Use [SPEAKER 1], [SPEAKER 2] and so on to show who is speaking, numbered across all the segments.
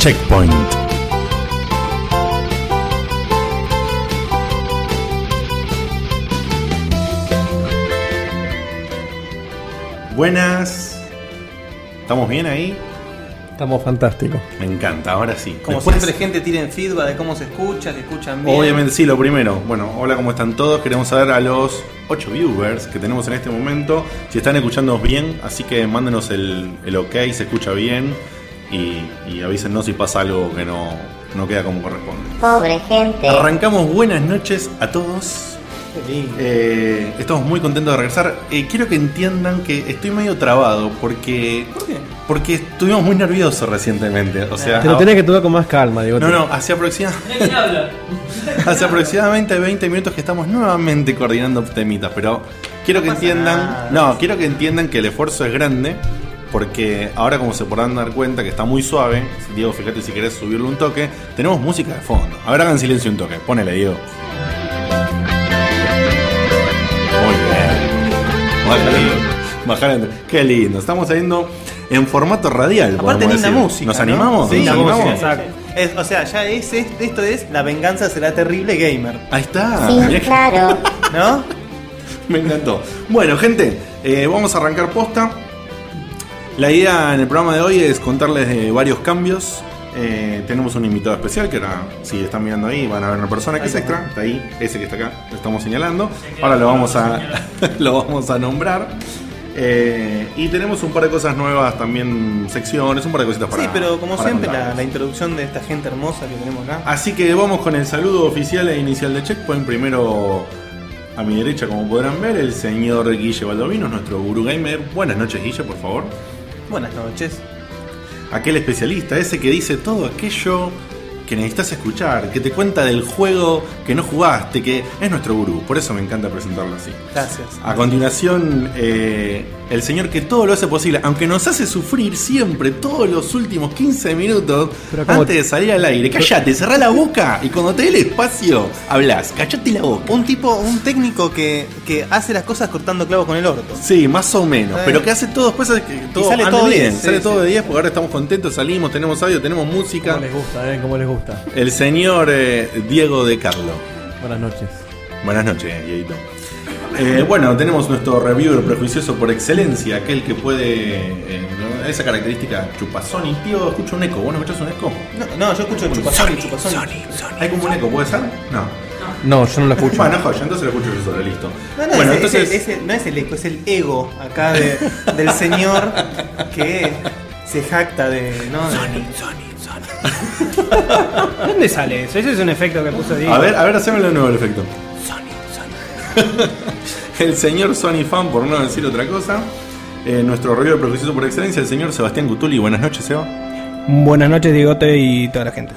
[SPEAKER 1] Checkpoint. Buenas. ¿Estamos bien ahí?
[SPEAKER 2] Estamos fantásticos.
[SPEAKER 1] Me encanta, ahora sí.
[SPEAKER 3] Como
[SPEAKER 1] Después-
[SPEAKER 3] siempre, gente, tiren feedback de cómo se escucha, si escuchan bien.
[SPEAKER 1] Obviamente sí, lo primero. Bueno, hola, ¿cómo están todos? Queremos saber a los 8 viewers que tenemos en este momento si están escuchándonos bien, así que mándenos el, el ok, se escucha bien y, y avísennos si pasa algo que no, no queda como corresponde.
[SPEAKER 4] Pobre gente.
[SPEAKER 1] Arrancamos, buenas noches a todos. Eh, estamos muy contentos de regresar. Eh, quiero que entiendan que estoy medio trabado porque,
[SPEAKER 3] ¿Por qué?
[SPEAKER 1] porque estuvimos muy nerviosos recientemente. O sea,
[SPEAKER 2] Te lo tenés que tomar con más calma, digo.
[SPEAKER 1] no, no, hace aproximadamente... Hace aproximadamente 20 minutos que estamos nuevamente coordinando temitas, pero quiero que
[SPEAKER 3] pasa
[SPEAKER 1] entiendan,
[SPEAKER 3] nada.
[SPEAKER 1] no, quiero que entiendan que el esfuerzo es grande porque ahora como se podrán dar cuenta que está muy suave, Diego, fíjate si querés subirle un toque, tenemos música de fondo. A ver, hagan silencio un toque, ponele, Diego. Muy bien. Bájale, Diego. Bájale. Qué lindo, estamos saliendo en formato radial.
[SPEAKER 3] Aparte,
[SPEAKER 1] podemos
[SPEAKER 3] linda
[SPEAKER 1] decir.
[SPEAKER 3] música.
[SPEAKER 1] ¿Nos
[SPEAKER 3] ¿no?
[SPEAKER 1] animamos?
[SPEAKER 3] Sí,
[SPEAKER 1] ¿Nos
[SPEAKER 3] linda
[SPEAKER 1] animamos?
[SPEAKER 3] música. Es- o sea, ya es, es- esto es La venganza será terrible gamer.
[SPEAKER 1] Ahí está.
[SPEAKER 4] Sí,
[SPEAKER 1] Mirá que-
[SPEAKER 4] claro.
[SPEAKER 3] ¿No?
[SPEAKER 1] Me encantó. Bueno, gente, eh, vamos a arrancar posta. La idea en el programa de hoy es contarles de varios cambios. Eh, tenemos un invitado especial que ahora, si están mirando ahí, van a ver una persona que es extra. Está ahí, ese que está acá, lo estamos señalando. Ahora lo vamos a, lo vamos a nombrar. Eh, y tenemos un par de cosas nuevas también, secciones, un par de cositas para
[SPEAKER 3] sí, pero como
[SPEAKER 1] para
[SPEAKER 3] siempre, la,
[SPEAKER 1] contarles.
[SPEAKER 3] la introducción de esta gente hermosa que tenemos acá.
[SPEAKER 1] Así que vamos con el saludo oficial e inicial de Checkpoint. Primero, a mi derecha, como podrán ver, el señor Guille Baldovinos, nuestro guru gamer. Buenas noches, Guille, por favor.
[SPEAKER 3] Buenas noches.
[SPEAKER 1] Aquel especialista, ese que dice todo aquello que necesitas escuchar, que te cuenta del juego que no jugaste, que es nuestro gurú. Por eso me encanta presentarlo así.
[SPEAKER 3] Gracias.
[SPEAKER 1] A continuación, eh, el señor que todo lo hace posible, aunque nos hace sufrir siempre todos los últimos 15 minutos
[SPEAKER 2] Pero como-
[SPEAKER 1] antes de salir al aire. Callate, cerrá la boca y cuando te dé el espacio, hablas. Callate la boca.
[SPEAKER 3] Un tipo, un técnico que, que hace las cosas cortando clavos con el orto.
[SPEAKER 1] Sí, más o menos.
[SPEAKER 3] Sí.
[SPEAKER 1] Pero que hace todo después hace que todo
[SPEAKER 3] sale
[SPEAKER 1] ande
[SPEAKER 3] todo
[SPEAKER 1] bien.
[SPEAKER 3] bien, sí,
[SPEAKER 1] sale
[SPEAKER 3] sí.
[SPEAKER 1] todo de 10 porque ahora estamos contentos, salimos, tenemos audio, tenemos música.
[SPEAKER 2] ¿Cómo les gusta, eh? ¿Cómo les gusta?
[SPEAKER 1] El señor eh, Diego de Carlo.
[SPEAKER 2] Buenas noches.
[SPEAKER 1] Buenas noches, Dieguito. Eh, bueno, tenemos nuestro reviewer prejuicioso por excelencia, aquel que puede. eh, ¿no? esa característica chupazón. Y tío, escucho un eco. ¿Vos no escuchás un eco?
[SPEAKER 3] No, no, yo escucho chupazón y chupazón.
[SPEAKER 1] ¿Hay como un eco? ¿Puede ser? No.
[SPEAKER 2] No, yo no lo escucho.
[SPEAKER 1] Bueno, joya, entonces lo escucho yo solo, listo.
[SPEAKER 3] No, no,
[SPEAKER 1] bueno,
[SPEAKER 3] ese-
[SPEAKER 1] entonces.
[SPEAKER 3] ese- ese no es el eco, es el ego acá de- del señor que se jacta de. ¿no? de-
[SPEAKER 5] ¿Dónde sale eso? Ese es un efecto que puso Diego.
[SPEAKER 1] A ver, a ver, hacémelo de nuevo el efecto. el señor Sony Fan, por no decir otra cosa. Eh, nuestro reviewer prejuicioso por excelencia, el señor Sebastián Gutuli. Buenas noches, Seba.
[SPEAKER 5] Buenas noches, Diegote y toda la gente.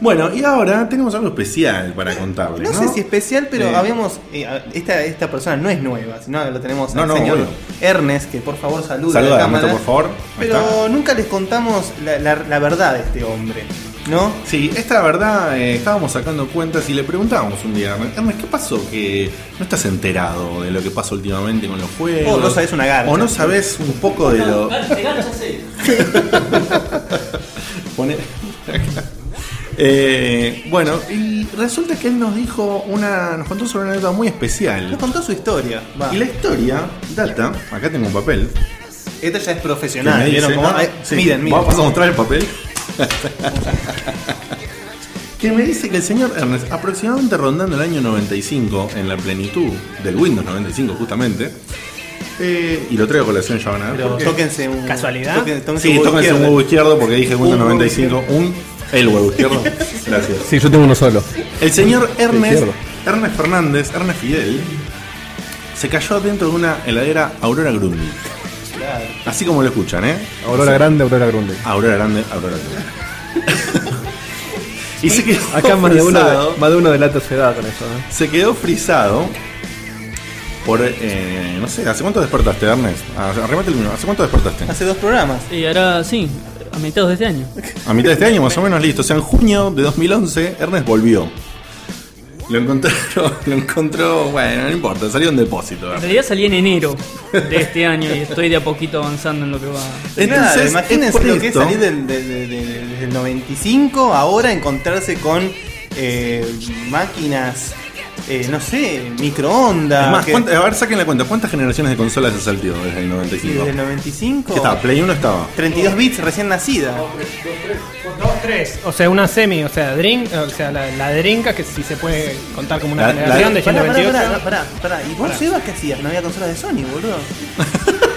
[SPEAKER 1] Bueno, y ahora tenemos algo especial para contarles.
[SPEAKER 3] No sé si especial, pero
[SPEAKER 1] Eh.
[SPEAKER 3] habíamos. eh, a- esta, esta persona no es nueva, sino que lo tenemos
[SPEAKER 1] No,
[SPEAKER 3] al
[SPEAKER 1] no,
[SPEAKER 3] señor
[SPEAKER 1] obvio.
[SPEAKER 3] Ernest, que por favor saluda
[SPEAKER 1] Saluda,
[SPEAKER 3] a la cámara.
[SPEAKER 1] Ernesto, por favor. Ahí
[SPEAKER 3] Pero
[SPEAKER 1] está.
[SPEAKER 3] nunca les contamos la, la- la verdad de este hombre, ¿no?
[SPEAKER 1] Sí, esta verdad eh, estábamos sacando cuentas y le preguntábamos un día, Ernest, ¿qué pasó que no estás enterado de lo que pasa últimamente con los juegos?
[SPEAKER 3] O Oh, no sabés una garcha.
[SPEAKER 1] O no sabes un poco de lo... Pone- Eh, bueno, y resulta que él nos dijo una, nos contó sobre una anécdota muy especial.
[SPEAKER 3] Nos contó su historia. va.
[SPEAKER 1] Y la historia data, acá tengo un papel,
[SPEAKER 3] Esta ya es
[SPEAKER 1] Que
[SPEAKER 3] profesional.
[SPEAKER 1] me dice,
[SPEAKER 3] ¿vieron cómo?
[SPEAKER 1] ah,
[SPEAKER 3] Ay,
[SPEAKER 1] sí.
[SPEAKER 3] Miren, miren.
[SPEAKER 1] ¿Vamos a mostrar el papel? que me dice que el señor Ernest, aproximadamente rondando el año 95, en la plenitud del Windows 95 justamente, eh, y lo traigo a colación ya van a ver.
[SPEAKER 3] Pero
[SPEAKER 1] por qué.
[SPEAKER 3] tóquense un.
[SPEAKER 5] ¿Casualidad?
[SPEAKER 3] Tóquense, tóquense
[SPEAKER 1] sí,
[SPEAKER 3] un huevo
[SPEAKER 1] tóquense un
[SPEAKER 3] izquierdo.
[SPEAKER 1] huevo izquierdo porque dije Windows
[SPEAKER 3] huevo
[SPEAKER 1] 95, un... El huevo izquierdo. Gracias.
[SPEAKER 2] Sí, yo tengo uno solo.
[SPEAKER 1] El señor Ernest,
[SPEAKER 2] Izquierdo.
[SPEAKER 1] Ernest Fernández, Ernest Fidel, se cayó dentro de una heladera Aurora Grundy. Así como lo escuchan, ¿eh?
[SPEAKER 2] Aurora Grande, Aurora Grande.
[SPEAKER 1] Aurora Grande, Aurora Grande. y se quedó
[SPEAKER 2] Acá más de, uno,
[SPEAKER 1] frisado,
[SPEAKER 2] más de uno delata su edad con eso, ¿eh?
[SPEAKER 1] se quedó frisado por, eh, no sé, ¿hace cuánto despertaste, Ernest? Ah, Arrímate el micro, ¿hace cuánto despertaste?
[SPEAKER 3] Hace dos programas.
[SPEAKER 6] Y ahora sí, a mitad de este año.
[SPEAKER 1] A mitad de este año, más o menos, listo. O sea, en junio de 2011, Ernest volvió. Lo encontraron, lo encontró, bueno, no importa, salió un
[SPEAKER 3] Ah,
[SPEAKER 1] depósito.
[SPEAKER 6] En realidad salí en enero de este año y estoy de a poquito avanzando en lo que va.
[SPEAKER 3] Nada,
[SPEAKER 1] Entonces, es
[SPEAKER 3] imagínense
[SPEAKER 1] por
[SPEAKER 3] lo que es
[SPEAKER 1] esto-
[SPEAKER 3] salir del, del- del- del- del 95, ahora encontrarse con eh, máquinas, eh, no sé, microondas.
[SPEAKER 1] Es más,
[SPEAKER 3] que-
[SPEAKER 1] ¿cuánta- a ver, saquen la cuenta, ¿cuántas generaciones de consolas se saltió desde el
[SPEAKER 3] que
[SPEAKER 1] 95?
[SPEAKER 3] desde el 95,
[SPEAKER 1] ¿Qué estaba? ¿Play 1 estaba?
[SPEAKER 3] 32 bits recién nacida.
[SPEAKER 5] Dos, tres. O sea, una semi, o sea, drink, o sea, la, la de Drinkas, que si se puede contar como una
[SPEAKER 1] La- la-
[SPEAKER 5] generación de
[SPEAKER 3] Pará, pará,
[SPEAKER 5] 128.
[SPEAKER 3] pará, pará, pará. ¿Y vos, Sebas, qué hacías? No había consolas de Sony, boludo.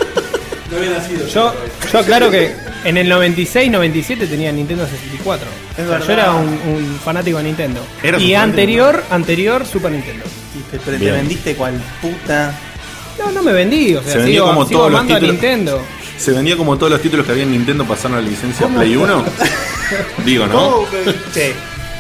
[SPEAKER 5] Yo, yo claro que en el 96, 97 tenía Nintendo 64.
[SPEAKER 3] Es
[SPEAKER 5] O sea,
[SPEAKER 3] verdad.
[SPEAKER 5] yo era un, un fanático de Nintendo.
[SPEAKER 1] Eras un
[SPEAKER 5] y
[SPEAKER 1] fanático,
[SPEAKER 5] anterior, anterior Super Nintendo.
[SPEAKER 3] Y te, pero te
[SPEAKER 1] Bien.
[SPEAKER 3] vendiste cual puta.
[SPEAKER 5] No, no me vendí, o sea,
[SPEAKER 1] Se vendió
[SPEAKER 5] sigo,
[SPEAKER 1] como
[SPEAKER 5] sigo
[SPEAKER 1] todos los
[SPEAKER 5] amando a
[SPEAKER 1] títulos.
[SPEAKER 5] Nintendo.
[SPEAKER 1] Se vendía como todos los títulos que había en Nintendo pasaron a la licencia Play 1. Digo, ¿no?
[SPEAKER 3] ¿Cómo,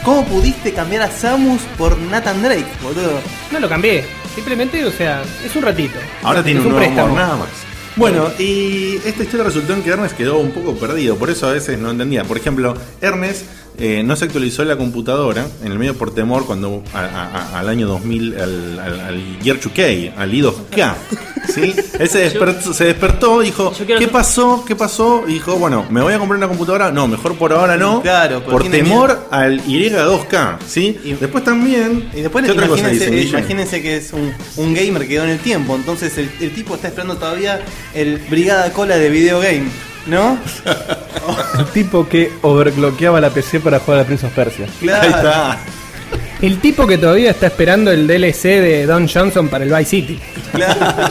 [SPEAKER 3] ¿Cómo pudiste cambiar a Samus por Nathan Drake, boludo?
[SPEAKER 5] No lo cambié. Simplemente, o sea, es un ratito.
[SPEAKER 1] Ahora tiene
[SPEAKER 5] Es
[SPEAKER 1] un nuevo amor,
[SPEAKER 5] préstamo.
[SPEAKER 1] nada más. Bueno, y esta historia resultó en que Ernest quedó un poco perdido, por eso a veces no entendía. Por ejemplo, Ernest eh, no se actualizó la computadora en el medio por temor cuando a- a- a- al año 2000, al, al, al Year 2K, al I2K. ¿sí? Él se despertó, se despertó, dijo,
[SPEAKER 6] Yo quiero
[SPEAKER 1] ¿qué
[SPEAKER 6] hacer-
[SPEAKER 1] pasó? ¿Qué pasó? Y dijo, bueno, ¿me voy a comprar una computadora? No, mejor por ahora no.
[SPEAKER 3] Claro, porque
[SPEAKER 1] por
[SPEAKER 3] tiene
[SPEAKER 1] temor al Y2K. ¿sí?
[SPEAKER 3] Y-
[SPEAKER 1] después también...
[SPEAKER 3] Y después
[SPEAKER 1] ¿qué otra cosa
[SPEAKER 3] imagínense, eh,
[SPEAKER 1] dicen, Guille?
[SPEAKER 3] imagínense que es un, un gamer que quedó en el tiempo, entonces el, el tipo está esperando todavía el Brigada Cola de Video Game, ¿no?
[SPEAKER 2] El tipo que overclockeaba la PC para jugar a Prince of Persia.
[SPEAKER 1] Ahí está.
[SPEAKER 5] El tipo que todavía está esperando el DLC de Don Johnson para el Vice City.
[SPEAKER 3] claro.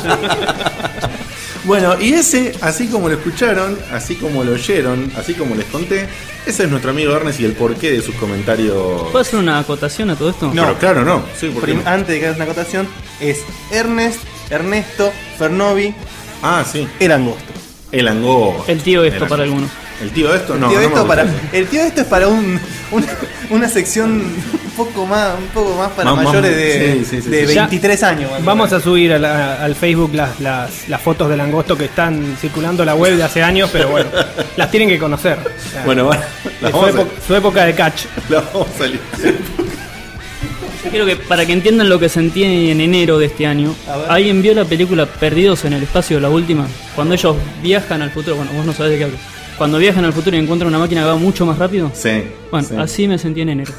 [SPEAKER 1] Bueno, y ese, así como lo escucharon, así como lo oyeron, así como les conté, ese es nuestro amigo Ernest y el porqué de sus comentarios.
[SPEAKER 6] ¿Puedo hacer una acotación a todo esto?
[SPEAKER 1] Pero
[SPEAKER 3] no.
[SPEAKER 1] claro, no. Sí, ¿por qué
[SPEAKER 3] Prim-
[SPEAKER 1] no?
[SPEAKER 6] ah.
[SPEAKER 3] Antes de que hagas una acotación, es Ernest, Ernesto, Fernovi,
[SPEAKER 1] Ah, sí.
[SPEAKER 3] el angosto.
[SPEAKER 1] El angó.
[SPEAKER 6] El tío esto
[SPEAKER 1] Era-
[SPEAKER 6] para algunos.
[SPEAKER 1] El tío esto, no.
[SPEAKER 3] tío,
[SPEAKER 1] no me
[SPEAKER 3] esto
[SPEAKER 1] gusta
[SPEAKER 3] para,
[SPEAKER 1] ese.
[SPEAKER 3] el tío esto es para un, una, una sección un poco más, un poco más para
[SPEAKER 1] Más- más-
[SPEAKER 3] mayores de,
[SPEAKER 1] sí, sí, sí,
[SPEAKER 3] de
[SPEAKER 1] sí.
[SPEAKER 5] Ya-
[SPEAKER 3] 23 años. más o
[SPEAKER 5] Vamos
[SPEAKER 3] menos.
[SPEAKER 5] a subir a la- al Facebook las, las, las fotos del angosto que están circulando en la web de hace años, pero bueno, las tienen que conocer. O sea,
[SPEAKER 1] Bueno, bueno. La
[SPEAKER 5] es su,
[SPEAKER 1] vamos,
[SPEAKER 5] época, su época de catch.
[SPEAKER 1] a, la vamos a limpiar.
[SPEAKER 6] Yo Quiero que para que entiendan lo que sentí en enero de este año.
[SPEAKER 3] A ver.
[SPEAKER 6] ¿Alguien vio la película Perdidos en el espacio, la última? Cuando ellos viajan al futuro, bueno, vos no sabés de qué hablo. Cuando viajan al futuro y encuentran una máquina que va mucho más rápido.
[SPEAKER 1] Sí.
[SPEAKER 6] Bueno,
[SPEAKER 1] sí.
[SPEAKER 6] así me sentí en enero.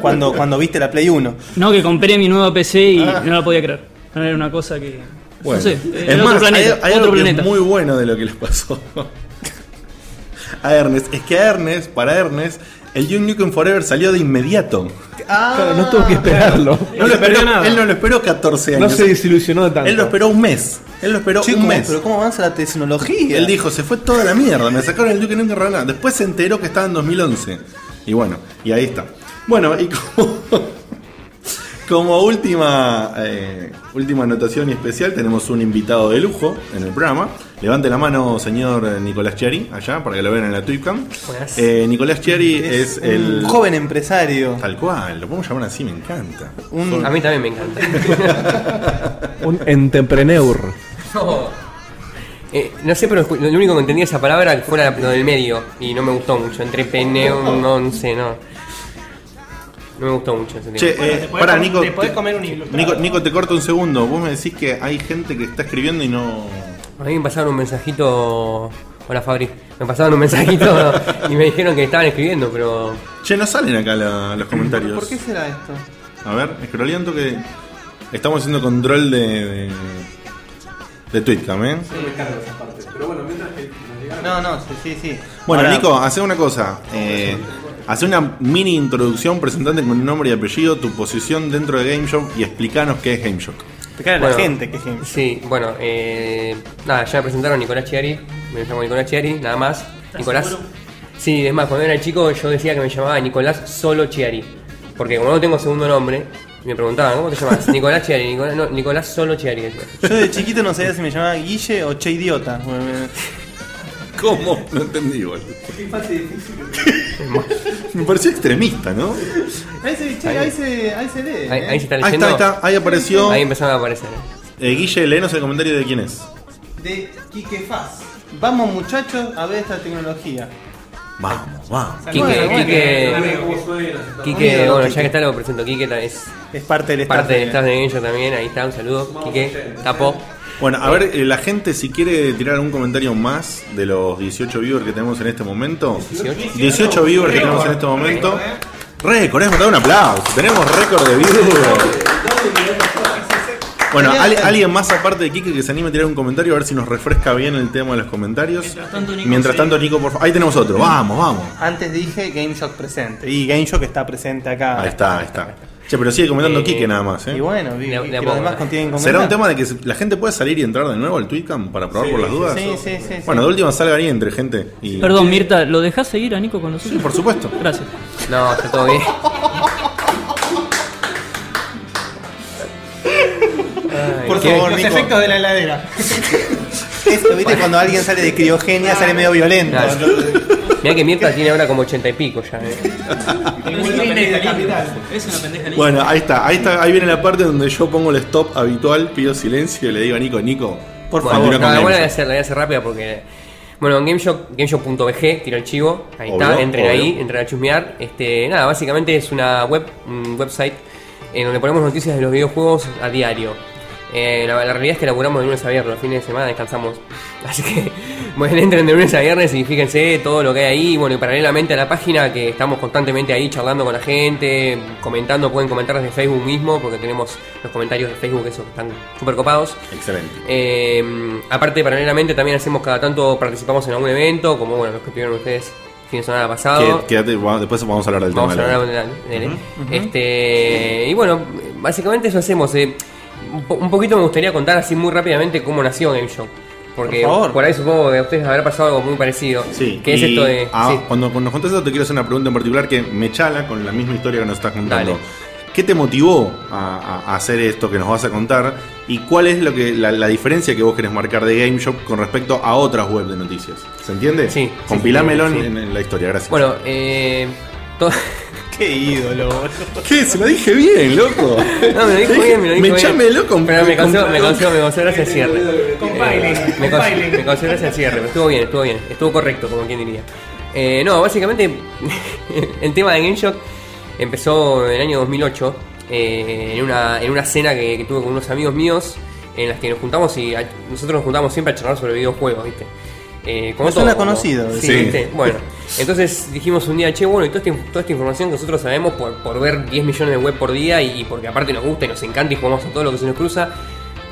[SPEAKER 3] Cuando, cuando viste la Play 1.
[SPEAKER 6] No, que compré mi nueva PC y no la podía creer. No era una cosa que.
[SPEAKER 1] Ah. Bueno.
[SPEAKER 6] No sé,
[SPEAKER 1] es
[SPEAKER 6] era
[SPEAKER 1] más,
[SPEAKER 6] otro planeta.
[SPEAKER 1] hay, hay
[SPEAKER 6] otro
[SPEAKER 1] algo que es
[SPEAKER 6] planeta.
[SPEAKER 1] muy bueno de lo que les pasó. a Ernest. Es que a Ernest, para Ernest, el Young Nukem Forever salió de inmediato.
[SPEAKER 2] Claro, no tuvo que esperarlo.
[SPEAKER 5] No se perdió
[SPEAKER 1] esperó-
[SPEAKER 5] nada.
[SPEAKER 1] Él no lo esperó 14
[SPEAKER 2] No
[SPEAKER 1] años.
[SPEAKER 2] se desilusionó tanto.
[SPEAKER 1] Él lo esperó un mes. Él lo esperó
[SPEAKER 3] Che,
[SPEAKER 1] un
[SPEAKER 3] ¿cómo-
[SPEAKER 1] mes.
[SPEAKER 3] pero ¿cómo avanza la tecnología?
[SPEAKER 1] Él dijo, se fue toda la mierda, me sacaron el Duke Nukem Forever. Después se enteró que estaba en 2011. Y bueno, y ahí está. Bueno, y como, como última eh, última anotación y especial, tenemos un invitado de lujo en el programa. Levante la mano, señor eh, Nicolás Chiari, allá, para que lo vean en la Twitcam. Eh, Nicolás Chiari es,
[SPEAKER 3] un
[SPEAKER 1] el...
[SPEAKER 3] joven empresario.
[SPEAKER 1] Tal cual, lo podemos llamar así, me encanta.
[SPEAKER 3] Un,
[SPEAKER 4] A mí también me encanta.
[SPEAKER 2] Un entrepreneur.
[SPEAKER 4] No, Eh, no sé, pero escu- lo único que entendí de esa palabra fue la, lo del medio y no me gustó mucho. Entre peneo, no, no sé, no. No me gustó mucho. ese
[SPEAKER 1] Che,
[SPEAKER 4] tema.
[SPEAKER 1] eh,
[SPEAKER 5] te podés
[SPEAKER 1] pará,
[SPEAKER 5] com-
[SPEAKER 1] Nico.
[SPEAKER 5] te podés
[SPEAKER 1] te-
[SPEAKER 5] comer un ilustrado.
[SPEAKER 1] Nico, Nico, te corto un segundo. Vos me decís que hay gente que está escribiendo y no.
[SPEAKER 4] A mí me pasaron un mensajito. Hola Fabri. Me pasaron un mensajito y me dijeron que estaban escribiendo, pero.
[SPEAKER 1] Che, no salen acá la- los comentarios.
[SPEAKER 3] ¿Por qué será esto?
[SPEAKER 1] A ver, escroleando que. Estamos haciendo control de. de, de Twitcam, ¿eh?
[SPEAKER 3] No, no, sí, sí, sí.
[SPEAKER 1] Bueno,
[SPEAKER 3] Ahora,
[SPEAKER 1] Nico, hace una cosa. Eh, hace una mini introducción presentante con nombre y apellido, tu posición dentro de Game Shock y explicanos qué es Game Shock.
[SPEAKER 3] explicarle a la
[SPEAKER 4] Bueno,
[SPEAKER 3] gente que es gente.
[SPEAKER 4] Sí, bueno, eh, nada, ya me presentaron Nicolás Chiari, me llamo Nicolás Chiari, nada más. Nicolás. Sí, es más, cuando era chico yo decía que me llamaba Nicolás Solo Chiari, porque como no tengo segundo nombre, me preguntaban, ¿cómo te llamas? Nicolás Chiari, Nicolás, no, Nicolás Solo Chiari. decía.
[SPEAKER 3] Yo de chiquito no sabía si me llamaba Guille o Che Idiota.
[SPEAKER 1] ¿Cómo? No entendí, boludo. Me pareció extremista, ¿no?
[SPEAKER 3] Ahí se, che, ahí se, ahí se lee. ¿eh?
[SPEAKER 4] Ahí, ahí se está
[SPEAKER 1] Ahí está,
[SPEAKER 4] leyendo.
[SPEAKER 1] ahí está, ahí apareció.
[SPEAKER 4] Ahí empezaron a aparecer.
[SPEAKER 1] Eh, Guille, léenos el comentario de quién es.
[SPEAKER 3] De Quique Faz. Vamos muchachos a ver esta tecnología.
[SPEAKER 1] Vamos, vamos.
[SPEAKER 4] Quique, Quique, Quique, bueno, ya que está lo presento, Quique ta- es
[SPEAKER 3] Es parte del
[SPEAKER 4] parte del
[SPEAKER 3] staff.
[SPEAKER 4] staff de ella también, ahí está, un saludo, Quique, capo.
[SPEAKER 1] Bueno, a ver, eh, la gente si quiere tirar un comentario más de los 18 viewers que tenemos en este momento.
[SPEAKER 4] 18.
[SPEAKER 1] 18 viewers que tenemos en este momento. Récord, es verdad, un aplauso. Tenemos récord de viewers. Bueno, al- alguien más aparte de Kike que se anime a tirar un comentario a ver si nos refresca bien el tema de los comentarios. Mientras tanto, Nico, por favor. Ahí tenemos otro. Vamos, vamos.
[SPEAKER 3] Antes dije Game Shock presente. Y Game Shock está presente acá.
[SPEAKER 1] Ahí está, ahí está. Che, pero sigue comentando Kike nada más,
[SPEAKER 3] Y
[SPEAKER 1] ¿eh?
[SPEAKER 3] bueno, vi-
[SPEAKER 4] De-
[SPEAKER 3] que
[SPEAKER 4] de a
[SPEAKER 3] los
[SPEAKER 4] poco.
[SPEAKER 3] demás contienen
[SPEAKER 1] ¿Será un
[SPEAKER 3] comentar.
[SPEAKER 1] tema de que se- la gente puede salir y entrar de nuevo al Twitcam para probar por las dudas?
[SPEAKER 3] Sí, sí, sí. sí.
[SPEAKER 1] Bueno, de última salgan y entre, gente. Y...
[SPEAKER 6] Perdón, Mirta, ¿lo dejás seguir a Nico con los
[SPEAKER 1] Sí, por supuesto.
[SPEAKER 6] Gracias.
[SPEAKER 4] No, está todo bien. Ay,
[SPEAKER 3] Por
[SPEAKER 4] ¿qué-
[SPEAKER 3] favor,
[SPEAKER 5] Los
[SPEAKER 3] Nico.
[SPEAKER 5] efectos de la heladera.
[SPEAKER 3] Esto, viste, cuando alguien sale de criogenia sale medio violento.
[SPEAKER 4] Claro. Mirá que Mirta tiene ahora como 80 y pico ya. eh.
[SPEAKER 6] Es una pendeja Nico.
[SPEAKER 1] Bueno, ahí está, ahí está, ahí viene la parte donde yo pongo el stop habitual, pido silencio y le digo a Nico, Nico,
[SPEAKER 3] Por
[SPEAKER 4] Bueno,
[SPEAKER 1] continúa
[SPEAKER 4] no,
[SPEAKER 1] con
[SPEAKER 4] la voy a
[SPEAKER 1] Game
[SPEAKER 4] hacer, la voy a hacer rápida porque. Bueno, en GameShock, GameShock.bg, tiro el chivo, ahí
[SPEAKER 1] Obvio,
[SPEAKER 4] está, entren
[SPEAKER 1] obvio.
[SPEAKER 4] ahí, entren a chusmear. Este, nada, básicamente es una web, un website en donde ponemos noticias de los videojuegos a diario. Eh, la, la realidad es que laburamos de lunes a viernes, los fines de semana descansamos. Así que, bueno, entren de lunes a viernes y fíjense todo lo que hay ahí. Bueno, y paralelamente a la página que estamos constantemente ahí charlando con la gente, comentando, pueden comentar desde Facebook mismo, porque tenemos los comentarios de Facebook, esos que están súper copados.
[SPEAKER 1] Show. Excelente.
[SPEAKER 4] Eh, aparte, paralelamente, también hacemos cada tanto, participamos en algún evento, como bueno, los que tuvieron ustedes el fin de semana pasado.
[SPEAKER 1] Que- Quédate, va- después vamos a hablar del
[SPEAKER 4] Vamos a
[SPEAKER 1] tema.
[SPEAKER 4] hablar de la- de- Este, y bueno, básicamente eso hacemos. eh. Un po- Un poquito me gustaría contar así muy rápidamente cómo nació Game Show. Porque
[SPEAKER 3] Por favor.
[SPEAKER 4] por ahí supongo que a ustedes habrá pasado algo muy parecido.
[SPEAKER 1] Sí,
[SPEAKER 4] ¿Qué es
[SPEAKER 1] y-
[SPEAKER 4] esto de.?
[SPEAKER 1] ah,
[SPEAKER 4] sí.
[SPEAKER 1] Cuando, cuando nos contaste eso, te quiero hacer una pregunta en particular que me chala con la misma historia que nos estás contando.
[SPEAKER 4] Dale.
[SPEAKER 1] ¿Qué te motivó a, a- a hacer esto que nos vas a contar? ¿Y cuál es lo que la, la diferencia que vos querés marcar de Game Shop con respecto a otras web de noticias? ¿Se entiende?
[SPEAKER 4] Sí, sí,
[SPEAKER 1] Compilámelo
[SPEAKER 4] sí, sí.
[SPEAKER 1] En, en la historia, gracias.
[SPEAKER 4] Bueno, eh. to-
[SPEAKER 3] Qué ídolo, boludo.
[SPEAKER 1] ¿Qué? Se lo dije bien, loco.
[SPEAKER 4] No, me lo dijo bien, me lo dijo bien.
[SPEAKER 1] chámelo con-
[SPEAKER 4] Pero me causó,
[SPEAKER 1] con-
[SPEAKER 4] me causó, me causó gracias al cierre.
[SPEAKER 5] Compiling,
[SPEAKER 4] Eh, me causó-
[SPEAKER 5] compiling.
[SPEAKER 4] Me causó gracias al cierre, pero estuvo bien, estuvo bien. Estuvo correcto, como quien diría. Eh, no, básicamente, el tema de Game Shock empezó en el año 2008, eh, en, una, en una cena que, que tuve con unos amigos míos, en las que nos juntamos y a- nosotros nos juntamos siempre a charlar sobre videojuegos, ¿viste? Eh, como
[SPEAKER 3] Me suena
[SPEAKER 4] todo, como-
[SPEAKER 3] conocido,
[SPEAKER 4] Sí,
[SPEAKER 1] sí.
[SPEAKER 4] ¿viste? Bueno, entonces dijimos un día, che, bueno, y toda esta, toda esta información que nosotros sabemos por, por ver 10 millones de web por día y, y porque aparte nos gusta y nos encanta y jugamos a todo lo que se nos cruza,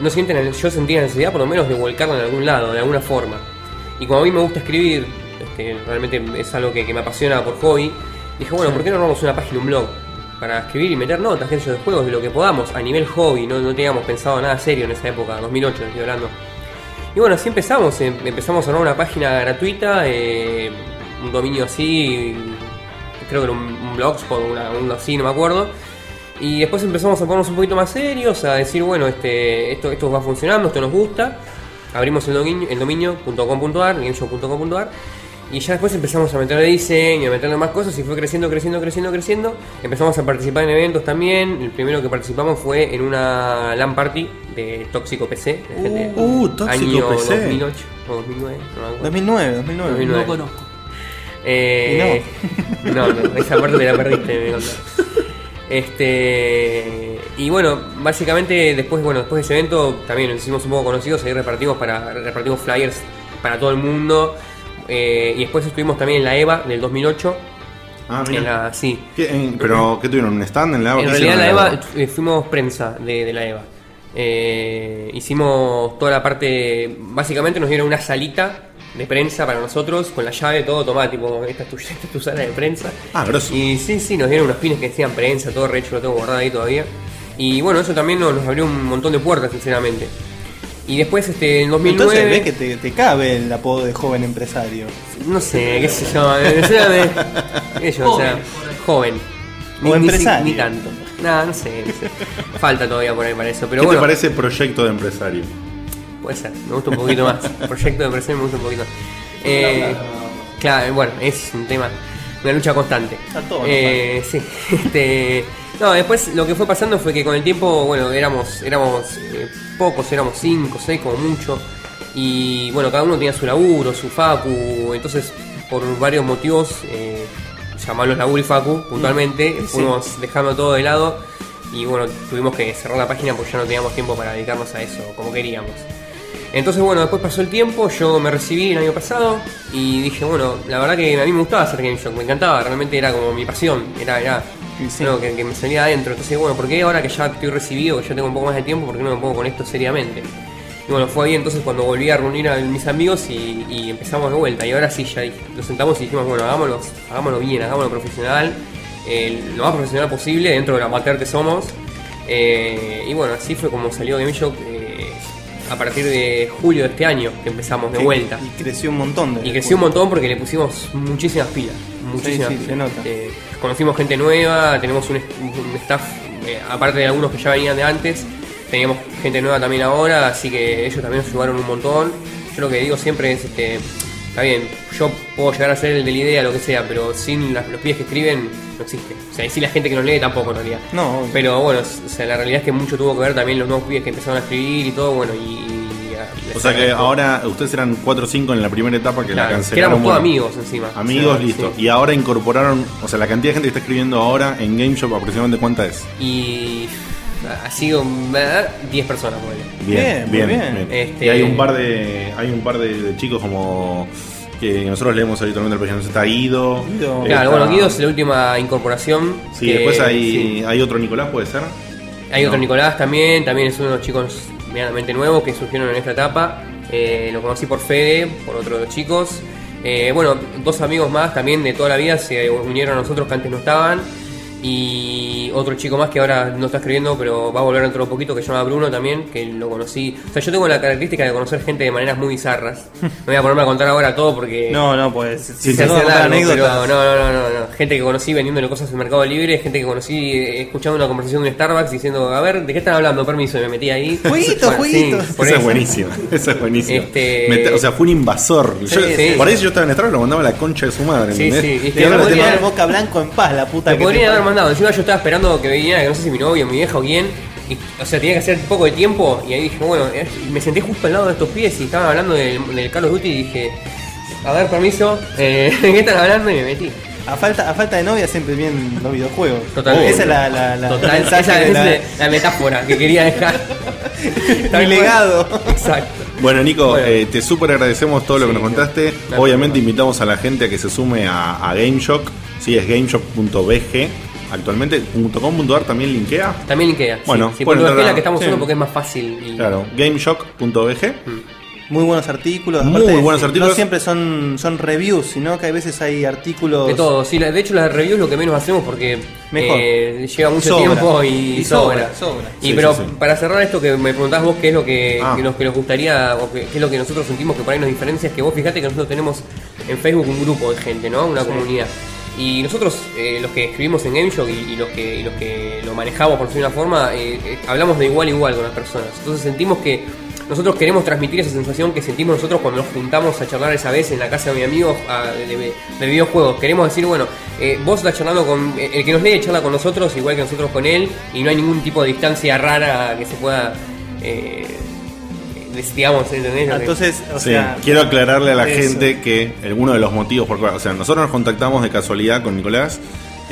[SPEAKER 4] no sienten, el- yo sentía la necesidad por lo menos de volcarlo en algún lado, de alguna forma. Y como a mí me gusta escribir, este, realmente es algo que, que me apasiona por hobby, dije, bueno, ¿por qué no armamos una página, un blog? Para escribir y meter notas, qué sé yo, de juegos, de lo que podamos, a nivel hobby, no, no teníamos pensado nada serio en esa época, 2008 estoy hablando. Y bueno, así empezamos. em- Empezamos a armar una página gratuita, eh, un dominio así, creo que era un, un blogspot, una, un así, no me acuerdo. Y después empezamos a ponernos un poquito más serios, a decir, bueno, este, esto, esto va funcionando, esto nos gusta. Abrimos el dominio, el dominio.com.ar, gameshow.com.ar, y ya después empezamos a meterle diseño, a meterle más cosas, y fue creciendo, creciendo, creciendo, creciendo. Empezamos a participar en eventos también. El primero que participamos fue en una LAN party de Tóxico PC, de gente-
[SPEAKER 1] Uh, Tóxico
[SPEAKER 4] año
[SPEAKER 1] PC.
[SPEAKER 4] 2008 o 2009, no me acuerdo.
[SPEAKER 3] 2009, 2009.
[SPEAKER 4] 2009.
[SPEAKER 6] No conozco.
[SPEAKER 4] Eh, no. no, esa parte me la perdiste, me contaron. Este y bueno, básicamente después, bueno, después de ese evento también nos hicimos un poco conocidos, ahí repartimos para, repartimos flyers para todo el mundo. eh, y después estuvimos también en la EVA del 2008.
[SPEAKER 1] Ah, mira.
[SPEAKER 4] en la, sí,
[SPEAKER 1] ¿Qué- en- ¿Pero qué tuvieron? ¿Un stand en la
[SPEAKER 4] en
[SPEAKER 1] ¿Qué
[SPEAKER 4] realidad
[SPEAKER 1] hicieron
[SPEAKER 4] la
[SPEAKER 1] en
[SPEAKER 4] EVA eh, fuimos prensa de, de la EVA. Eh, hicimos toda la parte, básicamente nos dieron una salita de prensa para nosotros, con la llave, todo automático, esta es tu, esta es tu sala de prensa.
[SPEAKER 1] Ah, grosso.
[SPEAKER 4] Y sí, sí, nos dieron unos pines que decían prensa, todo recho, lo tengo guardado ahí todavía. Y bueno, eso también nos, nos abrió un montón de puertas, sinceramente. Y después, este, en 2009...
[SPEAKER 3] Entonces ves que te, te cabe el apodo de joven empresario.
[SPEAKER 4] No sé, qué sé yo. me suena de- qué sé yo, o sea, joven.
[SPEAKER 3] O
[SPEAKER 4] ni-
[SPEAKER 3] empresario.
[SPEAKER 4] Ni, si- ni tanto. No, no sé, no sé. Falta todavía por ahí para eso. Pero
[SPEAKER 1] ¿Qué
[SPEAKER 4] bueno,
[SPEAKER 1] te parece proyecto de empresario?
[SPEAKER 4] puede ser. Me gusta un poquito más. Proyecto de empresario me gusta un poquito más. Eh, claro, bueno, es un tema. Una lucha constante.
[SPEAKER 3] A todos nos
[SPEAKER 4] Eh, sí. Este, no, después lo que fue pasando fue que con el tiempo, bueno, éramos, éramos eh, pocos, éramos cinco, seis como mucho. Y bueno, cada uno tenía su laburo, su facu. Entonces por varios motivos, eh, llamarlos la Uli Facu puntualmente, fuimos dejando todo de lado y bueno, tuvimos que cerrar la página porque ya no teníamos tiempo para dedicarnos a eso como queríamos. Entonces bueno, después pasó el tiempo, yo me recibí el año pasado y dije, bueno, la verdad que a mí me gustaba hacer game shock, me encantaba, realmente era como mi pasión, era, era algo que, que me salía adentro. Entonces bueno, ¿por qué ahora que ya estoy recibido, que ya tengo un poco más de tiempo, por qué no me pongo con esto seriamente? Y bueno, fue ahí entonces cuando volví a reunir a mis amigos y, y empezamos de vuelta. Y ahora sí, ya dij- nos sentamos y dijimos, bueno, hagámoslo, hagámoslo bien, hagámoslo profesional, eh, lo más profesional posible dentro de la amateur que somos. Eh, y bueno, así fue como salió Game Shock eh, a partir de julio de este año que empezamos de
[SPEAKER 3] Que-
[SPEAKER 4] vuelta.
[SPEAKER 3] Y creció un montón. de-
[SPEAKER 4] Y creció un montón porque le pusimos muchísimas pilas. Muchísimas
[SPEAKER 3] sí, se
[SPEAKER 4] pilas.
[SPEAKER 3] nota.
[SPEAKER 4] Eh, conocimos gente nueva, tenemos un, est- un staff, eh, aparte de algunos que ya venían de antes, teníamos gente nueva también ahora, así que ellos también nos ayudaron un montón. Yo lo que digo siempre es, este, está bien, yo puedo llegar a ser el de la idea, lo que sea, pero sin las- los pies que escriben no existe. O sea, y sin la gente que nos lee tampoco en realidad.
[SPEAKER 3] No, obvio.
[SPEAKER 4] Pero bueno, o sea, la realidad es que mucho tuvo que ver también los nuevos pies que empezaron a escribir y todo, bueno, y... y- y-
[SPEAKER 1] O sea que ahora ustedes eran 4 o 5 en la primera etapa que la
[SPEAKER 4] Claro,
[SPEAKER 1] cancelaron.
[SPEAKER 4] que éramos todos
[SPEAKER 1] bueno,
[SPEAKER 4] amigos encima.
[SPEAKER 1] Amigos,
[SPEAKER 4] O sea,
[SPEAKER 1] listo.
[SPEAKER 4] sí.
[SPEAKER 1] Y ahora incorporaron, o sea, la cantidad de gente que está escribiendo ahora en Game Shop, aproximadamente cuánta es.
[SPEAKER 4] y ah, ha sido eh, 10 personas por ahí.
[SPEAKER 3] Bien, muy bien.
[SPEAKER 4] Este-
[SPEAKER 1] Y hay un par de hay un par de, de chicos como que nosotros leemos habitualmente al nos está Guido.
[SPEAKER 3] Guido.
[SPEAKER 1] está-
[SPEAKER 4] Claro, bueno, Guido es la última incorporación.
[SPEAKER 1] Sí,
[SPEAKER 4] que-
[SPEAKER 1] después hay,
[SPEAKER 4] sí.
[SPEAKER 1] hay otro Nicolás, puede ser.
[SPEAKER 4] Hay otro
[SPEAKER 1] No.
[SPEAKER 4] Nicolás también, también es uno de los chicos medianamente nuevos que surgieron en esta etapa. Eh, lo conocí por Fede, por otro de los chicos. Eh, bueno, dos amigos más también de toda la vida se unieron a nosotros que antes no estaban. Y otro chico más que ahora no está escribiendo, pero va a volver dentro de poquito, que se llama Bruno también, que lo conocí. O sea, yo tengo la característica de conocer gente de maneras muy bizarras. No voy a ponerme a contar ahora todo porque...
[SPEAKER 3] No, no, pues. Si
[SPEAKER 4] Sí,
[SPEAKER 3] se
[SPEAKER 4] se
[SPEAKER 3] acuerdan
[SPEAKER 4] hace
[SPEAKER 3] la
[SPEAKER 4] largo,
[SPEAKER 3] anécdota.
[SPEAKER 4] pero no, no, no, no, no. Gente que conocí vendiéndole cosas en Mercado Libre, gente que conocí eh, escuchando una conversación de Starbucks diciendo, a ver, ¿de qué están hablando? Permiso, y me metí ahí.
[SPEAKER 3] Jueguitos, jueguitos.
[SPEAKER 4] sí, por
[SPEAKER 1] Esa
[SPEAKER 4] eso.
[SPEAKER 1] es buenísima. Esa es buenísima.
[SPEAKER 4] Este-
[SPEAKER 1] Mete- o sea, fue un invasor. Yo-
[SPEAKER 4] sí.
[SPEAKER 1] Por eso yo estaba en Estrada lo mandaba a la concha de su madre.
[SPEAKER 4] Sí,
[SPEAKER 1] ¿entendés?
[SPEAKER 4] sí, este, es que
[SPEAKER 1] Y ahora
[SPEAKER 4] lo
[SPEAKER 1] te
[SPEAKER 4] podría-
[SPEAKER 1] manda-
[SPEAKER 3] Dejar el boca blanco en paz, la puta
[SPEAKER 4] Me
[SPEAKER 3] que.
[SPEAKER 4] podrían
[SPEAKER 3] te-
[SPEAKER 4] haber mandado. Encima yo estaba esperando que viniera, que no sé si mi novio, mi vieja o quién. Y, o sea, tenía que hacer poco de tiempo. Y ahí dije, bueno, eh, me senté justo al lado de estos pies y estaban hablando del, del Call of Duty. Y dije, a ver, permiso, eh, ¿de qué están hablando? Y me metí.
[SPEAKER 3] A falta, a falta de novia siempre vienen los videojuegos.
[SPEAKER 4] Total.
[SPEAKER 3] Esa es la, la, la-
[SPEAKER 4] Total,
[SPEAKER 3] el mensaje
[SPEAKER 4] esa
[SPEAKER 3] de
[SPEAKER 4] es
[SPEAKER 3] la-
[SPEAKER 4] la- la metáfora que quería dejar. Tal
[SPEAKER 3] mi
[SPEAKER 4] cual.
[SPEAKER 3] legado.
[SPEAKER 4] Exacto.
[SPEAKER 1] Bueno, Nico,
[SPEAKER 4] Bueno.
[SPEAKER 1] eh, te súper agradecemos todo lo que
[SPEAKER 4] Sí,
[SPEAKER 1] nos contaste.
[SPEAKER 4] claro.
[SPEAKER 1] Obviamente invitamos a la gente a que se sume a, a GameShock. Sí, es gameshock.bg. Actualmente, .com.ar también linkea.
[SPEAKER 4] También Ikea. sí,
[SPEAKER 1] Bueno,
[SPEAKER 4] sí,
[SPEAKER 1] pueden
[SPEAKER 4] porque
[SPEAKER 1] entrar
[SPEAKER 4] es
[SPEAKER 1] a-
[SPEAKER 4] la que estamos
[SPEAKER 1] sí.
[SPEAKER 4] usando porque es más fácil. Y,
[SPEAKER 1] Claro, gameshock.bg.
[SPEAKER 3] Muy buenos artículos.
[SPEAKER 1] Muy buenos artículos.
[SPEAKER 3] No siempre son, son reviews, sino que a veces hay artículos.
[SPEAKER 4] De todo, sí, la- de hecho las reviews lo que menos hacemos porque
[SPEAKER 3] Mejor.
[SPEAKER 4] eh, lleva mucho
[SPEAKER 3] Sobra.
[SPEAKER 4] tiempo y,
[SPEAKER 3] Y sobra,
[SPEAKER 4] sobra.
[SPEAKER 3] sobra.
[SPEAKER 4] Y
[SPEAKER 1] Sí,
[SPEAKER 4] pero
[SPEAKER 1] sí, sí.
[SPEAKER 4] para cerrar esto que me preguntás vos qué es lo que,
[SPEAKER 1] Ah.
[SPEAKER 4] que nos, que nos gustaría o que- qué es lo que nosotros sentimos que por ahí nos diferencia es que vos fijate que nosotros tenemos en Facebook un grupo de gente, ¿no? Una comunidad. Y nosotros, eh, los que escribimos en GameShock y, y los que, y los que lo manejamos por decirlo de una forma, eh, eh, hablamos de igual a igual con las personas. Entonces sentimos que nosotros queremos transmitir esa sensación que sentimos nosotros cuando nos juntamos a charlar esa vez en la casa de mi amigo a- de, de videojuegos. Queremos decir, bueno, eh, vos estás charlando con. eh, El que nos lee charla con nosotros, igual que nosotros con él, y no hay ningún tipo de distancia rara que se pueda. eh, des- Eh, digamos, ¿entendés? Lo que-
[SPEAKER 3] Entonces, o
[SPEAKER 1] Sí,
[SPEAKER 3] sea.
[SPEAKER 1] quiero aclararle a la
[SPEAKER 3] eso.
[SPEAKER 1] gente que alguno de los motivos por cual- o sea, nosotros nos contactamos de casualidad con Nicolás.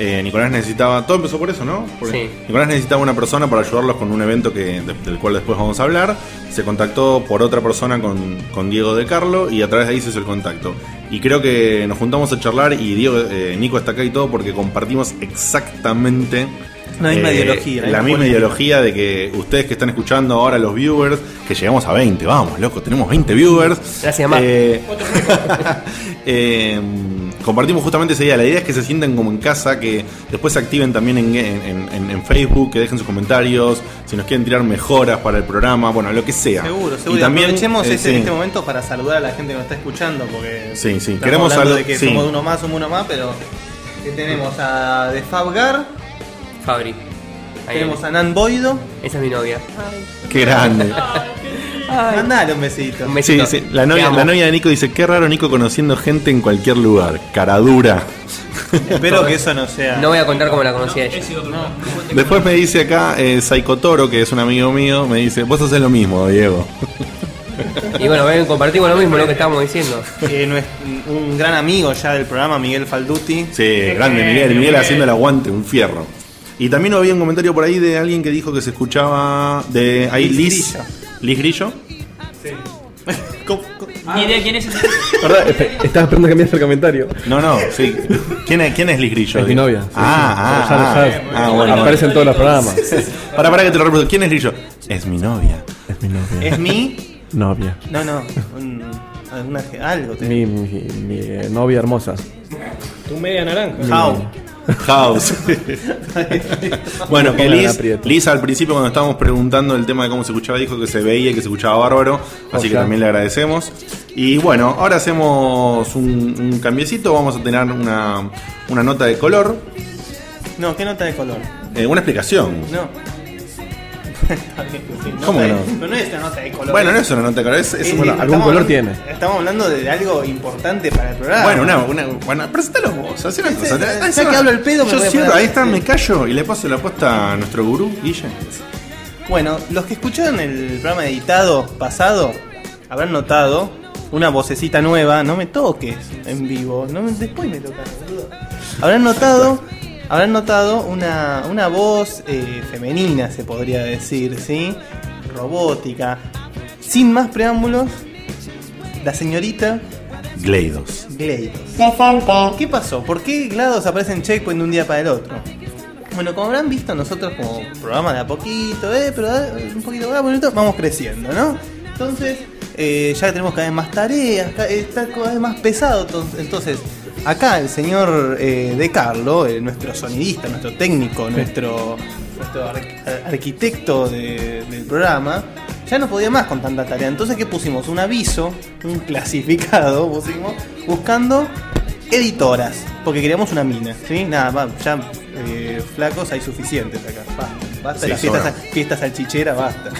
[SPEAKER 1] Eh, Nicolás necesitaba, todo empezó por eso, ¿no? Porque
[SPEAKER 4] Sí.
[SPEAKER 1] Nicolás necesitaba una persona para ayudarlos con un evento que, de- del cual después vamos a hablar. Se contactó por otra persona con, con Diego de Carlo y a través de ahí se hizo el contacto. Y creo que nos juntamos a charlar y Diego, eh, Nico está acá y todo porque compartimos exactamente eh,
[SPEAKER 3] La misma ideología, la
[SPEAKER 1] La
[SPEAKER 3] misma
[SPEAKER 1] misma
[SPEAKER 3] política.
[SPEAKER 1] ideología tecnología de que ustedes que están escuchando ahora los viewers, que llegamos a 20, vamos, loco, tenemos 20 viewers.
[SPEAKER 4] Gracias, Mar.
[SPEAKER 1] Eh, eh, compartimos justamente esa idea. La idea es que se sientan como en casa, que después se activen también en, en- en- en Facebook, que dejen sus comentarios, si nos quieren tirar mejoras para el programa, bueno, lo que sea.
[SPEAKER 3] Seguro, seguro.
[SPEAKER 1] Y también
[SPEAKER 3] aprovechemos
[SPEAKER 1] eh,
[SPEAKER 3] este,
[SPEAKER 1] sí.
[SPEAKER 3] este momento para saludar a la gente que nos está escuchando, porque
[SPEAKER 1] Sí, sí,
[SPEAKER 3] estamos
[SPEAKER 1] queremos
[SPEAKER 3] hablando
[SPEAKER 1] salu-
[SPEAKER 3] de que
[SPEAKER 1] sí.
[SPEAKER 3] somos uno más, somos uno más, pero que tenemos a The Fabgar,
[SPEAKER 4] Fabri. Ahí
[SPEAKER 3] tenemos
[SPEAKER 4] viene.
[SPEAKER 3] a Nan Boido.
[SPEAKER 4] Esa es mi novia.
[SPEAKER 1] Qué grande.
[SPEAKER 3] Mandale un besito.
[SPEAKER 4] Un
[SPEAKER 1] Sí,
[SPEAKER 4] besito.
[SPEAKER 1] sí, La
[SPEAKER 4] Te
[SPEAKER 1] novia,
[SPEAKER 4] amo.
[SPEAKER 1] la novia de Nico dice, qué raro Nico conociendo gente en cualquier lugar. Caradura.
[SPEAKER 3] Espero que eso no sea.
[SPEAKER 4] No voy a contar cómo la conocí a ella.
[SPEAKER 1] Después me dice acá eh, Psycho Toro, que es un amigo mío, me dice, vos haces lo mismo, Diego.
[SPEAKER 4] Y bueno, ven, compartimos lo mismo, lo que estábamos diciendo.
[SPEAKER 3] Eh, no es- un gran amigo ya del programa, Miguel Falduti.
[SPEAKER 1] Sí, grande Miguel, Miguel haciendo el aguante, un fierro. Y también había un comentario por ahí de alguien que dijo que se escuchaba de ahí Liz
[SPEAKER 3] Liz
[SPEAKER 1] Grillo. Liz Grillo.
[SPEAKER 3] Co- co-
[SPEAKER 6] Ni idea quién es ese.
[SPEAKER 2] ¿Verdad? Espe- Estaba esperando que cambiaste el comentario.
[SPEAKER 1] No, no, sí. ¿Quién es, quién es Liz Grillo?
[SPEAKER 2] Es mi novia. sí,
[SPEAKER 1] Ah,
[SPEAKER 2] sí.
[SPEAKER 1] ah,
[SPEAKER 2] Ya lo
[SPEAKER 1] ah,
[SPEAKER 2] sabes.
[SPEAKER 1] ah, bueno.
[SPEAKER 2] Aparece en todos los programas.
[SPEAKER 1] Para, para que te lo repito. ¿Quién es Grillo? Es mi novia.
[SPEAKER 2] Es mi novia.
[SPEAKER 3] ¿Es mi?
[SPEAKER 2] Novia.
[SPEAKER 3] No, no. un- alguna- algo. te-
[SPEAKER 2] Mi, mi, mi, eh, novia hermosa.
[SPEAKER 5] Tu media naranja.
[SPEAKER 3] How.
[SPEAKER 1] House. bueno, que
[SPEAKER 2] Pongan
[SPEAKER 1] Liz,
[SPEAKER 2] aprieto.
[SPEAKER 1] Liz al principio cuando estábamos preguntando el tema de cómo se escuchaba dijo que se veía y que se escuchaba bárbaro, así que
[SPEAKER 2] Ojalá.
[SPEAKER 1] también le agradecemos. Y bueno, ahora hacemos un, un cambiecito, vamos a tener una, una nota de color,
[SPEAKER 3] No, ¿qué nota de color?
[SPEAKER 1] eh, una explicación.
[SPEAKER 3] No. Está bien, sí, nota
[SPEAKER 1] ¿Cómo
[SPEAKER 3] de-
[SPEAKER 1] no?
[SPEAKER 3] Pero no es una nota de color.
[SPEAKER 1] Bueno, no es una nota de color, es, es
[SPEAKER 3] Eh,
[SPEAKER 1] una-
[SPEAKER 2] algún
[SPEAKER 3] estamos
[SPEAKER 2] color
[SPEAKER 3] hablando-
[SPEAKER 2] tiene.
[SPEAKER 3] Estamos hablando de algo importante para el programa.
[SPEAKER 1] Bueno, una, una, bueno, presentalo vos, hacé una cosa.
[SPEAKER 3] ah, ya
[SPEAKER 1] hacé
[SPEAKER 3] que
[SPEAKER 1] una-
[SPEAKER 3] hablo el pedo, me
[SPEAKER 1] yo
[SPEAKER 3] voy a
[SPEAKER 1] cierro,
[SPEAKER 3] poner-
[SPEAKER 1] ahí está, me callo y le paso la posta a nuestro gurú, Guille.
[SPEAKER 3] Bueno, los que escucharon el programa editado pasado habrán notado una vocecita nueva, no me toques en vivo, no me- después me tocas, boludo. Habrán notado, habrán notado una, una voz eh, femenina, se podría decir, ¿sí? Robótica. Sin más preámbulos, la señorita
[SPEAKER 1] Gleidos.
[SPEAKER 3] Gleidos.
[SPEAKER 7] Presente.
[SPEAKER 3] ¿Qué pasó? ¿Por qué GLaDOS aparece en Checkpoint de un día para el otro? Bueno, como habrán visto nosotros como programa de a poquito, eh, pero eh, un poquito cada poquito, vamos creciendo, ¿no? Entonces, eh, ya tenemos cada vez más tareas, ca- eh, está cada vez más pesado. to- Entonces, acá el señor eh, De Carlo, eh, nuestro sonidista, nuestro técnico, nuestro, nuestro ar- ar- arquitecto de- del programa, ya no podía más con tanta tarea. Entonces, ¿qué pusimos? Un aviso, un clasificado, pusimos, buscando editoras, porque queríamos una mina, ¿sí? Nada, va, ya eh, flacos hay suficientes acá. Basta, basta de
[SPEAKER 1] Sí,
[SPEAKER 3] las fiestas,
[SPEAKER 1] sobra.
[SPEAKER 3] fiestas salchichera, basta.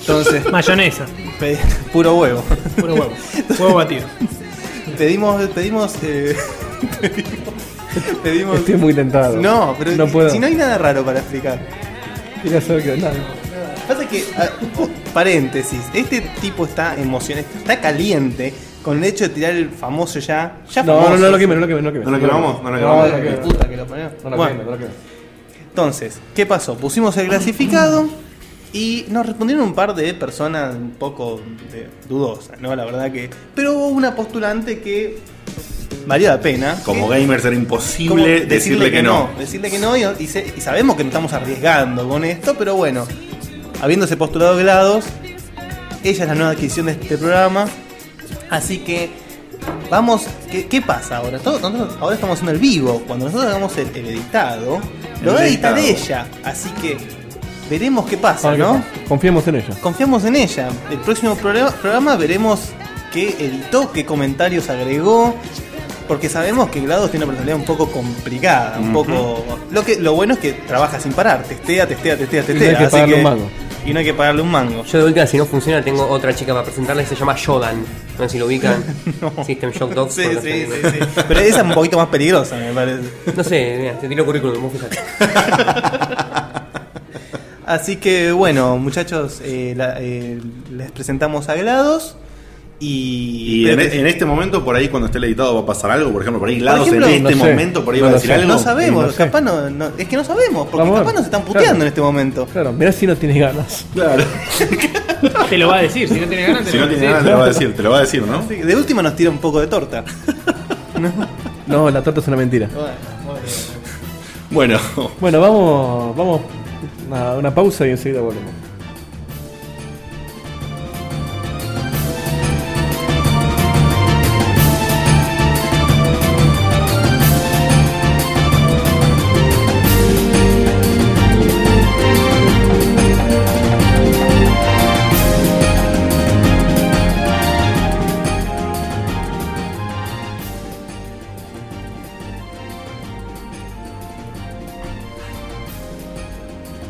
[SPEAKER 3] Entonces,
[SPEAKER 5] Mayonesa.
[SPEAKER 3] pe- puro huevo.
[SPEAKER 5] Puro huevo. Huevo batido.
[SPEAKER 3] Pedimos, pedimos, eh, pedimos,
[SPEAKER 2] Estoy muy tentado.
[SPEAKER 3] No, pero
[SPEAKER 2] no puedo.
[SPEAKER 3] si no hay nada raro para explicar.
[SPEAKER 2] Quería saber que- nada.
[SPEAKER 3] Pasa que, ah, oh, paréntesis, este tipo está emocionado, está caliente con el hecho de tirar el famoso ya. ya
[SPEAKER 2] No, no,
[SPEAKER 3] famoso.
[SPEAKER 2] no, no lo quemen, no lo quemen, no lo quemen.
[SPEAKER 1] No lo quemamos, no lo
[SPEAKER 2] No,
[SPEAKER 1] quemamos.
[SPEAKER 2] no lo quemen.
[SPEAKER 3] Puta que lo parió.
[SPEAKER 2] No lo
[SPEAKER 3] Bueno,
[SPEAKER 2] quemen, no lo quemen.
[SPEAKER 3] Entonces, ¿qué pasó? Pusimos el clasificado y nos respondieron un par de personas un poco de- dudosas, ¿no? La verdad que. Pero hubo una postulante que valió la pena.
[SPEAKER 1] Como
[SPEAKER 3] que-
[SPEAKER 1] gamers era
[SPEAKER 3] como
[SPEAKER 1] imposible decirle, que no.
[SPEAKER 3] Decirle que no y, y se- y sabemos que nos estamos arriesgando con esto, pero bueno, habiéndose postulado GLaDOS, ella es la nueva adquisición de este programa, así que vamos, ¿qué, qué pasa ahora? Todo- nosotros ahora estamos haciendo el vivo, cuando nosotros hagamos el, el editado, lo
[SPEAKER 1] El
[SPEAKER 3] va a editar
[SPEAKER 1] editado.
[SPEAKER 3] ella, así que veremos qué pasa,
[SPEAKER 2] Ah,
[SPEAKER 3] ¿no?
[SPEAKER 2] ¿qué pasa? Confiemos en ella.
[SPEAKER 3] Confiamos en ella. El próximo pro- programa veremos qué editó, qué comentarios agregó. Porque sabemos que GLaDOS tiene una personalidad un poco complicada, un poco. Lo que lo bueno es que trabaja sin parar, testea, testea, testea, testea.
[SPEAKER 2] hay que
[SPEAKER 3] así
[SPEAKER 2] pagarle un mango.
[SPEAKER 3] Y no hay que pagarle un mango.
[SPEAKER 4] Yo de última, si no funciona, tengo otra chica para presentarla que se llama Shodan. No sé si lo ubican. System Shock Dogs.
[SPEAKER 3] Sí,
[SPEAKER 4] por
[SPEAKER 3] sí, sí,
[SPEAKER 4] ejemplo.
[SPEAKER 3] sí. Pero esa es un poquito más peligrosa, me parece.
[SPEAKER 4] No sé, mira, te tiro currículum, vos fijate.
[SPEAKER 3] Así que bueno, muchachos, eh, la- eh, les presentamos a GLaDOS.
[SPEAKER 1] Y
[SPEAKER 3] Y.
[SPEAKER 1] en,
[SPEAKER 2] e-
[SPEAKER 3] pero-
[SPEAKER 1] en este momento, por ahí, cuando esté el editado, va a pasar algo. Por ejemplo, por ahí, Glados
[SPEAKER 3] ejemplo,
[SPEAKER 1] en este
[SPEAKER 2] no sé.
[SPEAKER 1] momento, por ahí
[SPEAKER 2] No
[SPEAKER 1] va a
[SPEAKER 2] lo
[SPEAKER 1] decir
[SPEAKER 2] sé.
[SPEAKER 1] algo.
[SPEAKER 3] no sabemos,
[SPEAKER 2] y no sé.
[SPEAKER 3] capaz no, no- Es que no sabemos, porque
[SPEAKER 2] Vamos a ver.
[SPEAKER 3] capaz nos están puteando
[SPEAKER 2] Claro.
[SPEAKER 3] en este momento.
[SPEAKER 2] Claro, mirá si no tienes ganas.
[SPEAKER 1] Claro.
[SPEAKER 5] Te lo va a decir, si no tiene ganas, te
[SPEAKER 1] Si
[SPEAKER 5] lo
[SPEAKER 1] no
[SPEAKER 5] va a
[SPEAKER 1] tiene
[SPEAKER 5] decir.
[SPEAKER 1] nada, te lo va a decir, te lo va a decir, ¿no?
[SPEAKER 3] Sí, De última nos tira un poco de torta.
[SPEAKER 2] No, la torta es una mentira.
[SPEAKER 1] Bueno,
[SPEAKER 2] Bueno, vamos, vamos a una pausa y enseguida volvemos.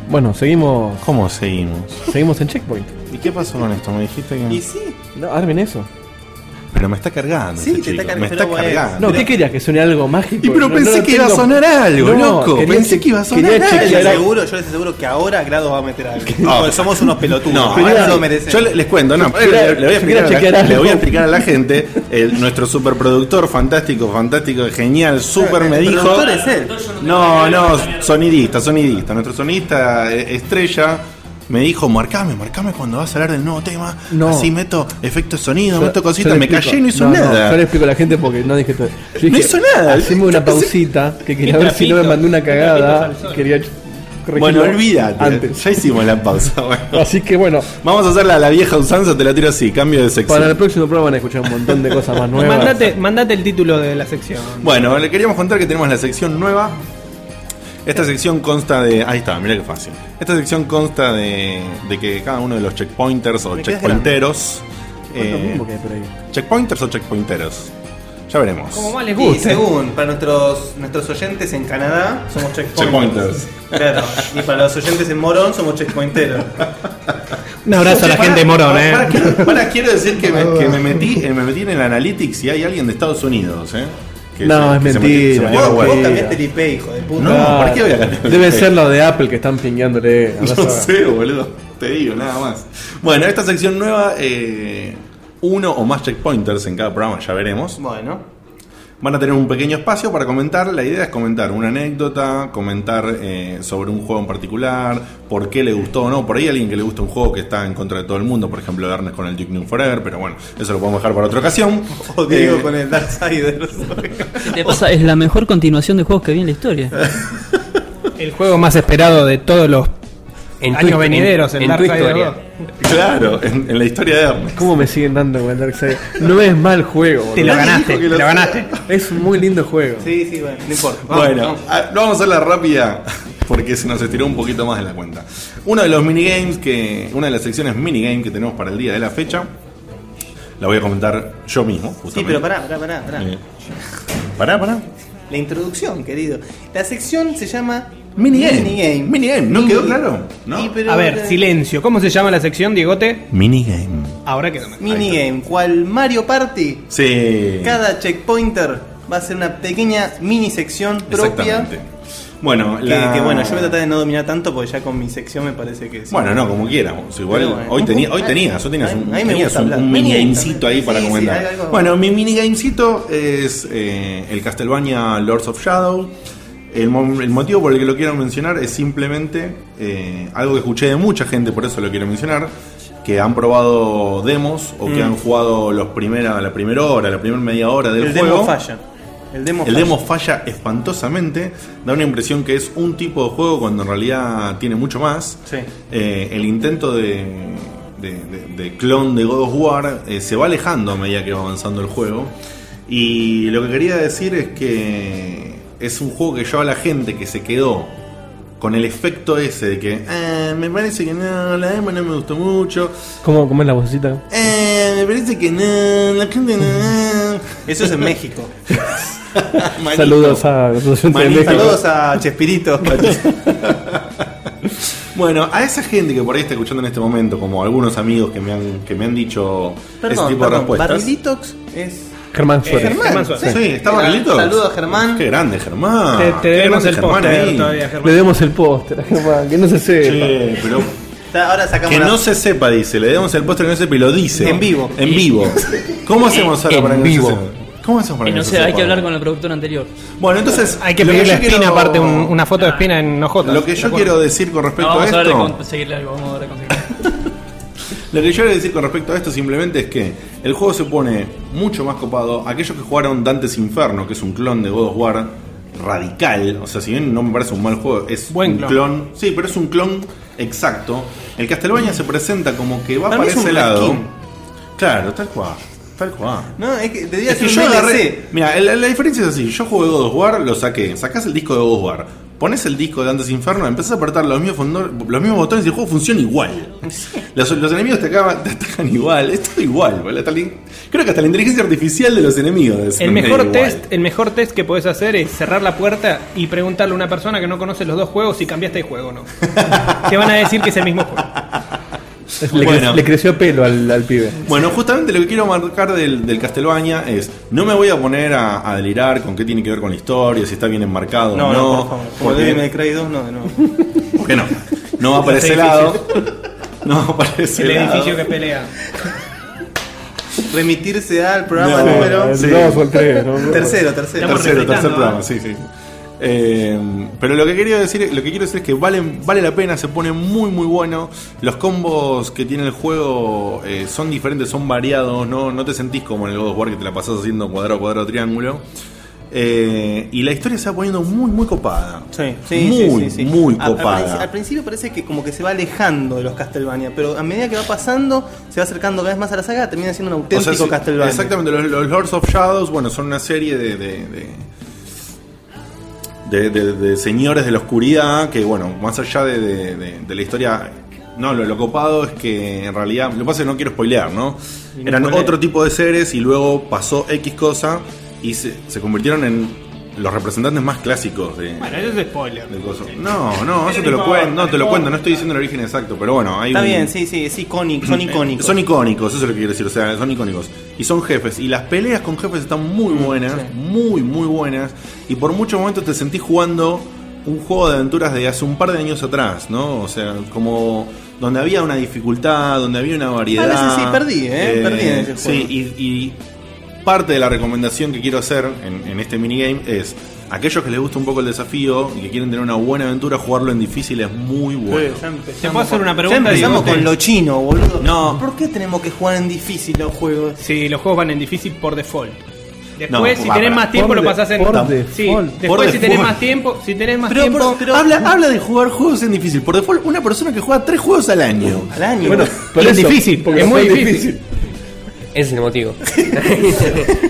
[SPEAKER 2] Bueno, seguimos,
[SPEAKER 1] ¿cómo seguimos?
[SPEAKER 2] seguimos en checkpoint.
[SPEAKER 1] ¿Y qué pasó con esto? Me dijiste que.
[SPEAKER 3] y sí,
[SPEAKER 2] No, armen eso.
[SPEAKER 1] Pero me está cargando.
[SPEAKER 3] Sí,
[SPEAKER 1] ese
[SPEAKER 3] te está
[SPEAKER 1] chico,
[SPEAKER 3] cargando,
[SPEAKER 1] Me está
[SPEAKER 3] pero bueno.
[SPEAKER 1] cargando.
[SPEAKER 2] No, ¿qué querías? ¿Que suene algo mágico?
[SPEAKER 1] Y pero
[SPEAKER 2] No,
[SPEAKER 1] pensé
[SPEAKER 2] no lo
[SPEAKER 1] que iba a
[SPEAKER 2] tengo.
[SPEAKER 1] sonar algo, loco.
[SPEAKER 2] quería-
[SPEAKER 1] Pensé que iba a sonar
[SPEAKER 2] quería
[SPEAKER 1] algo.
[SPEAKER 3] Yo les
[SPEAKER 2] chequear-
[SPEAKER 3] aseguro, yo les aseguro que ahora Grado va a meter algo.
[SPEAKER 1] No.
[SPEAKER 3] Porque somos unos pelotudos.
[SPEAKER 1] Ah. No,
[SPEAKER 3] ahora
[SPEAKER 2] pero-
[SPEAKER 3] no lo merecen.
[SPEAKER 1] Yo le- les cuento, no,
[SPEAKER 2] Yo quería-
[SPEAKER 1] le, le voy a
[SPEAKER 2] yo quería
[SPEAKER 1] explicar a
[SPEAKER 2] chequear
[SPEAKER 1] la, le
[SPEAKER 2] algo.
[SPEAKER 1] voy a explicar a la gente, el- nuestro superproductor fantástico, fantástico, genial, super
[SPEAKER 3] El
[SPEAKER 1] me dijo.
[SPEAKER 3] productor es él.
[SPEAKER 1] No, no, sonidista, sonidista, nuestro sonidista eh, estrella. Me dijo, marcame, marcame cuando vas a hablar del nuevo tema.
[SPEAKER 2] No.
[SPEAKER 1] Así meto efectos de sonido,
[SPEAKER 2] Yo-
[SPEAKER 1] meto
[SPEAKER 2] yo
[SPEAKER 1] cositas,
[SPEAKER 2] le
[SPEAKER 1] me
[SPEAKER 2] explico.
[SPEAKER 1] callé y no hizo nada.
[SPEAKER 2] yo le explico a la gente porque no dije todo. Yo dije,
[SPEAKER 1] hizo nada.
[SPEAKER 2] Haceme una pausita que quería ver si no me mandó una cagada. Quería corregirlo
[SPEAKER 1] bueno, olvídate.
[SPEAKER 2] Antes.
[SPEAKER 1] Ya hicimos la pausa. bueno.
[SPEAKER 2] Así que bueno,
[SPEAKER 1] Vamos a hacerla a la vieja usanza, te la tiro así, cambio de sección.
[SPEAKER 2] para el próximo programa van a escuchar un montón de cosas más nuevas.
[SPEAKER 5] Mandate, mandate el título de la sección.
[SPEAKER 1] Bueno, le queríamos contar que tenemos la sección nueva.
[SPEAKER 2] Eh.
[SPEAKER 1] Esta sección consta de. Ahí está, mira qué fácil. Esta sección consta de, de que cada uno de los checkpointers o
[SPEAKER 3] Me quedas
[SPEAKER 1] checkpointeros.
[SPEAKER 2] Cuánto
[SPEAKER 1] eh,
[SPEAKER 2] mambo Pues que hay por ahí.
[SPEAKER 1] checkpointers o checkpointeros. Ya veremos.
[SPEAKER 5] Como más les
[SPEAKER 3] Y
[SPEAKER 5] guste.
[SPEAKER 3] según, para nuestros, nuestros oyentes en Canadá, somos checkpointers.
[SPEAKER 1] Checkpointers.
[SPEAKER 3] Claro. Y para los oyentes en Morón, somos checkpointeros.
[SPEAKER 5] Un abrazo a la gente de morón,
[SPEAKER 1] para,
[SPEAKER 5] eh.
[SPEAKER 1] para- quiero- para, quiero decir que me, que me metí, eh, me metí en el Analytics y hay alguien de Estados Unidos, ¿eh? Que
[SPEAKER 2] No, es
[SPEAKER 1] que
[SPEAKER 2] mentira,
[SPEAKER 1] metió- se metió a la
[SPEAKER 3] Vos,
[SPEAKER 1] web.
[SPEAKER 3] vos
[SPEAKER 2] Mentira.
[SPEAKER 3] cambiaste el IP, hijo de puta.
[SPEAKER 1] No, ¿por qué voy a
[SPEAKER 2] Debe ser lo de Apple que están pingueándole. Andá
[SPEAKER 1] No
[SPEAKER 2] a saber.
[SPEAKER 1] sé, boludo. Te digo, nada más. Bueno, esta sección nueva, eh, uno o más checkpointers en cada programa, ya veremos.
[SPEAKER 3] Bueno.
[SPEAKER 1] Van a tener un pequeño espacio para comentar. La idea es comentar una anécdota, comentar eh, sobre un juego en particular, por qué le gustó o no. Por ahí alguien que le gusta un juego que está en contra de todo el mundo, por ejemplo, Ernest con el Duke Nukem Forever, pero bueno, eso lo podemos dejar para otra ocasión.
[SPEAKER 3] O Diego
[SPEAKER 1] Eh,
[SPEAKER 3] con el Darksiders.
[SPEAKER 6] ¿Qué te pasa? Es la mejor continuación de juegos que vi en la historia.
[SPEAKER 5] El juego más esperado de todos los
[SPEAKER 4] En tu-
[SPEAKER 5] años venideros,
[SPEAKER 4] en,
[SPEAKER 5] el
[SPEAKER 4] en tu
[SPEAKER 5] Darksiders 2.
[SPEAKER 4] historia.
[SPEAKER 1] Claro, en, en la historia de Ernest.
[SPEAKER 2] ¿Cómo me siguen dando con el Darkseid? No es mal juego,
[SPEAKER 5] Te
[SPEAKER 2] boludo.
[SPEAKER 5] lo ganaste,
[SPEAKER 1] dijo que
[SPEAKER 5] te
[SPEAKER 1] lo hacía.
[SPEAKER 5] lo ganaste.
[SPEAKER 2] Es un muy lindo juego.
[SPEAKER 3] sí, sí, bueno, no importa. Vamos,
[SPEAKER 1] Bueno,
[SPEAKER 3] vamos.
[SPEAKER 1] a- vamos a hacerla rápida porque se nos estiró un poquito más de la cuenta. Uno de los minigames que. Una de las secciones minigame que tenemos para el día de la fecha. La voy a comentar yo mismo, justamente.
[SPEAKER 3] Sí, pero pará, pará, pará. pará.
[SPEAKER 1] Eh, Pará, pará.
[SPEAKER 3] La introducción, querido. La sección se llama
[SPEAKER 1] Minigame. Minigame, ¿no quedó claro? ¿No?
[SPEAKER 3] pero-
[SPEAKER 5] A ver, silencio. ¿Cómo se llama la sección, Diegote?
[SPEAKER 1] Minigame.
[SPEAKER 5] Ahora quedó mejor.
[SPEAKER 3] Minigame, cual Mario Party.
[SPEAKER 1] Sí.
[SPEAKER 3] Cada checkpointer va a ser una pequeña mini sección propia.
[SPEAKER 1] Exactamente. Bueno,
[SPEAKER 3] Que,
[SPEAKER 1] la-
[SPEAKER 3] que bueno, yo voy a tratar de no dominar tanto porque ya con mi sección me parece que sí.
[SPEAKER 1] Bueno, no, como quieramos. Igual
[SPEAKER 3] Pero bueno.
[SPEAKER 1] hoy, tenía, hoy
[SPEAKER 3] Ay,
[SPEAKER 1] tenías, hoy tenías
[SPEAKER 3] ay,
[SPEAKER 1] un,
[SPEAKER 3] ay, me
[SPEAKER 1] tenías
[SPEAKER 3] gusta
[SPEAKER 1] un,
[SPEAKER 3] hablar.
[SPEAKER 1] un minigamecito
[SPEAKER 3] Mini-game
[SPEAKER 1] ahí para
[SPEAKER 3] también. Sí,
[SPEAKER 1] comentar.
[SPEAKER 3] sí, algo-
[SPEAKER 1] bueno, mi minigamecito es eh, el Castlevania Lords of Shadow. El, mo- el motivo por el que lo quiero mencionar es simplemente eh, algo que escuché de mucha gente, por eso lo quiero mencionar. Que han probado demos o
[SPEAKER 3] Mm.
[SPEAKER 1] que han jugado los primera, la primera hora, la primera media hora del
[SPEAKER 3] el
[SPEAKER 1] juego.
[SPEAKER 3] demo falla. El demo
[SPEAKER 1] El
[SPEAKER 3] falla.
[SPEAKER 1] demo falla espantosamente, da una impresión que es un tipo de juego cuando en realidad tiene mucho más.
[SPEAKER 3] Sí.
[SPEAKER 1] Eh, el intento de, de, de- de clon de God of War eh, se va alejando a medida que va avanzando el juego. Y lo que quería decir es que es un juego que yo a la gente que se quedó con el efecto ese de que "Ah, me parece que no, la demo no me gustó mucho,
[SPEAKER 2] ¿Cómo, cómo es la vocecita?
[SPEAKER 1] "Ah, me parece que no, eh". la gente no.
[SPEAKER 3] Eso es en México.
[SPEAKER 1] Manito.
[SPEAKER 2] Saludos a los oyentes de
[SPEAKER 1] Manito.
[SPEAKER 2] México.
[SPEAKER 3] Saludos a Chespirito.
[SPEAKER 1] Bueno, a esa gente que por ahí está escuchando en este momento, como algunos amigos que me han, que me han dicho ese
[SPEAKER 3] perdón,
[SPEAKER 1] tipo de
[SPEAKER 3] perdón.
[SPEAKER 1] respuestas.
[SPEAKER 3] Barrilitox es
[SPEAKER 2] Germán
[SPEAKER 3] es
[SPEAKER 2] Suárez.
[SPEAKER 3] Germán.
[SPEAKER 5] Suárez.
[SPEAKER 1] Sí, está
[SPEAKER 3] Germán.
[SPEAKER 1] Barrilito.
[SPEAKER 3] Saludos, Germán.
[SPEAKER 1] Qué grande, Germán.
[SPEAKER 5] Te, te
[SPEAKER 1] Qué
[SPEAKER 5] debemos
[SPEAKER 1] grande
[SPEAKER 5] el
[SPEAKER 1] Germán
[SPEAKER 5] póster
[SPEAKER 1] ahí.
[SPEAKER 5] todavía,
[SPEAKER 2] Le
[SPEAKER 5] Germán.
[SPEAKER 2] demos el póster a Germán, que no se sepa.
[SPEAKER 1] Che, pero
[SPEAKER 3] Está- Ahora sacamos
[SPEAKER 1] que
[SPEAKER 3] la-
[SPEAKER 1] no se sepa, dice. Le damos el póster que no se sepa y lo dice.
[SPEAKER 3] En vivo.
[SPEAKER 1] En vivo. ¿Cómo hacemos ahora
[SPEAKER 4] En
[SPEAKER 1] para que no se
[SPEAKER 4] vivo.
[SPEAKER 1] sepa? ¿Cómo hacemos para
[SPEAKER 6] Y
[SPEAKER 1] que
[SPEAKER 6] no
[SPEAKER 1] se
[SPEAKER 6] sé, hay
[SPEAKER 1] sepa?
[SPEAKER 6] que hablar con el productor anterior.
[SPEAKER 1] Bueno, entonces.
[SPEAKER 5] Hay que
[SPEAKER 1] lo
[SPEAKER 5] pedirle a
[SPEAKER 1] yo
[SPEAKER 5] Espina,
[SPEAKER 1] quiero-
[SPEAKER 5] aparte, un- una foto de Espina en OJ.
[SPEAKER 1] Lo que yo quiero decir con
[SPEAKER 6] No,
[SPEAKER 1] respecto
[SPEAKER 6] vamos a
[SPEAKER 1] a
[SPEAKER 6] darle
[SPEAKER 1] esto.
[SPEAKER 6] con- conseguirle algo, vamos a darle conseguirle.
[SPEAKER 1] Lo que yo quiero decir con respecto a esto simplemente es que el juego se pone mucho más copado. Aquellos que jugaron Dante's Inferno, que es un clon de God of War radical, o sea, si bien no me parece un mal juego, es
[SPEAKER 5] Buen
[SPEAKER 1] un
[SPEAKER 5] clon.
[SPEAKER 1] Sí, pero es un clon exacto. El Castlevania se presenta como que va
[SPEAKER 3] Para
[SPEAKER 1] para,
[SPEAKER 3] mí es un
[SPEAKER 1] ese lado.
[SPEAKER 3] reskin.
[SPEAKER 1] Claro, tal cual. Tal cual.
[SPEAKER 3] No, es que te
[SPEAKER 1] Es que yo agarré. Mira, la, la diferencia es así: yo jugué God of War, lo saqué. Sacás el disco de God of War, pones el disco de Dantes Inferno, empezás a apretar los mismos, fondo- los mismos botones y el juego funciona igual. Los, los enemigos te, acaban- te atacan igual, es todo igual, ¿vale? Hasta la in- creo que hasta la inteligencia artificial de los enemigos. es
[SPEAKER 5] El
[SPEAKER 1] medio
[SPEAKER 5] mejor,
[SPEAKER 1] igual.
[SPEAKER 5] test, el mejor test que podés hacer es cerrar la puerta y preguntarle a una persona que no conoce los dos juegos si cambiaste de juego o no. Te van a decir que es el mismo juego.
[SPEAKER 2] Le,
[SPEAKER 1] Bueno.
[SPEAKER 2] cre- le creció pelo al, al pibe.
[SPEAKER 1] Bueno, justamente lo que quiero marcar del, del Castlevania es, no me voy a poner a, a delirar con qué tiene que ver con la historia, si está bien enmarcado o no,
[SPEAKER 3] No, no, por favor. Como
[SPEAKER 1] porque-
[SPEAKER 3] Devil May Cry 2, no, no.
[SPEAKER 1] porque no, no va para ese
[SPEAKER 5] Está
[SPEAKER 1] lado, no va para ese
[SPEAKER 5] El
[SPEAKER 1] lado.
[SPEAKER 5] edificio que pelea.
[SPEAKER 3] Remitirse al programa
[SPEAKER 1] No,
[SPEAKER 3] número.
[SPEAKER 1] no,
[SPEAKER 2] el
[SPEAKER 1] sí.
[SPEAKER 2] dos o el tres, ¿no?
[SPEAKER 3] Tercero, tercero.
[SPEAKER 5] Estamos
[SPEAKER 1] tercero, tercer
[SPEAKER 5] refritando,
[SPEAKER 1] programa,
[SPEAKER 5] ¿eh?
[SPEAKER 1] sí, sí. Eh, pero lo que quería decir, lo que quiero decir es que vale, vale la pena, se pone muy muy bueno. Los combos que tiene el juego eh, son diferentes, son variados, no, no te sentís como en el God of War que te la pasás haciendo cuadrado, cuadrado, triángulo. Eh, y la historia se va poniendo muy, muy copada.
[SPEAKER 3] Sí,
[SPEAKER 1] muy,
[SPEAKER 3] sí, sí, sí.
[SPEAKER 1] muy
[SPEAKER 3] A- al princi- Al,
[SPEAKER 1] copada.
[SPEAKER 3] principio parece que como que se va alejando de los Castlevania, pero a medida que va pasando, se va acercando cada vez más a la saga, termina siendo un
[SPEAKER 1] O
[SPEAKER 3] auténtico
[SPEAKER 1] sea, sí,
[SPEAKER 3] Castlevania.
[SPEAKER 1] exactamente, los, los Lords of Shadows, bueno, son una serie de- de- de, de, de- de señores de la oscuridad que, bueno, más allá de, de- de- de la historia... No, lo, lo copado es que en realidad... Lo que pasa es que no quiero spoilear, ¿no? Eran otro tipo de seres y luego pasó X cosa y se, se convirtieron en los representantes más clásicos de...
[SPEAKER 5] Bueno, eso es spoiler.
[SPEAKER 1] del coso. No, no, eso te lo
[SPEAKER 5] importa,
[SPEAKER 1] cuento, no, te lo
[SPEAKER 5] no
[SPEAKER 1] cuento, no estoy diciendo el origen exacto, pero bueno, hay
[SPEAKER 3] Está
[SPEAKER 1] un-
[SPEAKER 3] bien, sí, sí, es icónico, son icónicos.
[SPEAKER 1] Eh, son icónicos, eso es lo que quiero decir, o sea, son icónicos. Y son jefes, y las peleas con jefes están muy buenas,
[SPEAKER 3] Mm, sí.
[SPEAKER 1] muy, muy buenas. Y por muchos momentos te sentís jugando un juego de aventuras de hace un par de años atrás, ¿no? O sea, como donde había una dificultad, donde había una variedad.
[SPEAKER 3] A veces sí, perdí, ¿eh? Perdí en ese
[SPEAKER 1] sí,
[SPEAKER 3] juego.
[SPEAKER 1] y, y parte de la recomendación que quiero hacer en, en este minigame es... Aquellos que les gusta un poco el desafío y que quieren tener una buena aventura, jugarlo en difícil es muy bueno.
[SPEAKER 5] ¿Te puedo hacer una
[SPEAKER 3] Ya
[SPEAKER 5] pregunta?
[SPEAKER 3] empezamos
[SPEAKER 5] Diego?
[SPEAKER 3] con lo chino, boludo.
[SPEAKER 1] No.
[SPEAKER 3] ¿Por qué tenemos que jugar en difícil los juegos?
[SPEAKER 5] Sí, los juegos van en difícil por default. Después,
[SPEAKER 1] No,
[SPEAKER 5] si
[SPEAKER 1] va,
[SPEAKER 5] tenés
[SPEAKER 1] para.
[SPEAKER 5] más tiempo,
[SPEAKER 2] Por
[SPEAKER 5] lo
[SPEAKER 2] de-
[SPEAKER 5] pasás en
[SPEAKER 2] por
[SPEAKER 5] Tam-
[SPEAKER 2] default.
[SPEAKER 5] Sí,
[SPEAKER 2] Por
[SPEAKER 5] después, si
[SPEAKER 1] default.
[SPEAKER 5] tenés más tiempo, si tenés más
[SPEAKER 3] Pero,
[SPEAKER 5] tiempo.
[SPEAKER 3] pero- pero-
[SPEAKER 1] habla, habla de jugar juegos en difícil. Por default, una persona que juega tres juegos al año.
[SPEAKER 3] Al año.
[SPEAKER 2] Bueno,
[SPEAKER 5] Y es difícil,
[SPEAKER 2] porque
[SPEAKER 5] es
[SPEAKER 2] fue
[SPEAKER 5] muy difícil.
[SPEAKER 4] Ese es el motivo.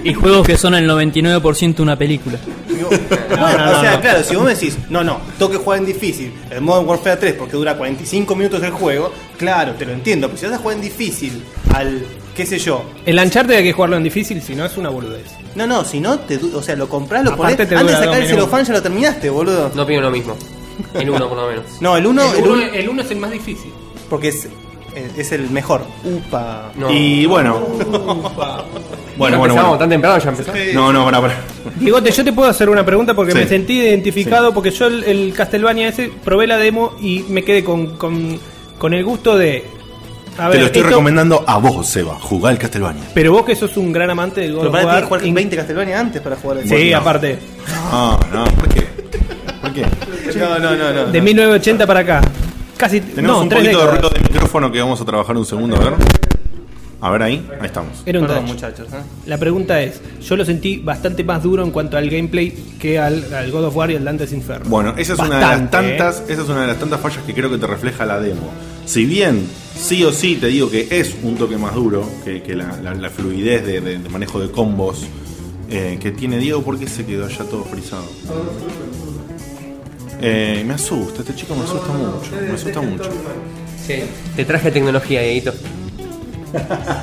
[SPEAKER 6] Y juegos que son el 99% una película.
[SPEAKER 3] Digo,
[SPEAKER 5] no, no,
[SPEAKER 3] o sea,
[SPEAKER 5] no.
[SPEAKER 3] claro, si vos me decís, no, no, tengo que jugar en difícil, el Modern Warfare 3 porque dura 45 minutos el juego, claro, te lo entiendo, pero si vas a jugar en difícil al, qué sé yo,
[SPEAKER 5] El lancharte hay que jugarlo en difícil, si no es una boludez.
[SPEAKER 3] no, no, si no, te, du- o sea, lo compras, lo
[SPEAKER 5] Aparte
[SPEAKER 3] pones,
[SPEAKER 5] te
[SPEAKER 3] antes de
[SPEAKER 5] dura
[SPEAKER 3] sacar el
[SPEAKER 5] dos minutos.
[SPEAKER 3] celofán ya lo terminaste, boludo.
[SPEAKER 4] No opino lo mismo. El uno, por lo menos.
[SPEAKER 3] No, el 1, el uno-
[SPEAKER 5] el uno es el más difícil.
[SPEAKER 3] porque es, es el mejor. Upa.
[SPEAKER 4] No.
[SPEAKER 1] Y bueno. bueno,
[SPEAKER 4] Ya
[SPEAKER 1] bueno,
[SPEAKER 4] empezamos
[SPEAKER 1] bueno.
[SPEAKER 4] tan temprano, ya empezó.
[SPEAKER 1] No, no, para, para.
[SPEAKER 5] Diegote, yo te puedo hacer una pregunta porque
[SPEAKER 1] Sí.
[SPEAKER 5] me sentí identificado, porque yo el, el Castlevania ese probé la demo y me quedé con, con, con el gusto de... A
[SPEAKER 1] Te lo estoy
[SPEAKER 5] esto-
[SPEAKER 1] recomendando a vos, Seba. Jugar el Castlevania.
[SPEAKER 5] Pero vos que sos un gran amante del God
[SPEAKER 3] Pero
[SPEAKER 5] of
[SPEAKER 3] para ti
[SPEAKER 5] War,
[SPEAKER 3] que jugar
[SPEAKER 5] in-
[SPEAKER 3] 20 Castlevania antes para jugar el
[SPEAKER 5] Sí,
[SPEAKER 1] No.
[SPEAKER 5] aparte.
[SPEAKER 1] No, no, ¿por qué? ¿Por qué?
[SPEAKER 3] No, no, no, no.
[SPEAKER 5] De 1980 para acá. Casi...
[SPEAKER 1] Tenemos
[SPEAKER 5] no,
[SPEAKER 1] un
[SPEAKER 5] tres
[SPEAKER 1] poquito de
[SPEAKER 5] décadas.
[SPEAKER 1] ruido de micrófono que vamos a trabajar un segundo, a ver. A ver ahí, ahí estamos.
[SPEAKER 5] Era un
[SPEAKER 3] Perdón,
[SPEAKER 5] touch.
[SPEAKER 3] muchachos. ¿eh?
[SPEAKER 5] La pregunta es, yo lo sentí bastante más duro en cuanto al gameplay que al, al God of War y al Dante's Inferno.
[SPEAKER 1] Bueno, esa es una de las
[SPEAKER 5] Bastante, ¿eh?
[SPEAKER 3] ¿eh?
[SPEAKER 1] tantas, esa es una de las tantas fallas que creo que te refleja la demo. Si bien sí o sí te digo que es un toque más duro que, que la, la- la fluidez de, de- de manejo de combos eh, que tiene Diego, ¿por qué se quedó allá todo frisado? Eh, me asusta, este chico me asusta mucho, me asusta mucho.
[SPEAKER 4] Sí. Te traje tecnología, Dieguito.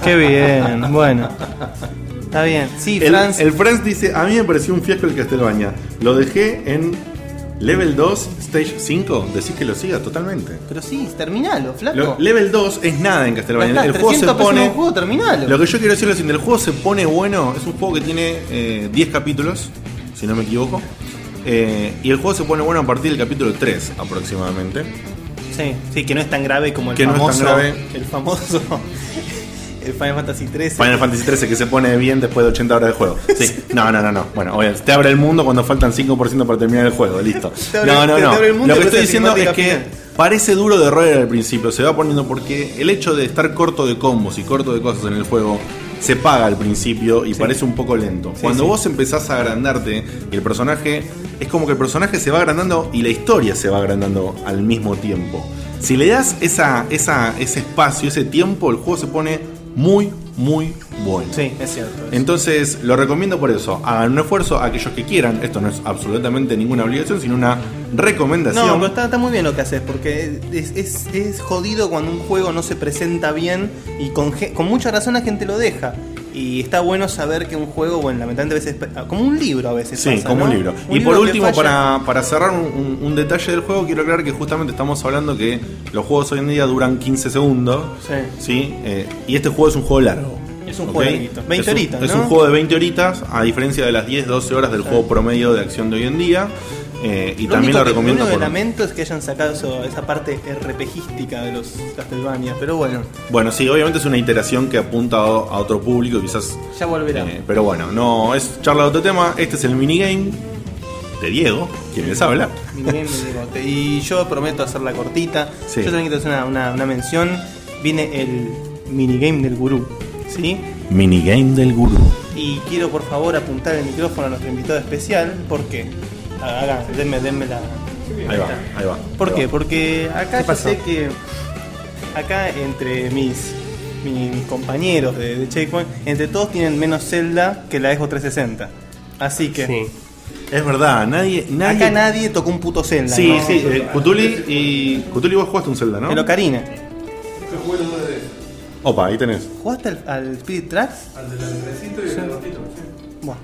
[SPEAKER 3] Qué bien, bueno. Está bien. Sí,
[SPEAKER 1] El,
[SPEAKER 3] Franz.
[SPEAKER 1] el Franz dice, a mí me pareció un fiasco el Castlevania. Lo dejé en level 2, stage 5, decís que lo siga totalmente.
[SPEAKER 3] Pero sí, terminalo, flaco.
[SPEAKER 1] Lo- level 2 es nada en Castlevania.
[SPEAKER 3] Gastás
[SPEAKER 1] El juego se
[SPEAKER 3] 300 pesos en
[SPEAKER 1] pone.
[SPEAKER 3] un juego, terminalo.
[SPEAKER 1] Lo que yo quiero decirlo es: el juego se pone bueno. Es un juego que tiene eh, 10 capítulos, si no me equivoco. Eh, y el juego se pone bueno a partir del capítulo 3 aproximadamente.
[SPEAKER 3] Sí, sí, que no es tan grave como el
[SPEAKER 1] Que no es
[SPEAKER 3] famoso.
[SPEAKER 1] tan grave.
[SPEAKER 3] El famoso. El Final Fantasy XIII.
[SPEAKER 1] Final Fantasy 13 que se pone bien después de 80 horas de juego. Sí. No, no, no, no. Bueno, oye, te abre el mundo cuando faltan 5% para terminar el juego, listo.
[SPEAKER 3] Te abre-
[SPEAKER 1] No, no,
[SPEAKER 3] te
[SPEAKER 1] no.
[SPEAKER 3] abre el mundo
[SPEAKER 1] Lo que
[SPEAKER 3] y
[SPEAKER 1] estoy
[SPEAKER 3] parece
[SPEAKER 1] diciendo es
[SPEAKER 3] cinemática
[SPEAKER 1] que
[SPEAKER 3] final.
[SPEAKER 1] parece duro de roer al principio, se va poniendo porque el hecho de estar corto de combos y corto de cosas en el juego se paga al principio y parece un poco lento. Cuando vos empezás a agrandarte y el personaje es como que el personaje se va agrandando y la historia se va agrandando al mismo tiempo. Si le das esa, esa, ese espacio, ese tiempo, el juego se pone muy, muy bueno.
[SPEAKER 3] Sí, es cierto.
[SPEAKER 1] Entonces, lo recomiendo por eso. Hagan un esfuerzo a aquellos que quieran. Esto no es absolutamente ninguna obligación, sino una recomendación.
[SPEAKER 3] No, pero está, está muy bien lo que haces, porque es, es- es jodido cuando un juego no se presenta bien y con, ge- con mucha razón la gente lo deja. Y está bueno saber que un juego, bueno, lamentablemente a veces, ah, como un libro a veces.
[SPEAKER 1] Sí,
[SPEAKER 3] pasa,
[SPEAKER 1] como un
[SPEAKER 3] ¿no?
[SPEAKER 1] libro.
[SPEAKER 3] Un
[SPEAKER 1] y por
[SPEAKER 3] que
[SPEAKER 1] último,
[SPEAKER 3] falla.
[SPEAKER 1] para, para cerrar un, un- un detalle del juego, quiero aclarar que justamente estamos hablando que los juegos hoy en día duran 15 segundos.
[SPEAKER 3] Sí.
[SPEAKER 1] ¿sí? Eh, y este juego es un juego largo.
[SPEAKER 3] Es un
[SPEAKER 1] ¿ok?
[SPEAKER 3] juego larguito. 20
[SPEAKER 1] Es un-
[SPEAKER 3] horitas,
[SPEAKER 1] Es
[SPEAKER 3] ¿no?
[SPEAKER 1] un juego de 20 horitas, a diferencia de las 10, 12 horas del juego promedio de acción de hoy en día. Eh, y
[SPEAKER 3] Lo
[SPEAKER 1] también
[SPEAKER 3] único
[SPEAKER 1] lo
[SPEAKER 3] que-
[SPEAKER 1] recomiendo
[SPEAKER 3] Lo único que
[SPEAKER 1] por.
[SPEAKER 3] lamento es que hayan sacado eso- esa parte RPGística de los Castlevania, pero bueno,
[SPEAKER 1] Bueno, sí, obviamente es una iteración que apunta a, a otro público, quizás.
[SPEAKER 3] ya volverá.
[SPEAKER 1] eh, pero bueno, no, es charla de otro tema. Este es el minigame de Diego, quien les habla.
[SPEAKER 3] Mi nene, mi bigote. Y yo prometo hacerla cortita.
[SPEAKER 1] Sí.
[SPEAKER 3] Yo también quiero hacer una, una- una mención. Viene el minigame del gurú. ¿Sí?
[SPEAKER 1] Minigame del gurú.
[SPEAKER 3] Y quiero por favor apuntar el micrófono a nuestro invitado especial. ¿Por qué? Hagan, denme, denme la.
[SPEAKER 1] Ahí va, ahí va.
[SPEAKER 3] ¿Por
[SPEAKER 1] ahí
[SPEAKER 3] qué?
[SPEAKER 1] va.
[SPEAKER 3] Porque acá yo
[SPEAKER 4] pasó?
[SPEAKER 3] sé que. Acá entre mis, mi- mis compañeros de, de Checkpoint, entre todos tienen menos celda que la Xbox 360. Así que.
[SPEAKER 4] Sí.
[SPEAKER 1] Es verdad, nadie. nadie...
[SPEAKER 3] Acá nadie tocó un puto celda.
[SPEAKER 1] Sí,
[SPEAKER 3] ¿no?
[SPEAKER 1] sí, eh, Cutuli y. Cutuli, vos jugaste un Zelda, ¿no?
[SPEAKER 3] Pero Karina,
[SPEAKER 1] Opa, ahí tenés.
[SPEAKER 3] ¿jugaste al, al Spirit Tracks? Bueno.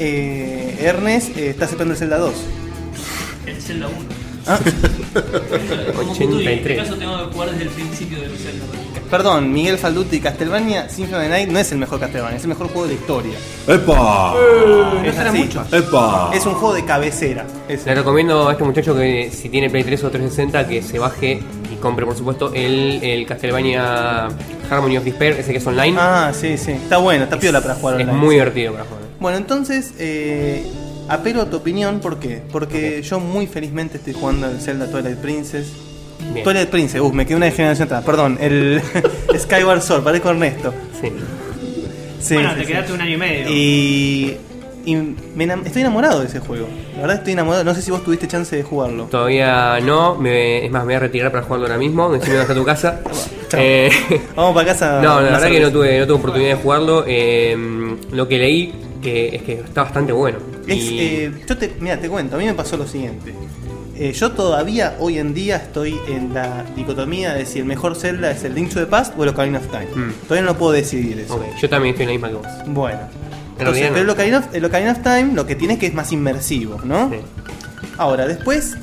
[SPEAKER 3] Eh, Ernest eh, está aceptando el Zelda 2.
[SPEAKER 6] El Zelda 1.
[SPEAKER 3] Ah,
[SPEAKER 6] Como
[SPEAKER 4] 83.
[SPEAKER 6] Cthulhu, En este caso tengo que jugar desde el principio del Zelda.
[SPEAKER 3] perdón, Miguel Falduti, Castlevania Symphony of the Night no es el mejor Castlevania, es el mejor juego de la historia.
[SPEAKER 1] ¡Epa!
[SPEAKER 3] es, así.
[SPEAKER 1] ¡Epa!
[SPEAKER 3] es un juego de cabecera. Es-
[SPEAKER 4] Le recomiendo a este muchacho que si tiene Play 3 o 360 que se baje y compre por supuesto el, el Castlevania Harmony of Despair, ese que es online.
[SPEAKER 3] Ah, sí, sí. Está bueno, está piola para jugar
[SPEAKER 4] es
[SPEAKER 3] online.
[SPEAKER 4] muy divertido para jugar.
[SPEAKER 3] Bueno, entonces, eh, apelo a tu opinión, ¿por qué? Porque yo muy felizmente estoy jugando el Zelda Twilight Princess.
[SPEAKER 4] Bien.
[SPEAKER 3] Twilight Princess, uh, me quedé una generación atrás, perdón, el Skyward Sword, parezco Ernesto.
[SPEAKER 4] Sí.
[SPEAKER 3] Sí,
[SPEAKER 5] bueno,
[SPEAKER 3] sí,
[SPEAKER 5] te
[SPEAKER 3] sí.
[SPEAKER 5] quedaste un año y medio.
[SPEAKER 3] Y, y me enam- estoy enamorado de ese juego. La verdad estoy enamorado. No sé si vos tuviste chance de jugarlo.
[SPEAKER 4] Todavía no, me- es más, me voy a retirar para jugarlo ahora mismo, decime hasta tu casa.
[SPEAKER 3] Chao.
[SPEAKER 4] Eh,
[SPEAKER 3] Vamos para casa.
[SPEAKER 4] no, la
[SPEAKER 3] una
[SPEAKER 4] verdad que
[SPEAKER 3] cerveza.
[SPEAKER 4] no tuve, no tuve oportunidad de jugarlo. eh, lo que leí que es que está bastante bueno.
[SPEAKER 3] Es,
[SPEAKER 4] Y-
[SPEAKER 3] eh, yo te, mira, te cuento, a mí me pasó lo siguiente. Eh, yo todavía hoy en día estoy en la dicotomía de si el mejor Zelda es el Link to the Past o el Ocarina of Time.
[SPEAKER 4] Mm.
[SPEAKER 3] Todavía no puedo decidir eso.
[SPEAKER 4] ok, yo también estoy en la misma que vos.
[SPEAKER 3] Bueno.
[SPEAKER 4] realidad
[SPEAKER 3] Entonces,
[SPEAKER 4] no.
[SPEAKER 3] pero el Ocarina, of, el Ocarina of Time lo que tiene es que es más inmersivo, ¿no?
[SPEAKER 4] Sí.
[SPEAKER 3] Ahora, después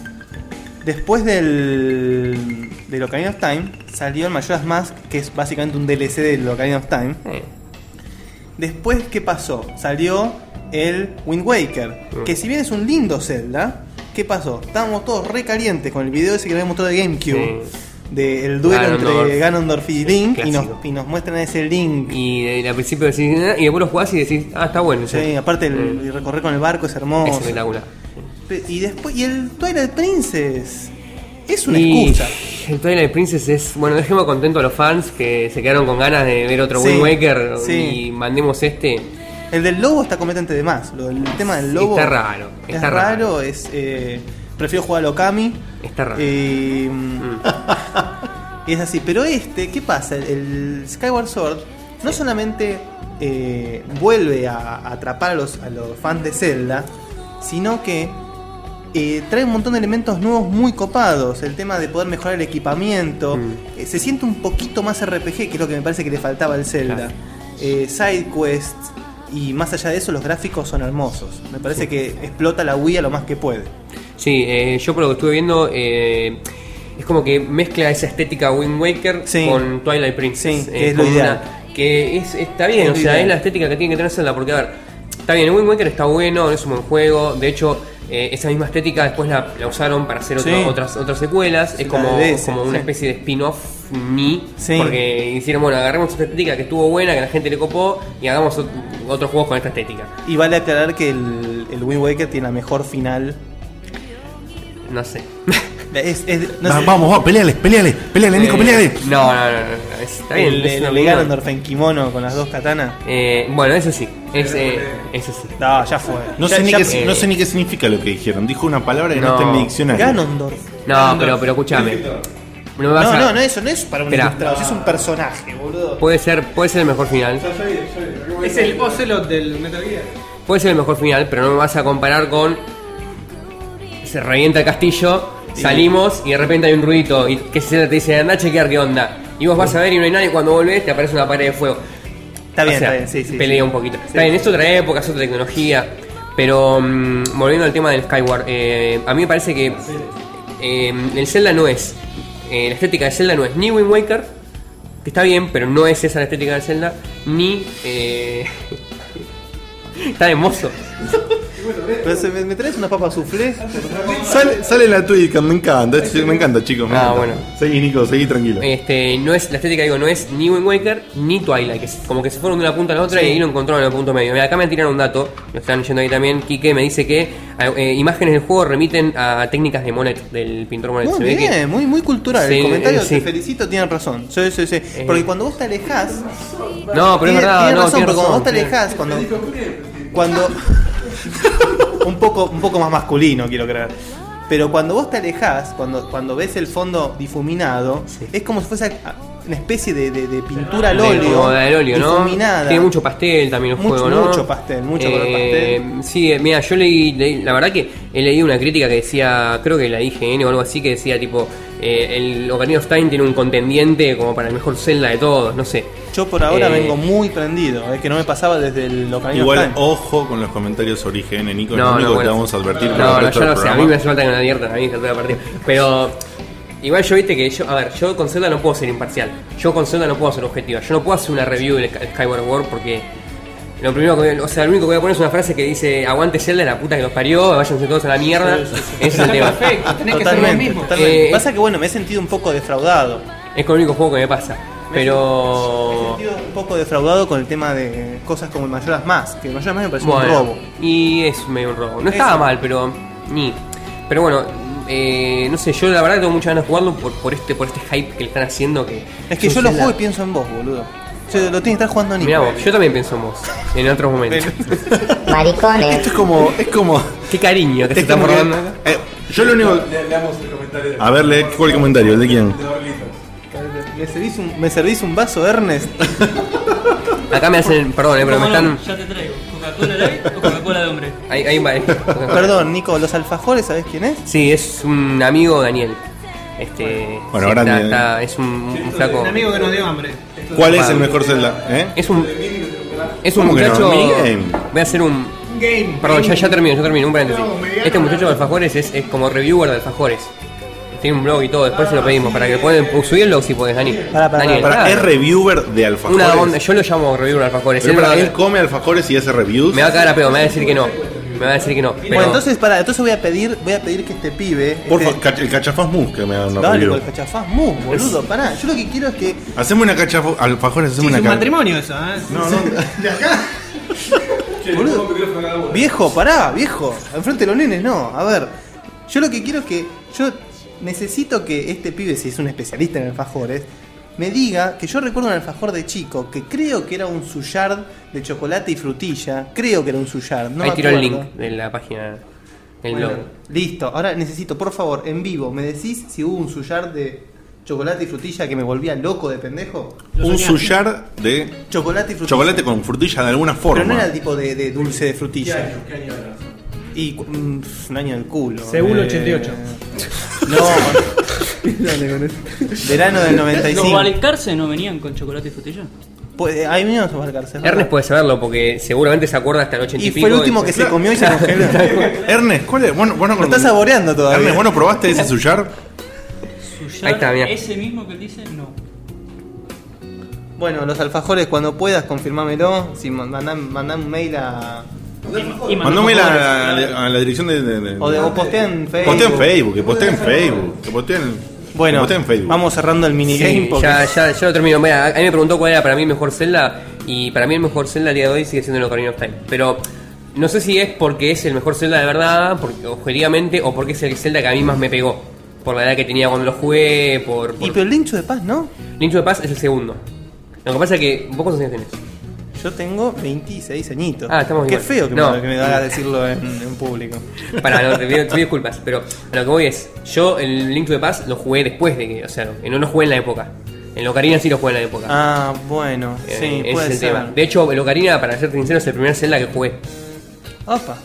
[SPEAKER 3] después del, del Ocarina of Time salió el Majora's Mask, que es básicamente un DLC del Ocarina of Time.
[SPEAKER 4] Eh,
[SPEAKER 3] Después, ¿qué pasó? Salió el Wind Waker,
[SPEAKER 4] Mm.
[SPEAKER 3] que si bien es un lindo Zelda, ¿qué pasó? Estábamos todos re calientes con el video ese que habíamos mostrado de GameCube.
[SPEAKER 4] Sí.
[SPEAKER 3] Del duelo entre
[SPEAKER 4] Ganondorf.
[SPEAKER 3] Ganondorf y Link, y nos,
[SPEAKER 4] Clásico.
[SPEAKER 3] y nos muestran ese Link.
[SPEAKER 4] Y eh, al principio decís, "Ah", y después lo jugás y decís, ah, está bueno.
[SPEAKER 3] Sí, aparte el, y recorrer con el barco es
[SPEAKER 4] Mm. Es
[SPEAKER 3] hermoso.
[SPEAKER 4] espectacular.
[SPEAKER 3] Pe- y después, y el Twilight Princess es una
[SPEAKER 4] Y
[SPEAKER 3] excusa.
[SPEAKER 4] El Twilight Princess es. Bueno, dejemos contento a los fans que se quedaron con ganas de ver otro
[SPEAKER 3] Sí,
[SPEAKER 4] Wind Waker
[SPEAKER 3] sí.
[SPEAKER 4] y mandemos este.
[SPEAKER 3] El del lobo está completamente de más. Lo del- el tema del lobo.
[SPEAKER 4] Está raro,
[SPEAKER 3] Es
[SPEAKER 4] está
[SPEAKER 3] raro,
[SPEAKER 4] raro.
[SPEAKER 3] es. eh, prefiero jugar a Okami.
[SPEAKER 4] Está raro.
[SPEAKER 3] Eh,
[SPEAKER 4] Mm.
[SPEAKER 3] Y es así. Pero este, ¿qué pasa? El, el Skyward Sword no solamente eh, vuelve a, a atrapar a los, a los fans de Zelda, sino que eh, trae un montón de elementos nuevos muy copados. El tema de poder mejorar el equipamiento.
[SPEAKER 4] Mm.
[SPEAKER 3] Eh, se siente un poquito más RPG, que es lo que me parece que le faltaba al Zelda.
[SPEAKER 4] Claro.
[SPEAKER 3] Eh, side quests. Y más allá de eso, los gráficos son hermosos. Me parece que explota la Wii a lo más que puede.
[SPEAKER 4] Sí, eh, yo por lo que estuve viendo, eh, es como que mezcla esa estética Wind Waker
[SPEAKER 3] Sí.
[SPEAKER 4] con Twilight Princess.
[SPEAKER 3] Sí,
[SPEAKER 4] eh,
[SPEAKER 3] que es lo
[SPEAKER 4] con
[SPEAKER 3] ideal.
[SPEAKER 4] una- que es, está bien,
[SPEAKER 3] Es
[SPEAKER 4] o
[SPEAKER 3] lo
[SPEAKER 4] sea,
[SPEAKER 3] ideal.
[SPEAKER 4] es la estética que tiene que tener Zelda, porque a ver, está bien, Wind Waker está bueno, es un buen juego, de hecho... eh, esa misma estética después la, la usaron para hacer otro-
[SPEAKER 3] Sí.
[SPEAKER 4] otras otras secuelas.
[SPEAKER 3] Sí,
[SPEAKER 4] es
[SPEAKER 3] la
[SPEAKER 4] como,
[SPEAKER 3] de
[SPEAKER 4] es como
[SPEAKER 3] ese,
[SPEAKER 4] una
[SPEAKER 3] sí.
[SPEAKER 4] especie de spin-off ni.
[SPEAKER 3] Sí.
[SPEAKER 4] Porque hicieron, bueno, agarremos esta estética que estuvo buena, que la gente le copó, y hagamos ot- otros juegos con esta estética.
[SPEAKER 3] Y vale aclarar que el, el Wind Waker tiene la mejor final.
[SPEAKER 4] No sé.
[SPEAKER 3] Es, es- no
[SPEAKER 1] Va-
[SPEAKER 3] sé,
[SPEAKER 1] Vamos, vamos, peleales, peleales, peleales, Nico,
[SPEAKER 4] Eh,
[SPEAKER 1] peleales.
[SPEAKER 4] no, no, no, no, no, está bien.
[SPEAKER 3] El,
[SPEAKER 4] es
[SPEAKER 3] el,
[SPEAKER 4] una
[SPEAKER 3] el
[SPEAKER 4] opinión.
[SPEAKER 3] Ganondorf en kimono con las dos katanas.
[SPEAKER 4] Eh, bueno, eso sí. Es, eh, eso sí.
[SPEAKER 3] No, ya fue.
[SPEAKER 1] No
[SPEAKER 3] Ya-
[SPEAKER 1] sé, ni
[SPEAKER 3] ya-
[SPEAKER 1] qué,
[SPEAKER 4] eh.
[SPEAKER 1] no sé ni qué significa lo que dijeron. Dijo una palabra que no,
[SPEAKER 4] No.
[SPEAKER 1] está en mi diccionario.
[SPEAKER 3] Ganondorf.
[SPEAKER 4] No, pero, pero escúchame. No, me vas
[SPEAKER 3] No,
[SPEAKER 4] a-
[SPEAKER 3] no, no, eso no es para un
[SPEAKER 4] Esperá.
[SPEAKER 3] ilustrado, es un personaje, boludo.
[SPEAKER 4] Puede ser, puede ser el mejor final.
[SPEAKER 5] es el Ocelot del Metal Gear.
[SPEAKER 4] Puede ser el mejor final, pero no me vas a comparar con. Se revienta el castillo, salimos y de repente hay un ruidito. Y que se te dice, anda a chequear qué onda. Y vos vas a ver y no hay nadie. Cuando volvés te aparece una pared de fuego.
[SPEAKER 3] Está bien,
[SPEAKER 4] O sea,
[SPEAKER 3] está bien, sí, sí,
[SPEAKER 4] Pelea
[SPEAKER 3] sí.
[SPEAKER 4] un poquito. Está bien, es otra época, es otra tecnología. Pero mm, volviendo al tema del Skyward, eh, a mí me parece que eh, el Zelda no es. eh, la estética de Zelda no es ni Wind Waker, que está bien, pero no es esa la estética de Zelda, ni. Eh, está hermoso.
[SPEAKER 3] Pero se- ¿Me, me traes una papa soufflé?
[SPEAKER 1] Sale, sale la Twitch, me encanta, esto- me encanta, chicos. me
[SPEAKER 4] Ah,
[SPEAKER 1] encanta.
[SPEAKER 4] bueno.
[SPEAKER 1] Seguí, Nico, seguí tranquilo.
[SPEAKER 4] Este, no es, la estética digo, no es ni Wind Waker ni Twilight, que es como que se fueron de una punta a la otra y ahí lo encontraron en el punto medio. Mira, acá me tiraron un dato, lo están leyendo ahí también, Quique me dice que eh, imágenes del juego remiten a técnicas de Monet, del pintor Monet.
[SPEAKER 3] Muy
[SPEAKER 4] Se ve que-
[SPEAKER 3] bien, muy, muy cultural.
[SPEAKER 4] Sí,
[SPEAKER 3] el comentario,
[SPEAKER 4] eh, sí. Eh.
[SPEAKER 3] te felicito, tienes razón. Sí, sí, sí. Porque cuando vos te alejás.
[SPEAKER 4] No, pero es
[SPEAKER 3] Tiene-
[SPEAKER 4] verdad,
[SPEAKER 3] tiene
[SPEAKER 4] no,
[SPEAKER 3] razón,
[SPEAKER 4] tiene
[SPEAKER 3] pero cuando vos te
[SPEAKER 4] razón, sí.
[SPEAKER 3] alejás, cuando. Cuando. un, poco, un poco más masculino, quiero creer. Pero cuando vos te alejás, cuando, cuando ves el fondo difuminado, es como si fuese a- una especie de, de- de pintura al
[SPEAKER 4] de-
[SPEAKER 3] óleo.
[SPEAKER 4] como del óleo, ¿no?
[SPEAKER 3] difuminada.
[SPEAKER 4] Tiene mucho pastel también el
[SPEAKER 3] Mucho-
[SPEAKER 4] juego, ¿no?
[SPEAKER 3] mucho pastel, mucho color pastel.
[SPEAKER 4] Sí, eh, mira, yo leí, leí- la verdad que he leído una crítica que decía, creo que la IGN o algo así, que decía tipo, eh, el Ocarina of Time tiene un contendiente como para el mejor Zelda de todos, no sé.
[SPEAKER 3] Yo por ahora
[SPEAKER 4] Eh,
[SPEAKER 3] vengo muy prendido, es que no me pasaba desde el local.
[SPEAKER 1] Igual, ojo con los comentarios origen, eh, Nico.
[SPEAKER 4] No,
[SPEAKER 1] lo único
[SPEAKER 4] no,
[SPEAKER 1] que
[SPEAKER 4] bueno.
[SPEAKER 1] te vamos a advertir por
[SPEAKER 4] No,
[SPEAKER 1] el
[SPEAKER 4] no,
[SPEAKER 1] resto
[SPEAKER 4] yo
[SPEAKER 1] del
[SPEAKER 4] no sé, a mí
[SPEAKER 1] programa.
[SPEAKER 4] me hace falta que me adviertan, a mí que te voy a partir. Pero igual yo viste que yo, a ver, yo con Zelda no puedo ser imparcial. Yo con Zelda no puedo ser objetiva. Yo no puedo hacer una review del Sky- Skyward War porque lo primero que, o sea, lo único que voy a poner es una frase que dice aguante Zelda la puta que los parió, váyanse todos a la mierda. Ese es el tema.
[SPEAKER 7] Perfecto, tenés que ser vos
[SPEAKER 3] Totalmente,
[SPEAKER 7] mismo.
[SPEAKER 3] totalmente.
[SPEAKER 4] Eh,
[SPEAKER 3] Pasa que bueno, me he sentido un poco defraudado.
[SPEAKER 4] Es con el único juego que me pasa. Pero
[SPEAKER 3] Me he sentido un poco defraudado con el tema de cosas como el Mayoras Más, que el Mayoras Más me pareció
[SPEAKER 4] Bueno,
[SPEAKER 3] un robo.
[SPEAKER 4] Y es medio un robo. No estaba
[SPEAKER 3] Eso.
[SPEAKER 4] mal, pero. ni. Pero bueno, eh, no sé, yo la verdad tengo muchas ganas de jugarlo por, por este, por este hype que le están haciendo que.
[SPEAKER 3] Es que yo lo juego y pienso en vos, boludo. Yo, lo tienes que estar jugando a Nico.
[SPEAKER 4] Mirá vos, yo también pienso en vos, en otros momentos.
[SPEAKER 1] Esto es como. Es como
[SPEAKER 4] Qué cariño que se
[SPEAKER 1] Es
[SPEAKER 4] está
[SPEAKER 1] como que-
[SPEAKER 4] formando acá.
[SPEAKER 1] eh, yo lo único. A ver, lee cuál comentario, el de quién.
[SPEAKER 3] ¿Me servís, un, ¿Me servís un vaso, Ernest?
[SPEAKER 4] Acá me hacen. Perdón, eh, pero me
[SPEAKER 6] ¿Cómo no?
[SPEAKER 4] están.
[SPEAKER 6] Ya te traigo. ¿Coca-Cola light o Coca-Cola de hombre?
[SPEAKER 4] Hay, hay varios.
[SPEAKER 3] Perdón, Nico, ¿los alfajores sabés quién es?
[SPEAKER 4] eh. Sí, es un amigo Daniel. Este.
[SPEAKER 1] Bueno,
[SPEAKER 4] sí,
[SPEAKER 1] grande,
[SPEAKER 4] está-
[SPEAKER 1] eh.
[SPEAKER 4] está- es un, un flaco.
[SPEAKER 5] Un amigo que nos dio hambre.
[SPEAKER 1] ¿Cuál es el mejor Zelda? ¿Eh?
[SPEAKER 4] Es un. Es un
[SPEAKER 1] ¿Cómo que no?
[SPEAKER 4] muchacho.
[SPEAKER 1] Minigame.
[SPEAKER 4] Voy a hacer un.
[SPEAKER 5] Game.
[SPEAKER 4] Perdón, ya, ya termino, ya termino, un paréntesis. Este muchacho de alfajores es, es como reviewer de alfajores. Tiene un blog y todo, después se lo pedimos para que puedan pues, subirlo si podés, Dani.
[SPEAKER 3] Pará, pará,
[SPEAKER 4] Daniel,
[SPEAKER 1] Para,
[SPEAKER 4] ah,
[SPEAKER 1] es reviewer de alfajores.
[SPEAKER 4] una onda, yo lo llamo reviewer de alfajores.
[SPEAKER 1] Pero
[SPEAKER 4] Él me,
[SPEAKER 1] para,
[SPEAKER 4] va,
[SPEAKER 1] él come alfajores y hace reviews.
[SPEAKER 4] me va a cagar a pedo, me va a decir que no. Me va a decir que no. Pero
[SPEAKER 3] Bueno, entonces, pará, entonces voy a pedir, voy a pedir que este pibe.
[SPEAKER 1] Por
[SPEAKER 3] este-
[SPEAKER 1] favor, cach- el cachafaz mus que me da una
[SPEAKER 3] Dale,
[SPEAKER 1] review.
[SPEAKER 3] con el cachafaz mu, boludo, pará. Yo lo que quiero es que.
[SPEAKER 1] Hacemos una cachafaz. Alfajores,
[SPEAKER 5] Sí,
[SPEAKER 1] hacemos
[SPEAKER 5] es
[SPEAKER 1] una
[SPEAKER 5] un
[SPEAKER 1] cachafaz.
[SPEAKER 5] matrimonio eso, ¿eh?
[SPEAKER 3] Boludo. Viejo, pará, viejo. Enfrente de los nenes, no. A ver, yo lo que quiero es que. Yo necesito que este pibe, si es un especialista en alfajores, me diga que yo recuerdo un alfajor de chico que creo que era un suyard de chocolate y frutilla. Creo que era un suyard, no
[SPEAKER 4] ahí
[SPEAKER 3] me
[SPEAKER 4] tiro el
[SPEAKER 3] acuerdo.
[SPEAKER 4] link de la página del
[SPEAKER 3] Bueno,
[SPEAKER 4] blog.
[SPEAKER 3] listo, ahora necesito, por favor, en vivo, ¿me decís si hubo un suyard de chocolate y frutilla que me volvía loco de pendejo?
[SPEAKER 1] Un suyar de
[SPEAKER 3] Chocolate y frutilla.
[SPEAKER 1] chocolate con frutilla de alguna
[SPEAKER 3] Pero no
[SPEAKER 1] forma.
[SPEAKER 3] era tipo de, de dulce de frutilla. Y cu- mm, pf, un año del culo.
[SPEAKER 5] Seúl
[SPEAKER 3] Eh,
[SPEAKER 5] 88.
[SPEAKER 3] No. Verano del
[SPEAKER 6] ¿Los
[SPEAKER 3] 95.
[SPEAKER 6] Valcarce no venían con chocolate y frutilla?
[SPEAKER 3] Puede- Hay menos para marcarse. ¿verdad?
[SPEAKER 4] Ernest puede saberlo porque seguramente se acuerda hasta el 80 y,
[SPEAKER 3] Y fue el
[SPEAKER 4] pico,
[SPEAKER 3] último
[SPEAKER 4] y-
[SPEAKER 3] que se comió y se congeló.
[SPEAKER 1] Ernest, ¿cuál es? Bueno, bueno,
[SPEAKER 3] Lo estás saboreando todavía.
[SPEAKER 1] Ernest, ¿bueno probaste ese suyar?
[SPEAKER 6] Suyar,
[SPEAKER 4] Ahí está, mirá.
[SPEAKER 6] Ese mismo que él dice, no.
[SPEAKER 3] Bueno, los alfajores, cuando puedas, confirmámelo. Si mandan, mandan un mail a.
[SPEAKER 6] Y mandó
[SPEAKER 1] Mándame
[SPEAKER 6] alfajores.
[SPEAKER 1] la, a la dirección de. de- de-
[SPEAKER 3] O, de, o postea en Facebook.
[SPEAKER 1] Posté en Facebook, que posté en Facebook, que posté en, que
[SPEAKER 3] Bueno,
[SPEAKER 1] posté en Facebook.
[SPEAKER 3] vamos cerrando el
[SPEAKER 4] Sí,
[SPEAKER 3] minigame. porque-
[SPEAKER 4] ya, ya, ya lo termino. Mira, a mí me preguntó cuál era para mí el mejor Zelda. Y para mí el mejor Zelda a día de hoy sigue siendo el Ocarina of Time. Pero no sé si es porque es el mejor Zelda de verdad, porque, objetivamente, o porque es el Zelda que a mí más me pegó. Por la edad que tenía cuando lo jugué, por. por...
[SPEAKER 3] Y pero el lincho de paz, ¿no?
[SPEAKER 4] Link de Paz es el segundo. Lo que pasa es que. ¿Vos cuántos años tenés?
[SPEAKER 3] Yo tengo 26 añitos.
[SPEAKER 4] Ah, estamos
[SPEAKER 3] Qué
[SPEAKER 4] igual.
[SPEAKER 3] feo que,
[SPEAKER 4] No.
[SPEAKER 3] me, que me haga decirlo en, en público.
[SPEAKER 4] Para, no, te pido, te pido disculpas, pero a lo que voy es, yo el Link to the Past lo jugué después de que, o sea, no, no lo jugué en la época. En Ocarina sí lo jugué en la época.
[SPEAKER 3] Ah, bueno,
[SPEAKER 4] Eh,
[SPEAKER 3] sí,
[SPEAKER 4] ese
[SPEAKER 3] puede
[SPEAKER 4] es el
[SPEAKER 3] ser.
[SPEAKER 4] tema. De hecho, el Ocarina, para ser sincero, es el primer Zelda que jugué.
[SPEAKER 3] Opa.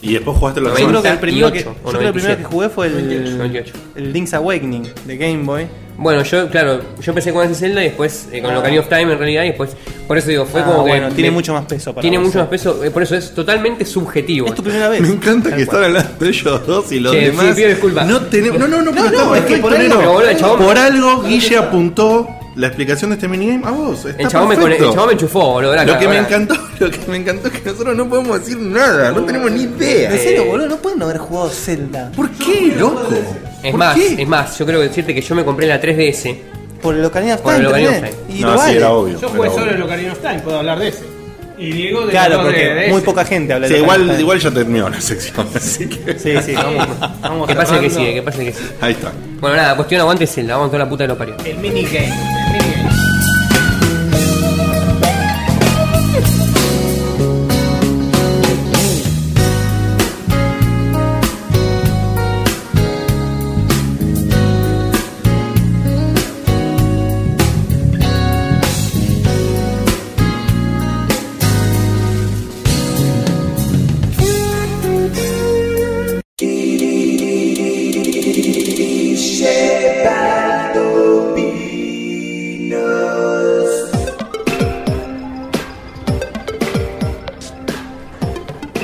[SPEAKER 1] Y después jugaste la
[SPEAKER 3] Yo creo que el primero que,
[SPEAKER 4] 98 o
[SPEAKER 3] yo creo que el primero
[SPEAKER 4] 97.
[SPEAKER 3] que jugué fue el,
[SPEAKER 4] 98.
[SPEAKER 3] el Link's Awakening de Game Boy.
[SPEAKER 4] Bueno, yo, claro, yo empecé con ese Zelda y después eh, con Ocarina of Time en realidad y después, por eso digo, fue
[SPEAKER 3] Ah,
[SPEAKER 4] como que
[SPEAKER 3] bueno, tiene
[SPEAKER 4] me-
[SPEAKER 3] mucho más peso para
[SPEAKER 4] Tiene
[SPEAKER 3] vos,
[SPEAKER 4] mucho
[SPEAKER 3] eh.
[SPEAKER 4] más peso, eh, por eso es totalmente subjetivo.
[SPEAKER 3] Es tu primera vez.
[SPEAKER 1] Me encanta
[SPEAKER 3] Tal
[SPEAKER 1] que
[SPEAKER 3] cual.
[SPEAKER 1] están hablando ellos dos y los
[SPEAKER 4] Che, sí,
[SPEAKER 1] demás.
[SPEAKER 4] pido disculpas.
[SPEAKER 1] No tenemos. No, no, no, pero
[SPEAKER 3] no,
[SPEAKER 1] está
[SPEAKER 3] es que
[SPEAKER 1] perfecto,
[SPEAKER 3] por algo-
[SPEAKER 1] Nero.
[SPEAKER 4] Pero, boludo, el chabón-
[SPEAKER 1] Por algo Guille apuntó la explicación de este minigame a vos. Está
[SPEAKER 4] El chabón, me, con- el
[SPEAKER 1] perfecto.
[SPEAKER 4] chabón me enchufó, boludo.
[SPEAKER 1] Lo
[SPEAKER 4] gracias,
[SPEAKER 1] que me
[SPEAKER 4] gracias.
[SPEAKER 1] encantó, lo que me encantó es que nosotros no podemos decir nada, no tenemos ni
[SPEAKER 3] En
[SPEAKER 1] idea.
[SPEAKER 3] serio, boludo, no pueden haber jugado Zelda.
[SPEAKER 1] ¿Por qué, loco?
[SPEAKER 4] Es
[SPEAKER 1] ¿Por
[SPEAKER 4] más,
[SPEAKER 1] qué?
[SPEAKER 4] es más, yo creo que decirte que yo me compré la 3DS.
[SPEAKER 3] Por el Ocarina of
[SPEAKER 4] Por
[SPEAKER 3] Time.
[SPEAKER 4] el Ocarina of
[SPEAKER 3] también.
[SPEAKER 4] Time.
[SPEAKER 3] Y
[SPEAKER 1] No,
[SPEAKER 3] lo
[SPEAKER 1] sí,
[SPEAKER 3] vale.
[SPEAKER 1] era obvio.
[SPEAKER 5] Yo
[SPEAKER 1] era
[SPEAKER 5] jugué solo
[SPEAKER 1] obvio.
[SPEAKER 5] en Ocarina of Time, puedo hablar de ese. Y Diego de
[SPEAKER 3] Claro,
[SPEAKER 5] los de- de
[SPEAKER 3] porque
[SPEAKER 5] ese.
[SPEAKER 3] muy poca gente habla
[SPEAKER 1] Sí,
[SPEAKER 3] de
[SPEAKER 1] igual,
[SPEAKER 3] Ocarina of
[SPEAKER 1] igual ya terminó la sección, así que.
[SPEAKER 3] Time. Sí, sí, vamos.
[SPEAKER 5] Vamos
[SPEAKER 4] Que pase el que
[SPEAKER 5] cerrando.
[SPEAKER 4] sigue, que pase el que sigue.
[SPEAKER 1] Ahí está.
[SPEAKER 4] Bueno, nada, cuestión aguante Zelda, vamos a toda la puta de los parió.
[SPEAKER 5] El minigame. El minigame.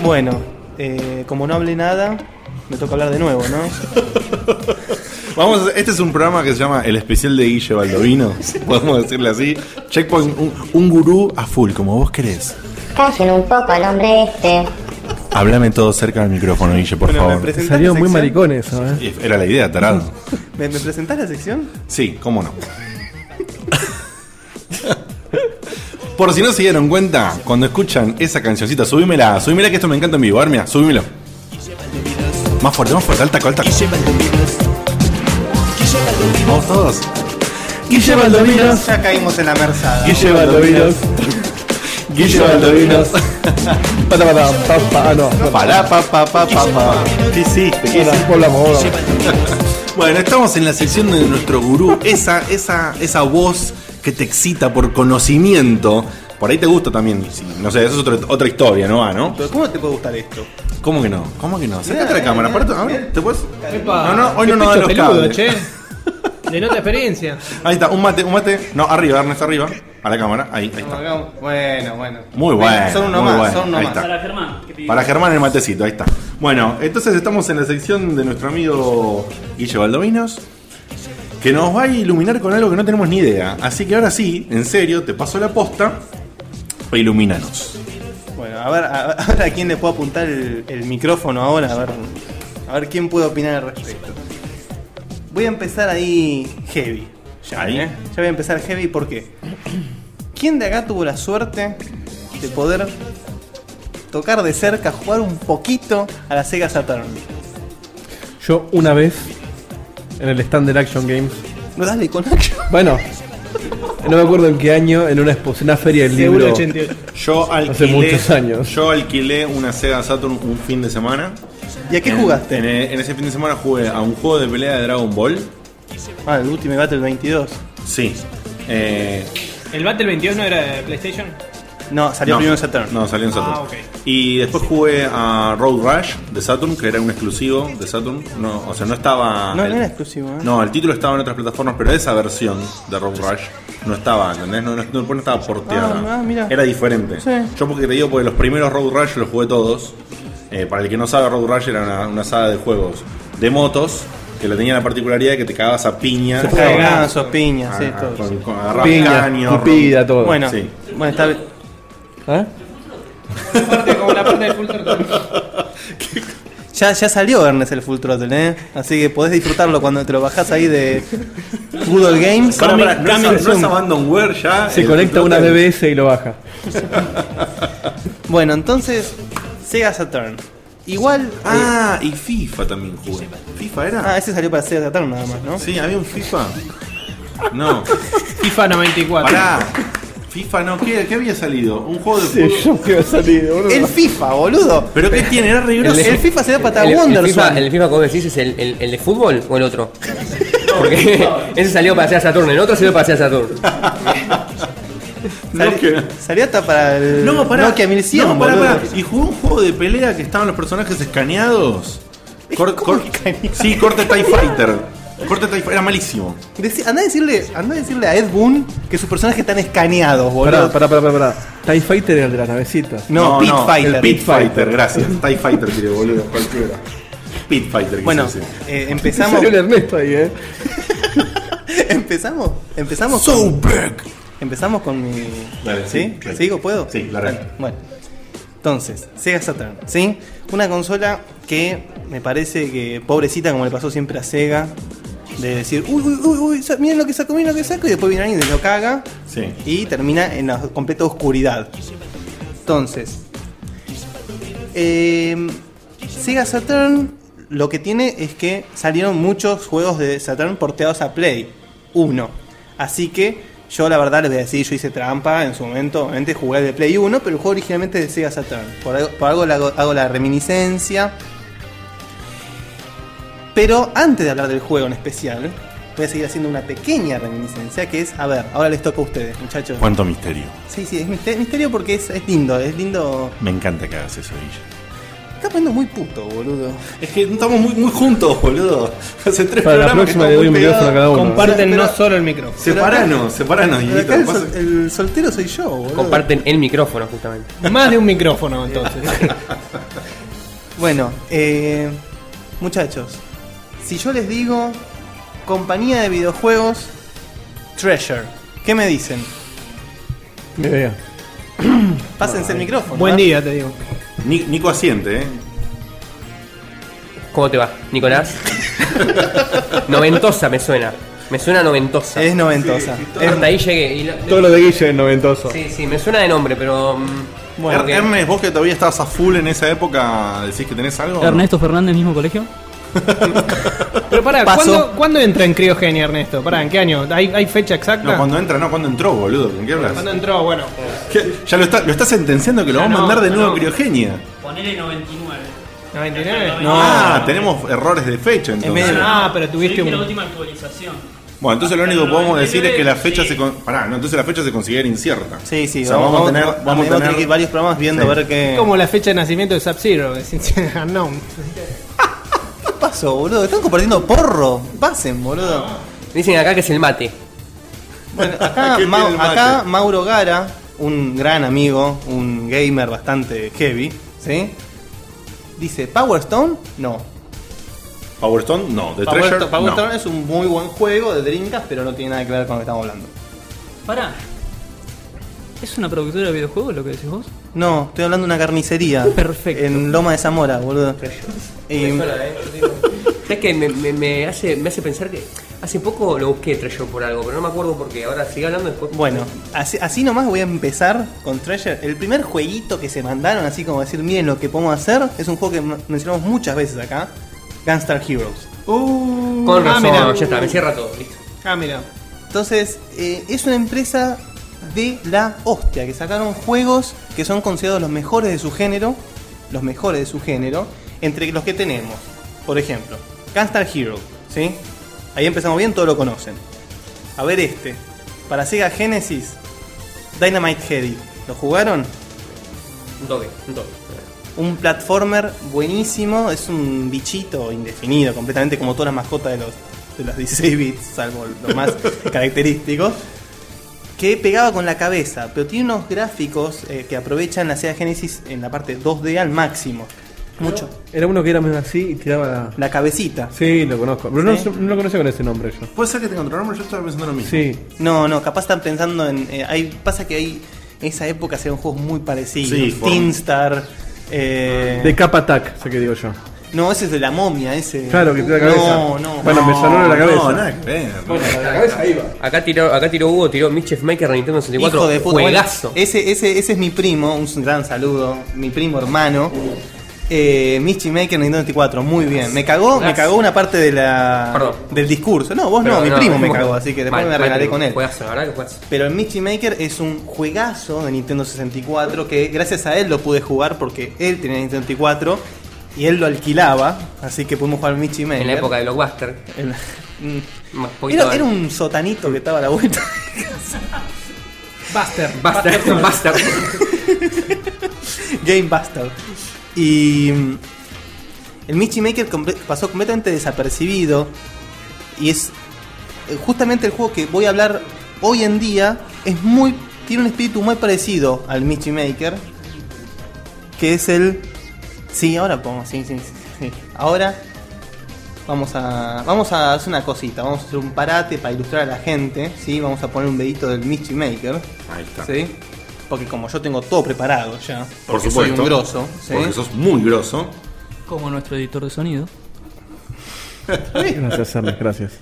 [SPEAKER 3] Bueno, eh, como no hablé nada, me toca hablar de nuevo, ¿no?
[SPEAKER 1] Vamos, a hacer- este es un programa que se llama El especial de Guille Baldovino, podemos decirle así. Checkpoint, un, un gurú a full, como vos querés.
[SPEAKER 7] Callen un poco al hombre este.
[SPEAKER 1] Háblame todo cerca del micrófono, Guille, por
[SPEAKER 3] Bueno, me
[SPEAKER 1] favor.
[SPEAKER 3] presentás
[SPEAKER 2] Salió
[SPEAKER 3] la
[SPEAKER 2] muy
[SPEAKER 3] sección?
[SPEAKER 2] maricón eso, ¿eh?
[SPEAKER 1] Era la idea, tarado.
[SPEAKER 3] ¿Me, ¿Me presentás la sección?
[SPEAKER 1] Sí, cómo no. Por si no se dieron cuenta, cuando escuchan esa cancioncita, subímela, subímela que esto me encanta en vivo, Armia, subímelo. Más fuerte, más fuerte, alta, alta. Vamos todos.
[SPEAKER 2] Guille Baldovinos.
[SPEAKER 3] Ya caímos en la merzada.
[SPEAKER 2] Guille Baldovinos. Guille Baldovinos. Pata, pata, pa, pa, ah, no.
[SPEAKER 1] Pará, pa, pa, pa, pa, pa. ¿Qué hiciste? ¿Qué hiciste?
[SPEAKER 2] Hola, volvamos, volvamos.
[SPEAKER 1] Bueno, estamos en la sección de nuestro gurú, esa, esa, esa voz que te excita por conocimiento. Por ahí te gusta también, sí. no sé, eso es otra, otra historia, ¿no? Ah, ¿no?
[SPEAKER 3] Pero ¿cómo te puede gustar esto?
[SPEAKER 1] ¿Cómo que no? ¿Cómo que no? Sacate
[SPEAKER 3] Mirá,
[SPEAKER 1] la cámara,
[SPEAKER 3] mirá,
[SPEAKER 1] aparte, a ver,
[SPEAKER 3] mirá.
[SPEAKER 1] ¿te puedes?
[SPEAKER 5] Epa,
[SPEAKER 1] No, no, hoy
[SPEAKER 5] qué
[SPEAKER 1] no nos
[SPEAKER 5] pecho
[SPEAKER 1] dan los
[SPEAKER 5] peludo,
[SPEAKER 1] cables.
[SPEAKER 5] che. Denota experiencia.
[SPEAKER 1] Ahí está, un mate, un mate. No, arriba, Ernesto, arriba. A la cámara, ahí, ahí está.
[SPEAKER 3] Bueno, bueno.
[SPEAKER 1] Muy bueno,
[SPEAKER 3] Venga, Son uno
[SPEAKER 1] muy
[SPEAKER 3] más,
[SPEAKER 1] bueno.
[SPEAKER 3] son uno
[SPEAKER 1] Ahí
[SPEAKER 3] más.
[SPEAKER 1] está.
[SPEAKER 6] Para Germán, que pidió.
[SPEAKER 1] Para Germán el matecito, ahí está. Bueno, entonces estamos en la sección de nuestro amigo Guille Baldovinos, que nos va a iluminar con algo que no tenemos ni idea. Así que ahora sí, en serio, te paso la posta e ilumínanos.
[SPEAKER 3] Bueno, a ver, a ver- a ver a quién le puedo apuntar el, el micrófono ahora, a ver, a ver quién puede opinar al respecto. Voy a empezar ahí heavy. Ya,
[SPEAKER 1] Ahí.
[SPEAKER 3] ¿eh? ya voy a empezar heavy porque. ¿Quién de acá tuvo la suerte de poder tocar de cerca, jugar un poquito a la Sega Saturn?
[SPEAKER 2] Yo una vez en el stand del Action Games.
[SPEAKER 3] No dale con action.
[SPEAKER 2] Bueno, no me acuerdo en qué año, en una, expo- una feria del
[SPEAKER 5] Seguro
[SPEAKER 2] libro.
[SPEAKER 5] 88.
[SPEAKER 1] Yo alquilé,
[SPEAKER 2] Hace muchos años.
[SPEAKER 1] Yo alquilé una Sega Saturn un fin de semana.
[SPEAKER 3] ¿Y a qué
[SPEAKER 1] En- En,
[SPEAKER 3] jugaste?
[SPEAKER 1] en ese fin de semana jugué a un juego de pelea de Dragon Ball.
[SPEAKER 3] Ah, el Ultimate Battle 22.
[SPEAKER 1] Sí. Eh,
[SPEAKER 5] ¿El Battle 22 no era de PlayStation?
[SPEAKER 3] No, Ah, salió
[SPEAKER 1] no,
[SPEAKER 3] primero en Saturn.
[SPEAKER 1] No, salió en Saturn.
[SPEAKER 5] Ah, ok.
[SPEAKER 1] Y después jugué a Road Rush de Saturn, que era un exclusivo de Saturn. No, o sea, no estaba.
[SPEAKER 3] No,
[SPEAKER 1] el-
[SPEAKER 3] no era exclusivo, ¿eh?
[SPEAKER 1] No, el título estaba en otras plataformas, pero esa versión de Road Rush no estaba, ¿entendés? No, no- no- no estaba porteada.
[SPEAKER 3] Ah, ah, mirá.
[SPEAKER 1] Era diferente.
[SPEAKER 3] Sí.
[SPEAKER 1] Yo porque te digo, porque los primeros Road Rush los jugué todos. Eh, para el que no sabe, Road Rush era una, una saga de juegos de motos que la tenía la particularidad de que te cagabas a piña.
[SPEAKER 3] Se cagaban sus piñas,
[SPEAKER 1] Ah,
[SPEAKER 3] sí, todo.
[SPEAKER 1] con- con- agarrabas
[SPEAKER 2] Piña,
[SPEAKER 1] caños, rom-
[SPEAKER 2] cupida, todo.
[SPEAKER 3] Bueno,
[SPEAKER 1] Sí.
[SPEAKER 3] bueno, está bien.
[SPEAKER 2] ¿Eh?
[SPEAKER 5] Parte como la parte de Full Throttle.
[SPEAKER 3] Ya, ya salió Ernest el Full Throttle, ¿eh? Así que podés disfrutarlo cuando te lo bajás ahí de Google Games.
[SPEAKER 1] Pará, pará, ¿no,
[SPEAKER 5] Coming
[SPEAKER 1] es, no es
[SPEAKER 5] soon.
[SPEAKER 1] abandonware ya.
[SPEAKER 2] Se
[SPEAKER 1] El
[SPEAKER 2] conecta a una
[SPEAKER 1] Throttle.
[SPEAKER 2] BBS y lo baja.
[SPEAKER 3] Bueno, entonces, Sega Saturn. Igual. eh,
[SPEAKER 1] Ah, y FIFA también jugué. ¿FIFA era?
[SPEAKER 3] ah, ese salió para Sega Saturn nada más, ¿no?
[SPEAKER 1] Sí, había un FIFA. No,
[SPEAKER 5] FIFA 94.
[SPEAKER 1] pará. FIFA no, ¿qué, qué había salido? Un juego de
[SPEAKER 2] Sí,
[SPEAKER 1] fútbol.
[SPEAKER 2] yo que iba a salir, boludo.
[SPEAKER 3] El FIFA, boludo.
[SPEAKER 1] ¿Pero qué tiene? Era re
[SPEAKER 3] El,
[SPEAKER 1] grosso.
[SPEAKER 3] FIFA se da para
[SPEAKER 4] el, el FIFA,
[SPEAKER 3] Wonderswan.
[SPEAKER 4] el FIFA, como decís, es el, el- el de fútbol o el otro. Porque ese salió para hacer Saturn, el otro salió para hacer Saturn.
[SPEAKER 1] No,
[SPEAKER 3] Sali-
[SPEAKER 1] que-
[SPEAKER 3] Salió hasta para el
[SPEAKER 1] No, pará.
[SPEAKER 3] Nokia 1100,
[SPEAKER 1] No, pará,
[SPEAKER 3] boludo.
[SPEAKER 1] pará. Y jugó un juego de pelea que estaban los personajes escaneados. Cor-
[SPEAKER 3] ¿Cómo
[SPEAKER 1] cor-
[SPEAKER 3] escaneados?
[SPEAKER 1] sí, corte TIE Fighter. Corte Taifa era malísimo.
[SPEAKER 3] Decí- andá, a decirle, andá a decirle a Ed Boon que sus personajes están escaneados, boludo.
[SPEAKER 2] Pará, pará, pará, pará, pará. TIE Fighter era el de las navecitas.
[SPEAKER 3] No, Pit Fighter.
[SPEAKER 1] el Pit Fighter, gracias. TIE Fighter, quiere, boludo, cualquiera. Pit Fighter,
[SPEAKER 3] Bueno,
[SPEAKER 1] quise decir.
[SPEAKER 3] eh, empezamos,
[SPEAKER 2] Salió el Ernesto ahí, eh.
[SPEAKER 3] empezamos, empezamos,
[SPEAKER 1] So
[SPEAKER 3] con,
[SPEAKER 1] back.
[SPEAKER 3] empezamos con mi,
[SPEAKER 1] Dale,
[SPEAKER 3] ¿sí?
[SPEAKER 1] sí, sí.
[SPEAKER 3] ¿Sigo? ¿Puedo?
[SPEAKER 1] Sí, la verdad.
[SPEAKER 3] Bueno, entonces Sega Saturn, sí, una consola que me parece que pobrecita como le pasó siempre a Sega de decir, uy, uy, uy, uy, sa- miren lo que saco, miren lo que saco y después viene alguien y lo caga
[SPEAKER 1] Sí.
[SPEAKER 3] y termina en la completa oscuridad. Entonces, eh, Sega Saturn lo que tiene es que salieron muchos juegos de Saturn porteados a Play 1. Así que yo la verdad les voy a decir, yo hice trampa en su momento, obviamente jugué el de Play 1, pero el juego originalmente es de Sega Saturn. Por algo, por algo le hago, hago la reminiscencia. Pero antes de hablar del juego en especial, voy a seguir haciendo una pequeña reminiscencia que es, a ver, ahora les toca a ustedes, muchachos.
[SPEAKER 1] Cuánto misterio.
[SPEAKER 3] Sí, sí, es miste- misterio porque es, es lindo, es lindo.
[SPEAKER 1] Me encanta que hagas eso, Guille.
[SPEAKER 3] Está poniendo muy puto, boludo.
[SPEAKER 1] Es que estamos muy, muy juntos, boludo. Hace tres
[SPEAKER 2] Para la
[SPEAKER 1] programas que
[SPEAKER 2] próxima
[SPEAKER 1] estamos
[SPEAKER 2] le doy un
[SPEAKER 1] muy
[SPEAKER 2] micrófono a
[SPEAKER 1] pegados.
[SPEAKER 2] cada uno.
[SPEAKER 5] Comparten
[SPEAKER 3] Pero-
[SPEAKER 5] no solo el micrófono.
[SPEAKER 1] Separanos, separanos,
[SPEAKER 3] Pero
[SPEAKER 1] Guillito.
[SPEAKER 3] acá el,
[SPEAKER 1] Pasa-
[SPEAKER 3] sol- el soltero soy yo, boludo.
[SPEAKER 4] Comparten el micrófono, justamente.
[SPEAKER 5] Más de un micrófono, entonces.
[SPEAKER 3] Bueno, eh, muchachos, si yo les digo compañía de videojuegos Treasure, ¿qué me dicen?
[SPEAKER 2] Ni idea.
[SPEAKER 3] Pásense el micrófono.
[SPEAKER 5] Buen
[SPEAKER 3] ¿eh?
[SPEAKER 5] día, te digo.
[SPEAKER 1] Ni- Nico asiente, ¿eh?
[SPEAKER 4] ¿Cómo te va, Nicolás? noventosa me suena. Me suena noventosa.
[SPEAKER 3] Es noventosa. Es-
[SPEAKER 4] Hasta ahí llegué. y la-
[SPEAKER 2] Todo lo de Guille es noventoso.
[SPEAKER 4] Sí, sí, me suena de nombre, pero. mm,
[SPEAKER 1] Bueno,
[SPEAKER 4] como que-
[SPEAKER 1] Er- Ernest, vos que todavía estabas a full en esa época, decís que tenés algo. o no?
[SPEAKER 6] Ernesto Fernández, mismo colegio.
[SPEAKER 5] Pero pará,
[SPEAKER 3] Paso.
[SPEAKER 5] ¿cuándo, cuándo entra en criogenia, Ernesto? Pará, ¿en qué año? ¿Hay, hay fecha exacta?
[SPEAKER 1] No, cuando entra, no, cuando entró, boludo. ¿Con qué hablas?
[SPEAKER 5] ¿Cuándo entró? Bueno.
[SPEAKER 1] ¿Qué? Ya lo está, lo está sentenciando que lo
[SPEAKER 6] Ya
[SPEAKER 1] va a
[SPEAKER 6] no,
[SPEAKER 1] mandar de
[SPEAKER 6] ya
[SPEAKER 1] nuevo a
[SPEAKER 6] no.
[SPEAKER 1] criogenia.
[SPEAKER 8] Ponele 99.
[SPEAKER 5] 99.
[SPEAKER 8] No.
[SPEAKER 1] Ah, tenemos errores de fecha entonces.
[SPEAKER 3] medio-
[SPEAKER 5] Ah, pero tuviste
[SPEAKER 8] Tuviste
[SPEAKER 5] un-
[SPEAKER 8] la última actualización.
[SPEAKER 1] Bueno, entonces lo
[SPEAKER 8] Hasta
[SPEAKER 1] único que
[SPEAKER 8] el
[SPEAKER 1] podemos decir es que la
[SPEAKER 8] 99,
[SPEAKER 1] fecha
[SPEAKER 8] sí.
[SPEAKER 1] se con... pará, no, entonces la fecha se considera incierta.
[SPEAKER 3] Sí, sí,
[SPEAKER 1] O sea, vamos, a tener, vamos a tener
[SPEAKER 3] que ir varios programas viendo
[SPEAKER 1] Sí.
[SPEAKER 3] a ver qué.
[SPEAKER 5] Como la fecha de nacimiento de Sub-Zero, es unknown.
[SPEAKER 3] ¿Qué pasó, boludo? Están compartiendo porro. Pasen, boludo.
[SPEAKER 4] Dicen acá que es el mate.
[SPEAKER 3] Bueno, acá,
[SPEAKER 1] ¿Qué
[SPEAKER 3] Mau-
[SPEAKER 1] tiene el mate?
[SPEAKER 3] acá Mauro Gara, un gran amigo, un gamer bastante heavy, ¿sí? Dice, ¿Power Stone? No.
[SPEAKER 1] Power Stone, no, The
[SPEAKER 3] Power,
[SPEAKER 1] Treasure,
[SPEAKER 3] Sto- Power
[SPEAKER 1] no.
[SPEAKER 3] Stone es un muy buen juego de drinkas, pero no tiene nada que ver con lo que estamos hablando.
[SPEAKER 6] Pará. ¿Es una productora de videojuegos lo que decís vos?
[SPEAKER 3] No, estoy hablando de una carnicería.
[SPEAKER 6] Perfecto.
[SPEAKER 3] En Loma de Zamora, boludo. Y-
[SPEAKER 4] ¿eh? Es que me, me- me hace, me hace pensar que hace poco lo busqué Treasure por algo, pero no me acuerdo porque ahora sigue hablando después.
[SPEAKER 3] Bueno, así, así nomás voy a empezar con Treasure. El primer jueguito que se mandaron, así como decir, miren lo que podemos hacer, es un juego que men- mencionamos muchas veces acá, Gunstar Heroes.
[SPEAKER 4] con
[SPEAKER 5] ah,
[SPEAKER 4] razón,
[SPEAKER 5] mirá.
[SPEAKER 4] ya está, me cierra todo, listo.
[SPEAKER 5] Ah, mira.
[SPEAKER 3] Entonces, eh, es una empresa de la hostia, que sacaron juegos que son considerados los mejores de su género, los mejores de su género, entre los que tenemos, por ejemplo, Gunstar Hero, ¿sí? Ahí empezamos bien, todos lo conocen. A ver este, para Sega Genesis, Dynamite Heady, ¿lo jugaron?
[SPEAKER 4] Un toque, un toque.
[SPEAKER 3] Un platformer buenísimo, es un bichito indefinido, completamente como todas las mascotas de los, de los 16 bits, salvo los más característicos, que pegaba con la cabeza, pero tiene unos gráficos eh, que aprovechan la Sega Genesis en la parte 2D al máximo. Mucho.
[SPEAKER 2] Era uno que era medio así y tiraba la.
[SPEAKER 3] La cabecita.
[SPEAKER 2] Sí, lo conozco. Pero
[SPEAKER 3] Sí.
[SPEAKER 2] no, no lo conocía con ese nombre yo.
[SPEAKER 1] Puede ser que tenga otro nombre, yo estaba pensando lo mismo.
[SPEAKER 2] Sí.
[SPEAKER 3] No, no, capaz están pensando en... eh, hay, pasa que hay... En esa época se juegos muy parecidos.
[SPEAKER 1] Sí, por-
[SPEAKER 3] Teamstar... eh,
[SPEAKER 2] De Cap Attack, sé que digo yo.
[SPEAKER 3] no, ese es de la momia, ese...
[SPEAKER 2] Claro, que tira la cabeza.
[SPEAKER 3] No, no.
[SPEAKER 2] Bueno, me sonó la cabeza.
[SPEAKER 1] No, nada que ver.
[SPEAKER 2] la cabeza iba.
[SPEAKER 4] Acá tiró, acá tiró Hugo, tiró Mischief Maker de Nintendo 64.
[SPEAKER 3] Hijo de puta.
[SPEAKER 4] Juegazo.
[SPEAKER 3] Bueno, ese, ese, ese es mi primo, un gran saludo, mi primo hermano. Eh, Michi Maker Nintendo 94, muy bien. Me cagó, me cagó una parte de la
[SPEAKER 4] Perdón.
[SPEAKER 3] del discurso. No, vos
[SPEAKER 4] Pero
[SPEAKER 3] no, mi primo me
[SPEAKER 4] bueno,
[SPEAKER 3] cagó, así que después
[SPEAKER 4] mal,
[SPEAKER 3] me arreglaré
[SPEAKER 4] mal,
[SPEAKER 3] con él.
[SPEAKER 4] Juegazo, la verdad que juegazo.
[SPEAKER 3] Pero el Michi Maker es un juegazo de Nintendo 64 que gracias a él lo pude jugar porque él tenía Nintendo 64 y él lo alquilaba, así que pudimos jugar al Michi Maker.
[SPEAKER 4] En la época de Blockbuster.
[SPEAKER 3] En la- Mm.
[SPEAKER 4] Más poquito
[SPEAKER 3] Era, era un sotanito que estaba a la vuelta.
[SPEAKER 5] Buster.
[SPEAKER 4] Buster, Buster.
[SPEAKER 3] Game Buster. Y mm, el Michi Maker comple- pasó completamente desapercibido. Y es eh, justamente el juego que voy a hablar hoy en día. Es muy. Tiene un espíritu muy parecido al Michi Maker. Que es el. Sí, ahora pongo. Sí, sí, sí, sí. Ahora. Vamos a, vamos a hacer una cosita, vamos a hacer un parate para ilustrar a la gente, ¿sí? Vamos a poner un dedito del Michi Maker,
[SPEAKER 1] Ahí está.
[SPEAKER 3] ¿sí? Porque como yo tengo todo preparado ya,
[SPEAKER 1] Por
[SPEAKER 3] porque
[SPEAKER 1] supuesto.
[SPEAKER 3] soy un grosso, ¿sí?
[SPEAKER 1] Porque sos muy grosso.
[SPEAKER 6] Como nuestro editor de sonido.
[SPEAKER 2] Gracias, Ernest, gracias.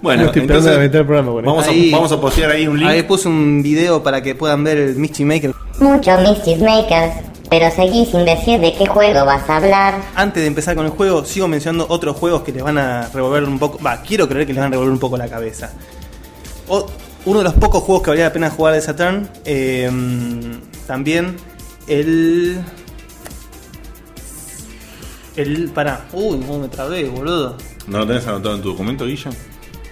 [SPEAKER 1] Bueno,
[SPEAKER 2] estoy
[SPEAKER 1] entonces,
[SPEAKER 2] esperando de meter el programa con él.
[SPEAKER 1] vamos,
[SPEAKER 3] Ahí-
[SPEAKER 1] a, vamos a postear ahí un link.
[SPEAKER 3] Ahí puse un video para que puedan ver el Mischief Maker.
[SPEAKER 7] Muchos Mischief Makers, pero seguí sin decir de qué juego vas a hablar.
[SPEAKER 3] Antes de empezar con el juego, sigo mencionando otros juegos que les van a revolver un poco. Va, quiero creer que les van a revolver un poco la cabeza. O- uno de los pocos juegos que valía la pena jugar de Saturn. eh, también el. El. Pará. Uy, cómo me trabé, boludo.
[SPEAKER 1] ¿No lo tenés anotado en tu documento, Guilla?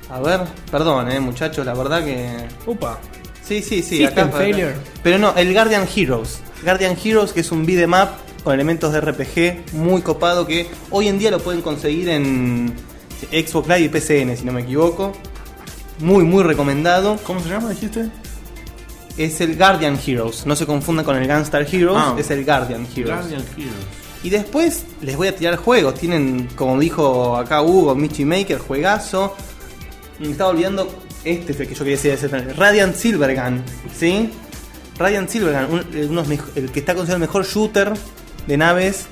[SPEAKER 3] A ver, perdón, eh, muchachos, la verdad que.
[SPEAKER 5] Upa.
[SPEAKER 3] Sí, sí, sí.
[SPEAKER 5] System
[SPEAKER 3] para
[SPEAKER 5] failure.
[SPEAKER 3] Pero no, el Guardian Heroes. Guardian Heroes, que es un beat'em up con elementos de RPG muy copado que hoy en día lo pueden conseguir en Xbox Live y PCN, si no me equivoco. Muy, muy recomendado.
[SPEAKER 1] ¿Cómo se llama, dijiste?
[SPEAKER 3] Es el Guardian Heroes. No se confundan con el Gunstar Heroes,
[SPEAKER 1] Ah.
[SPEAKER 3] es el Guardian Heroes.
[SPEAKER 1] Guardian Heroes.
[SPEAKER 3] Y después les voy a tirar juegos. Tienen, como dijo acá Hugo, Michi Maker, juegazo. Me estaba olvidando, este es el que yo quería decir, es el- Radiant Silvergun, ¿sí? Radiant Silvergun, un- eh, unos mej- el que está considerado el mejor shooter de naves.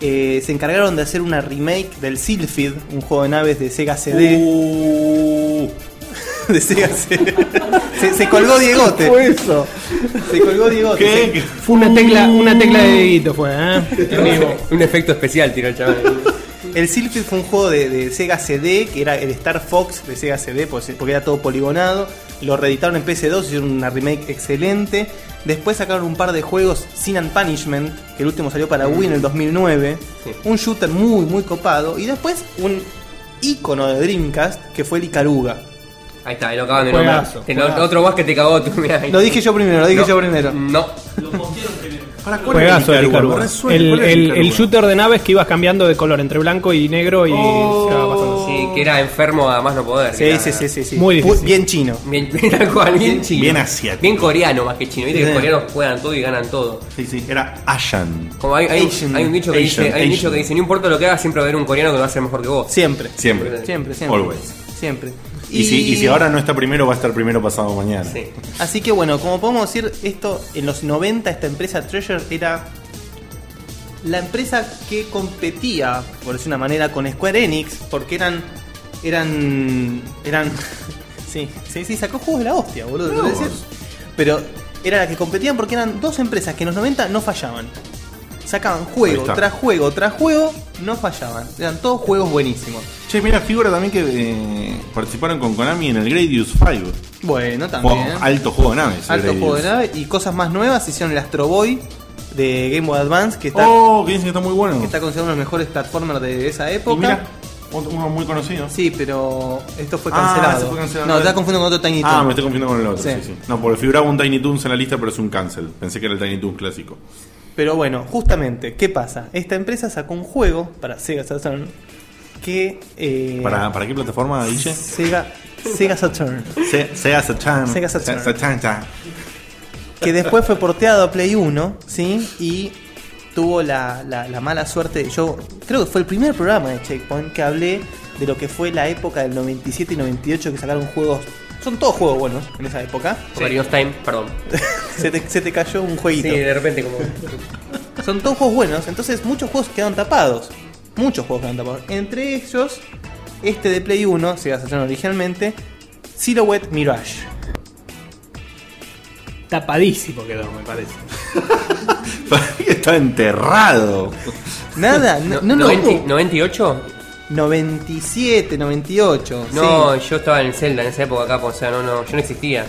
[SPEAKER 3] Eh, se encargaron de hacer una remake del Silphid, un juego de naves de Sega CD.
[SPEAKER 1] Uh.
[SPEAKER 3] De Sega CD. se, se colgó Diegote.
[SPEAKER 2] fue eso?
[SPEAKER 3] Se colgó Diegote. Se-
[SPEAKER 1] ¿Qué?
[SPEAKER 5] Fue una tecla, una tecla de dedito fue, ¿eh?
[SPEAKER 4] Un efecto especial tiró el chaval.
[SPEAKER 3] El Silphid fue un juego de, de Sega CD, que era el Star Fox de Sega CD, pues, porque era todo poligonado. Lo reeditaron en PC2, hicieron una remake excelente. Después sacaron un par de juegos, Sin and Punishment, que el último salió
[SPEAKER 1] Mm.
[SPEAKER 3] para Wii en el 2009.
[SPEAKER 4] Sí.
[SPEAKER 3] Un shooter muy, muy copado. Y después un ícono de Dreamcast, que fue el Icaruga.
[SPEAKER 4] Ahí está, ahí lo acaban de nombrar.
[SPEAKER 5] Juegazo,
[SPEAKER 4] Te lo- Otro más que te cagó tú, mirá.
[SPEAKER 3] Lo dije yo primero, lo dije
[SPEAKER 4] No.
[SPEAKER 3] yo primero.
[SPEAKER 1] Mm.
[SPEAKER 4] No.
[SPEAKER 1] ¿Para cuál era
[SPEAKER 5] Juegazo el
[SPEAKER 1] Icaruga?
[SPEAKER 5] Icaruga.
[SPEAKER 1] Me resuena,
[SPEAKER 5] El,
[SPEAKER 1] ¿cuál era
[SPEAKER 5] el,
[SPEAKER 1] Icaruga?
[SPEAKER 5] el shooter de naves que ibas cambiando de color entre blanco y negro y se va pasando.
[SPEAKER 4] Sí, que era enfermo a más no poder.
[SPEAKER 3] Sí,
[SPEAKER 4] era-
[SPEAKER 3] sí, sí, sí, sí.
[SPEAKER 5] Muy difícil.
[SPEAKER 3] Pu- Bien chino.
[SPEAKER 4] Bien, tal cual, bien chino.
[SPEAKER 1] bien asiático.
[SPEAKER 4] Bien coreano más que chino. Viste que
[SPEAKER 3] Sí.
[SPEAKER 4] los coreanos juegan todo y ganan todo.
[SPEAKER 1] Sí, sí, era Ashan.
[SPEAKER 4] Como hay, hay,
[SPEAKER 3] Asian,
[SPEAKER 4] hay un dicho que
[SPEAKER 1] Asian,
[SPEAKER 4] dice, hay un dicho
[SPEAKER 1] Asian.
[SPEAKER 4] que dice, no importa lo que hagas, siempre va a haber un coreano que lo va a hacer mejor que vos.
[SPEAKER 3] Siempre.
[SPEAKER 1] Siempre.
[SPEAKER 3] Siempre, siempre.
[SPEAKER 1] Always.
[SPEAKER 3] Siempre.
[SPEAKER 1] Y, si, y si ahora no está primero, va a estar primero pasado mañana.
[SPEAKER 4] Sí.
[SPEAKER 3] Así que bueno, como podemos decir, esto en los 90 esta empresa Treasure era la empresa que competía, por decir una manera, con Square Enix, porque eran eran eran sí, sí, sí, sacó juegos de la hostia, boludo, te voy a decir. Pero era la que competían porque eran dos empresas que en los 90 no fallaban. Sacaban
[SPEAKER 1] Ahí
[SPEAKER 3] juego
[SPEAKER 1] está.
[SPEAKER 3] tras juego tras juego, no fallaban. Eran todos juegos buenísimos.
[SPEAKER 1] Che, mira, figura también que eh, participaron con Konami en el Gradius 5.
[SPEAKER 3] Bueno,
[SPEAKER 1] Juego-
[SPEAKER 3] también.
[SPEAKER 1] alto juego de naves. el
[SPEAKER 3] Alto
[SPEAKER 1] Gradius.
[SPEAKER 3] juego de nave y cosas más nuevas hicieron el Astro Boy de Game Boy Advance que está,
[SPEAKER 1] Oh, que dicen que está muy bueno.
[SPEAKER 3] que está considerado uno de los mejores platformers de esa
[SPEAKER 1] y mira,
[SPEAKER 3] época.
[SPEAKER 1] uno muy conocido.
[SPEAKER 3] Sí, pero esto fue
[SPEAKER 1] Ah,
[SPEAKER 3] cancelado.
[SPEAKER 1] se fue cancelado.
[SPEAKER 3] No, está confundiendo con otro Tiny
[SPEAKER 1] Ah,
[SPEAKER 3] Toon.
[SPEAKER 1] me estoy confundiendo con el otro.
[SPEAKER 3] Sí.
[SPEAKER 1] Sí. sí. No, porque figuraba un Tiny Toons en la lista, pero es un cancel. Pensé que era el Tiny Toons clásico.
[SPEAKER 3] Pero bueno, justamente, ¿qué pasa? Esta empresa sacó un juego para Sega Saturn que eh,
[SPEAKER 1] ¿Para, ¿Para qué plataforma, Guille?
[SPEAKER 3] Sega Sega Saturn
[SPEAKER 1] Se- Sega Saturn.
[SPEAKER 3] Sega Saturn.
[SPEAKER 1] Se- Saturn, ta.
[SPEAKER 3] que después fue porteado a Play 1, ¿sí? Y tuvo la, la- la mala suerte. Yo creo que fue el primer programa de Checkpoint que hablé de lo que fue la época del 97 y 98 que sacaron juegos. Son todos juegos buenos en esa época.
[SPEAKER 4] Ocarina of Time, perdón.
[SPEAKER 3] se, te, se te cayó un
[SPEAKER 4] Sí,
[SPEAKER 3] jueguito.
[SPEAKER 4] de repente como...
[SPEAKER 3] Son todos juegos buenos, entonces muchos juegos quedaron tapados. Muchos juegos quedaron tapados. Entre ellos, este de Play 1, Sega Saturn originalmente, Silhouette Mirage.
[SPEAKER 5] Tapadísimo quedó, me parece.
[SPEAKER 1] Está enterrado.
[SPEAKER 3] Nada, no, no, no.
[SPEAKER 4] ¿90 ¿98?
[SPEAKER 3] 97, 98. sí.
[SPEAKER 4] No, yo estaba en el Zelda en esa época acá, pues, o sea, no, no, yo no existía.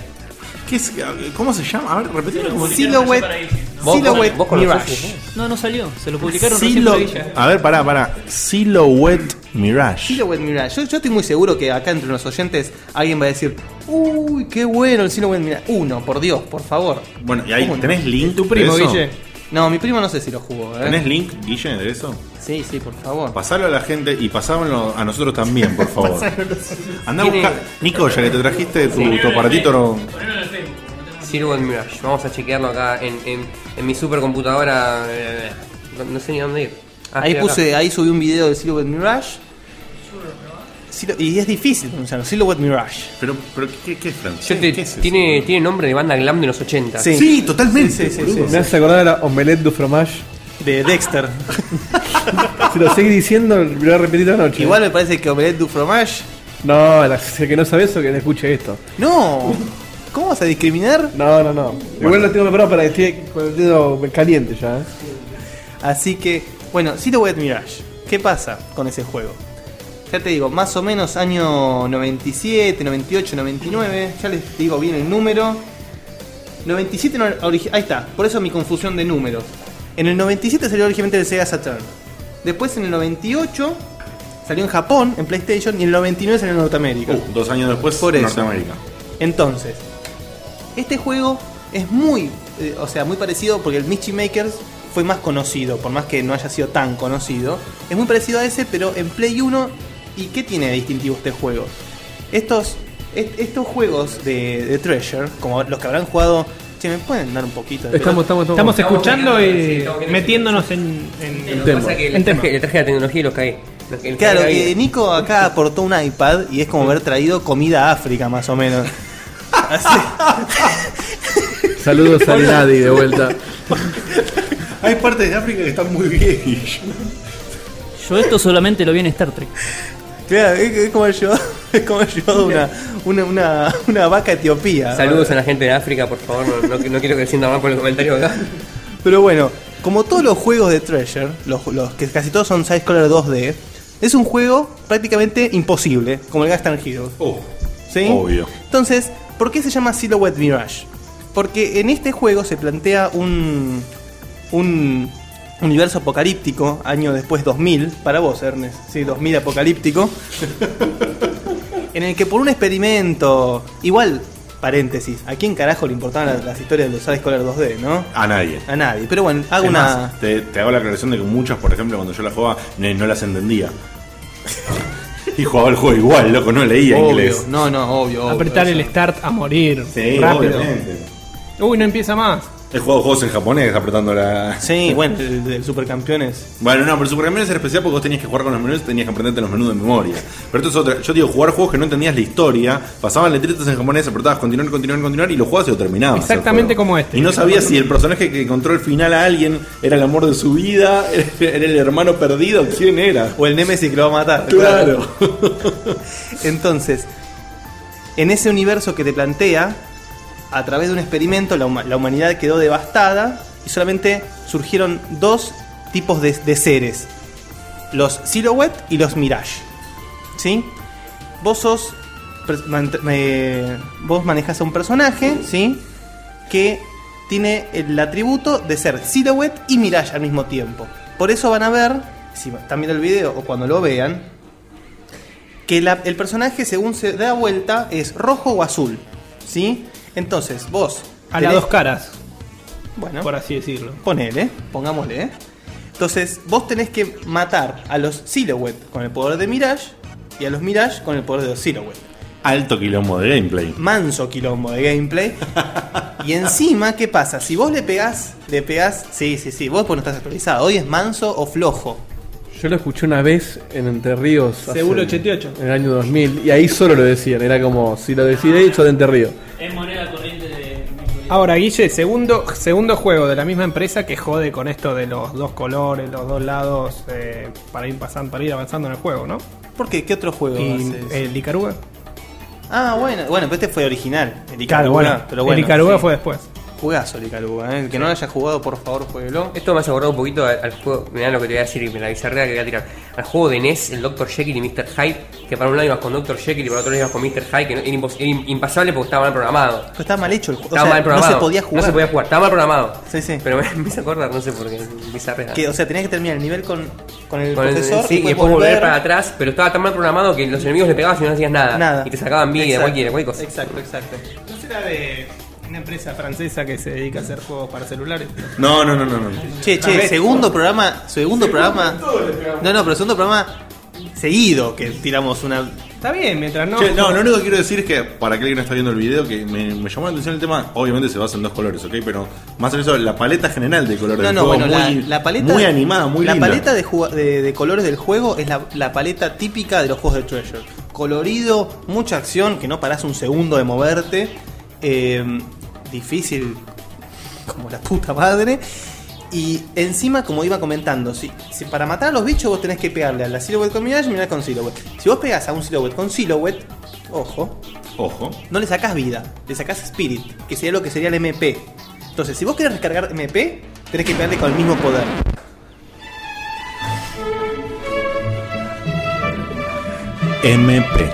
[SPEAKER 1] ¿Qué es- ¿Cómo se llama? A ver, repetilo como
[SPEAKER 8] Sí, lo
[SPEAKER 3] Silhouette,
[SPEAKER 8] para Guille, ¿no?
[SPEAKER 4] ¿Vos-
[SPEAKER 3] Silhouette
[SPEAKER 4] vos conocés
[SPEAKER 3] Mirage.
[SPEAKER 4] ese?
[SPEAKER 6] No, no salió. Se lo publicaron recién
[SPEAKER 1] Silo-
[SPEAKER 6] por Villa.
[SPEAKER 1] A ver, pará, pará. Silhouette Mirage.
[SPEAKER 3] Silhouette Mirage. Yo, yo estoy muy seguro que acá entre los oyentes alguien va a decir, uy, qué bueno el Silhouette Mirage. Uno, por Dios, por favor.
[SPEAKER 1] Bueno, y ahí
[SPEAKER 3] ¿Cómo no?
[SPEAKER 1] tenés link.
[SPEAKER 5] Tu primo,
[SPEAKER 1] de eso?
[SPEAKER 5] Guille.
[SPEAKER 3] No, mi primo no sé si lo jugó, ¿eh?
[SPEAKER 1] ¿Tenés Ah, link, Guille, de eso?
[SPEAKER 3] Sí, sí, por favor.
[SPEAKER 1] Pasalo a la gente y pasámoslo a nosotros también, por favor. Andá a buscar. Nico, ya que te trajiste tu, tu aparatito. no-
[SPEAKER 8] Ponelo en el Facebook. como no tengo-
[SPEAKER 4] Silver Mirage. Vamos a chequearlo acá en, en, en mi supercomputadora. eh, no, no sé ni dónde ir. Ah,
[SPEAKER 3] ahí
[SPEAKER 4] estoy acá.
[SPEAKER 3] puse, ahí subí un video de Silhouette Mirage. Silo- y es difícil pronunciarlo, Silhouette Mirage.
[SPEAKER 1] Pero, pero ¿qué, qué es francés?
[SPEAKER 4] Yo te-
[SPEAKER 1] ¿Qué es eso?
[SPEAKER 4] tiene, tiene nombre de banda glam de los 80.
[SPEAKER 3] Sí.
[SPEAKER 1] Sí, totalmente.
[SPEAKER 3] Sí, sí, sí,
[SPEAKER 1] boludo.
[SPEAKER 2] Me hace acordar a Omelette du Fromage.
[SPEAKER 3] De Dexter.
[SPEAKER 2] Si lo seguís diciendo, lo voy a repetir la noche.
[SPEAKER 3] Igual me parece que Omelette du Fromage.
[SPEAKER 2] No, la, el que no sabe eso, que no escuche esto.
[SPEAKER 3] No. ¿Cómo vas a discriminar?
[SPEAKER 2] No, no, no. Igual lo tengo preparado para que esté con el dedo caliente ya. ¿eh?
[SPEAKER 3] Así que, bueno, Silhouette Mirage. ¿Qué pasa con ese juego? Ya te digo, más o menos año 97, 98, 99. Ya les digo bien el número. 97 no- origi- ahí está, por eso mi confusión de números. En el 97 salió originalmente el Sega Saturn. Después en el 98 salió en Japón, en PlayStation, y en el 99 salió en Norteamérica.
[SPEAKER 1] Uh, dos años después,
[SPEAKER 3] Por eso.
[SPEAKER 1] Norteamérica.
[SPEAKER 3] Entonces, este juego es muy, eh, o sea, muy parecido porque el Michi Makers fue más conocido, por más que no haya sido tan conocido. Es muy parecido a ese, pero en Play 1. ¿Y qué tiene de distintivo este juego? Estos, est- estos juegos de, de Treasure, como los que habrán jugado, che, ¿me pueden dar un poquito de
[SPEAKER 2] Estamos, estamos,
[SPEAKER 5] Estamos escuchando
[SPEAKER 4] queriendo- sí,
[SPEAKER 5] y
[SPEAKER 4] estamos queriendo-
[SPEAKER 5] metiéndonos en, en-
[SPEAKER 4] Lo
[SPEAKER 5] en
[SPEAKER 4] que pasa es que le
[SPEAKER 5] en tema.
[SPEAKER 4] traje, le traje la tecnología y los caí. Los que- los
[SPEAKER 3] Claro,
[SPEAKER 4] caí
[SPEAKER 3] que
[SPEAKER 4] ahí.
[SPEAKER 3] Nico acá aportó un iPad y es como haber traído comida a África, más o menos. Así-
[SPEAKER 2] Saludos a Ladi de vuelta.
[SPEAKER 1] Hay partes de África que están muy bien. Guille.
[SPEAKER 6] Yo esto solamente lo vi en Star Trek.
[SPEAKER 3] Claro, es, es como yo, es como yo una, una, una, una vaca etiopía.
[SPEAKER 4] Saludos a la gente de África, por favor. No, no- no quiero que se sientan mal por el comentario acá.
[SPEAKER 3] Pero bueno, como todos los juegos de Treasure, los, los que casi todos son side scroller 2D, es un juego prácticamente imposible, como el Gaston Heroes.
[SPEAKER 1] Uh,
[SPEAKER 3] ¿Sí?
[SPEAKER 1] Obvio.
[SPEAKER 3] Entonces, ¿por qué se llama Silhouette Mirage? Porque en este juego se plantea un, un universo apocalíptico, año después 2000, para vos Ernest, sí, 2000 apocalíptico, en el que por un experimento, igual, paréntesis, ¿a quién carajo le importaban las, las historias de los side Scholar 2D, no?
[SPEAKER 1] A nadie.
[SPEAKER 3] A nadie, pero bueno, hago
[SPEAKER 1] Es
[SPEAKER 3] una...
[SPEAKER 1] más, te, te hago la aclaración de que muchas, por ejemplo, cuando yo las jugaba, no, no las entendía. y jugaba el juego igual, loco, no leía
[SPEAKER 3] Obvio,
[SPEAKER 1] inglés.
[SPEAKER 3] No, no, obvio. obvio,
[SPEAKER 5] Apretar
[SPEAKER 3] eso.
[SPEAKER 5] el start a morir.
[SPEAKER 1] Sí,
[SPEAKER 5] rápido.
[SPEAKER 1] obviamente.
[SPEAKER 5] Uy, no empieza más.
[SPEAKER 1] He jugado juegos en japonés apretando la.
[SPEAKER 3] Sí, bueno, el, del Supercampeones.
[SPEAKER 1] Bueno, no, pero Super Campeones era especial porque vos tenías que jugar con los menús, tenías que aprenderte los menús de memoria. Pero esto es otra. Yo digo, jugar juegos que no entendías la historia, pasaban letritas en japonés, apretabas continuar, continuar, continuar y lo jugabas y lo terminabas.
[SPEAKER 5] Exactamente
[SPEAKER 1] el juego.
[SPEAKER 5] como este.
[SPEAKER 1] Y no sabías si el personaje que encontró el final a alguien era el amor de su vida, era el hermano perdido, quién era.
[SPEAKER 3] O el Nemesis que lo va a matar.
[SPEAKER 1] Claro.
[SPEAKER 3] Entonces, en ese universo que te plantea, a través de un experimento, la, huma- la humanidad quedó devastada y solamente surgieron dos tipos de, de seres: los Silhouette y los Mirage. ¿Sí? Vos sos. per- mant- eh, vos manejás a un personaje, ¿sí? Que tiene el atributo de ser Silhouette y Mirage al mismo tiempo. Por eso van a ver, si están viendo el video o cuando lo vean, que la- el personaje según se da vuelta es rojo o azul, ¿sí? Entonces, vos...
[SPEAKER 5] A las
[SPEAKER 3] tenés-
[SPEAKER 5] dos caras,
[SPEAKER 3] Bueno,
[SPEAKER 5] por así decirlo.
[SPEAKER 3] ponele, pongámosle, ¿eh? Entonces, vos tenés que matar a los Silhouette con el poder de Mirage y a los Mirage con el poder de los Silhouette.
[SPEAKER 1] Alto quilombo de gameplay.
[SPEAKER 3] Manso quilombo de gameplay. y encima, ¿qué pasa? Si vos le pegás, le pegás... Sí, sí, sí, vos pues no estás actualizado. Hoy es manso o flojo.
[SPEAKER 2] Yo lo escuché una vez en Entre Ríos. hace-
[SPEAKER 5] Seguro 88.
[SPEAKER 2] En el año 2000. Y ahí solo lo decían. Era como, si lo decidís, sos de Entre Ríos.
[SPEAKER 8] Es moneda corriente de México.
[SPEAKER 5] Ahora, Guille, segundo, segundo juego de la misma empresa que jode con esto de los dos colores, los dos lados, eh, para ir pasando, para ir avanzando en el juego, ¿no?
[SPEAKER 3] ¿Por qué? ¿Qué otro juego
[SPEAKER 5] Y eh,
[SPEAKER 3] hace eso?
[SPEAKER 5] el Licaruga.
[SPEAKER 3] Ah, bueno, bueno, pero este fue original. El Icaruga,
[SPEAKER 5] Claro, bueno,
[SPEAKER 3] pero bueno,
[SPEAKER 5] el Licaruga
[SPEAKER 3] sí.
[SPEAKER 5] fue después.
[SPEAKER 3] Jugazo el Icaruga, ¿eh? El que no lo haya jugado, por favor, jueguelo.
[SPEAKER 4] Esto me ha acordado un poquito al, al juego. Mirá lo que te voy a decir y me la bizarrea que voy a tirar. Al juego de NES, el Dr. Jekyll y Mr. Hyde. Que para un lado ibas con Dr. Jekyll y para otro lado ibas con Mr. Hyde. Que no- era, impos- era impasable porque estaba mal programado.
[SPEAKER 3] Pero estaba mal hecho el juego.
[SPEAKER 4] Estaba
[SPEAKER 3] o sea,
[SPEAKER 4] mal programado.
[SPEAKER 3] No se podía jugar.
[SPEAKER 4] No se podía jugar. Estaba mal programado.
[SPEAKER 3] Sí, sí.
[SPEAKER 4] Pero me empiezo a acordar, no sé por qué. Bizarrea.
[SPEAKER 3] Que, o sea, tenías que terminar el nivel con, con el
[SPEAKER 4] Con el-
[SPEAKER 3] profesor
[SPEAKER 4] sí, y después volver. para atrás, pero estaba tan mal programado que los enemigos le pegaban y no hacías nada.
[SPEAKER 3] Nada.
[SPEAKER 4] Y te sacaban vida,
[SPEAKER 3] Exacto.
[SPEAKER 4] cualquiera, cualquier cosa.
[SPEAKER 3] Exacto, exacto.
[SPEAKER 5] ¿No será de Una empresa francesa que se dedica a hacer juegos para celulares.
[SPEAKER 1] No, no, no, no. no.
[SPEAKER 3] Che, che, segundo programa, segundo programa. No, no, pero segundo programa seguido que tiramos una.
[SPEAKER 5] Está bien, mientras no.
[SPEAKER 1] Che, no, lo único que quiero decir es que, para aquel que no está viendo el video, que me, me llamó la atención el tema, obviamente se basa en dos colores, ¿ok? Pero más allá de eso, la paleta general de colores
[SPEAKER 3] No,
[SPEAKER 1] del
[SPEAKER 3] no,
[SPEAKER 1] juego
[SPEAKER 3] bueno, la,
[SPEAKER 1] muy,
[SPEAKER 3] la paleta.
[SPEAKER 1] muy animada, muy
[SPEAKER 3] La
[SPEAKER 1] linda.
[SPEAKER 3] paleta de, jugu- de- de colores del juego es la, la paleta típica de los juegos de Treasure. Colorido, mucha acción, que no parás un segundo de moverte. eh, difícil como la puta madre. Y encima, como iba comentando, si, si para matar a los bichos vos tenés que pegarle a la silhouette con mirage y mirage con silhouette. Si vos pegás a un silhouette con silhouette, ojo,
[SPEAKER 1] Ojo.
[SPEAKER 3] no le sacás vida, le sacás spirit, que sería lo que sería el MP. Entonces, si vos querés recargar MP, tenés que pegarle con el mismo poder.
[SPEAKER 1] MP.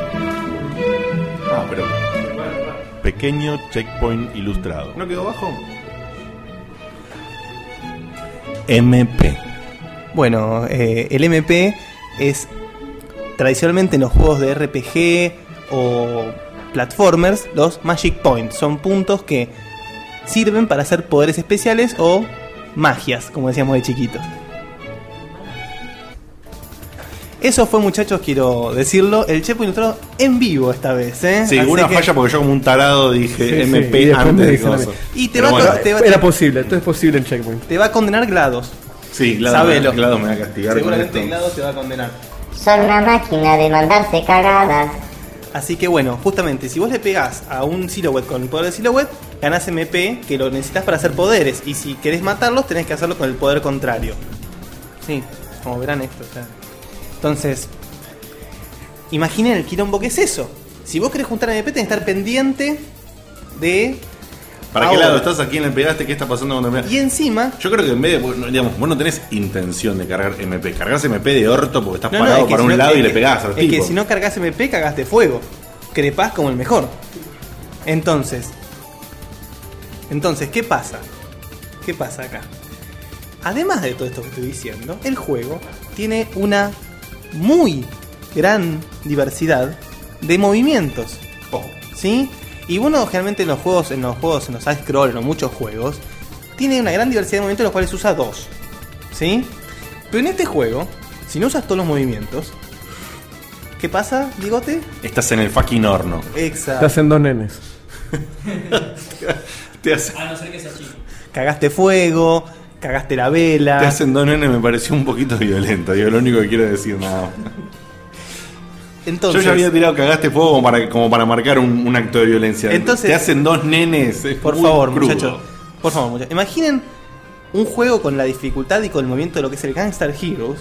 [SPEAKER 1] Ah, pero. Pequeño checkpoint ilustrado. ¿No quedó bajo? MP.
[SPEAKER 3] Bueno, eh, el MP es tradicionalmente en los juegos de RPG o platformers, los Magic Points. Son puntos que sirven para hacer poderes especiales o magias, como decíamos de chiquitos. Eso fue, muchachos, quiero decirlo. El Chepo Ilustrado en vivo esta vez, ¿eh?
[SPEAKER 1] Sí,
[SPEAKER 3] Así
[SPEAKER 1] una
[SPEAKER 3] que-
[SPEAKER 1] falla porque yo como un tarado dije
[SPEAKER 2] Sí, sí, y
[SPEAKER 1] MP
[SPEAKER 2] después me
[SPEAKER 1] antes de
[SPEAKER 2] dicen a mí.
[SPEAKER 1] coso.
[SPEAKER 3] Y te
[SPEAKER 1] Pero
[SPEAKER 3] va a
[SPEAKER 1] bueno,
[SPEAKER 3] to- te va-
[SPEAKER 2] Era posible, esto es posible en Checkpoint.
[SPEAKER 3] Te va a condenar GLaDOS.
[SPEAKER 1] Sí, Glado, me-
[SPEAKER 3] Sabelo.
[SPEAKER 1] Glado me va a castigar con esto.
[SPEAKER 3] Seguramente GLaDOS te va a condenar.
[SPEAKER 7] Son una máquina de mandarse cagadas.
[SPEAKER 3] Así que bueno, justamente, si vos le pegás a un Silhouette con el poder de Silhouette, ganás MP, que lo necesitas para hacer poderes. Y si querés matarlos, tenés que hacerlo con el poder contrario. Sí, como verán esto. está. Entonces, imaginen el quilombo que es eso. Si vos querés juntar MP, tenés que estar pendiente de...
[SPEAKER 1] ¿Para qué
[SPEAKER 3] Ahora.
[SPEAKER 1] lado estás? ¿A quién le pegaste? ¿Qué está pasando cuando me
[SPEAKER 3] Y encima...
[SPEAKER 1] Yo creo que en vez de. vos no- Digamos, vos no tenés intención de cargar MP. Cargas MP de orto porque estás
[SPEAKER 3] No, no,
[SPEAKER 1] parado
[SPEAKER 3] es que
[SPEAKER 1] para
[SPEAKER 3] si
[SPEAKER 1] un
[SPEAKER 3] no-
[SPEAKER 1] lado
[SPEAKER 3] es
[SPEAKER 1] y le
[SPEAKER 3] que-
[SPEAKER 1] pegás al
[SPEAKER 3] Es que
[SPEAKER 1] tipo.
[SPEAKER 3] si no cargas MP, cagás de fuego. Crepás como el mejor. Entonces. Entonces, ¿qué pasa? ¿Qué pasa acá? Además de todo esto que estoy diciendo, el juego tiene una muy gran diversidad de movimientos. ¿Sí? Y bueno, generalmente en los juegos, en los juegos, en los side scroll, en los muchos juegos, tiene una gran diversidad de movimientos en los cuales usa dos. ¿Sí? Pero en este juego, si no usas todos los movimientos, ¿qué pasa, bigote?
[SPEAKER 1] Estás en el fucking horno.
[SPEAKER 2] Te
[SPEAKER 3] Exacto.
[SPEAKER 2] hacen dos nenes.
[SPEAKER 1] Te, hace-
[SPEAKER 8] A no ser que sea chico.
[SPEAKER 3] Cagaste fuego, cagaste la
[SPEAKER 1] te
[SPEAKER 3] vela.
[SPEAKER 1] hacen dos nenes, me pareció un poquito violento. Digo, lo único que quiero decir nada. más.
[SPEAKER 3] Entonces,
[SPEAKER 1] Yo ya había tirado cagaste fuego como para, como para marcar un, un acto de violencia.
[SPEAKER 3] Entonces-
[SPEAKER 1] te hacen dos nenes. es
[SPEAKER 3] por
[SPEAKER 1] Este, muy
[SPEAKER 3] favor,
[SPEAKER 1] crudo.
[SPEAKER 3] muchachos. Por favor, muchachos. Imaginen un juego con la dificultad y con el movimiento de lo que es el Gangstar Heroes,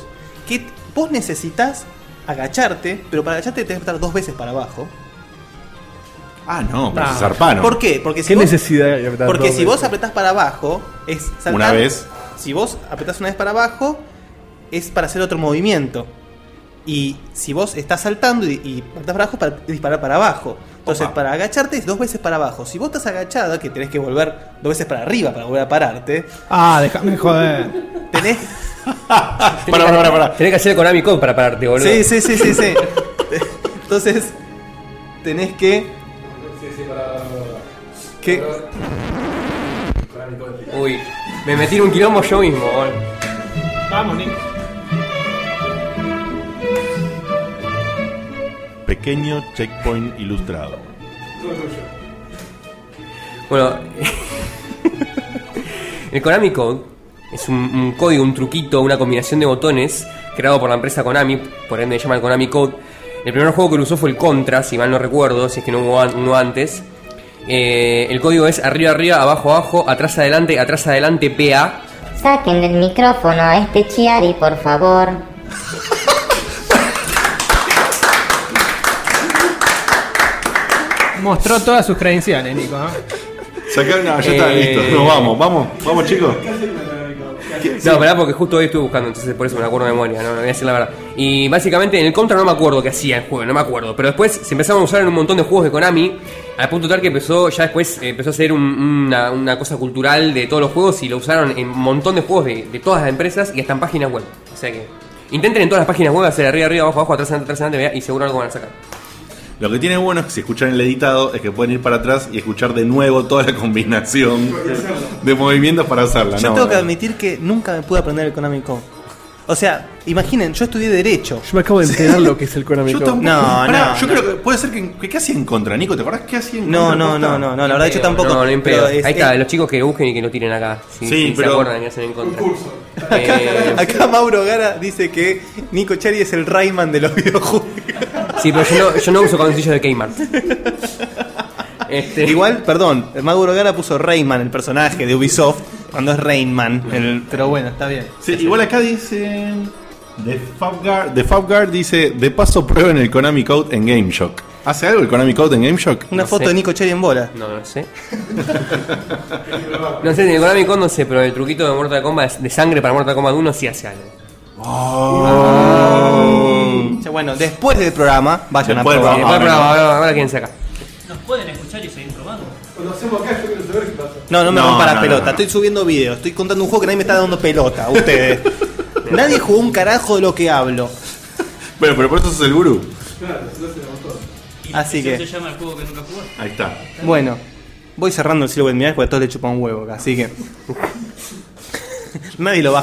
[SPEAKER 3] que vos necesitas agacharte, pero para agacharte tenés que estar dos veces para abajo.
[SPEAKER 1] Ah, no, pero
[SPEAKER 5] No.
[SPEAKER 1] se zarparon.
[SPEAKER 3] ¿Por qué? Porque si
[SPEAKER 2] ¿Qué
[SPEAKER 3] vos-
[SPEAKER 2] necesidad de apretar
[SPEAKER 3] Porque
[SPEAKER 2] dos
[SPEAKER 3] si vos
[SPEAKER 2] veces?
[SPEAKER 3] apretás para abajo, es saltar.
[SPEAKER 1] Una vez.
[SPEAKER 3] Si vos apretás una vez para abajo, es para hacer otro movimiento. Y si vos estás saltando y, y apretás para abajo, para disparar para abajo. Entonces,
[SPEAKER 1] Opa.
[SPEAKER 3] para agacharte es dos veces para abajo. Si vos estás agachada, que tenés que volver dos veces para arriba para volver a pararte,
[SPEAKER 5] Ah, déjame joder.
[SPEAKER 3] tenés.
[SPEAKER 1] Pará, pará, pará, pará.
[SPEAKER 4] Tenés que hacer el Konami Code para pararte, boludo.
[SPEAKER 3] sí, sí, sí, sí, sí. Entonces, tenés que. que
[SPEAKER 4] Uy, me metí en un quilombo yo mismo, boludo.
[SPEAKER 5] Vamos, Nick.
[SPEAKER 1] Pequeño checkpoint ilustrado.
[SPEAKER 4] Bueno, el Konami Code es un, un código, un truquito, una combinación de botones creado por la empresa Konami, por ende se llama el Konami Code. El primer juego que lo usó fue el Contra, si mal no recuerdo, si es que no hubo an- uno antes. Eh, el código es arriba, arriba, abajo, abajo, atrás, adelante, atrás, adelante, PA.
[SPEAKER 7] Saquen del micrófono a este Chiari, por favor.
[SPEAKER 5] Mostró todas sus credenciales, Nico. ¿no?
[SPEAKER 1] Sacaron, no, ya está
[SPEAKER 4] Eh.
[SPEAKER 1] listo. Nos vamos, vamos, vamos, chicos.
[SPEAKER 4] No, pará, porque justo hoy estuve buscando, entonces por eso me la acuerdo de memoria, no, no voy a decir la verdad. Y básicamente en el Contra no me acuerdo qué hacía el juego, no me acuerdo. Pero después se empezaron a usar en un montón de juegos de Konami, al punto tal que empezó, ya después eh, empezó a ser un- una, una cosa cultural de todos los juegos y lo usaron en un montón de juegos de, de todas las empresas y hasta en páginas web. O sea que intenten en todas las páginas web hacer arriba, arriba, abajo, abajo, atrás, adelante, atrás, adelante, vea, y seguro algo van a sacar.
[SPEAKER 1] Lo que tiene bueno es que si escuchan el editado es que pueden ir para atrás y escuchar de nuevo toda la combinación de movimientos para hacerla.
[SPEAKER 3] Yo
[SPEAKER 1] Ah, No,
[SPEAKER 3] tengo que
[SPEAKER 1] no.
[SPEAKER 3] admitir que nunca me pude aprender el Konami Code. O sea, imaginen, yo estudié Derecho.
[SPEAKER 2] Yo me acabo de enterar lo que es el Konami
[SPEAKER 1] Yo
[SPEAKER 2] Code.
[SPEAKER 1] tampoco.
[SPEAKER 3] No,
[SPEAKER 1] Pará,
[SPEAKER 3] no,
[SPEAKER 1] yo
[SPEAKER 3] no.
[SPEAKER 1] creo que puede ser que, que ¿qué hacía en contra, Nico? ¿Te acordás qué hacía en
[SPEAKER 3] No,
[SPEAKER 1] contra?
[SPEAKER 3] no,
[SPEAKER 1] posta?
[SPEAKER 3] no, no, no, la verdad yo tampoco.
[SPEAKER 4] No, no, ni
[SPEAKER 3] pero este,
[SPEAKER 4] pedo.
[SPEAKER 3] es-
[SPEAKER 4] Ahí está,
[SPEAKER 3] es-
[SPEAKER 4] los chicos que busquen y que lo tiren acá. Si,
[SPEAKER 1] Sí,
[SPEAKER 4] si
[SPEAKER 1] pero-
[SPEAKER 4] se acuerdan y hacen en contra. Eh,
[SPEAKER 3] Acá Mauro Gara dice que Nico Chari es el Rayman de los videojuegos.
[SPEAKER 4] sí, pero yo no, yo no uso calzoncillos de Kmart. Este,
[SPEAKER 3] Igual, perdón, Mauro Gara puso Rayman, el personaje de Ubisoft, cuando es Rayman. el- pero bueno, está bien.
[SPEAKER 1] Sí, igual acá dice. The Fabguard, The Fabguard dice: De paso prueben el Konami Code en GameShock. ¿Hace algo el Konami Code en GameShock?
[SPEAKER 3] Una
[SPEAKER 4] No
[SPEAKER 3] foto
[SPEAKER 4] sé.
[SPEAKER 3] de Nico Chari en bola.
[SPEAKER 4] No, no sé. no sé, en el Konami Con no sé, pero el truquito de Mortal Kombat, de sangre para Mortal Kombat 1 sí hace algo.
[SPEAKER 3] O sea, Bueno, después del programa, vayan
[SPEAKER 1] Después
[SPEAKER 3] a
[SPEAKER 1] del
[SPEAKER 4] Eh,
[SPEAKER 3] probar.
[SPEAKER 1] programa.
[SPEAKER 4] Ahora, ahora, ahora, ahora quién saca.
[SPEAKER 8] Nos pueden escuchar y seguir probando.
[SPEAKER 3] No, no me
[SPEAKER 1] No,
[SPEAKER 3] rompa la
[SPEAKER 1] no, no,
[SPEAKER 3] pelota.
[SPEAKER 1] no.
[SPEAKER 3] Estoy subiendo videos, estoy contando un juego que nadie me está dando pelota. Ustedes. nadie jugó un carajo de lo que hablo.
[SPEAKER 1] Bueno, pero por eso es el gurú.
[SPEAKER 8] Y
[SPEAKER 3] Así
[SPEAKER 8] eso
[SPEAKER 3] que-
[SPEAKER 8] se llama el juego que nunca jugaste.
[SPEAKER 1] Ahí está.
[SPEAKER 3] Bueno, voy cerrando el Silver Mirage porque a todos le chupa un huevo acá, así que. nadie lo va a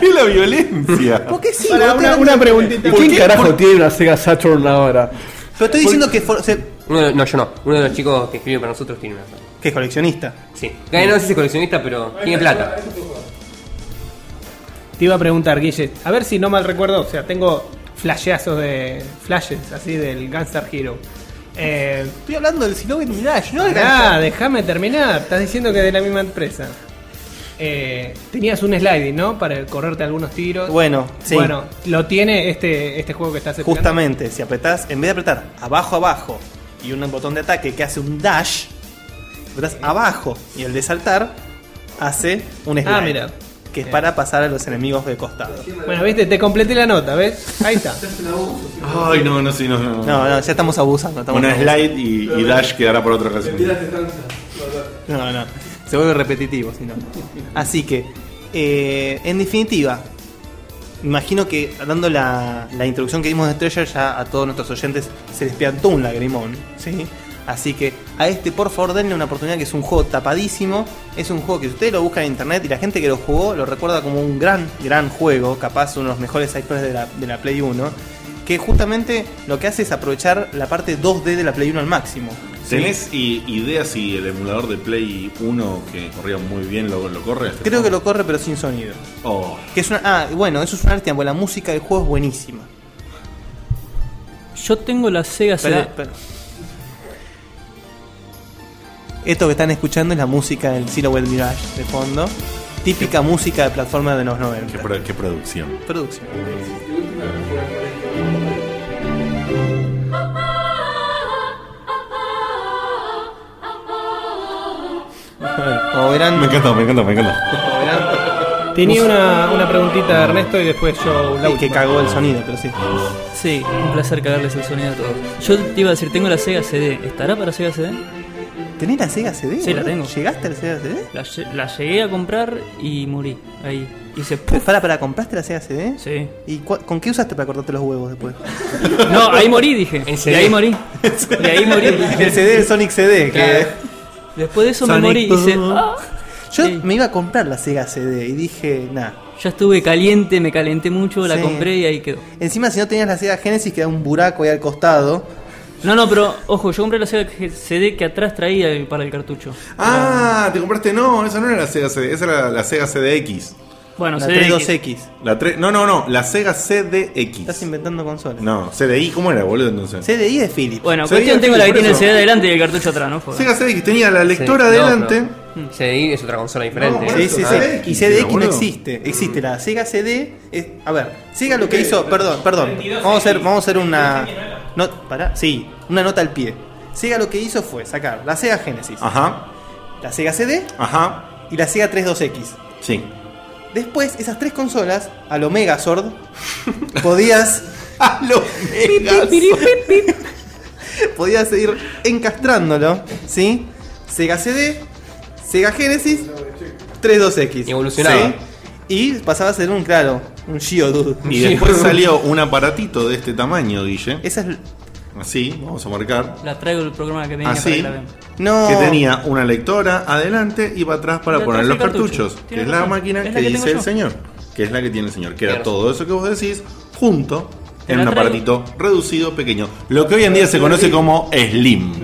[SPEAKER 1] ¿Qué la violencia?
[SPEAKER 3] Ah. ¿Por qué sí?
[SPEAKER 5] Para,
[SPEAKER 3] boludo?
[SPEAKER 5] una,
[SPEAKER 3] Te-
[SPEAKER 5] una preguntita.
[SPEAKER 2] ¿Y quién carajo tiene una Sega Saturn ahora?
[SPEAKER 3] Pero estoy diciendo que, for- se-
[SPEAKER 4] Uno de- no, yo no. Uno de los chicos que escribe para nosotros tiene una.
[SPEAKER 3] que es coleccionista.
[SPEAKER 4] Sí. Eh, No sé si es coleccionista, pero tiene plata.
[SPEAKER 5] Te iba a preguntar, Guille, a ver si no mal recuerdo, o sea, tengo flasheazos de. flashes así del Gunstar Hero. Eh,
[SPEAKER 3] Estoy hablando del Silver Mirage, no del
[SPEAKER 5] pará, déjame terminar, estás diciendo que es de la misma empresa. Eh, tenías un sliding, ¿no? Para correrte algunos tiros.
[SPEAKER 3] Bueno, sí.
[SPEAKER 5] Bueno, lo tiene este, este juego que estás esperando.
[SPEAKER 3] Justamente, si apretás, en vez de apretar abajo, abajo y un botón de ataque que hace un dash, apretás abajo y el de saltar hace un slide.
[SPEAKER 5] Ah, mira.
[SPEAKER 3] Que es para pasar a los enemigos de costado.
[SPEAKER 5] Bueno, viste, te completé la nota, ¿ves? Ahí está.
[SPEAKER 1] Ay, no, no, sí, no, no. no.
[SPEAKER 3] No, no, ya estamos abusando. estamos
[SPEAKER 1] Una
[SPEAKER 3] abusando.
[SPEAKER 1] slide y, y Dash quedará por otra ocasión.
[SPEAKER 3] No, no. Se vuelve repetitivo, si no. Así que, eh, en definitiva, imagino que dando la, la introducción que dimos de Treasure, ya a todos nuestros oyentes se les piantó un lagrimón, ¿sí? Así que a este, por favor, denle una oportunidad, que es un juego tapadísimo. Es un juego que si ustedes lo buscan en internet y la gente que lo jugó lo recuerda como un gran, gran juego, capaz uno de los mejores side de la, de la Play 1. Que justamente lo que hace es aprovechar la parte 2D de la Play 1 al máximo. ¿sí?
[SPEAKER 1] ¿Tenés i- idea si el emulador de Play 1 que corría muy bien lo, lo corre? este
[SPEAKER 3] Creo que lo corre, pero sin sonido.
[SPEAKER 1] Oh,
[SPEAKER 3] Que es una, ah, bueno, eso es un arte, porque la música del juego es buenísima.
[SPEAKER 6] Yo tengo la Sega
[SPEAKER 3] Pero-
[SPEAKER 6] CD.
[SPEAKER 3] pero- Esto que están escuchando es la música del Silhouette Mirage de fondo. Típica música de plataforma de los
[SPEAKER 1] qué,
[SPEAKER 3] 90.
[SPEAKER 1] pro- qué producción.
[SPEAKER 3] Producción. Bueno, Como verán,
[SPEAKER 1] Me encanta, me encanta, me encanta.
[SPEAKER 3] como verán,
[SPEAKER 5] Tenía una, una preguntita de Ernesto y después yo la
[SPEAKER 3] sí, que
[SPEAKER 5] última.
[SPEAKER 3] cagó el sonido, pero sí.
[SPEAKER 6] Sí, un placer cagarles el sonido a todos. Yo te iba a decir, tengo la Sega CD. ¿Estará para Sega CD?
[SPEAKER 3] ¿Tenés la Sega CD?
[SPEAKER 6] Sí, la
[SPEAKER 3] boludo?
[SPEAKER 6] tengo.
[SPEAKER 3] ¿Llegaste a la Sega CD?
[SPEAKER 6] La, lle- la llegué a comprar y morí. Ahí. Hice puff.
[SPEAKER 3] Para, para, ¿compraste la Sega CD?
[SPEAKER 6] Sí.
[SPEAKER 3] ¿Y cua- con qué usaste para cortarte los huevos después?
[SPEAKER 6] No, ahí morí, dije.
[SPEAKER 4] En
[SPEAKER 6] De
[SPEAKER 4] CD.
[SPEAKER 6] ahí morí. De ahí morí.
[SPEAKER 3] El CD del Sonic CD. Que...
[SPEAKER 6] Después de eso
[SPEAKER 3] Sonic
[SPEAKER 6] me morí. Hice,
[SPEAKER 3] Boom.
[SPEAKER 6] "Ah".
[SPEAKER 3] Yo
[SPEAKER 6] Sí.
[SPEAKER 3] me iba a comprar la Sega CD y dije, nah.
[SPEAKER 6] Ya estuve caliente, me calenté mucho, la
[SPEAKER 3] Sí.
[SPEAKER 6] compré y ahí quedó.
[SPEAKER 3] Encima, si no tenías la Sega Genesis, queda un buraco ahí al costado.
[SPEAKER 6] No, no, pero ojo, yo compré la Sega que- CD que atrás traía el- para el cartucho.
[SPEAKER 1] Ah, te compraste. No, esa no era la Sega CD, esa era la Sega CDX.
[SPEAKER 6] Bueno,
[SPEAKER 3] la
[SPEAKER 6] CD que-
[SPEAKER 3] 32X.
[SPEAKER 1] La tre- no, no, no, la Sega
[SPEAKER 3] Estás
[SPEAKER 1] CDX.
[SPEAKER 3] inventando consolas.
[SPEAKER 1] No, CDI, ¿cómo era, boludo? Entonces.
[SPEAKER 3] CDI de Philips.
[SPEAKER 6] Bueno,
[SPEAKER 1] Seguía
[SPEAKER 6] cuestión tengo la que
[SPEAKER 1] por
[SPEAKER 6] tiene el
[SPEAKER 1] eso.
[SPEAKER 6] CD adelante y el cartucho atrás, ¿no? Joder.
[SPEAKER 1] Sega CDX tenía la lectora
[SPEAKER 4] Sí, no,
[SPEAKER 1] adelante.
[SPEAKER 4] pero CDI es otra consola diferente.
[SPEAKER 1] por
[SPEAKER 3] Sí,
[SPEAKER 1] eso,
[SPEAKER 3] sí,
[SPEAKER 1] CDX,
[SPEAKER 3] sí. Y CDX no
[SPEAKER 1] boludo.
[SPEAKER 3] existe. Existe la Sega CD. es- a ver, Sega lo que hizo. Perdón, perdón. Vamos a hacer, vamos a hacer una. No, pará, sí, una nota al pie. Sega lo que hizo fue sacar la Sega Genesis,
[SPEAKER 1] Ajá,
[SPEAKER 3] la Sega CD
[SPEAKER 1] ajá,
[SPEAKER 3] y la Sega 32X.
[SPEAKER 1] sí.
[SPEAKER 3] Después, esas tres consolas, al Omega Sword, podías.
[SPEAKER 1] Ah,
[SPEAKER 3] podías seguir encastrándolo, ¿sí? Sega CD, Sega Genesis, 32X.
[SPEAKER 4] Y evolucionaba.
[SPEAKER 3] ¿sí? Y pasaba a ser un, claro, un Geodude.
[SPEAKER 1] Y después salió un aparatito de este tamaño, Guille.
[SPEAKER 3] Esa es.
[SPEAKER 1] así, vamos a marcar.
[SPEAKER 6] La traigo el programa que tenía para
[SPEAKER 1] Así,
[SPEAKER 6] que la vean.
[SPEAKER 3] No.
[SPEAKER 1] que tenía una lectora adelante y para atrás para
[SPEAKER 6] Y atrás
[SPEAKER 1] poner
[SPEAKER 6] el
[SPEAKER 1] los
[SPEAKER 6] cartucho.
[SPEAKER 1] cartuchos, que
[SPEAKER 6] Tiene
[SPEAKER 1] es la
[SPEAKER 6] razón.
[SPEAKER 1] máquina
[SPEAKER 6] Es
[SPEAKER 1] que,
[SPEAKER 6] la que
[SPEAKER 1] dice
[SPEAKER 6] tengo
[SPEAKER 1] el
[SPEAKER 6] yo.
[SPEAKER 1] señor, que es la que tiene el señor, que era
[SPEAKER 4] Tiene
[SPEAKER 1] todo eso que vos decís junto
[SPEAKER 6] Te
[SPEAKER 1] en
[SPEAKER 6] la
[SPEAKER 1] un
[SPEAKER 6] traigo.
[SPEAKER 1] aparatito reducido, pequeño, lo que hoy en día se conoce como Slim.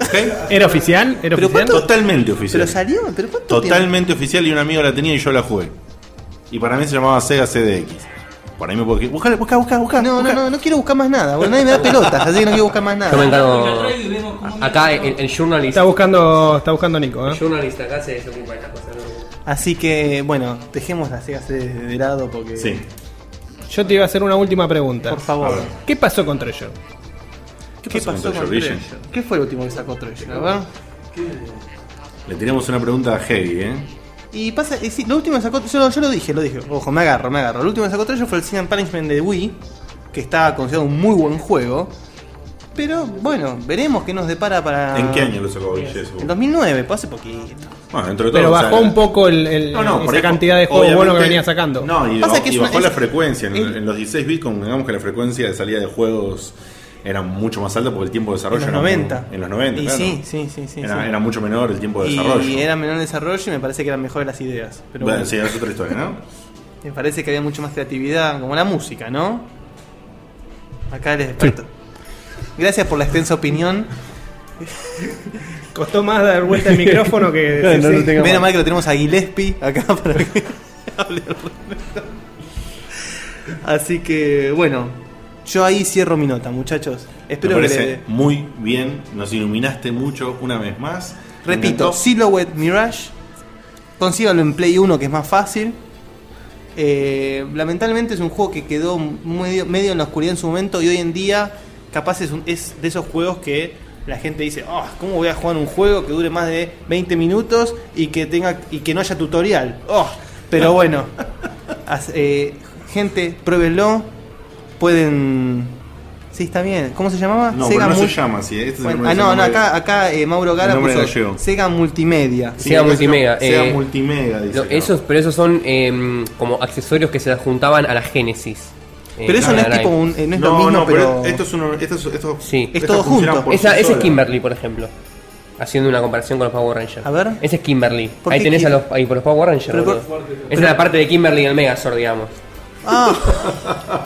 [SPEAKER 1] ¿Ok?
[SPEAKER 5] ¿Era oficial? ¿Era
[SPEAKER 3] Pero
[SPEAKER 5] oficial?
[SPEAKER 3] ¿cuánto-
[SPEAKER 1] Totalmente
[SPEAKER 3] Pero
[SPEAKER 1] oficial.
[SPEAKER 3] salió, pero ¿cuánto tiempo?
[SPEAKER 1] Totalmente oficial y un amigo la tenía y yo la jugué. Y para mí se llamaba Sega CDX. Por ahí me puedo... Buscale, busca, busca, busca.
[SPEAKER 3] No, no, no, no quiero buscar más nada, porque nadie me da pelotas, así que no quiero buscar más
[SPEAKER 4] Yo me
[SPEAKER 3] nada.
[SPEAKER 4] encargo. Acá el, el
[SPEAKER 5] Está
[SPEAKER 4] journalista.
[SPEAKER 5] buscando, está buscando Nico, ¿eh?
[SPEAKER 4] El journalista acá se desocupa de estas cosas. ¿no?
[SPEAKER 3] Así que, bueno, dejemos las cegas de de lado porque.
[SPEAKER 1] Sí.
[SPEAKER 5] Yo te iba a hacer una última pregunta.
[SPEAKER 3] Por favor.
[SPEAKER 5] ¿Qué pasó con Treasure?
[SPEAKER 1] ¿Qué,
[SPEAKER 3] ¿Qué pasó con
[SPEAKER 1] Treasure
[SPEAKER 3] Treasure?
[SPEAKER 1] Vision?
[SPEAKER 3] ¿Qué fue el último que sacó Treasure? A ver.
[SPEAKER 1] Le tiramos una pregunta heavy, ¿eh?
[SPEAKER 3] Y pasa, es decir, lo último que sacó, yo, lo- yo lo dije, lo dije, ojo, me agarro, me agarro. Lo último que sacó Treasure fue el Sin and Punishment de Wii, que está considerado un muy buen juego. Pero bueno, veremos qué nos depara para.
[SPEAKER 1] ¿En qué año lo sacó Guille?
[SPEAKER 3] En 2009, pues hace poquito.
[SPEAKER 1] Bueno, entre todo,
[SPEAKER 5] Pero
[SPEAKER 1] o sea,
[SPEAKER 5] bajó un poco el, el- esa
[SPEAKER 1] ahí,
[SPEAKER 5] cantidad de juegos
[SPEAKER 1] obviamente,
[SPEAKER 5] buenos que venía sacando.
[SPEAKER 1] No, y,
[SPEAKER 3] Pasa
[SPEAKER 1] bajó-
[SPEAKER 3] que es
[SPEAKER 1] y
[SPEAKER 3] una-
[SPEAKER 1] bajó la
[SPEAKER 3] es-
[SPEAKER 1] frecuencia. En,
[SPEAKER 3] es-
[SPEAKER 1] en los 16 bits, convengamos que la frecuencia de salida de juegos era mucho más alta porque el tiempo de
[SPEAKER 3] En
[SPEAKER 1] desarrollo
[SPEAKER 3] los
[SPEAKER 1] era
[SPEAKER 3] 90.
[SPEAKER 1] muy- en los 90,
[SPEAKER 3] Y
[SPEAKER 1] claro.
[SPEAKER 3] sí, sí, sí, sí.
[SPEAKER 1] era,
[SPEAKER 3] sí.
[SPEAKER 1] era mucho menor el tiempo de desarrollo.
[SPEAKER 3] y era menor desarrollo y me parece que eran mejores las ideas. Pero
[SPEAKER 1] bueno,
[SPEAKER 3] bueno,
[SPEAKER 1] sí, es otra historia, ¿no?
[SPEAKER 3] me parece que había mucho más creatividad, como la música, ¿no? Acá les experto. Gracias por la extensa opinión.
[SPEAKER 5] Costó más dar vuelta el micrófono que.
[SPEAKER 2] No, no lo
[SPEAKER 5] sí.
[SPEAKER 2] tengo.
[SPEAKER 3] Menos mal que lo tenemos a Gillespie acá para que hable al respecto. Así que, bueno, yo ahí cierro mi nota, muchachos.
[SPEAKER 1] Me
[SPEAKER 3] Espero que
[SPEAKER 1] parece
[SPEAKER 3] le-
[SPEAKER 1] muy bien. Nos iluminaste mucho una vez más. Me
[SPEAKER 3] Repito,
[SPEAKER 1] encantó.
[SPEAKER 3] Silhouette Mirage. Consígalo en Play 1, que es más fácil. Eh, lamentablemente es un juego que quedó medio, medio en la oscuridad en su momento y hoy en día capaz es, un- es de esos juegos que la gente dice, "Ah, ¿cómo voy a jugar un juego que dure más de 20 minutos y que tenga y que no haya tutorial? Oh, pero bueno, as- eh, gente, pruébenlo. Pueden... Sí, está bien. ¿Cómo se llamaba?
[SPEAKER 1] No,
[SPEAKER 3] Sega
[SPEAKER 1] pero no
[SPEAKER 3] Mul-
[SPEAKER 1] se llama así. Este es el
[SPEAKER 3] bueno,
[SPEAKER 1] nombre
[SPEAKER 3] ah,
[SPEAKER 1] de
[SPEAKER 3] no,
[SPEAKER 1] ese
[SPEAKER 3] no,
[SPEAKER 1] nombre.
[SPEAKER 3] acá, acá eh, Mauro Gara
[SPEAKER 1] nombre
[SPEAKER 3] puso
[SPEAKER 1] gallego.
[SPEAKER 3] Sega Multimedia.
[SPEAKER 1] Sí,
[SPEAKER 4] Sega
[SPEAKER 1] acá se
[SPEAKER 4] Multimega,
[SPEAKER 1] llama- Sega
[SPEAKER 4] eh,
[SPEAKER 1] Multimega, dice.
[SPEAKER 4] Lo-
[SPEAKER 1] acá.
[SPEAKER 4] esos, pero esos son em, como accesorios que se juntaban a la Genesis. Eh,
[SPEAKER 3] Pero eso no es
[SPEAKER 4] Mega
[SPEAKER 3] tipo
[SPEAKER 4] Drive.
[SPEAKER 3] un, eh, no es lo mismo, pero,
[SPEAKER 1] esto es uno. Esto es, esto,
[SPEAKER 4] Sí. Es
[SPEAKER 1] esto
[SPEAKER 3] todo
[SPEAKER 1] funciona
[SPEAKER 3] junto.
[SPEAKER 1] por sí
[SPEAKER 4] Esa, ese es
[SPEAKER 1] sola.
[SPEAKER 4] Kimberly, por ejemplo. Haciendo una comparación con los Power Rangers.
[SPEAKER 3] A ver.
[SPEAKER 4] Ese es Kimberly.
[SPEAKER 3] ¿Por
[SPEAKER 4] Ahí
[SPEAKER 3] qué
[SPEAKER 4] tenés a
[SPEAKER 3] Kim-
[SPEAKER 4] los, ahí por los Power Rangers.
[SPEAKER 3] Pero
[SPEAKER 4] boludo.
[SPEAKER 3] por-
[SPEAKER 4] Esa es la parte de Kimberly en el Megazord, digamos.
[SPEAKER 3] Ah,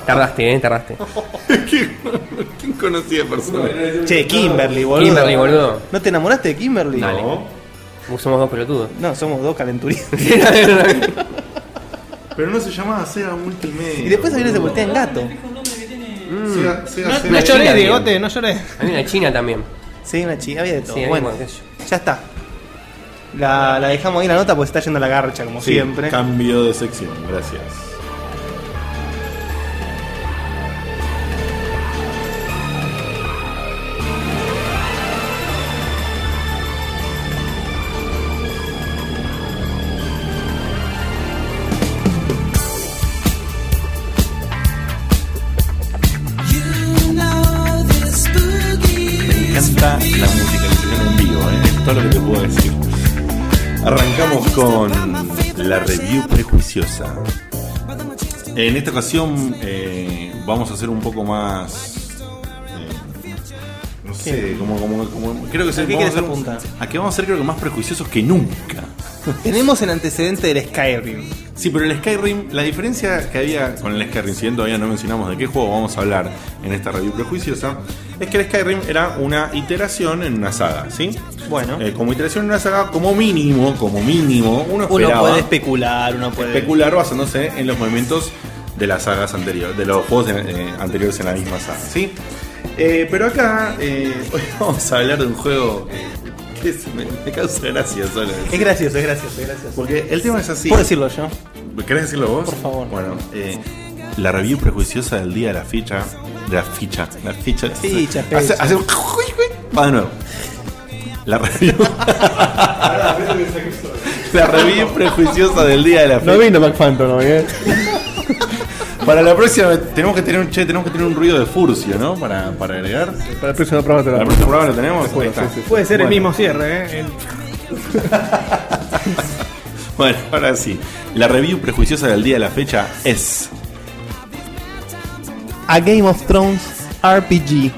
[SPEAKER 4] Tardaste, eh, tardaste.
[SPEAKER 1] ¿Quién conocía persona?
[SPEAKER 3] che, Kimberly, boludo.
[SPEAKER 4] Kimberly, boludo.
[SPEAKER 3] ¿No te enamoraste de Kimberly?
[SPEAKER 4] Dale. Somos dos pelotudos.
[SPEAKER 3] No, somos dos calenturientos.
[SPEAKER 1] Pero no se llamaba Sega Multimedia.
[SPEAKER 3] Y después a mí se voltea en gato.
[SPEAKER 1] Sega, Sega,
[SPEAKER 5] No,
[SPEAKER 1] Sega.
[SPEAKER 5] no lloré,
[SPEAKER 4] Bien.
[SPEAKER 5] Diegote, no lloré.
[SPEAKER 4] Hay una china también.
[SPEAKER 3] Sí, una chica, había de todo.
[SPEAKER 4] Sí,
[SPEAKER 3] bueno,
[SPEAKER 4] bueno, qué sé
[SPEAKER 3] ya está. La, la dejamos ahí la nota porque se está yendo la garcha, como
[SPEAKER 1] Sí,
[SPEAKER 3] siempre.
[SPEAKER 1] Cambio de sección, gracias. Me encanta la musicalización en vivo, ¿eh? es todo lo que te puedo decir. Arrancamos con la review prejuiciosa. En esta ocasión eh, vamos a hacer un poco más. eh, no sé, como, como, como- Creo que
[SPEAKER 3] ¿A qué
[SPEAKER 1] vamos
[SPEAKER 3] quieres
[SPEAKER 1] a hacer-
[SPEAKER 3] apuntar?
[SPEAKER 1] A que vamos a ser, creo que más prejuiciosos que nunca.
[SPEAKER 3] Tenemos el antecedente del Skyrim.
[SPEAKER 1] Sí, pero el Skyrim, la diferencia que había con el Skyrim, si bien todavía no mencionamos de qué juego vamos a hablar en esta review prejuiciosa, es que el Skyrim era una iteración en una saga, ¿sí?
[SPEAKER 3] Bueno.
[SPEAKER 1] Eh, como iteración en una saga, como mínimo, como mínimo, uno
[SPEAKER 3] Uno
[SPEAKER 1] esperaba
[SPEAKER 3] puede especular, uno
[SPEAKER 1] Pues,
[SPEAKER 3] puede.
[SPEAKER 1] especular basándose en los movimientos de las sagas anteriores, de los juegos eh, anteriores en la misma saga, ¿sí? Eh, pero acá eh, hoy vamos a hablar de un juego que- que es- me, me causa gracia solo.
[SPEAKER 3] es gracioso, es gracioso, es gracioso.
[SPEAKER 1] Porque el tema es así.
[SPEAKER 3] Puedo decirlo yo.
[SPEAKER 1] ¿Querés decirlo vos?
[SPEAKER 3] Por favor.
[SPEAKER 1] Bueno, eh, la review prejuiciosa del día de la ficha. De la ficha. La ficha.
[SPEAKER 3] Ficha,
[SPEAKER 1] Hace-
[SPEAKER 3] fecha.
[SPEAKER 1] hace un- Va de nuevo. La review. la review prejuiciosa del día de la
[SPEAKER 2] No
[SPEAKER 1] ficha.
[SPEAKER 2] vino Black Phantom hoy, eh.
[SPEAKER 1] Para la próxima tenemos que tener un che, tenemos que tener un ruido de furcio, ¿no? Para, para agregar.
[SPEAKER 2] Para el próximo programa
[SPEAKER 1] Para
[SPEAKER 2] te lo
[SPEAKER 1] la
[SPEAKER 2] hago.
[SPEAKER 1] próxima prueba lo tenemos. Ahí está.
[SPEAKER 5] Puede ser el
[SPEAKER 1] Bueno.
[SPEAKER 5] mismo cierre, ¿eh? El-
[SPEAKER 1] Bueno, ahora sí. La review prejuiciosa del día de la fecha es
[SPEAKER 3] A Game of Thrones RPG.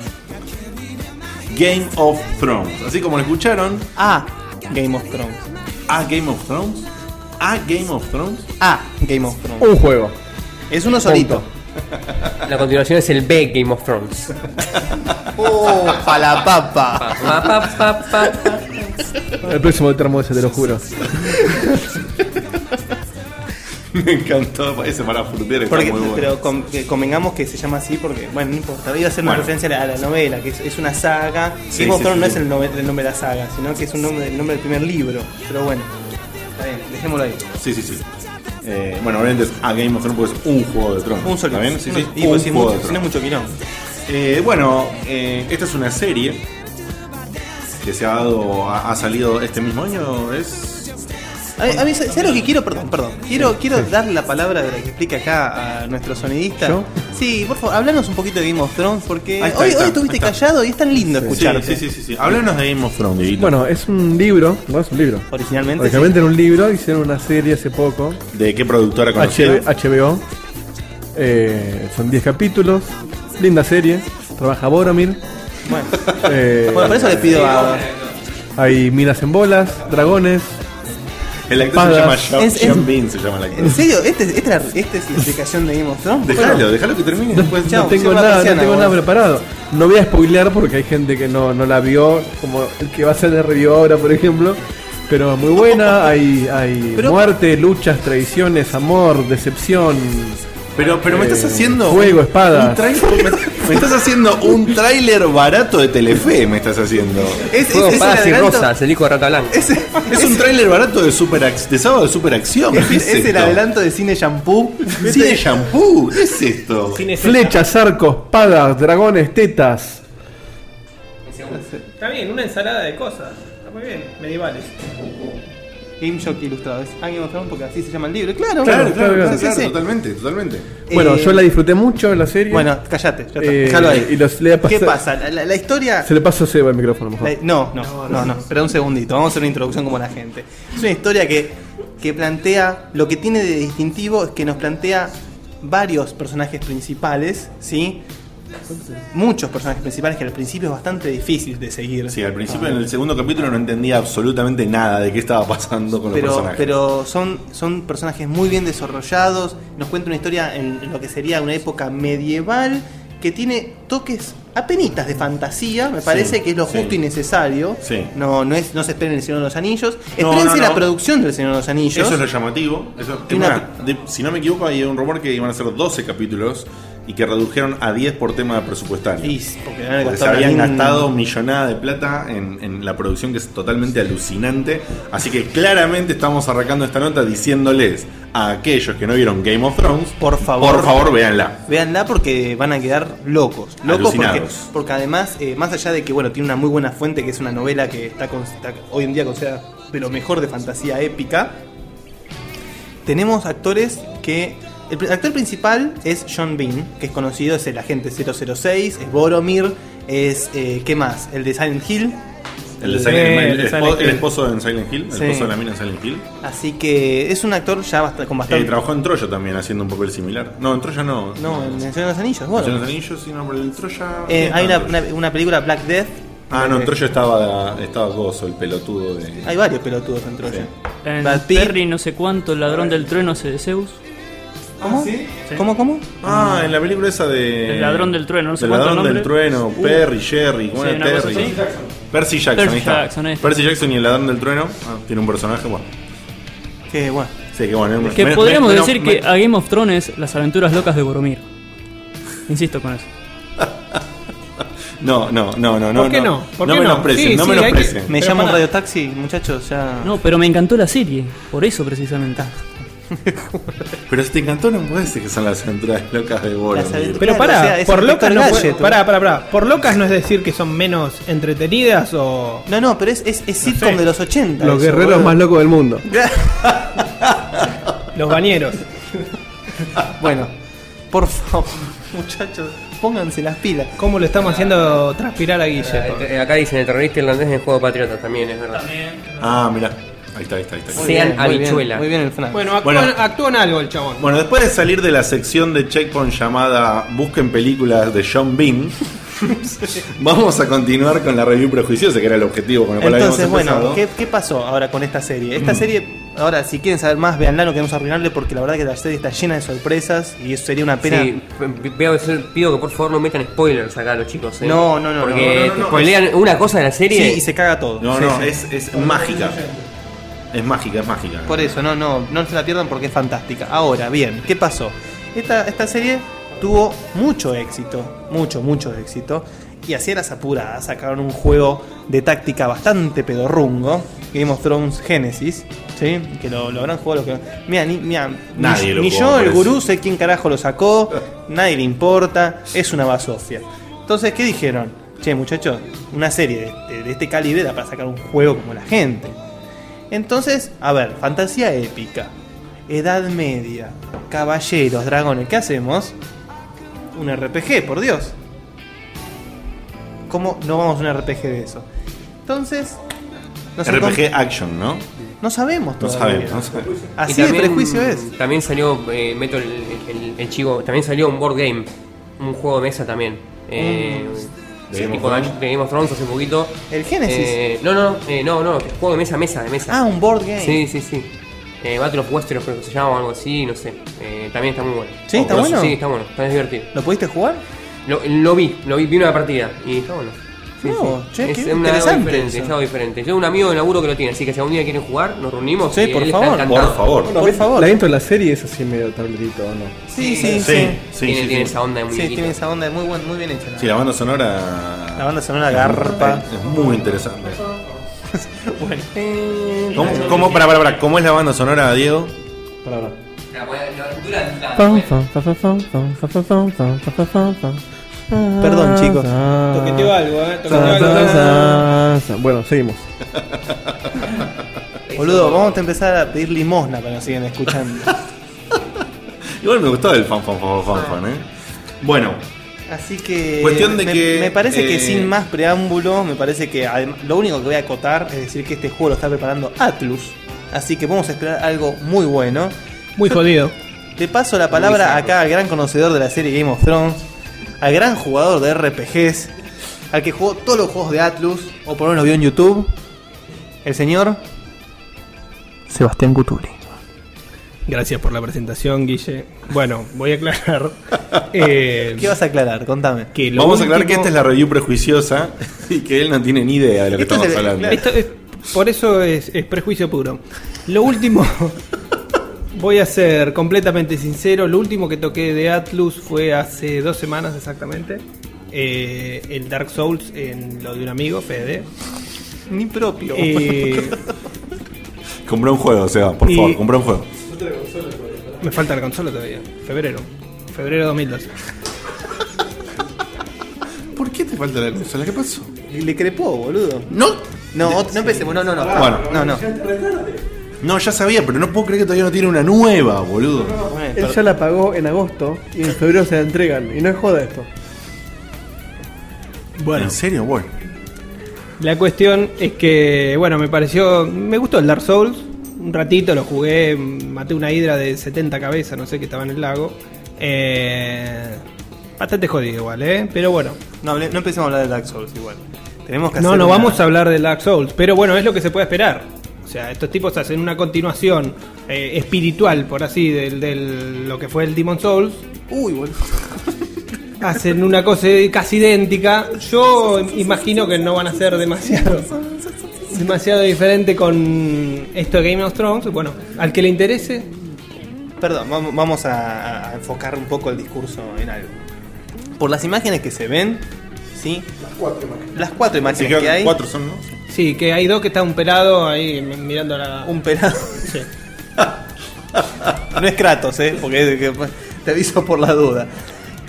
[SPEAKER 1] Game of Thrones. Así como lo escucharon,
[SPEAKER 3] A Game of Thrones.
[SPEAKER 1] a Game of Thrones, a Game of Thrones,
[SPEAKER 3] A Game of Thrones.
[SPEAKER 2] Un juego.
[SPEAKER 3] Es uno solito.
[SPEAKER 4] La continuación es el B Game of Thrones.
[SPEAKER 3] Oh, pa' la papa.
[SPEAKER 4] Pa, pa, pa, pa.
[SPEAKER 2] El próximo termo ese, te lo juro.
[SPEAKER 1] me encantó, parece para frutero, está
[SPEAKER 3] Porque,
[SPEAKER 1] muy bueno.
[SPEAKER 3] pero con- que convengamos que se llama así porque, bueno, no importa. Iba a hacer una
[SPEAKER 1] Bueno.
[SPEAKER 3] referencia a la, a la novela, que es, es una saga.
[SPEAKER 1] Sí,
[SPEAKER 3] Game of
[SPEAKER 1] sí, sí,
[SPEAKER 3] Thrones no
[SPEAKER 1] sí.
[SPEAKER 3] es el, nove- el nombre de la saga, sino que es un nombre, el nombre del primer libro. Pero bueno, está bien, dejémoslo ahí.
[SPEAKER 1] Sí, sí, sí. Eh, bueno, obviamente es a Game of Thrones porque es un juego de tronos.
[SPEAKER 3] Un solo.
[SPEAKER 1] ¿Está bien? Sí,
[SPEAKER 3] Uno-
[SPEAKER 1] sí.
[SPEAKER 3] Y pues, si es
[SPEAKER 1] juego de
[SPEAKER 3] mucho, si no es
[SPEAKER 1] tronos.
[SPEAKER 3] mucho quilombo.
[SPEAKER 1] Eh, bueno, eh, esta es una serie que se ha dado, ha, ha salido este mismo año. Es
[SPEAKER 3] A, a mí, ¿sabes lo que quiero? Perdón, perdón. Quiero, quiero darle la palabra de la que explica acá a nuestro sonidista.
[SPEAKER 2] ¿Yo?
[SPEAKER 3] Sí, por favor, háblanos un poquito de Game of Thrones porque
[SPEAKER 1] Ahí está,
[SPEAKER 3] hoy,
[SPEAKER 1] ahí está,
[SPEAKER 3] hoy estuviste
[SPEAKER 1] ahí está.
[SPEAKER 3] callado y es tan lindo escucharte.
[SPEAKER 1] Sí, sí, sí, sí, sí. Háblanos de Game of Thrones, Dieguito.
[SPEAKER 2] Bueno, es un libro. No es un libro.
[SPEAKER 3] Originalmente.
[SPEAKER 2] Originalmente era un libro, hicieron una serie hace poco.
[SPEAKER 1] ¿De qué productora conocida?
[SPEAKER 2] H- HBO. Eh, son 10 capítulos. Linda serie. Trabaja Boromir.
[SPEAKER 3] sí. Bueno,
[SPEAKER 2] Eh,
[SPEAKER 3] Bueno, por eso le pido a.
[SPEAKER 1] eh,
[SPEAKER 2] hay minas en bolas, dragones.
[SPEAKER 1] El actor se llama
[SPEAKER 2] Espadas.
[SPEAKER 1] Sean,
[SPEAKER 3] Es- es-
[SPEAKER 1] Sean Bean, se llama el
[SPEAKER 3] ¿En
[SPEAKER 1] actor.
[SPEAKER 3] serio? ¿Este, este era- esta es la explicación de Game of Thrones?
[SPEAKER 1] Déjalo,
[SPEAKER 3] Bueno,
[SPEAKER 1] déjalo que termine. después-
[SPEAKER 3] Chao.
[SPEAKER 2] No tengo
[SPEAKER 3] cierra la
[SPEAKER 2] nada,
[SPEAKER 3] persiana,
[SPEAKER 2] no tengo
[SPEAKER 3] vos.
[SPEAKER 2] nada preparado. No voy a spoilear porque hay gente que no, no la vio, como el que va a hacer de review ahora, por ejemplo. Pero muy buena, hay, hay
[SPEAKER 3] Pero-
[SPEAKER 2] muerte, luchas, traiciones, amor, decepción.
[SPEAKER 1] Pero, pero me
[SPEAKER 2] eh,
[SPEAKER 1] estás haciendo.
[SPEAKER 2] Fuego,
[SPEAKER 1] un- un
[SPEAKER 2] espada.
[SPEAKER 1] tráiler- me, me estás haciendo un tráiler barato de Telefe, me estás haciendo.
[SPEAKER 3] Es, es,
[SPEAKER 4] Fuego,
[SPEAKER 3] es el
[SPEAKER 4] paz y
[SPEAKER 3] adelanto-
[SPEAKER 4] rosas, el hijo de Rata Blanca.
[SPEAKER 3] Es,
[SPEAKER 1] Es un tráiler barato de super de sábado de superacción.
[SPEAKER 3] es-
[SPEAKER 1] ¿qué
[SPEAKER 3] es el
[SPEAKER 1] esto?
[SPEAKER 3] adelanto de cine shampoo.
[SPEAKER 1] Sí, de shampoo, ¿qué es esto?
[SPEAKER 5] Cine Z.
[SPEAKER 2] Flechas, arcos, espadas, dragones, tetas.
[SPEAKER 5] Está bien, una ensalada de cosas. Está muy bien, medievales.
[SPEAKER 3] Game Shock ilustrado. Es a Game of Thrones porque así se llama el libro. Claro,
[SPEAKER 1] Claro, claro, claro,
[SPEAKER 3] Sí, sí,
[SPEAKER 1] claro,
[SPEAKER 3] sí.
[SPEAKER 1] totalmente, totalmente.
[SPEAKER 2] Bueno,
[SPEAKER 3] Eh,
[SPEAKER 2] yo la disfruté mucho la serie.
[SPEAKER 3] Bueno, callate, ya está.
[SPEAKER 2] Eh,
[SPEAKER 3] Déjalo ahí.
[SPEAKER 2] y los- le voy a
[SPEAKER 3] ¿Qué
[SPEAKER 2] pasar-
[SPEAKER 3] pasa? La, la- la historia.
[SPEAKER 2] Se le pasó a Seba el micrófono mejor.
[SPEAKER 3] la- no, no, no, no, Espera un segundito. Vamos a hacer una introducción como la gente. Es una historia que, que plantea. Lo que tiene de distintivo es que nos plantea varios personajes principales, ¿sí? Muchos personajes principales que al principio es bastante difícil de seguir.
[SPEAKER 1] Sí, al principio en el segundo capítulo no entendía absolutamente nada de qué estaba pasando con los
[SPEAKER 3] pero,
[SPEAKER 1] personajes.
[SPEAKER 3] pero son, son personajes muy bien desarrollados. Nos cuenta una historia en, en lo que sería una época medieval que tiene toques apenitas de fantasía. Me parece
[SPEAKER 1] Sí,
[SPEAKER 3] que es lo
[SPEAKER 1] sí.
[SPEAKER 3] justo y necesario.
[SPEAKER 1] Sí.
[SPEAKER 3] No, no, es, no se esperen el Señor de los Anillos.
[SPEAKER 1] No,
[SPEAKER 3] Espérense
[SPEAKER 1] no, no.
[SPEAKER 3] la producción del Señor de los Anillos.
[SPEAKER 1] Eso es lo llamativo. Eso,
[SPEAKER 3] Y una-
[SPEAKER 1] Es más, de- si no me equivoco, hay un rumor que iban a ser 12 capítulos y que redujeron a 10 por tema presupuestario.
[SPEAKER 3] Y- porque le han
[SPEAKER 1] Porque se
[SPEAKER 3] gastado
[SPEAKER 1] habían
[SPEAKER 3] una-
[SPEAKER 1] gastado millonada de plata en, en la producción que es totalmente alucinante. Así que claramente estamos arrancando esta nota diciéndoles a aquellos que no vieron Game of Thrones,
[SPEAKER 3] Por favor.
[SPEAKER 1] por favor, véanla.
[SPEAKER 3] Véanla porque van a quedar locos. Locos porque,
[SPEAKER 1] Alucinados.
[SPEAKER 3] porque además, eh, más allá de que bueno, tiene una muy buena fuente, que es una novela que está, con- está hoy en día considerada de lo mejor de fantasía épica, tenemos actores que... El pr- actor principal es John Bean, que es conocido, es el agente 006, es Boromir, es... eh, ¿Qué más? El de Silent Hill.
[SPEAKER 1] El, de
[SPEAKER 5] Sí,
[SPEAKER 1] Silent-
[SPEAKER 5] el
[SPEAKER 1] el
[SPEAKER 5] de
[SPEAKER 1] espo-
[SPEAKER 5] Silent
[SPEAKER 1] el
[SPEAKER 5] Hill.
[SPEAKER 1] esposo en Silent Hill, el
[SPEAKER 3] Sí.
[SPEAKER 1] esposo de la mina en Silent Hill.
[SPEAKER 3] Así que es un actor ya bast- con
[SPEAKER 1] Eh,
[SPEAKER 3] bastante...
[SPEAKER 1] trabajó en Troya también haciendo un papel similar. No, en Troya no.
[SPEAKER 3] no, en El Señor de los Anillos,
[SPEAKER 1] En
[SPEAKER 3] bueno.
[SPEAKER 1] Señor de los Anillos, sino por el Troya.
[SPEAKER 3] Eh, hay una,
[SPEAKER 1] No, en Troya.
[SPEAKER 3] una- una película, Black Death.
[SPEAKER 1] Ah, no, en
[SPEAKER 3] eh,
[SPEAKER 1] Troya estaba, estaba Gozo, el pelotudo de.
[SPEAKER 3] Hay varios pelotudos en Troya.
[SPEAKER 6] En
[SPEAKER 3] Brad Pitt.
[SPEAKER 6] Perry, no sé cuánto, el ladrón del trueno ese de Zeus.
[SPEAKER 3] ¿Cómo? ¿Cómo, cómo?
[SPEAKER 1] Ah, en la película esa de.
[SPEAKER 6] El ladrón del trueno, no sé
[SPEAKER 1] El
[SPEAKER 6] cuánto
[SPEAKER 1] ladrón
[SPEAKER 6] nombre. Uh,
[SPEAKER 1] del trueno, Perry, Jerry, ¿cómo
[SPEAKER 6] Sí,
[SPEAKER 1] era
[SPEAKER 6] una cosa
[SPEAKER 1] Terry? Percy
[SPEAKER 6] así.
[SPEAKER 1] Jackson, ahí
[SPEAKER 6] Percy
[SPEAKER 1] está.
[SPEAKER 6] Jackson, este. ahí está.
[SPEAKER 1] Percy Jackson y el ladrón del trueno. Ah, tiene un personaje, bueno.
[SPEAKER 3] Que bueno.
[SPEAKER 1] Sí, que bueno.
[SPEAKER 6] Que
[SPEAKER 1] menos-
[SPEAKER 6] podríamos
[SPEAKER 1] menos-
[SPEAKER 6] decir
[SPEAKER 1] menos-
[SPEAKER 6] que a Game of Thrones es las aventuras locas de Boromir. Insisto con eso.
[SPEAKER 1] No, no, no, no.
[SPEAKER 5] ¿Por qué no? ¿Por
[SPEAKER 1] no
[SPEAKER 5] qué no?
[SPEAKER 1] menosprecen,
[SPEAKER 5] Sí,
[SPEAKER 1] no
[SPEAKER 5] sí, hay que-
[SPEAKER 1] menosprecen.
[SPEAKER 3] Me
[SPEAKER 5] Pero
[SPEAKER 3] llama un
[SPEAKER 5] pará.
[SPEAKER 3] radiotaxi, muchachos, ya.
[SPEAKER 6] No, pero me encantó la serie, por eso precisamente.
[SPEAKER 1] Pero si te encantó, no puede ser que son las aventuras locas de Boron.
[SPEAKER 3] Las aventuras-
[SPEAKER 5] Pero
[SPEAKER 3] Claro,
[SPEAKER 5] pará,
[SPEAKER 3] o sea, es
[SPEAKER 5] por
[SPEAKER 3] el
[SPEAKER 5] locas
[SPEAKER 3] Dr.
[SPEAKER 5] no
[SPEAKER 3] Gadget,
[SPEAKER 5] puede-
[SPEAKER 3] ¿no?
[SPEAKER 5] pará, pará, pará. Por locas no es decir que son menos entretenidas o
[SPEAKER 3] No, no, pero es, es, es sitcom
[SPEAKER 5] sé.
[SPEAKER 3] de los 80.
[SPEAKER 2] Los
[SPEAKER 3] eso,
[SPEAKER 2] guerreros
[SPEAKER 3] boludo.
[SPEAKER 2] más locos del mundo.
[SPEAKER 5] los bañeros.
[SPEAKER 3] Bueno, por favor, muchachos, pónganse las pilas.
[SPEAKER 5] ¿Cómo lo estamos haciendo transpirar a Guille?
[SPEAKER 4] Ah, eh, Acá dicen el terrorista irlandés en el juego Patriota también, es verdad.
[SPEAKER 1] Ah, mirá. Ahí está, ahí está, ahí está.
[SPEAKER 4] Sí. Sean
[SPEAKER 3] muy bien,
[SPEAKER 4] habichuela.
[SPEAKER 3] Muy bien el Fran.
[SPEAKER 5] Bueno, actúa,
[SPEAKER 1] Bueno.
[SPEAKER 5] actúa en algo el chabón.
[SPEAKER 1] Bueno, después de salir de la sección de Checkpoint llamada Busquen películas de John Bean, Vamos a continuar con la review prejuiciosa, que era el objetivo con el cual
[SPEAKER 3] Entonces,
[SPEAKER 1] habíamos
[SPEAKER 3] bueno,
[SPEAKER 1] empezado.
[SPEAKER 3] ¿qué, qué pasó ahora con esta serie?
[SPEAKER 1] Mm.
[SPEAKER 3] Esta serie, ahora, si quieren saber más, veanla, no queremos arruinarle porque la verdad que la serie está llena de sorpresas y eso sería una pena.
[SPEAKER 4] Sí, p- p- pido, pido que por favor no metan spoilers acá a los chicos. ¿eh?
[SPEAKER 3] No, no, no, no, no,
[SPEAKER 4] Porque
[SPEAKER 3] no, no, no.
[SPEAKER 4] te spoilean una cosa de la serie.
[SPEAKER 3] Sí, y se caga todo.
[SPEAKER 1] No,
[SPEAKER 3] Sí,
[SPEAKER 1] no,
[SPEAKER 3] sí.
[SPEAKER 1] es, es mágica. Es mágica, es mágica.
[SPEAKER 3] Por eso, no, no, no se la pierdan porque es fantástica. Ahora, bien, ¿qué pasó? Esta, esta serie tuvo mucho éxito, mucho, mucho éxito. Y así las apuradas sacaron un juego de táctica bastante pedorrungo, Game of Thrones Genesis, ¿sí? Que lo, lo habrán jugado los que... Mira, ni, mirá, ni-
[SPEAKER 1] Nadie lo
[SPEAKER 3] ni
[SPEAKER 1] jugó,
[SPEAKER 3] yo,
[SPEAKER 1] me
[SPEAKER 3] el
[SPEAKER 1] parece.
[SPEAKER 3] gurú, sé quién carajo lo sacó, nadie le importa, es una basofia. Entonces, ¿qué dijeron? Che, muchachos, una serie de- de- de este calibre da para sacar un juego como la gente. Entonces, a ver, fantasía épica, edad media, caballeros, dragones, ¿qué hacemos? Un RPG, por Dios. ¿Cómo no vamos a un RPG de eso? Entonces, nos
[SPEAKER 1] RPG
[SPEAKER 3] encon-
[SPEAKER 1] Action, ¿no?
[SPEAKER 3] no sabemos
[SPEAKER 1] No
[SPEAKER 3] todavía.
[SPEAKER 1] sabemos. no sabemos.
[SPEAKER 4] Y
[SPEAKER 3] Así de prejuicio es.
[SPEAKER 4] También salió, eh, meto el, el- el chico, también salió un board game, un juego de mesa también. Eh,
[SPEAKER 1] ¿De
[SPEAKER 4] sí,
[SPEAKER 1] Game of
[SPEAKER 4] tipo
[SPEAKER 1] Thrones?
[SPEAKER 4] de Game of Thrones hace poquito.
[SPEAKER 3] Mm. ¿El Génesis?
[SPEAKER 4] Eh, no, no, eh, no, no, juego de mesa, mesa, de mesa.
[SPEAKER 3] Ah, un board game.
[SPEAKER 4] Sí, sí, sí. Eh, Battle of Westeros creo que se llama o algo así, no sé. Eh, también está muy bueno.
[SPEAKER 3] ¿Sí? ¿Está
[SPEAKER 4] pero
[SPEAKER 3] bueno?
[SPEAKER 4] Sí, está bueno, está divertido.
[SPEAKER 3] ¿Lo pudiste jugar?
[SPEAKER 4] Lo, lo vi, lo vi, vi una partida y está bueno. Sí,
[SPEAKER 3] No,
[SPEAKER 4] sí.
[SPEAKER 3] che, qué
[SPEAKER 4] es una- algo
[SPEAKER 3] interesante
[SPEAKER 4] diferente,
[SPEAKER 3] eso.
[SPEAKER 4] es algo diferente. Yo tengo un amigo de laburo que lo tiene, así que si algún día quieren jugar, nos reunimos.
[SPEAKER 3] Sí,
[SPEAKER 4] y
[SPEAKER 3] por
[SPEAKER 4] él
[SPEAKER 3] favor,
[SPEAKER 4] está encantado.
[SPEAKER 1] Por favor.
[SPEAKER 2] Bueno,
[SPEAKER 3] Por
[SPEAKER 2] ¿ves?
[SPEAKER 3] favor.
[SPEAKER 2] La intro de la serie es así medio tablerito, ¿o no?
[SPEAKER 3] Sí, sí, sí.
[SPEAKER 1] Sí,
[SPEAKER 3] Sí,
[SPEAKER 1] sí,
[SPEAKER 4] tiene,
[SPEAKER 1] sí,
[SPEAKER 4] tiene
[SPEAKER 1] sí.
[SPEAKER 4] esa onda de muy
[SPEAKER 3] tiene esa onda de muy, buen, muy bien hecha. la
[SPEAKER 1] Sí, la banda sonora.
[SPEAKER 3] La banda sonora garpa.
[SPEAKER 1] Es muy interesante.
[SPEAKER 3] Bueno.
[SPEAKER 1] ¿Cómo, cómo, para, para, para, ¿cómo es la banda sonora, Diego?
[SPEAKER 2] Para ahora.
[SPEAKER 3] Perdón, chicos.
[SPEAKER 5] Toqueteo algo, eh.
[SPEAKER 2] Ah, Sa,
[SPEAKER 5] Toqueteo
[SPEAKER 2] sa,
[SPEAKER 5] algo.
[SPEAKER 2] sa, sa. Bueno, seguimos.
[SPEAKER 3] Eh, Boludo, vamos a empezar a pedir limosna para que nos sigan escuchando.
[SPEAKER 1] Igual me gustó el fan, fan, fan, fan, fan, ¿eh? Bueno,
[SPEAKER 3] Así que.
[SPEAKER 1] Cuestión de
[SPEAKER 3] me,
[SPEAKER 1] que,
[SPEAKER 3] me parece que
[SPEAKER 1] eh,
[SPEAKER 3] sin más preámbulos, me parece que adem- lo único que voy a acotar es decir que este juego lo está preparando Atlus. Así que vamos a esperar algo muy bueno.
[SPEAKER 5] Muy jodido.
[SPEAKER 3] Te paso la palabra acá al gran conocedor de la serie Game of Thrones, al gran jugador de RPGs, al que jugó todos los juegos de Atlus, o por lo menos vio en YouTube, el señor. Sebastián Gutuli.
[SPEAKER 5] Gracias por la presentación, Guille. Bueno, voy a aclarar. eh,
[SPEAKER 3] ¿Qué vas a aclarar? Contame.
[SPEAKER 5] que lo
[SPEAKER 1] Vamos a aclarar que
[SPEAKER 5] último-
[SPEAKER 1] esta es la review prejuiciosa y que él no tiene ni idea de lo que
[SPEAKER 3] Esto
[SPEAKER 1] estamos
[SPEAKER 3] es el-
[SPEAKER 1] hablando.
[SPEAKER 5] Esto es- por eso es, es prejuicio puro. Lo último, voy a ser completamente sincero, lo último que toqué de Atlus fue hace dos semanas exactamente. eh, el Dark Souls en lo de un amigo, Fede.
[SPEAKER 3] Ni propio.
[SPEAKER 5] Eh,
[SPEAKER 1] Compró un juego, Seba, por
[SPEAKER 5] Y-
[SPEAKER 1] favor, compró un juego.
[SPEAKER 5] me falta la consola todavía. Febrero. Febrero 2012.
[SPEAKER 1] ¿Por qué te falta la consola? ¿Qué pasó?
[SPEAKER 3] Le crepó, boludo.
[SPEAKER 1] No,
[SPEAKER 3] No, ot- no empecemos, no, no, no.
[SPEAKER 1] Bueno.
[SPEAKER 3] no, no.
[SPEAKER 1] no, ya sabía, pero no puedo creer que todavía no tiene una nueva, boludo.
[SPEAKER 2] Él ya la pagó en agosto y en febrero se la entregan. Y no es joda esto.
[SPEAKER 1] ¿En serio? Bueno.
[SPEAKER 5] La cuestión es que, bueno, me pareció. Me gustó el Dark Souls. Un ratito lo jugué, maté una hidra de 70 cabezas, no sé qué estaba en el lago. Eh, bastante jodido igual, ¿eh? Pero bueno.
[SPEAKER 3] No, hable- no empecemos a hablar de Dark Souls igual. Tenemos que
[SPEAKER 5] No,
[SPEAKER 3] hacer
[SPEAKER 5] no
[SPEAKER 3] una-
[SPEAKER 5] vamos a hablar de Dark Souls, pero bueno, es lo que se puede esperar. O sea, estos tipos hacen una continuación eh, espiritual, por así, del, del- lo que fue el Demon Souls.
[SPEAKER 3] Uy, boludo.
[SPEAKER 5] Hacen una cosa casi idéntica. Yo imagino que no van a ser demasiado demasiado diferente con esto de Game of Thrones. Bueno, al que le interese,
[SPEAKER 3] Perdón, vamos, vamos a, a enfocar un poco el discurso en algo. Por las imágenes que se ven, ¿sí? Las cuatro imágenes.
[SPEAKER 1] Sí,
[SPEAKER 3] que,
[SPEAKER 1] creo que
[SPEAKER 3] hay.
[SPEAKER 1] cuatro son, ¿no?
[SPEAKER 5] sí, que hay dos que está un pelado ahí mirando la.
[SPEAKER 3] Un pelado.
[SPEAKER 5] Sí.
[SPEAKER 3] no es Kratos, ¿eh? Porque es que- te aviso por la duda.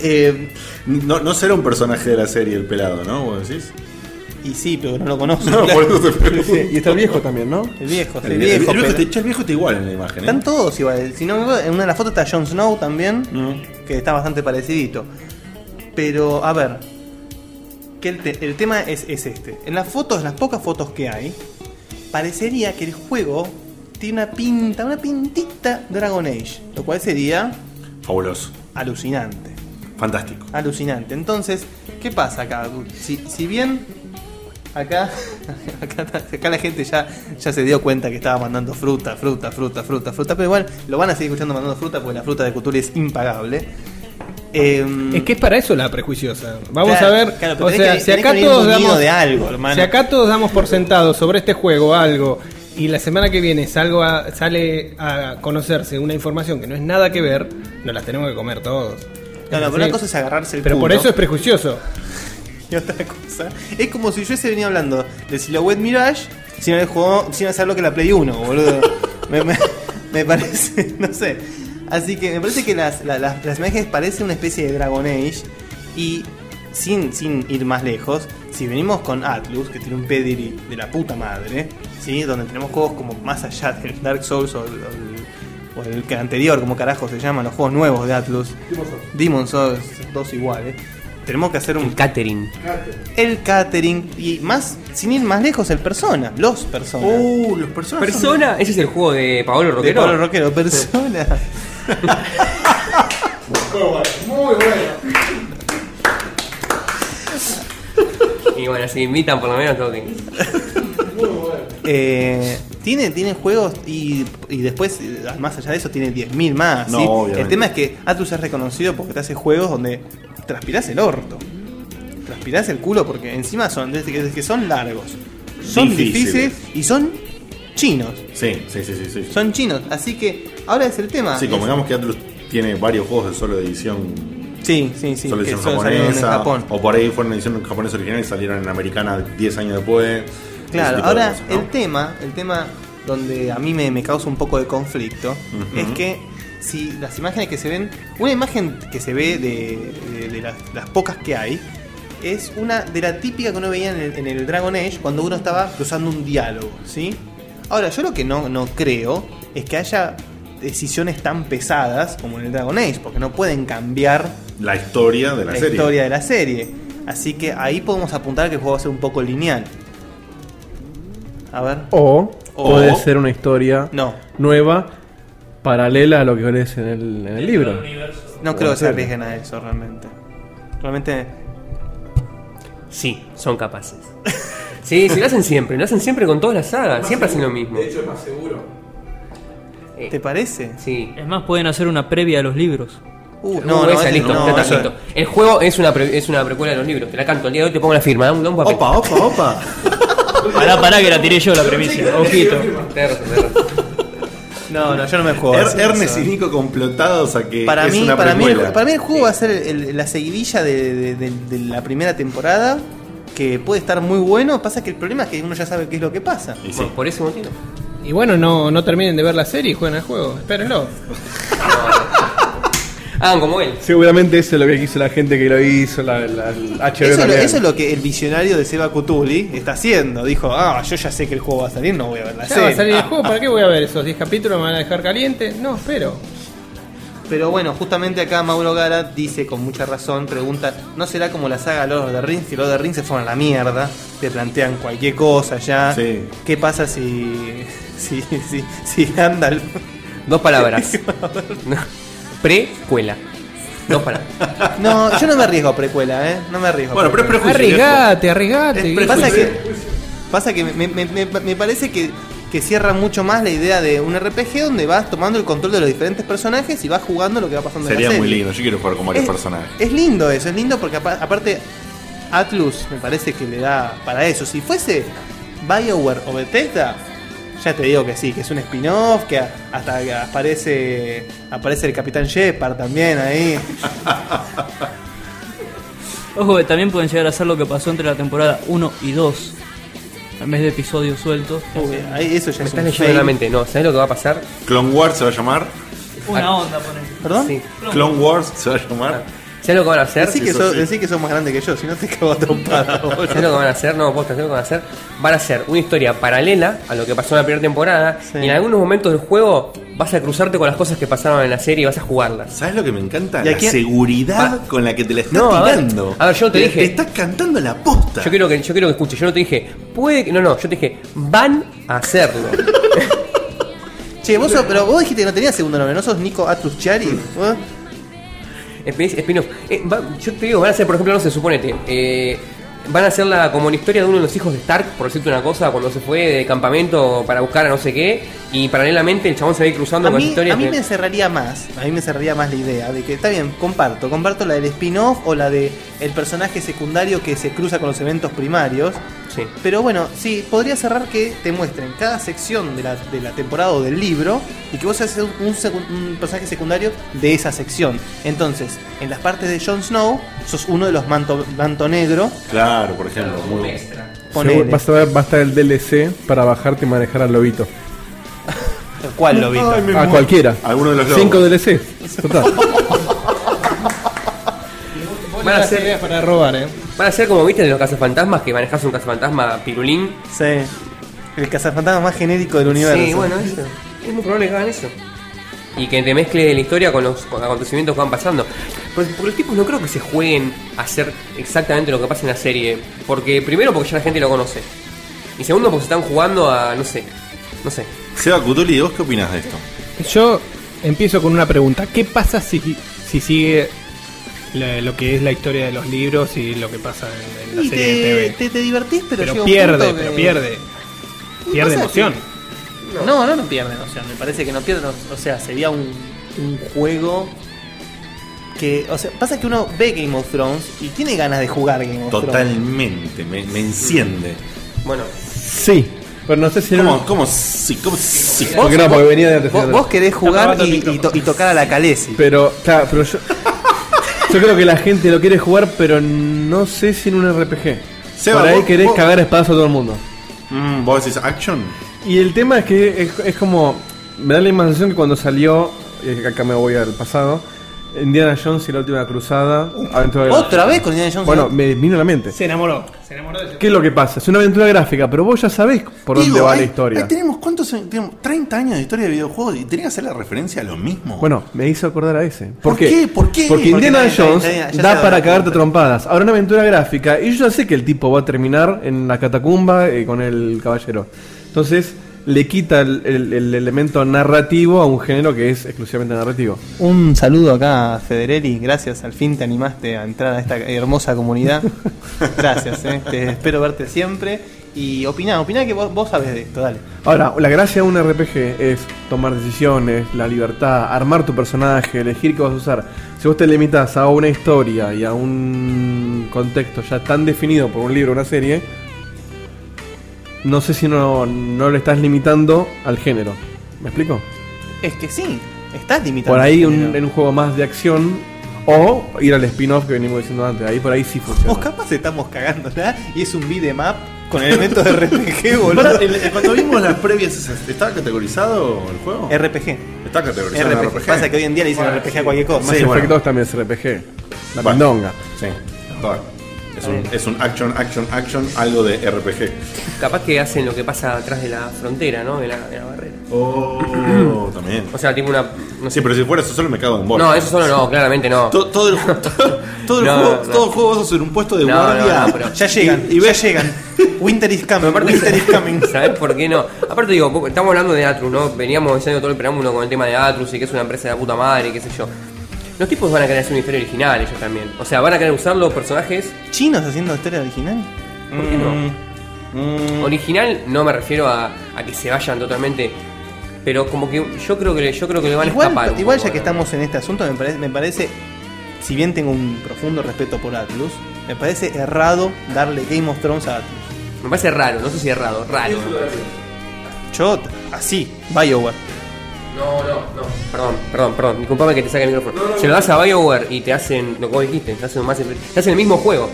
[SPEAKER 3] Eh,
[SPEAKER 1] No, no será un personaje de la serie el pelado, ¿no? ¿Vos decís?
[SPEAKER 3] y sí, pero no lo conozco.
[SPEAKER 1] No, por eso te pregunto.
[SPEAKER 2] Sí, y está el viejo también, ¿no?
[SPEAKER 3] El viejo, sí,
[SPEAKER 1] El, viejo, el
[SPEAKER 3] el viejo.
[SPEAKER 1] viejo
[SPEAKER 3] pero-
[SPEAKER 1] está, ¿eh? che, el viejo está igual en la imagen, ¿eh?
[SPEAKER 3] Están todos iguales. Si no me equivoco, en una de las fotos está Jon Snow también,
[SPEAKER 1] Mm.
[SPEAKER 3] que está bastante parecidito. Pero, a ver, que el, te- el tema es, es este. En las fotos, las pocas fotos que hay, parecería que el juego tiene una pinta, una pintita Dragon Age, lo cual sería
[SPEAKER 1] Fabuloso.
[SPEAKER 3] alucinante.
[SPEAKER 1] Fantástico.
[SPEAKER 3] Alucinante. Entonces, ¿qué pasa acá? Si, si bien acá, acá, acá la gente ya, ya se dio cuenta que estaba mandando fruta, fruta, fruta, fruta, fruta, pero igual lo van a seguir escuchando mandando fruta porque la fruta de Cthulhu es impagable. Em,
[SPEAKER 5] Es que es para eso la prejuiciosa. Vamos
[SPEAKER 3] Claro,
[SPEAKER 5] a ver,
[SPEAKER 3] claro, pero
[SPEAKER 5] o
[SPEAKER 3] tenés
[SPEAKER 5] sea,
[SPEAKER 3] que-
[SPEAKER 5] si
[SPEAKER 3] tenés
[SPEAKER 5] acá
[SPEAKER 3] que venir
[SPEAKER 5] todos
[SPEAKER 3] munido
[SPEAKER 5] damos
[SPEAKER 3] de algo, hermano.
[SPEAKER 5] Si acá todos damos por sentado sobre este juego algo y la semana que viene salgo a- sale a conocerse una información que no es nada que ver, nos las tenemos que comer
[SPEAKER 3] no,
[SPEAKER 5] todos.
[SPEAKER 3] no,
[SPEAKER 5] Es
[SPEAKER 3] pero una
[SPEAKER 5] decir,
[SPEAKER 3] cosa es agarrarse el
[SPEAKER 5] pero por
[SPEAKER 3] culo.
[SPEAKER 5] eso es prejuicioso.
[SPEAKER 3] y otra cosa. Es como si yo hubiese venido hablando de Silhouette Mirage sin haber jugado, sin hacer lo que la Play 1, boludo. me, me- me parece, no sé. Así que me parece que las, la- las, las imágenes parecen una especie de Dragon Age y sin, sin ir más lejos, si venimos con Atlus, que tiene un pedigree de la puta madre, ¿sí? donde tenemos juegos como más allá del Dark Souls o el, o el- o el que anterior, como carajo se llaman, los juegos nuevos de Atlus, Demon Souls, dos iguales, tenemos que hacer un
[SPEAKER 4] El catering.
[SPEAKER 3] Ah, el catering y más, sin ir más lejos, el persona, los personas.
[SPEAKER 1] Uh, los personajes.
[SPEAKER 4] Persona, ese es el juego de Paolo
[SPEAKER 3] de
[SPEAKER 4] Roquero.
[SPEAKER 3] Pablo Roquero, persona.
[SPEAKER 4] Y bueno, si invitan por lo menos tengo que ir.
[SPEAKER 3] Eh, tiene, tiene juegos y, y después, eh, más allá de eso, tiene 10.000 más.
[SPEAKER 1] No,
[SPEAKER 3] ¿sí?
[SPEAKER 1] obviamente.
[SPEAKER 3] El tema es que Atlus es reconocido porque te hace juegos donde transpirás el orto. Transpirás el culo porque encima son, desde que, desde que son largos, son
[SPEAKER 1] Difíciles.
[SPEAKER 3] difíciles y son chinos.
[SPEAKER 1] Sí, sí, sí, sí. sí.
[SPEAKER 3] Son chinos. Así que ahora es el tema.
[SPEAKER 1] Sí,
[SPEAKER 3] Es-
[SPEAKER 1] convengamos que Atlus tiene varios juegos de solo edición.
[SPEAKER 3] sí, sí, sí,
[SPEAKER 1] solo
[SPEAKER 3] que
[SPEAKER 1] edición
[SPEAKER 3] solo salieron
[SPEAKER 1] japonesa.
[SPEAKER 3] en Japón.
[SPEAKER 1] O por ahí fueron edición japonesa original y salieron en americana 10 años después. ese
[SPEAKER 3] Claro,
[SPEAKER 1] tipo de
[SPEAKER 3] ahora
[SPEAKER 1] cosas, ¿no?
[SPEAKER 3] el tema, el tema donde a mí me, me causa un poco de conflicto
[SPEAKER 1] Ujú.
[SPEAKER 3] es que si las imágenes que se ven, una imagen que se ve de, de- de las, las pocas que hay, es una de la típica que uno veía en el, en el Dragon Age cuando uno estaba cruzando un diálogo, ¿sí? Ahora, yo lo que no, no creo es que haya decisiones tan pesadas como en el Dragon Age, porque no pueden cambiar
[SPEAKER 1] La historia de la,
[SPEAKER 3] la,
[SPEAKER 1] serie.
[SPEAKER 3] historia de la serie. Así que ahí podemos apuntar que el juego va a ser un poco lineal. A ver.
[SPEAKER 2] O,
[SPEAKER 3] O-
[SPEAKER 2] puede ser una historia
[SPEAKER 3] No,
[SPEAKER 2] nueva paralela a lo que ves en el, en el libro.
[SPEAKER 3] no creo que se
[SPEAKER 2] serie.
[SPEAKER 3] arriesguen a eso realmente. Realmente.
[SPEAKER 4] Sí, son capaces. Sí, sí, lo hacen siempre, lo hacen siempre con todas las sagas, siempre hacen lo mismo.
[SPEAKER 8] De hecho, es más seguro.
[SPEAKER 4] Eh,
[SPEAKER 3] ¿Te parece?
[SPEAKER 4] sí.
[SPEAKER 6] Es más, pueden hacer una previa a los libros.
[SPEAKER 3] Uh,
[SPEAKER 4] Uh, esa,
[SPEAKER 3] ese-
[SPEAKER 4] listo,
[SPEAKER 3] no,
[SPEAKER 4] ya está,
[SPEAKER 3] eso-
[SPEAKER 4] listo. El juego es una, pre- es una precuela de los libros, te la canto, el día de hoy te pongo la firma, dame un papel.
[SPEAKER 1] Opa, opa, opa.
[SPEAKER 6] Pará, pará, que la tiré yo la premisa. Ojito.
[SPEAKER 4] Tenés razón, tenés razón.
[SPEAKER 3] No, no, yo no me juego. a
[SPEAKER 1] Er-
[SPEAKER 3] hacer
[SPEAKER 1] Ernest
[SPEAKER 3] eso.
[SPEAKER 1] y Nico complotados a que
[SPEAKER 3] Para
[SPEAKER 1] es
[SPEAKER 3] mí,
[SPEAKER 1] una
[SPEAKER 3] para, mí, el-
[SPEAKER 1] precuela.
[SPEAKER 3] para mí el juego va a ser el- el- la seguidilla de, de- de- de la primera temporada. Que puede estar muy bueno. Pasa que el problema es que uno ya sabe qué es lo que pasa.
[SPEAKER 1] Y sí.
[SPEAKER 4] Bueno, por ese motivo.
[SPEAKER 5] Y bueno, no, no terminen de ver la serie y jueguen al juego. Espérenlo.
[SPEAKER 4] Hagan como él.
[SPEAKER 2] Seguramente eso es lo que quiso la gente que lo hizo, la, la- el HBO
[SPEAKER 3] Eso, es lo-
[SPEAKER 2] también.
[SPEAKER 3] eso es lo que el visionario de Seba Cutuli está haciendo. Dijo, ah, yo ya sé que el juego va a salir, no voy a ver la
[SPEAKER 5] Ya va a
[SPEAKER 3] serie.
[SPEAKER 5] salir el juego, ¿para qué voy a ver esos 10 capítulos? ¿Me van a dejar caliente? No, espero.
[SPEAKER 3] Pero bueno, justamente acá Mauro Gara dice con mucha razón, pregunta, ¿no será como la saga Lord of the Rings? Que Lord of the Rings se fueron a la mierda, te plantean cualquier cosa ya.
[SPEAKER 1] Sí.
[SPEAKER 3] ¿Qué pasa si, si, si, si Gandalf...
[SPEAKER 4] Dos palabras. No. Precuela. Dos palabras.
[SPEAKER 3] No, yo no me arriesgo a precuela, ¿eh? No me arriesgo. a
[SPEAKER 1] Bueno, pero es
[SPEAKER 3] precuela.
[SPEAKER 1] prejuicio.
[SPEAKER 5] Arriesgate, arriesgate.
[SPEAKER 1] Es
[SPEAKER 5] viejo.
[SPEAKER 3] Pasa
[SPEAKER 1] prejuicio.
[SPEAKER 3] que, pasa que me, me- me- me parece que, que cierra mucho más la idea de un RPG donde vas tomando el control de los diferentes personajes y vas jugando lo que va pasando en la
[SPEAKER 1] Sería
[SPEAKER 3] serie.
[SPEAKER 1] muy lindo, yo quiero jugar con varios
[SPEAKER 3] es,
[SPEAKER 1] personajes.
[SPEAKER 3] es lindo eso, es lindo porque apa- aparte Atlus me parece que le da para eso. Si fuese Bioware o Bethesda, ya te digo que sí, que es un spin-off, que a- hasta que aparece aparece el Capitán Shepard también ahí.
[SPEAKER 6] Ojo, que también pueden llegar a hacer lo que pasó entre la temporada 1 y 2. En vez de episodios sueltos. Este,
[SPEAKER 3] Uy, ahí eso ya
[SPEAKER 4] Me
[SPEAKER 3] es
[SPEAKER 4] estás
[SPEAKER 3] un
[SPEAKER 4] leyendo la
[SPEAKER 3] fail.
[SPEAKER 4] mente. No, ¿sabes lo que va a pasar?
[SPEAKER 1] Clone Wars se va a llamar.
[SPEAKER 6] Una onda, ponen.
[SPEAKER 3] ¿Perdón?
[SPEAKER 4] Sí.
[SPEAKER 1] Clone Wars se va a llamar.
[SPEAKER 4] ¿Sabes lo que van a hacer?
[SPEAKER 3] Decí que,
[SPEAKER 1] Eso
[SPEAKER 3] sos,
[SPEAKER 1] sí.
[SPEAKER 3] decí que sos más grande que yo, si no te cago a trompada, boludo.
[SPEAKER 4] ¿Sabes lo que van a hacer? No, posta, ¿sabes lo que van a hacer? Van a hacer una historia paralela a lo que pasó en la primera temporada.
[SPEAKER 3] Sí.
[SPEAKER 4] Y en algunos momentos del juego vas a cruzarte con las cosas que pasaron en la serie y vas a jugarlas.
[SPEAKER 1] ¿Sabes lo que me encanta?
[SPEAKER 3] ¿Y a
[SPEAKER 1] La
[SPEAKER 3] quién-
[SPEAKER 1] seguridad con la que te la estás
[SPEAKER 4] No, a ver,
[SPEAKER 1] tirando.
[SPEAKER 4] a ver, yo te
[SPEAKER 1] Le-
[SPEAKER 4] dije-
[SPEAKER 1] le estás cantando la posta.
[SPEAKER 4] Yo quiero que, yo quiero que escuches, yo no te dije, puede que. No, no, yo te dije, van a hacerlo. Mm.
[SPEAKER 3] Che, vos sos- pero vos dijiste que no tenías segundo nombre, ¿no sos Nico Atlus Chiari? ¿Eh?
[SPEAKER 4] Spin- spin-off. Eh, va- yo te digo, van a ser, por ejemplo, no sé, suponete. eh, van a hacerla como la historia de uno de los hijos de Stark, por decirte una cosa, cuando se fue de campamento para buscar a no sé qué. Y paralelamente el chabón se va a ir cruzando
[SPEAKER 3] A
[SPEAKER 4] con
[SPEAKER 3] mí,
[SPEAKER 4] historias.
[SPEAKER 3] a mí
[SPEAKER 4] que-
[SPEAKER 3] me cerraría más, a mí me cerraría más la idea de que está bien, comparto, comparto la del spin-off o la de el personaje secundario que se cruza con los eventos primarios,
[SPEAKER 4] Sí.
[SPEAKER 3] Pero bueno, sí, podría cerrar que te muestren cada sección de la, de la temporada o del libro y que vos seas un, un secu- un personaje secundario de esa sección. Entonces, en las partes de Jon Snow, sos uno de los manto, manto negro.
[SPEAKER 1] Claro, por ejemplo. Muy bueno.
[SPEAKER 3] Ponele.
[SPEAKER 2] Seguro- vas a ver, va a estar el DLC para bajarte y manejar al lobito.
[SPEAKER 3] ¿Cuál lo
[SPEAKER 1] Ay, me
[SPEAKER 2] A
[SPEAKER 1] muero.
[SPEAKER 2] cualquiera.
[SPEAKER 1] Alguno de los lobos.
[SPEAKER 2] Cinco DLC. Total.
[SPEAKER 4] Van a ser-
[SPEAKER 5] ideas para robar, eh.
[SPEAKER 4] Van a ser como viste de los cazafantasmas, que manejas un cazafantasma pirulín.
[SPEAKER 3] Sí. El cazafantasma más genérico del universo.
[SPEAKER 4] Sí, bueno, eso. Es muy probable que hagan eso. Y que te mezcle la historia con los con acontecimientos que van pasando. Porque, porque los tipos no creo que se jueguen a hacer exactamente lo que pasa en la serie. Porque primero porque ya la gente lo conoce. Y segundo porque se están jugando a, no sé, no sé.
[SPEAKER 1] Seba Cutuli, ¿vos qué opinas de esto?
[SPEAKER 5] Yo empiezo con una pregunta. ¿Qué pasa si, si sigue la- lo que es la historia de los libros y lo que pasa en, en la
[SPEAKER 3] Y
[SPEAKER 5] serie de
[SPEAKER 3] te,
[SPEAKER 5] TV?
[SPEAKER 3] te, te divertís, pero, llega
[SPEAKER 5] pero
[SPEAKER 3] un
[SPEAKER 5] pierde,
[SPEAKER 3] punto
[SPEAKER 5] pero
[SPEAKER 3] que-
[SPEAKER 5] pierde.
[SPEAKER 3] Y
[SPEAKER 5] Pierde
[SPEAKER 3] pasa
[SPEAKER 5] emoción.
[SPEAKER 3] que- No, no, no pierde emoción. Me parece que no pierde. no- O sea, sería un, un juego que. O sea, pasa que uno ve Game of Thrones y tiene ganas de jugar Game of Thrones.
[SPEAKER 1] Totalmente, me, me enciende.
[SPEAKER 4] Bueno,
[SPEAKER 2] Sí. Pero no sé si era.
[SPEAKER 1] ¿Cómo, cómo sí? ¿Cómo sí?
[SPEAKER 2] ¿Por qué no? Porque venía de antes.
[SPEAKER 3] Vos, vos querés jugar
[SPEAKER 5] apagando el
[SPEAKER 3] y, y to- y tocar a la Calesi.
[SPEAKER 2] Pero, claro, pero yo. Yo creo que la gente lo quiere jugar, pero no sé si en un RPG.
[SPEAKER 1] Seba,
[SPEAKER 2] Por ahí
[SPEAKER 1] vos-
[SPEAKER 2] querés
[SPEAKER 1] vos-
[SPEAKER 2] cagar espadas a todo el mundo.
[SPEAKER 1] Mm, ¿Vos decís action?
[SPEAKER 2] Y el tema es que es, es como. Me da la impresión que cuando salió. eh, Acá me voy al pasado. Indiana Jones y la última cruzada.
[SPEAKER 1] Uh,
[SPEAKER 2] aventura
[SPEAKER 3] Otra
[SPEAKER 2] gráfica.
[SPEAKER 3] vez con Indiana Jones.
[SPEAKER 2] Bueno, me vino a la mente.
[SPEAKER 5] Se enamoró. Se enamoró de
[SPEAKER 2] ¿Qué es lo que pasa? Es una aventura gráfica, pero vos ya sabés por dónde
[SPEAKER 1] Digo,
[SPEAKER 2] va
[SPEAKER 1] ahí-
[SPEAKER 2] la historia.
[SPEAKER 1] ahí tenemos cuántos tenemos 30 años de historia de videojuegos y tenía que hacer la referencia a lo mismo.
[SPEAKER 2] Bueno, me hizo acordar a ese. ¿Por,
[SPEAKER 1] ¿Por qué? ¿Por qué?
[SPEAKER 2] Porque Indiana
[SPEAKER 3] Porque nadie-
[SPEAKER 2] Jones
[SPEAKER 3] nadie- nadie- ya se
[SPEAKER 2] da
[SPEAKER 3] lo
[SPEAKER 2] para
[SPEAKER 3] da
[SPEAKER 2] cagarte a
[SPEAKER 3] cuenta.
[SPEAKER 2] trompadas. Ahora una aventura gráfica y yo ya sé que el tipo va a terminar en la catacumba eh, con el caballero. Entonces le quita el, el- el elemento narrativo a un género que es exclusivamente narrativo.
[SPEAKER 3] un saludo acá a Federelli. Gracias, al fin te animaste a entrar a esta hermosa comunidad. Gracias, eh. te espero verte siempre. Y opiná, opiná que vos, vos sabés de esto, dale.
[SPEAKER 2] Ahora, la gracia de un RPG es tomar decisiones, la libertad, armar tu personaje, elegir qué vas a usar. Si vos te limitas a una historia y a un contexto ya tan definido por un libro o una serie, no sé si no, no le estás limitando al género. ¿Me explico?
[SPEAKER 3] Es que sí, estás limitado.
[SPEAKER 2] Por ahí un- en un juego más de acción o ir al spin-off que venimos diciendo antes. Ahí por ahí sí
[SPEAKER 3] Vos
[SPEAKER 2] funciona.
[SPEAKER 3] capaz estamos cagándola y es un beat em up con elementos de RPG, boludo.
[SPEAKER 1] Pará, el- el- cuando vimos las previas, ¿estaba categorizado el juego?
[SPEAKER 3] RPG.
[SPEAKER 1] Está categorizado en
[SPEAKER 3] RPG. Pasa que hoy en día le dicen RPG a cualquier cosa.
[SPEAKER 2] Mass
[SPEAKER 1] sí, bueno.
[SPEAKER 2] Effect 2 también es RPG. La
[SPEAKER 1] Bueno.
[SPEAKER 2] pandonga.
[SPEAKER 1] Sí, total. Es un, es un action, action, action, algo de RPG.
[SPEAKER 4] capaz que hacen lo que pasa atrás de la frontera, ¿no? De la, de la barrera.
[SPEAKER 1] Oh, también.
[SPEAKER 4] O sea, tipo una... No,
[SPEAKER 1] Sí,
[SPEAKER 4] sé.
[SPEAKER 1] pero si fuera eso solo me cago en vos.
[SPEAKER 4] no eso solo no, claramente no.
[SPEAKER 1] To- Todo el, ju- todo, todo el
[SPEAKER 4] No,
[SPEAKER 1] juego,
[SPEAKER 4] no.
[SPEAKER 1] todo el juego vas a hacer un puesto de
[SPEAKER 4] No,
[SPEAKER 1] guardia.
[SPEAKER 4] no, no, pero-
[SPEAKER 3] Ya llegan, y, ya llegan. Winter is coming,
[SPEAKER 4] Aparte,
[SPEAKER 3] Winter is coming.
[SPEAKER 4] ¿Sabes por qué no? Aparte digo, vos- estamos hablando de Atrus, ¿no? Veníamos diciendo todo el preámbulo con el tema de Atrus y que es una empresa de la puta madre, qué sé yo. Los tipos van a querer hacer una historia original ellos también. O sea, van a querer usar los personajes.
[SPEAKER 3] ¿Chinos haciendo historia original?
[SPEAKER 4] ¿Por qué
[SPEAKER 3] Mm.
[SPEAKER 4] no? Original no me refiero a, a que se vayan totalmente. Pero como que yo creo que le, yo creo que le van a escapar.
[SPEAKER 3] Igual,
[SPEAKER 4] un
[SPEAKER 3] igual
[SPEAKER 4] poco,
[SPEAKER 3] ya que
[SPEAKER 4] ¿no?
[SPEAKER 3] estamos en este asunto, me parece, me parece, si bien tengo un profundo respeto por Atlus, me parece errado darle Game of Thrones a Atlus.
[SPEAKER 4] Me parece raro, no sé si es raro, raro. me parece.
[SPEAKER 3] Yo, así, Bioware.
[SPEAKER 4] No, no, no. Perdón, perdón, perdón. Disculpame que te saque el micrófono. Se lo das a BioWare y te hacen lo que vos dijiste. Te hacen, un Mass Effect, te hacen el mismo juego.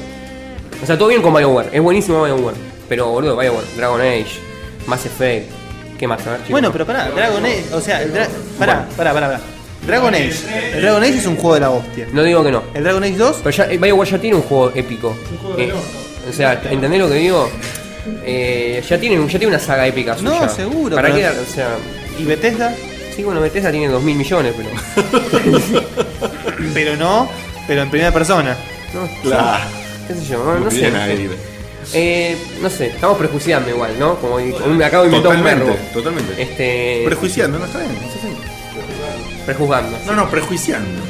[SPEAKER 4] O sea, todo bien con BioWare. Es buenísimo BioWare. Pero, boludo, BioWare. Dragon Age. Mass Effect. ¿Qué más? A ver, chicos.
[SPEAKER 3] Bueno, pero pará, Dragon Age, o sea, el dra- pará,
[SPEAKER 4] Bueno.
[SPEAKER 3] pará, pará, pará. Dragon Age, el Dragon Age es un juego de la hostia.
[SPEAKER 4] No digo que no.
[SPEAKER 3] El Dragon Age 2,
[SPEAKER 4] Pero ya, eh, BioWare ya tiene un juego épico. Eh, o sea, ¿entendés lo que digo? Eh, ya, tienen, ya tiene una saga épica
[SPEAKER 3] No,
[SPEAKER 4] suya.
[SPEAKER 3] seguro,
[SPEAKER 4] ¿Para
[SPEAKER 3] pero-
[SPEAKER 4] qué? O sea,
[SPEAKER 3] y Bethesda,
[SPEAKER 4] sí, bueno, Bethesda tiene 2000 millones, pero...
[SPEAKER 3] pero no, pero en primera persona.
[SPEAKER 4] No,
[SPEAKER 1] Claro.
[SPEAKER 4] qué sé yo, no, no
[SPEAKER 1] Muy
[SPEAKER 4] sé.
[SPEAKER 1] bien,
[SPEAKER 4] no sé.
[SPEAKER 1] ahí.
[SPEAKER 4] Eh, no sé, estamos prejuiciando igual, ¿no? Como como me acabo de inventar un verbo.
[SPEAKER 1] Totalmente, totalmente.
[SPEAKER 4] Este,
[SPEAKER 1] Prejuiciando, ¿no está bien? Sí, sí.
[SPEAKER 4] prejuzgando.
[SPEAKER 1] No, no, prejuiciando.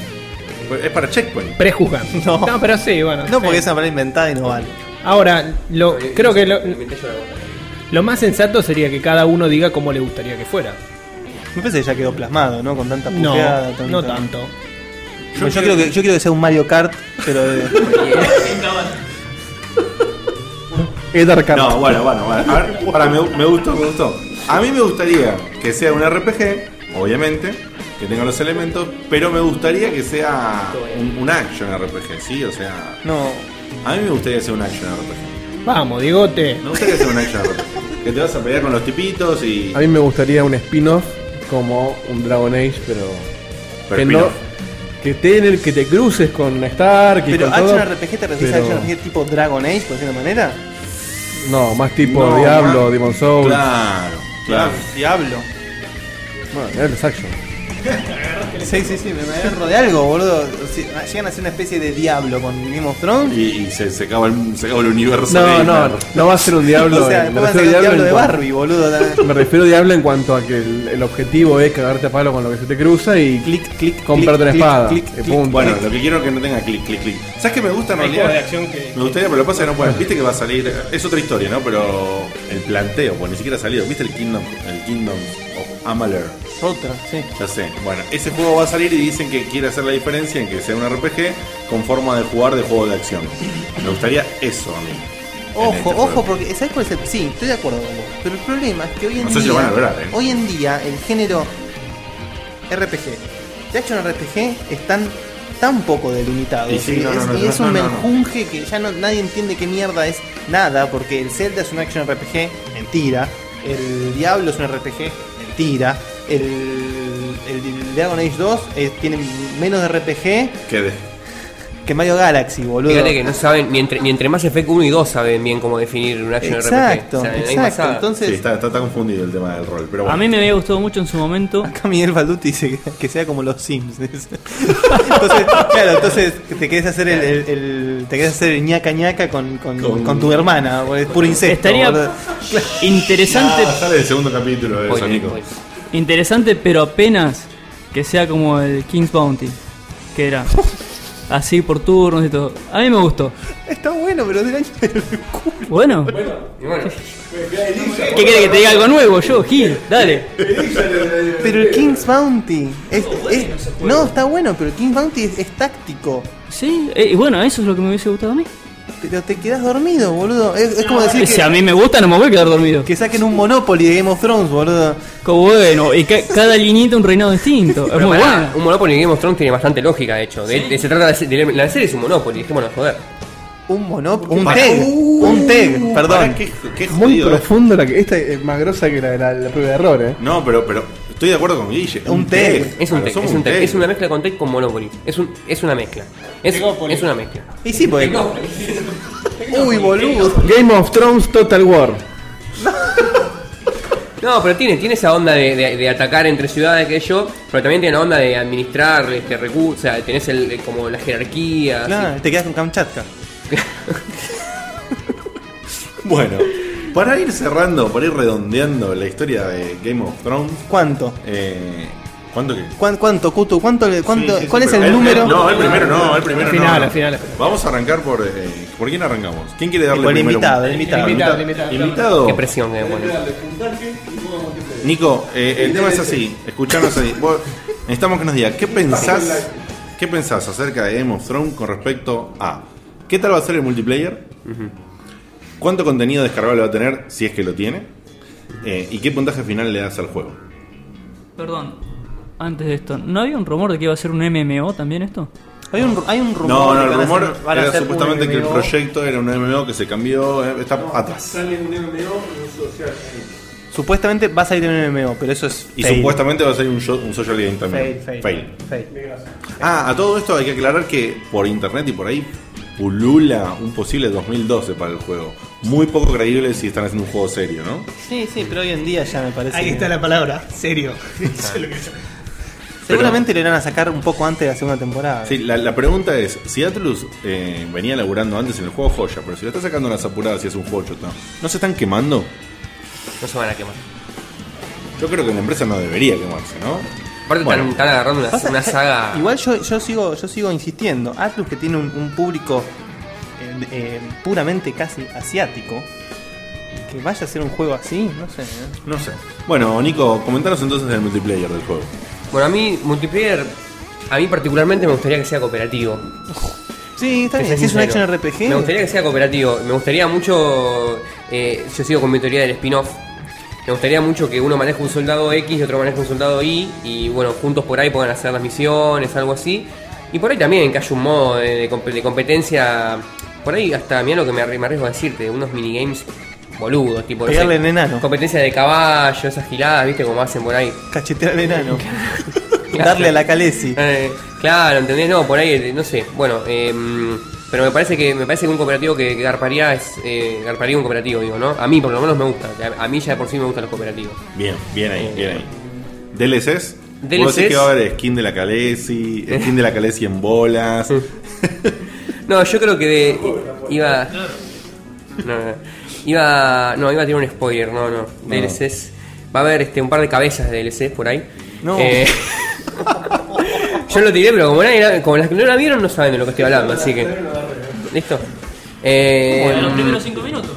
[SPEAKER 1] Checkpoint. Es para Checkpoint.
[SPEAKER 5] Prejuzgando.
[SPEAKER 3] No.
[SPEAKER 5] No. pero sí, bueno.
[SPEAKER 3] No, porque
[SPEAKER 5] sí.
[SPEAKER 3] es una palabra inventada y no vale.
[SPEAKER 5] Ahora, lo, creo que lo,
[SPEAKER 4] Inventé yo la boca.
[SPEAKER 5] lo más sensato sería que cada uno diga cómo le gustaría que fuera.
[SPEAKER 3] Me parece que ya quedó plasmado, ¿no? Con tanta
[SPEAKER 5] No,
[SPEAKER 3] puteada.
[SPEAKER 5] no
[SPEAKER 3] tanta-
[SPEAKER 5] tanto.
[SPEAKER 3] Yo, yo quiero que, yo quiero que sea un Mario Kart, pero eh, de-
[SPEAKER 2] Edar Carp.
[SPEAKER 1] No, bueno, bueno, bueno. A ver, para, me, me gustó, me gustó. A mí me gustaría que sea un RPG, obviamente, que tenga los elementos, pero me gustaría que sea un, un action RPG, ¿sí? O sea,
[SPEAKER 3] no.
[SPEAKER 1] a mí me gustaría que sea un action RPG.
[SPEAKER 5] Vamos, Diegote.
[SPEAKER 1] Me gustaría que sea un action RPG. Que te vas a pelear con los tipitos y.
[SPEAKER 2] A mí me gustaría un spin-off como un Dragon Age, pero.
[SPEAKER 1] Pero
[SPEAKER 2] que
[SPEAKER 1] spin-off.
[SPEAKER 2] Que, te, que te cruces con Stark y
[SPEAKER 3] Pero
[SPEAKER 2] con todo.
[SPEAKER 3] Action RPG te refieres
[SPEAKER 2] pero-
[SPEAKER 3] a Action RPG tipo Dragon Age, por decirlo de manera.
[SPEAKER 2] No, más tipo
[SPEAKER 1] No,
[SPEAKER 2] Diablo,
[SPEAKER 1] man.
[SPEAKER 2] Demon Souls.
[SPEAKER 1] Claro, claro.
[SPEAKER 3] Diablo.
[SPEAKER 2] Bueno, mirá los action.
[SPEAKER 3] Sí, sí, sí, me me agarro de algo, boludo. Si- Llegan a ser una especie de Diablo con Game of Thrones.
[SPEAKER 1] Y, y se, se, acaba el, se acaba el universo.
[SPEAKER 2] No,
[SPEAKER 1] gamer.
[SPEAKER 2] no, no va a ser un Diablo.
[SPEAKER 3] o sea,
[SPEAKER 2] eh, me
[SPEAKER 3] después va a
[SPEAKER 2] refiero
[SPEAKER 3] ser un
[SPEAKER 2] a
[SPEAKER 3] Diablo
[SPEAKER 2] en
[SPEAKER 3] de
[SPEAKER 2] cuanto-
[SPEAKER 3] Barbie, boludo.
[SPEAKER 2] Me refiero a Diablo en cuanto a que el, el objetivo es cagarte a palo con lo que se te cruza y
[SPEAKER 3] Clic, clic,
[SPEAKER 2] comprarte una
[SPEAKER 3] clic,
[SPEAKER 2] espada.
[SPEAKER 3] clic,
[SPEAKER 2] y
[SPEAKER 3] clic,
[SPEAKER 2] punto.
[SPEAKER 1] Bueno, lo que quiero es que no tenga clic, clic, clic. ¿Sabes qué me gusta en
[SPEAKER 5] Hay juegos de
[SPEAKER 1] realidad?
[SPEAKER 5] acción que.
[SPEAKER 1] Me gustaría, pero lo que pasa es que no pueden. Viste que va a salir. Es otra historia, ¿no? Pero el planteo, pues ni siquiera ha salido. ¿Viste el Kingdom, el Kingdom of Amalur?
[SPEAKER 3] Otra, sí.
[SPEAKER 1] Ya sé. Bueno, ese juego va a salir y dicen que quiere hacer la diferencia en que sea un RPG con forma de jugar de juego de acción. Me gustaría eso a mí. en este
[SPEAKER 3] Ojo, ojo,
[SPEAKER 1] juego.
[SPEAKER 3] porque ¿sabes cuál es el...? Sí, estoy de acuerdo con vos. Pero el problema es que hoy en
[SPEAKER 1] No sé si
[SPEAKER 3] día...
[SPEAKER 1] lo van a lograr, ¿eh?
[SPEAKER 3] Hoy en día el género RPG, de Action RPG, están tan poco delimitados.
[SPEAKER 1] Y sí, no,
[SPEAKER 3] es,
[SPEAKER 1] no, no,
[SPEAKER 3] y
[SPEAKER 1] no,
[SPEAKER 3] es
[SPEAKER 1] no,
[SPEAKER 3] un
[SPEAKER 1] no, no.
[SPEAKER 3] menjunje que ya no, nadie entiende qué mierda es nada, porque el Zelda es un Action RPG, mentira. El Diablo es un RPG, mentira. El, el Dragon Age 2 eh, tiene menos de RPG
[SPEAKER 1] Que de-
[SPEAKER 3] que Mario Galaxy, boludo.
[SPEAKER 4] Fíjate que no saben, ni entre, ni entre más FQ 1 y 2 saben bien cómo definir un action
[SPEAKER 3] Exacto,
[SPEAKER 4] RPG. O sea, no hay
[SPEAKER 3] exacto.
[SPEAKER 4] pasada.
[SPEAKER 3] Entonces,
[SPEAKER 1] Sí, está, está, está confundido el tema del rol. Pero bueno.
[SPEAKER 6] A mí me había gustado mucho en su momento.
[SPEAKER 3] Acá Miguel Balduti dice que, que sea como los Sims. dice. entonces, claro, entonces te querés hacer el, el- el- te querés hacer el ñaca ñaca con, con,
[SPEAKER 1] Con-
[SPEAKER 3] con tu hermana, boludo, es puro incesto.
[SPEAKER 6] Estaría
[SPEAKER 3] boludo.
[SPEAKER 6] interesante,
[SPEAKER 1] Ah, sale el segundo capítulo de eso,
[SPEAKER 4] Spoiler,
[SPEAKER 1] Nico.
[SPEAKER 4] spoiler.
[SPEAKER 6] interesante, pero apenas que sea como el King's Bounty, que era así por turnos y todo. A mí me gustó.
[SPEAKER 3] Está bueno, pero del año del
[SPEAKER 6] Bueno,
[SPEAKER 4] Y bueno,
[SPEAKER 6] ¿qué quiere que te diga algo nuevo? Yo, Gil, dale.
[SPEAKER 3] Pero el King's Bounty es, es- No, está bueno, pero el King's Bounty es, es táctico.
[SPEAKER 6] Sí, eh, y bueno, eso es lo que me hubiese gustado a mí.
[SPEAKER 3] Pero te quedás dormido, boludo. Es, es como decir
[SPEAKER 6] Si a
[SPEAKER 3] que,
[SPEAKER 6] mí me gusta, no me voy a quedar dormido.
[SPEAKER 3] que saquen un Monopoly de Game of Thrones, boludo.
[SPEAKER 6] Como bueno, y ca- cada liñita un reinado distinto. Es
[SPEAKER 4] pero
[SPEAKER 6] muy
[SPEAKER 4] pará,
[SPEAKER 6] bueno.
[SPEAKER 4] Un Monopoly en Game of Thrones tiene bastante lógica, de hecho. De, de- se trata de, de- la serie es un Monopoly, dejémonos joder.
[SPEAKER 3] Un Monopoly. Un
[SPEAKER 1] Para-
[SPEAKER 3] TEG.
[SPEAKER 1] Uh,
[SPEAKER 3] un TEG, perdón.
[SPEAKER 1] pará, qué, qué
[SPEAKER 2] Muy
[SPEAKER 1] jodido, eh.
[SPEAKER 2] profundo la que. Esta es más grosa que la, la, la prueba de error, eh.
[SPEAKER 1] No, pero, pero estoy de acuerdo con Guille.
[SPEAKER 3] Un tech.
[SPEAKER 4] Es un
[SPEAKER 1] Claro,
[SPEAKER 4] tech,
[SPEAKER 1] somos
[SPEAKER 4] es un tech,
[SPEAKER 1] tech.
[SPEAKER 4] es una mezcla con tech con Monopoly. Es un, es una mezcla. Es, es una mezcla.
[SPEAKER 3] Y sí, porque. Uy, boludo.
[SPEAKER 2] Game of Thrones Total War.
[SPEAKER 4] No, pero tiene, tiene esa onda de, de- de atacar entre ciudades que yo, pero también tiene la onda de administrar este recursos, o sea, tenés el, eh, como la jerarquía.
[SPEAKER 3] Claro, te quedas con Kamchatka.
[SPEAKER 1] Bueno, para ir cerrando, para ir redondeando la historia de Game of Thrones,
[SPEAKER 3] ¿Cuánto?
[SPEAKER 1] eh, ¿cuánto que?
[SPEAKER 3] ¿Cuán- ¿Cuánto, Kutu? ¿Cuánto, le- cuánto,
[SPEAKER 1] Sí, sí,
[SPEAKER 3] ¿Cuál
[SPEAKER 1] sí,
[SPEAKER 3] es el
[SPEAKER 1] pero
[SPEAKER 3] número?
[SPEAKER 1] no, el primero no, el primero
[SPEAKER 5] Al final,
[SPEAKER 1] no.
[SPEAKER 5] al final, al
[SPEAKER 1] Vamos a arrancar por. eh, ¿Por quién arrancamos? ¿Quién quiere darle
[SPEAKER 3] Por el
[SPEAKER 1] primero?
[SPEAKER 3] invitado, el invitado.
[SPEAKER 5] El invitado, el
[SPEAKER 1] Invitado.
[SPEAKER 4] Qué presión que bueno.
[SPEAKER 1] Nico, eh, el tema es así. Escuchanos ahí. Vos- necesitamos que nos diga, ¿qué pensás, ¿qué pensás acerca de Game of Thrones con respecto a qué tal va a ser el multiplayer? ¿Cuánto contenido descargable va a tener, si es que lo tiene? Eh, ¿Y qué puntaje final le das al juego?
[SPEAKER 6] Perdón, antes de esto, ¿no había un rumor de que iba a ser un MMO también esto?
[SPEAKER 3] Hay un, hay un rumor.
[SPEAKER 1] No, no,
[SPEAKER 3] de que
[SPEAKER 1] el
[SPEAKER 3] van a
[SPEAKER 1] rumor
[SPEAKER 3] hacer- van a
[SPEAKER 1] era
[SPEAKER 3] hacer un
[SPEAKER 1] supuestamente que el
[SPEAKER 3] MMO.
[SPEAKER 1] proyecto era un MMO que se cambió, eh, está atrás.
[SPEAKER 2] Sale un MMO, un social.
[SPEAKER 3] Supuestamente va a salir un MMO, pero eso es.
[SPEAKER 1] Y
[SPEAKER 3] fail.
[SPEAKER 1] supuestamente va a ser un, yo- un social game también.
[SPEAKER 3] Fail, fail.
[SPEAKER 1] Fail.
[SPEAKER 3] fail.
[SPEAKER 1] Ah, a todo esto hay que aclarar que por internet y por ahí pulula un posible 2012 para el juego. Muy poco creíble si están haciendo un juego serio, ¿no?
[SPEAKER 3] Sí, sí, pero hoy en día ya me parece.
[SPEAKER 5] Ahí
[SPEAKER 3] que-
[SPEAKER 5] está la palabra, serio. Eso es lo que-
[SPEAKER 3] Seguramente lo irán a sacar un poco antes de la segunda temporada.
[SPEAKER 1] Sí, la, la pregunta es, si Atlus eh, venía laburando antes en el juego joya, pero si lo está sacando a las apuradas y es un juego chota, ¿no se están quemando?
[SPEAKER 4] No se van a quemar.
[SPEAKER 1] Yo creo que la empresa no debería quemarse, ¿no?
[SPEAKER 4] Aparte
[SPEAKER 1] Bueno.
[SPEAKER 4] están, están agarrando una,
[SPEAKER 3] Pasa- eh,
[SPEAKER 4] una saga.
[SPEAKER 3] Igual yo, yo sigo yo sigo insistiendo. Atlus que tiene un, un público eh, eh, puramente casi asiático. Que vaya a ser un juego así, no sé. ¿eh?
[SPEAKER 1] No sé. Bueno, Nico, comentanos entonces el multiplayer del juego.
[SPEAKER 4] Bueno, a mí, multiplayer, a mí particularmente me gustaría que sea cooperativo.
[SPEAKER 3] Sí, está
[SPEAKER 4] Te
[SPEAKER 3] bien.
[SPEAKER 4] soy
[SPEAKER 3] Si es un action
[SPEAKER 4] sincero.
[SPEAKER 3] RPG.
[SPEAKER 4] Me gustaría que sea cooperativo. Me gustaría mucho. eh, yo sigo con mi teoría del spin-off. Me gustaría mucho que uno maneje un soldado X y otro maneje un soldado Y. Y bueno, juntos por ahí puedan hacer las misiones, algo así. Y por ahí también que haya un modo de, de comp- de competencia. Por ahí hasta, mira lo que me arri- me arriesgo a decirte, unos minigames boludos, tipo. no
[SPEAKER 3] Pegarle al enano.
[SPEAKER 4] Competencia de caballo, esas giladas, viste, como hacen por ahí.
[SPEAKER 3] Cachetear al enano. Darle a la Calesi.
[SPEAKER 4] Eh, claro, ¿entendés? No, por ahí, eh, no sé. Bueno, em, pero me parece que me parece que un cooperativo que, que garparía es eh, garparía un cooperativo, digo, ¿no? A mí por lo menos me gusta. A, a mí ya de por sí me gustan los cooperativos.
[SPEAKER 1] Bien, bien ahí, bien ahí. DLCs.
[SPEAKER 4] DLCs.
[SPEAKER 1] Vos decís que va a haber skin de la Calesi, skin de la Calesi en bolas.
[SPEAKER 4] No, yo creo que de- iba no, no, iba no, iba a tirar un spoiler, no, no. DLCs. Va a haber este un par de cabezas de DLCs por ahí.
[SPEAKER 3] No.
[SPEAKER 4] Eh, Yo lo tiré, pero como, nadie la- como las que no la vieron no saben de lo que estoy hablando, así que. ¿Listo? Eh,
[SPEAKER 8] Bueno, los primeros 5 minutos.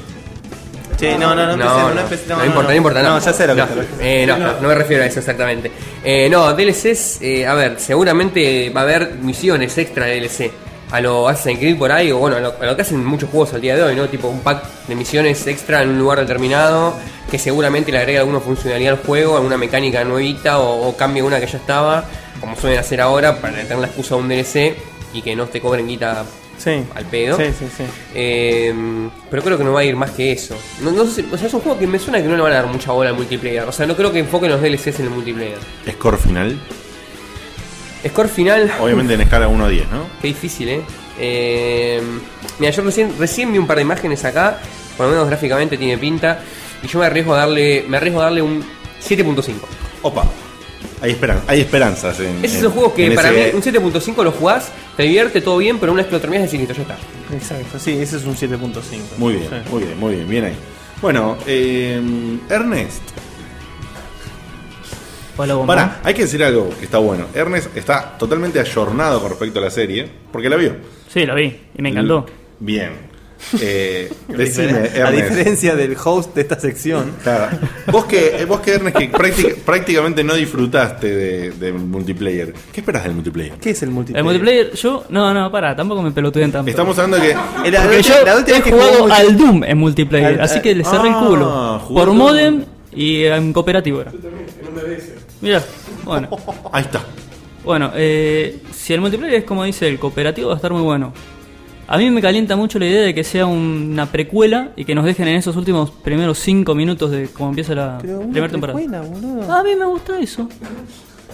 [SPEAKER 3] Che, no, no, no, empecé, no, empecé,
[SPEAKER 4] no importa, no importa.
[SPEAKER 3] No, ya sé lo que
[SPEAKER 4] no,
[SPEAKER 3] te refieres.
[SPEAKER 4] eh, no, no, no me refiero a eso exactamente. Eh, no, DLCs, eh, a ver, seguramente va a haber misiones extra de DLC. A lo Assassin's Creed por ahí, o bueno, a lo, a lo que hacen muchos juegos al día de hoy, ¿no? Tipo un pack de misiones extra en un lugar determinado, que seguramente le agrega alguna funcionalidad al juego, alguna mecánica nuevita o, o cambia una que ya estaba, como suelen hacer ahora, para tener la excusa de un DLC y que no te cobren guita
[SPEAKER 3] Sí.
[SPEAKER 4] al pedo.
[SPEAKER 3] Sí, sí, sí.
[SPEAKER 4] Eh, pero creo que no va a ir más que eso. No, no sé, o sea, es un juego que me suena que no le van a dar mucha bola al multiplayer. O sea, no creo que enfoquen los DLCs en el multiplayer.
[SPEAKER 1] Score final.
[SPEAKER 4] Score final.
[SPEAKER 1] Obviamente en escala 1 a 10, ¿no?
[SPEAKER 4] Qué difícil, eh. Eh, mira, yo recién, recién vi un par de imágenes acá. Por lo menos gráficamente tiene pinta. Y yo me arriesgo a darle, me arriesgo a darle un 7.5.
[SPEAKER 1] Opa. Hay, esperan hay esperanzas en.
[SPEAKER 4] Es
[SPEAKER 1] en-
[SPEAKER 4] esos juegos que
[SPEAKER 1] en
[SPEAKER 4] para
[SPEAKER 1] ese-
[SPEAKER 4] mí un 7.5 lo jugás, te divierte todo bien, pero una vez que lo terminas decís, listo, ya está.
[SPEAKER 3] Exacto, sí, ese es un 7.5.
[SPEAKER 1] Muy bien,
[SPEAKER 3] Sí.
[SPEAKER 1] muy bien, muy bien, bien ahí. Bueno, eh, Ernest,
[SPEAKER 6] Fue la bomba.
[SPEAKER 1] para, hay que decir algo que está bueno. Ernest está totalmente ayornado con respecto a la serie, porque la vio.
[SPEAKER 6] Sí, lo vi y me encantó.
[SPEAKER 1] Bien. Eh, decime,
[SPEAKER 3] a
[SPEAKER 1] Ernest.
[SPEAKER 3] diferencia del host de esta sección.
[SPEAKER 1] Claro. Vos que, eh, vos que Ernest, que prácti- prácticamente no disfrutaste de, de multiplayer. ¿Qué esperas del multiplayer?
[SPEAKER 3] ¿Qué es el multiplayer?
[SPEAKER 6] El multiplayer, yo. No, no, para, tampoco me pelotudean tanto.
[SPEAKER 1] Estamos hablando que.
[SPEAKER 3] Era la
[SPEAKER 6] Porque
[SPEAKER 3] última-
[SPEAKER 6] yo
[SPEAKER 3] la última
[SPEAKER 6] he
[SPEAKER 3] vez que jugó
[SPEAKER 6] jugado
[SPEAKER 3] multi-
[SPEAKER 6] al Doom en multiplayer,
[SPEAKER 3] Al-
[SPEAKER 6] así que le
[SPEAKER 1] ah,
[SPEAKER 6] cerré el culo.
[SPEAKER 1] jugó
[SPEAKER 6] Por
[SPEAKER 1] Doom.
[SPEAKER 6] modem y en cooperativo era. Mirá, bueno.
[SPEAKER 1] Ahí está.
[SPEAKER 6] Bueno, eh, si el multiplayer es como dice el cooperativo, va a estar muy bueno. A mí me calienta mucho la idea de que sea una precuela y que nos dejen en esos últimos primeros 5 minutos de cómo empieza la
[SPEAKER 3] Pero una
[SPEAKER 6] primera temporada.
[SPEAKER 3] precuela, boludo.
[SPEAKER 6] A mí me gusta eso.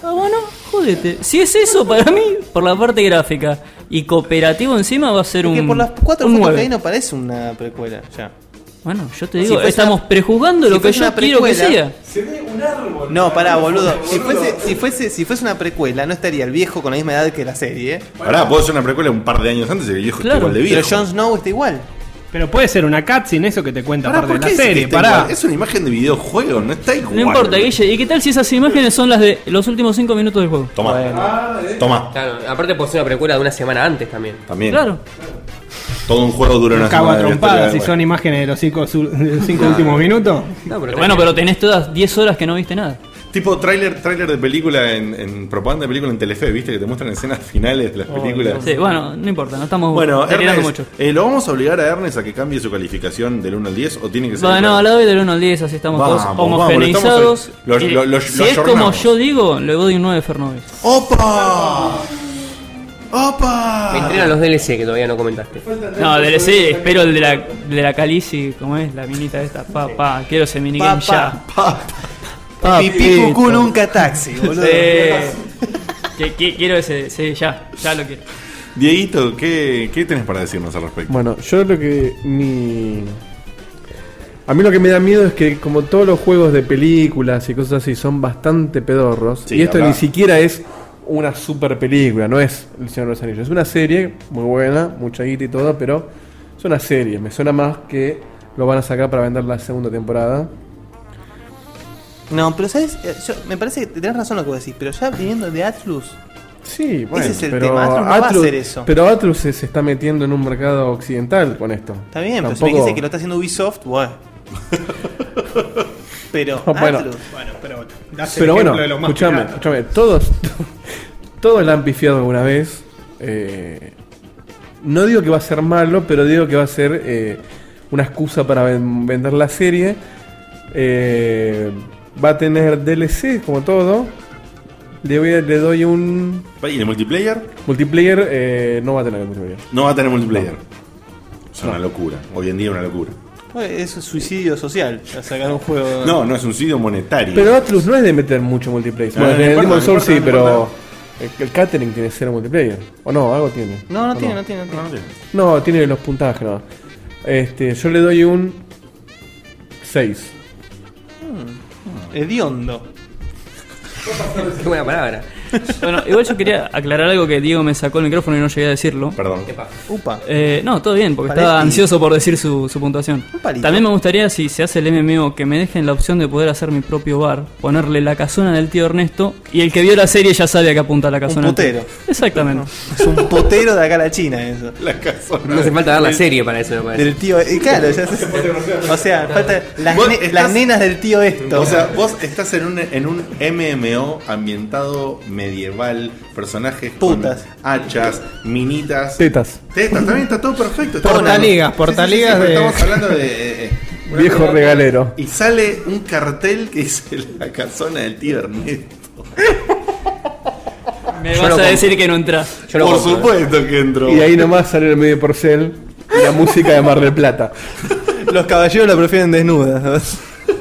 [SPEAKER 6] Ah, bueno, jodete. Si es eso para mí, por la parte gráfica y cooperativo encima va a ser un.
[SPEAKER 3] Porque por las cuatro
[SPEAKER 6] un
[SPEAKER 3] fotos que
[SPEAKER 6] nueve.
[SPEAKER 3] hay no parece una precuela. Ya.
[SPEAKER 6] Bueno, yo te
[SPEAKER 3] Si
[SPEAKER 6] digo,
[SPEAKER 3] fuese
[SPEAKER 6] estamos
[SPEAKER 3] una-
[SPEAKER 6] prejuzgando
[SPEAKER 3] si
[SPEAKER 6] lo que
[SPEAKER 3] fuese
[SPEAKER 6] yo
[SPEAKER 3] una
[SPEAKER 6] quiero que
[SPEAKER 3] precuela-
[SPEAKER 6] sea.
[SPEAKER 3] No, pará, boludo. Si fuese, si, fuese, si fuese una precuela, no estaría el viejo con la misma edad que la serie. ¿eh?
[SPEAKER 1] Pará, vos sos una precuela un par de años antes y el viejo está
[SPEAKER 6] Claro.
[SPEAKER 1] igual de
[SPEAKER 3] Pero
[SPEAKER 1] viejo.
[SPEAKER 3] Jon Snow está igual.
[SPEAKER 5] Pero puede ser una cutscene, eso que te cuenta
[SPEAKER 1] Pará,
[SPEAKER 5] parte
[SPEAKER 1] ¿por
[SPEAKER 5] de
[SPEAKER 1] qué
[SPEAKER 5] la
[SPEAKER 1] dice que
[SPEAKER 5] serie.
[SPEAKER 1] está
[SPEAKER 5] Pará.
[SPEAKER 1] igual? Es una imagen de videojuego, no está igual.
[SPEAKER 6] No importa, Guille. ¿Y qué tal si esas imágenes son las de los últimos 5 minutos del juego?
[SPEAKER 1] Tomá. Tomá.
[SPEAKER 4] Claro, aparte por ser una precuela de una semana antes también.
[SPEAKER 1] También.
[SPEAKER 6] Claro.
[SPEAKER 1] Todo un juego dura una
[SPEAKER 5] Cago a
[SPEAKER 1] semana.
[SPEAKER 5] trompadas
[SPEAKER 1] Esto
[SPEAKER 5] si
[SPEAKER 1] ya-
[SPEAKER 5] son imágenes de los 5 últimos minutos.
[SPEAKER 4] No, pero
[SPEAKER 6] Bueno, pero tenés todas 10 horas que no viste nada.
[SPEAKER 1] Tipo tráiler tráiler de película en, en propaganda de película en Telefe, viste que te muestran escenas finales de las películas.
[SPEAKER 6] Sí, bueno, no importa, no estamos
[SPEAKER 1] Bueno,
[SPEAKER 6] delirando
[SPEAKER 1] Ernest,
[SPEAKER 6] mucho.
[SPEAKER 1] eh, ¿lo vamos a obligar a Ernest a que cambie su calificación del 1 al 10 o tiene que ser?
[SPEAKER 6] Bueno, la doy del 1 al 10, así estamos
[SPEAKER 1] Vamos,
[SPEAKER 6] todos
[SPEAKER 1] vamos,
[SPEAKER 6] homogeneizados.
[SPEAKER 1] lo estamos- lo- lo- lo-
[SPEAKER 6] si
[SPEAKER 1] lo
[SPEAKER 6] es como
[SPEAKER 1] ayornamos.
[SPEAKER 6] yo digo, le doy un 9 Fernández.
[SPEAKER 1] ¡Opa!
[SPEAKER 4] Me
[SPEAKER 1] ¡Opa!
[SPEAKER 4] entrenan los DLC que todavía no comentaste.
[SPEAKER 6] No, DLC, espero el de la, de la Calici, ¿cómo es? La minita esta. Pa, pa, quiero ese minigame
[SPEAKER 3] Pa,
[SPEAKER 6] ya.
[SPEAKER 3] pa,
[SPEAKER 6] Pa,
[SPEAKER 3] Pipí cucú
[SPEAKER 6] pito.
[SPEAKER 3] nunca taxi, boludo.
[SPEAKER 6] Sí. Que- que- quiero ese, sí, ya, ya lo quiero.
[SPEAKER 1] Dieguito, ¿qué, ¿qué tenés para decirnos al respecto?
[SPEAKER 2] Bueno, yo lo que mi a mí lo que me da miedo es que como todos los juegos de películas y cosas así son bastante pedorros
[SPEAKER 1] Sí,
[SPEAKER 2] y esto
[SPEAKER 1] habla.
[SPEAKER 2] ni siquiera es una super película, no es El Señor de los Anillos, es una serie muy buena, mucha guita y todo, pero es una serie, me suena más que lo van a sacar para vender la segunda temporada.
[SPEAKER 3] No, pero sabes, Eh, yo- me parece que tenés razón lo que vos decís, pero ya viniendo de Atlus,
[SPEAKER 2] Sí, bueno,
[SPEAKER 3] es el
[SPEAKER 2] pero
[SPEAKER 3] tema, Atlus no va a
[SPEAKER 2] Atlus-
[SPEAKER 3] hacer eso.
[SPEAKER 2] Pero Atlus se, se está metiendo en un mercado occidental con esto.
[SPEAKER 3] está bien, pero si me
[SPEAKER 2] Tampoco-
[SPEAKER 3] dijiste que lo está haciendo Ubisoft, bueno. pero
[SPEAKER 2] No, bueno.
[SPEAKER 3] Atlus,
[SPEAKER 5] Bueno, pero. das el
[SPEAKER 2] Pero bueno,
[SPEAKER 5] ejemplo de los más
[SPEAKER 2] escúchame,
[SPEAKER 5] piratas.
[SPEAKER 2] escúchame, todos, todos la han pifiado alguna vez. eh, no digo que va a ser malo, pero digo que va a ser eh, una excusa para ven- vender la serie. Eh, va a tener DLC, como todo. Le, voy a- le doy un
[SPEAKER 1] ¿Y el multiplayer?
[SPEAKER 2] multiplayer. eh, no va a tener multiplayer.
[SPEAKER 1] No va a tener multiplayer. Es una locura. Hoy en día es una locura.
[SPEAKER 3] bueno, es un suicidio social, a sacar un juego.
[SPEAKER 1] No, no es un sitio monetario.
[SPEAKER 2] Pero Atlus no es de meter mucho multiplayer.
[SPEAKER 1] No,
[SPEAKER 2] Bueno,
[SPEAKER 1] no
[SPEAKER 2] en el
[SPEAKER 1] importa,
[SPEAKER 2] Demon's
[SPEAKER 1] no
[SPEAKER 2] Souls sí,
[SPEAKER 1] importa, no
[SPEAKER 2] pero el, el catering tiene cero multiplayer. ¿O no? Algo tiene.
[SPEAKER 3] No, no
[SPEAKER 2] ¿O
[SPEAKER 3] tiene, no tiene, no
[SPEAKER 1] No,
[SPEAKER 3] tiene.
[SPEAKER 1] no tiene.
[SPEAKER 2] No, tiene los puntajes, no. Este, yo le doy un 6.
[SPEAKER 3] Hediondo.
[SPEAKER 4] Qué buena palabra.
[SPEAKER 6] Bueno, igual yo quería aclarar algo que Diego me sacó el micrófono y no llegué a decirlo.
[SPEAKER 1] Perdón.
[SPEAKER 4] Epa.
[SPEAKER 3] Upa.
[SPEAKER 6] Eh, no, todo bien, porque
[SPEAKER 3] Paleti.
[SPEAKER 6] estaba ansioso por decir su, su puntuación.
[SPEAKER 3] Un palito.
[SPEAKER 6] También me gustaría, si se hace el MMO, que me dejen la opción de poder hacer mi propio bar, ponerle la casona del tío Ernesto, y el que vio la serie ya sabe a qué apunta la casona. del tío.
[SPEAKER 3] putero.
[SPEAKER 6] Exactamente.
[SPEAKER 3] Es un potero de acá a la China eso.
[SPEAKER 1] La casa.
[SPEAKER 4] No hace falta dar la serie para eso, me parece.
[SPEAKER 3] Del tío, eh, claro, ya se- o sea, falta las,
[SPEAKER 1] Vos
[SPEAKER 3] ne-
[SPEAKER 1] estás-
[SPEAKER 3] las nenas del tío esto.
[SPEAKER 1] O sea, vos estás en un, en un MMO ambientado medieval, personajes con
[SPEAKER 3] Putas.
[SPEAKER 1] hachas, minitas,
[SPEAKER 2] Tetas.
[SPEAKER 1] tetas, también está todo perfecto. está
[SPEAKER 5] Portaligas,
[SPEAKER 1] bueno.
[SPEAKER 5] portaligas
[SPEAKER 1] pero
[SPEAKER 5] de-
[SPEAKER 1] Estamos hablando de... eh, eh,
[SPEAKER 2] Viejo
[SPEAKER 1] una-
[SPEAKER 2] regalero.
[SPEAKER 1] Y sale un cartel que dice la casona del tío Ernesto.
[SPEAKER 6] Me vas
[SPEAKER 4] Yo lo
[SPEAKER 6] a
[SPEAKER 4] compro.
[SPEAKER 6] decir que no entras.
[SPEAKER 4] Yo lo
[SPEAKER 1] Por
[SPEAKER 4] compro. ¿eh?
[SPEAKER 1] supuesto que entró.
[SPEAKER 2] Y de ahí nomás sale el medio porcel y la música de Mar del Plata.
[SPEAKER 3] Los caballeros la prefieren desnudas.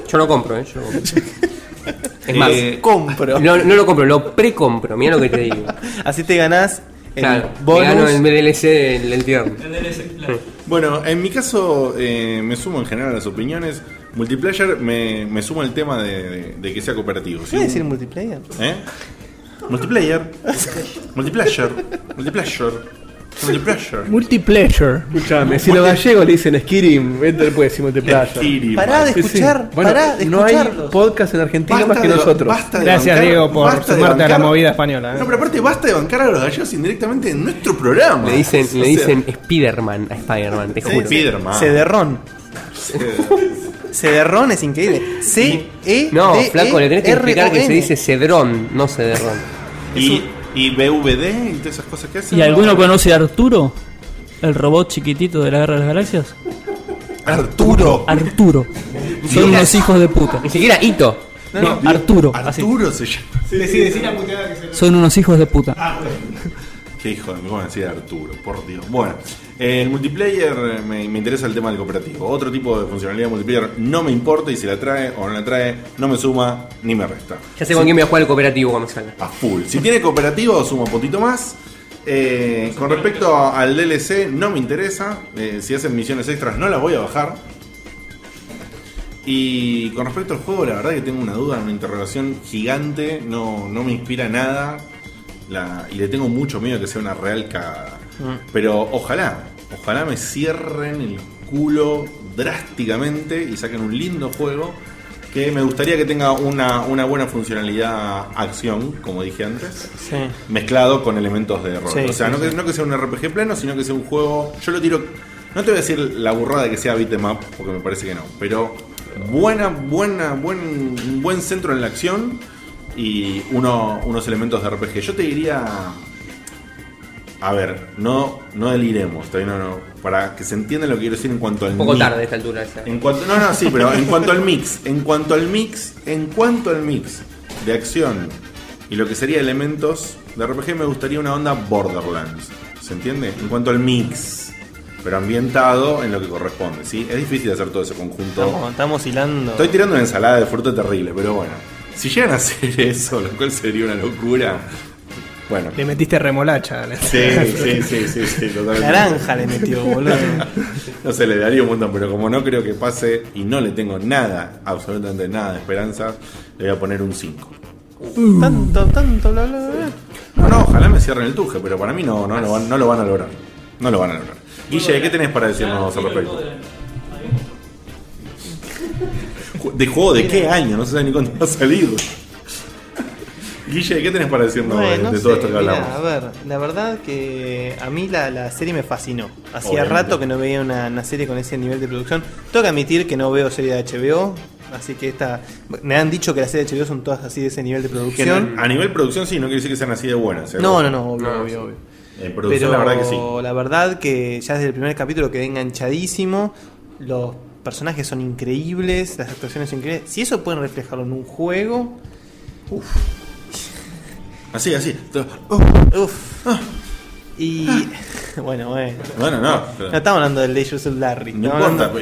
[SPEAKER 4] Yo lo compro, eh. yo lo compro. Es más,
[SPEAKER 1] Eh,
[SPEAKER 3] Compro.
[SPEAKER 4] no, no lo compro, lo precompro. Mira lo que te digo.
[SPEAKER 3] Así te ganás el
[SPEAKER 4] Claro, me
[SPEAKER 3] bonus.
[SPEAKER 4] gano el DLC del, del tío.
[SPEAKER 1] Bueno, en mi caso eh, me sumo en general a las opiniones. Multiplayer me, me sumo al tema de, de- de que sea cooperativo. ¿sí?
[SPEAKER 3] ¿Puedes decir multiplayer?
[SPEAKER 1] ¿Eh? Multiplayer. Multiplayer. Multiplayer. Multiplayer.
[SPEAKER 5] Multiplayer.
[SPEAKER 2] Escuchame, si los gallegos le dicen Skirim, vete después decimos te playa.
[SPEAKER 1] Skiri,
[SPEAKER 3] Pará de
[SPEAKER 1] man.
[SPEAKER 2] Sí, sí.
[SPEAKER 3] escuchar,
[SPEAKER 2] Bueno,
[SPEAKER 3] pará de
[SPEAKER 2] no hay
[SPEAKER 3] escucharlos.
[SPEAKER 2] podcast en Argentina más que
[SPEAKER 1] de-
[SPEAKER 2] nosotros.
[SPEAKER 1] basta de
[SPEAKER 5] Gracias,
[SPEAKER 1] bancar-
[SPEAKER 5] Diego, por
[SPEAKER 1] basta de
[SPEAKER 5] sumarte a la
[SPEAKER 1] bancar-
[SPEAKER 5] movida española.
[SPEAKER 1] No,
[SPEAKER 5] eh.
[SPEAKER 1] pero aparte basta de bancar a los gallegos indirectamente en nuestro programa.
[SPEAKER 4] Le dicen,
[SPEAKER 1] O
[SPEAKER 4] le
[SPEAKER 1] sea,
[SPEAKER 4] dicen Spiderman a Spider-Man, te
[SPEAKER 1] Ah, sí,
[SPEAKER 4] juro.
[SPEAKER 1] Spiderman.
[SPEAKER 3] Cederrón.
[SPEAKER 1] Sí.
[SPEAKER 3] Cederrón es increíble. C E
[SPEAKER 4] No,
[SPEAKER 3] D E
[SPEAKER 4] flaco, le tenés que
[SPEAKER 3] R O
[SPEAKER 4] explicar que
[SPEAKER 3] N.
[SPEAKER 4] se dice Cedrón, no Cederrón.
[SPEAKER 1] y, y BVD y todas esas cosas que hacen.
[SPEAKER 6] ¿Y
[SPEAKER 1] ¿no?
[SPEAKER 6] alguno conoce a Arturo? El robot chiquitito de la Guerra de las Galaxias.
[SPEAKER 1] Arturo.
[SPEAKER 6] Arturo. Son unos hijos de puta.
[SPEAKER 4] Ni siquiera Ito.
[SPEAKER 6] No, Arturo. Ah, así.
[SPEAKER 1] Arturo se llama.
[SPEAKER 6] Son unos hijos de
[SPEAKER 8] Ah,
[SPEAKER 6] puta.
[SPEAKER 1] Qué hijo de cómo decía Arturo, por Dios. Bueno, eh, el multiplayer eh, me, me interesa el tema del cooperativo. Otro tipo de funcionalidad de multiplayer no me importa y si la trae o no la trae, no me suma ni me resta.
[SPEAKER 4] Ya sé con quién voy a jugar el cooperativo cuando salga.
[SPEAKER 1] A full. Si tiene cooperativo, suma un puntito más. Eh, con respecto al DLC, no me interesa. Eh, si hacen misiones extras, no las voy a bajar. Y con respecto al juego, la verdad que tengo una duda, una interrogación gigante. No, no me inspira nada. La- y le tengo mucho miedo que sea una real cagada. Pero ojalá, ojalá me cierren el culo drásticamente y saquen un lindo juego que me gustaría que tenga una, una buena funcionalidad acción, como dije antes,
[SPEAKER 4] E
[SPEAKER 3] Sí.
[SPEAKER 1] mezclado con elementos de rol.
[SPEAKER 3] Sí,
[SPEAKER 1] o sea,
[SPEAKER 3] sí,
[SPEAKER 1] no, que, no que sea un RPG pleno, sino que sea un juego. Yo lo tiro. No te voy a decir la burrada de que sea beat 'em up, porque me parece que no, pero buena, buena, buen, un buen centro en la acción y uno, unos elementos de RPG. Yo te diría. A ver, no, no deliremos, todavía no, no- Para que se entienda lo que quiero decir en cuanto al
[SPEAKER 4] Un poco
[SPEAKER 1] ni-
[SPEAKER 4] tarde a esta altura ya.
[SPEAKER 1] en cuanto, no, no, sí, pero en cuanto al mix, en cuanto al mix, en cuanto al mix de acción y lo que sería elementos de RPG, me gustaría una onda Borderlands. ¿Se entiende? En cuanto al mix, pero ambientado en lo que corresponde, ¿sí? Es difícil hacer todo ese
[SPEAKER 3] Estamos,
[SPEAKER 1] conjunto.
[SPEAKER 3] estamos hilando.
[SPEAKER 1] Estoy tirando una ensalada de fruta terrible, pero bueno. Si llegan a hacer eso, lo cual sería una locura. Bueno.
[SPEAKER 5] Le metiste remolacha. le-
[SPEAKER 1] Sí, sí, sí, sí, sí, totalmente.
[SPEAKER 3] Naranja le metió, boludo.
[SPEAKER 1] No sé, le daría un montón, pero como no creo que pase y no le tengo nada, absolutamente nada de esperanza, le voy a poner un 5.
[SPEAKER 3] tanto, tanto, bla, bla, bla.
[SPEAKER 1] No, no, ojalá me cierren el tuje, pero para mí no, no, lo, van, no lo van a lograr. No lo van a lograr. Guille, ¿qué tenés para decirnos al respecto? Ju- ¿De juego de qué año? No se sabe ni cuándo va a salir. Guille, ¿qué tenés para decirnos de,
[SPEAKER 3] Bueno, no
[SPEAKER 1] de todo
[SPEAKER 3] sé,
[SPEAKER 1] esto que
[SPEAKER 3] mirá,
[SPEAKER 1] hablamos?
[SPEAKER 3] a ver, la verdad que a mí la, la serie me fascinó. Hacía
[SPEAKER 1] Obviamente.
[SPEAKER 3] rato que no veía una, una serie con ese nivel de producción. Tengo que admitir que no veo serie de HBO, así que esta... Me han dicho que las series de HBO son todas así de ese nivel de
[SPEAKER 1] Que
[SPEAKER 3] producción.
[SPEAKER 1] no- a nivel producción sí, no quiere decir que sean así de buenas. ¿eh?
[SPEAKER 3] No, no, no, obvio,
[SPEAKER 4] No,
[SPEAKER 3] obvio,
[SPEAKER 4] sí.
[SPEAKER 3] obvio.
[SPEAKER 1] En producción la verdad que sí.
[SPEAKER 3] la verdad que ya desde el primer capítulo quedé enganchadísimo. Los personajes son increíbles, las actuaciones son increíbles. Si eso pueden reflejarlo en un juego,
[SPEAKER 1] Así, así. To-
[SPEAKER 3] uff.
[SPEAKER 1] Ah.
[SPEAKER 3] Y bueno, bueno.
[SPEAKER 1] Bueno, no.
[SPEAKER 3] No estamos hablando del Legends of Larry.
[SPEAKER 1] No
[SPEAKER 3] estamos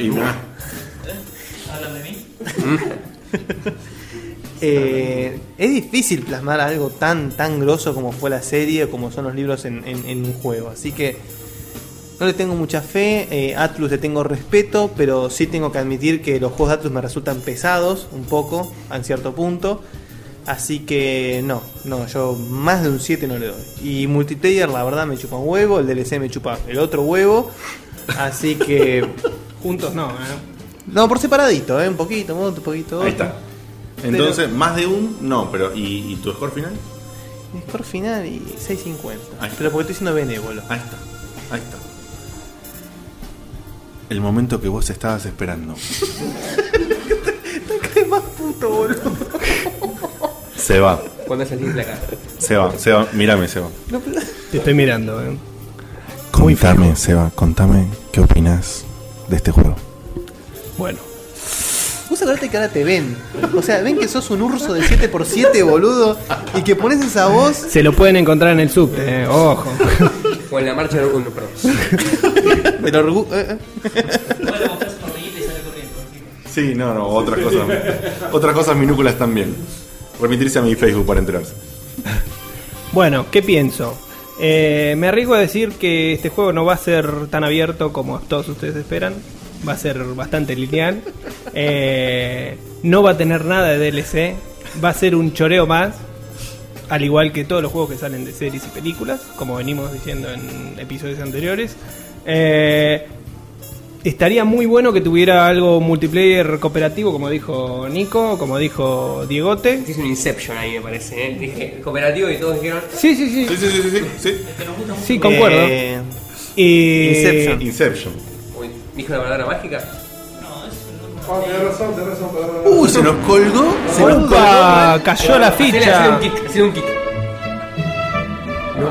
[SPEAKER 1] importa.
[SPEAKER 3] hablando-
[SPEAKER 1] y-
[SPEAKER 8] ¿Hablan de mí?
[SPEAKER 3] Eh, es difícil plasmar algo tan tan grosso como fue la serie o como son los libros en, en- en un juego. Así que no le tengo mucha fe. eh, Atlus le tengo respeto, pero sí tengo que admitir que los juegos de Atlus me resultan pesados un poco, en cierto punto. Así que no, no, yo más de un 7 no le doy. Y multiplayer, la verdad, me chupa un huevo. El DLC me chupa el otro huevo. Así que.
[SPEAKER 5] Juntos no, ¿eh?
[SPEAKER 3] No, por separadito, ¿eh? Un poquito, un poquito.
[SPEAKER 1] Ahí
[SPEAKER 3] otro.
[SPEAKER 1] está. Entonces, más de un, no, pero ¿y, y tu score final?
[SPEAKER 3] Mi score final y 650.
[SPEAKER 1] Ahí está.
[SPEAKER 3] Pero Ah, porque estoy siendo benévolo.
[SPEAKER 1] Ahí está, ahí está. El momento que vos estabas esperando.
[SPEAKER 3] ¿Qué más puto, boludo?
[SPEAKER 1] Se va,
[SPEAKER 4] ¿Cuándo salís de acá?
[SPEAKER 1] se va, se va, mírame, se va.
[SPEAKER 5] Te estoy mirando, ¿eh?
[SPEAKER 1] Contame, Seba, contame qué opinás de este juego.
[SPEAKER 5] Bueno.
[SPEAKER 3] Vos acordate que ahora te ven. O sea, ven que sos un urso de 7x7, boludo. Y que pones esa voz.
[SPEAKER 5] Se lo pueden encontrar en el subte, ¿eh? Ojo.
[SPEAKER 4] O en la marcha del uno, perdón.
[SPEAKER 3] Pero. orgu- eh, eh.
[SPEAKER 8] Igual le mostrás un tornillito y sale corriendo. así que-
[SPEAKER 1] Sí, no, no, otras cosas. otras cosas minúculas también. Remitirse a mi Facebook para enterarse.
[SPEAKER 5] Bueno, ¿qué pienso? Eh, me arriesgo a decir que este juego no va a ser tan abierto como todos ustedes esperan. Va a ser bastante lineal. Eh, no va a tener nada de DLC. Va a ser un choreo más. Al igual que todos los juegos que salen de series y películas, como venimos diciendo en episodios anteriores. Eh, Estaría muy bueno que tuviera algo multiplayer cooperativo, como dijo Nico, como dijo Diegote.
[SPEAKER 4] Hiciste un Inception ahí, me parece. ¿eh? Dije cooperativo y todos dijeron.
[SPEAKER 5] Sí, sí, sí,
[SPEAKER 1] Sí, sí, sí, sí, sí. sí.
[SPEAKER 5] sí, concuerdo.
[SPEAKER 3] Eh,
[SPEAKER 5] Y-
[SPEAKER 3] Inception.
[SPEAKER 1] Inception.
[SPEAKER 4] Uy, ¿Dijo la palabra mágica?
[SPEAKER 3] Uy, se nos colgó. Se nos colgó.
[SPEAKER 5] ¡Opa! Cayó la
[SPEAKER 4] Hacele- hacele
[SPEAKER 5] ficha.
[SPEAKER 4] un kick, hacele un kick. No, no.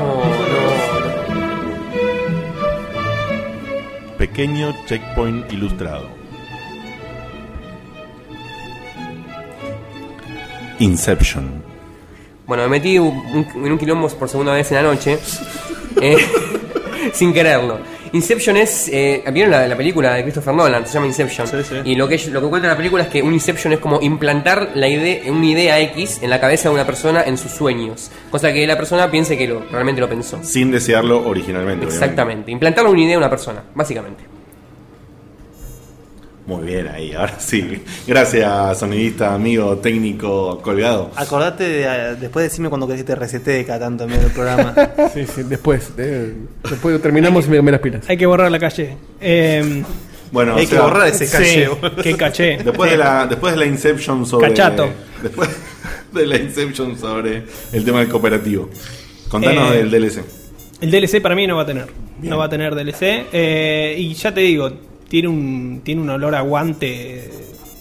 [SPEAKER 1] Pequeño checkpoint ilustrado. Inception.
[SPEAKER 4] Bueno, me metí un- un- en un quilombo por segunda vez en la noche. eh, sin quererlo. Inception es. eh, ¿Vieron la, la película de Christopher Nolan? Se llama Inception.
[SPEAKER 3] Sí, sí.
[SPEAKER 4] Y lo que, lo que cuenta la película es que un Inception es como implantar la idea, una idea X en la cabeza de una persona en sus sueños. Cosa que la persona piense que lo, realmente lo pensó.
[SPEAKER 1] Sin desearlo originalmente. obviamente.
[SPEAKER 4] Exactamente. Implantarle una idea a una persona, básicamente.
[SPEAKER 1] Muy bien ahí, ahora sí. Gracias, sonidista, amigo, técnico, colgado.
[SPEAKER 3] Acordate de, eh, después decirme cuando querés que te resete cada tanto en medio del programa.
[SPEAKER 2] Sí, sí, después. eh, después terminamos y me cambié las pilas.
[SPEAKER 5] Hay que borrar la calle. Eh,
[SPEAKER 1] Bueno,
[SPEAKER 3] Hay
[SPEAKER 1] o
[SPEAKER 3] que
[SPEAKER 1] sea,
[SPEAKER 3] borrar ese
[SPEAKER 5] sí,
[SPEAKER 3] calle. boludo.
[SPEAKER 5] qué caché.
[SPEAKER 1] Después de, la, después de la Inception sobre.
[SPEAKER 5] Cachato.
[SPEAKER 1] Después de la Inception sobre el tema del cooperativo. Contanos
[SPEAKER 5] Eh,
[SPEAKER 1] del DLC.
[SPEAKER 5] El DLC para mí no va a tener.
[SPEAKER 1] Bien.
[SPEAKER 5] No va a tener DLC. Eh, y ya te digo, tiene un, tiene un olor a guante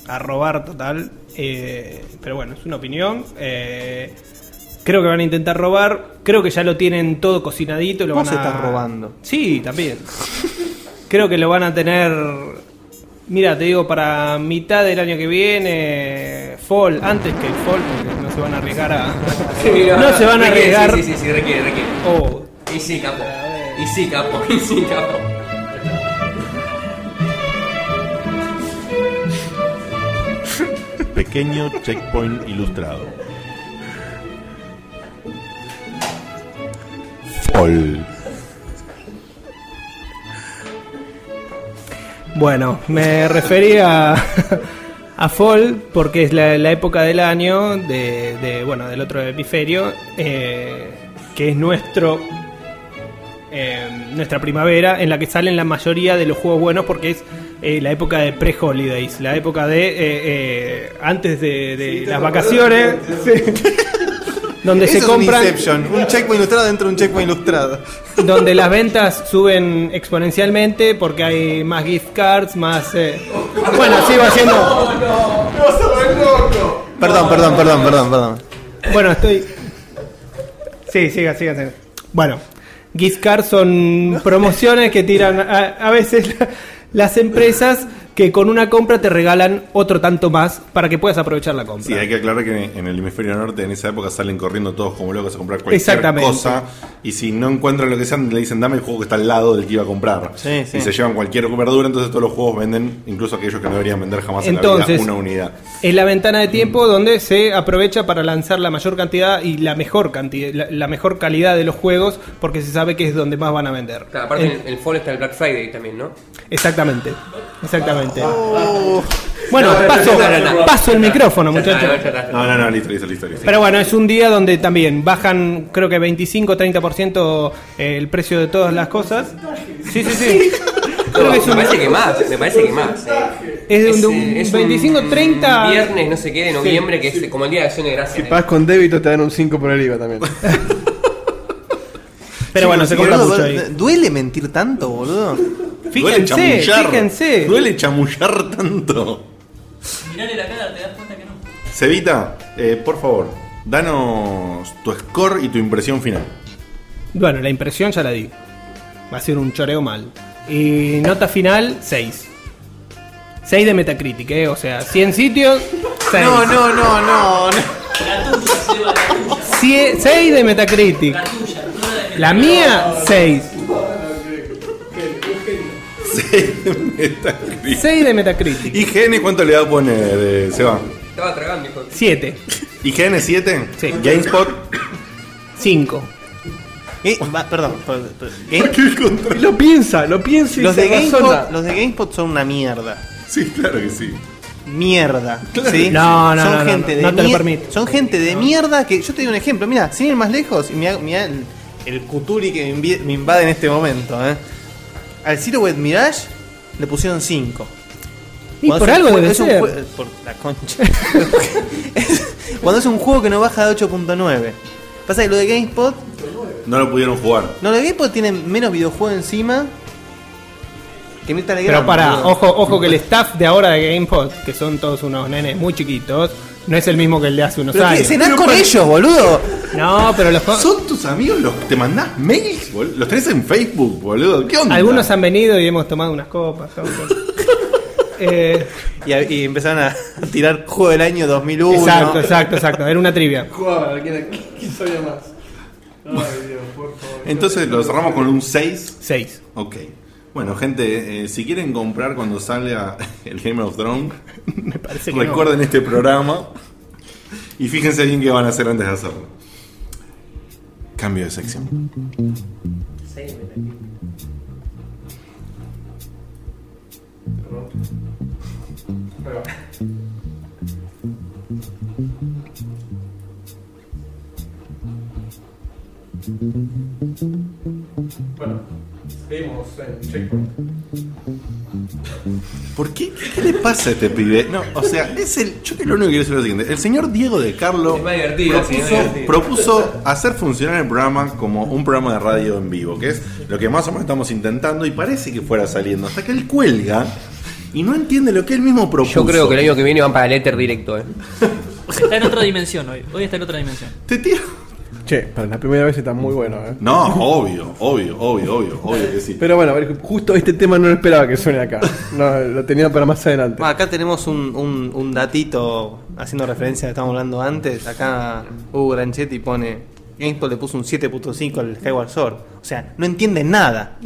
[SPEAKER 5] a robar total. Eh, pero bueno, es una opinión. Eh, creo que van a intentar robar. Creo que ya lo tienen todo cocinadito. Lo
[SPEAKER 3] Vos
[SPEAKER 5] van a...
[SPEAKER 3] estás robando.
[SPEAKER 5] Sí, también. creo que lo van a tener. Mira, te digo, para mitad del año que viene, Fall, antes que el Fall, porque no se van a arriesgar a. no se van a
[SPEAKER 4] Requiere,
[SPEAKER 5] arriesgar.
[SPEAKER 4] Sí, sí, sí, sí, requiere, requiere.
[SPEAKER 5] Oh,
[SPEAKER 4] Y sí, capo. Y sí, capo. Y sí, capo.
[SPEAKER 1] Pequeño checkpoint ilustrado. Fall.
[SPEAKER 5] Bueno, me refería a Fall porque es la, la época del año de, de, bueno del otro hemisferio eh, que es nuestro eh, nuestra primavera, en la que salen la mayoría de los juegos buenos porque es eh, la época de pre-holidays, la época de eh, eh, antes de, de las vacaciones, sí. donde
[SPEAKER 3] Eso
[SPEAKER 5] se
[SPEAKER 3] es un
[SPEAKER 5] compran,
[SPEAKER 3] Inception, un checkpoint ilustrado dentro de un checkpoint ilustrado.
[SPEAKER 5] donde las ventas suben exponencialmente porque hay más gift cards, más... eh, bueno, así va siendo...
[SPEAKER 3] Perdón, perdón, perdón, perdón, perdón.
[SPEAKER 5] Bueno, estoy. Sí, siga, siga, siga. Bueno, gift cards son promociones que tiran a, a veces la- las empresas que con una compra te regalan otro tanto más para que puedas aprovechar la compra.
[SPEAKER 1] Sí, hay que aclarar que en el hemisferio norte en esa época salen corriendo todos como locos a comprar cualquier
[SPEAKER 5] Exactamente.
[SPEAKER 1] cosa. Y si no encuentran lo que sean, le dicen dame el juego que está al lado del que iba a comprar.
[SPEAKER 3] Sí, sí.
[SPEAKER 1] Y se llevan cualquier verdura, entonces todos los juegos venden, incluso aquellos que no deberían vender jamás
[SPEAKER 5] Entonces-
[SPEAKER 1] en la vida, una unidad.
[SPEAKER 5] Es la ventana
[SPEAKER 4] Mm.
[SPEAKER 5] de tiempo donde se aprovecha para lanzar la mayor cantidad y la mejor cantidad, la, la mejor calidad de los juegos, porque se sabe que es donde más van a vender.
[SPEAKER 4] Claro, aparte
[SPEAKER 5] Eh,
[SPEAKER 4] en el Fall está el Black Friday también, ¿no?
[SPEAKER 5] Exactamente, exactamente.
[SPEAKER 4] Ah.
[SPEAKER 5] Bueno, paso, paso el micrófono,
[SPEAKER 4] Ya está,
[SPEAKER 5] muchachos.
[SPEAKER 4] ya está.
[SPEAKER 1] No, no, no, listo, listo, listo. listo.
[SPEAKER 5] Pero bueno, es un día donde también bajan, creo que 25-30% eh, el precio de todas las cosas. Sí, sí, sí. Creo que es
[SPEAKER 4] me
[SPEAKER 5] un,
[SPEAKER 4] parece que más, me parece que más. eh.
[SPEAKER 5] es de un- de un
[SPEAKER 4] es
[SPEAKER 5] 25-30.
[SPEAKER 4] Viernes, no sé qué, de noviembre, que es como el día de acción de gracia.
[SPEAKER 2] Pagas con débito, te dan un 5 por el IVA también.
[SPEAKER 5] pero bueno, se
[SPEAKER 3] Chicos,
[SPEAKER 5] compra
[SPEAKER 3] boludo,
[SPEAKER 5] mucho ahí.
[SPEAKER 3] Duele mentir tanto, boludo.
[SPEAKER 1] duele
[SPEAKER 5] Fíjense,
[SPEAKER 1] chamullar.
[SPEAKER 5] fíjense.
[SPEAKER 1] Duele chamullar tanto.
[SPEAKER 8] Mirale la cara, te das cuenta que no.
[SPEAKER 1] Cevita, eh, por favor, danos tu score y tu impresión final.
[SPEAKER 5] Bueno, la impresión ya la di. Va a ser un choreo mal. Y nota final, 6. 6 de Metacritic, ¿eh? O sea, 100 sitios, 6.
[SPEAKER 3] No, no, no, no. no.
[SPEAKER 5] 6 de Metacritic. La mía, 6. 6 de Metacritic.
[SPEAKER 1] IGN, ¿cuánto le va a poner, eh, Seba?
[SPEAKER 4] Estaba tragando, hijo.
[SPEAKER 5] 7.
[SPEAKER 1] IGN 7,
[SPEAKER 5] Sí.
[SPEAKER 1] GameSpot.
[SPEAKER 5] 5.
[SPEAKER 3] Eh, va, perdón, perdón, perdón. Game-
[SPEAKER 2] Y lo piensa, lo piensa y
[SPEAKER 3] los, de
[SPEAKER 2] se razona.
[SPEAKER 3] GameSpot, los de GameSpot son una mierda.
[SPEAKER 1] Sí, claro que sí.
[SPEAKER 3] Mierda. ¿sí?
[SPEAKER 5] No, no, no, no, no, no te lo
[SPEAKER 3] mier-
[SPEAKER 5] permite.
[SPEAKER 3] Son gente de mierda que. Yo te doy un ejemplo, mira, sin ir más lejos, y mirá, mirá el, el cuturi que me, invi- me invade en este momento. ¿eh? Al Zero Wet Mirage le pusieron 5.
[SPEAKER 5] Y por algo debe ser.
[SPEAKER 3] Por la concha. Es- cuando es un juego que no baja de 8.9. Pasa que lo de GameSpot.
[SPEAKER 1] No lo pudieron jugar.
[SPEAKER 3] No, lo de GameSpot tiene menos videojuego encima. Que Mirta
[SPEAKER 5] Pero para, ojo, ojo que el staff de ahora de GamePod, que son todos unos nenes muy chiquitos, no es el mismo que el de hace unos
[SPEAKER 3] Pero qué,
[SPEAKER 5] años.
[SPEAKER 3] cenás con ellos, boludo.
[SPEAKER 5] No, pero los co-
[SPEAKER 1] ¿Son tus amigos los que te mandás mails? bol- Los tenés en Facebook, boludo. ¿Qué onda?
[SPEAKER 5] algunos han venido y hemos tomado unas copas. todo. Eh,
[SPEAKER 3] Y, a- y empezaron a tirar juego del año 2001.
[SPEAKER 5] exacto, exacto, exacto. Era una trivia.
[SPEAKER 2] ¿Quién sabía más? Ay, Dios, por favor.
[SPEAKER 1] Entonces lo cerramos con un 6.
[SPEAKER 5] 6.
[SPEAKER 1] Ok. Bueno, gente, eh, si quieren comprar cuando salga el Game of Thrones,
[SPEAKER 5] Me parece que no.
[SPEAKER 1] recuerden este programa y fíjense bien qué van a hacer antes de hacerlo. Cambio de sección.
[SPEAKER 2] Bueno, seguimos en Checkpoint.
[SPEAKER 1] ¿Por qué? ¿Qué le pasa a este pibe? No, o sea, es el. Yo que lo único que quiero decir es lo siguiente. El señor Diego de Carlo
[SPEAKER 4] Es más divertido, sí, más
[SPEAKER 1] propuso,
[SPEAKER 4] divertido.
[SPEAKER 1] propuso hacer funcionar el programa como un programa de radio en vivo, que es lo que más o menos estamos intentando y parece que fuera saliendo. Hasta que él cuelga y no entiende lo que él mismo propuso.
[SPEAKER 4] Yo creo que el año que viene van para el Ether directo, eh.
[SPEAKER 6] Está en otra dimensión hoy. Hoy está en otra dimensión.
[SPEAKER 1] Te tiro.
[SPEAKER 2] Che, para la primera vez está muy bueno, eh.
[SPEAKER 1] No, obvio, obvio, obvio, obvio, obvio que sí.
[SPEAKER 2] Pero bueno, a ver, justo este tema no lo esperaba que suene acá. No, lo tenía para más adelante.
[SPEAKER 3] Bueno, Ah, acá tenemos un, un, un datito haciendo referencia a lo que estábamos hablando antes. Acá Hugo Granchetti pone: GameSpot le puso un 7.5 al Skyward Sword. O sea, no entienden nada.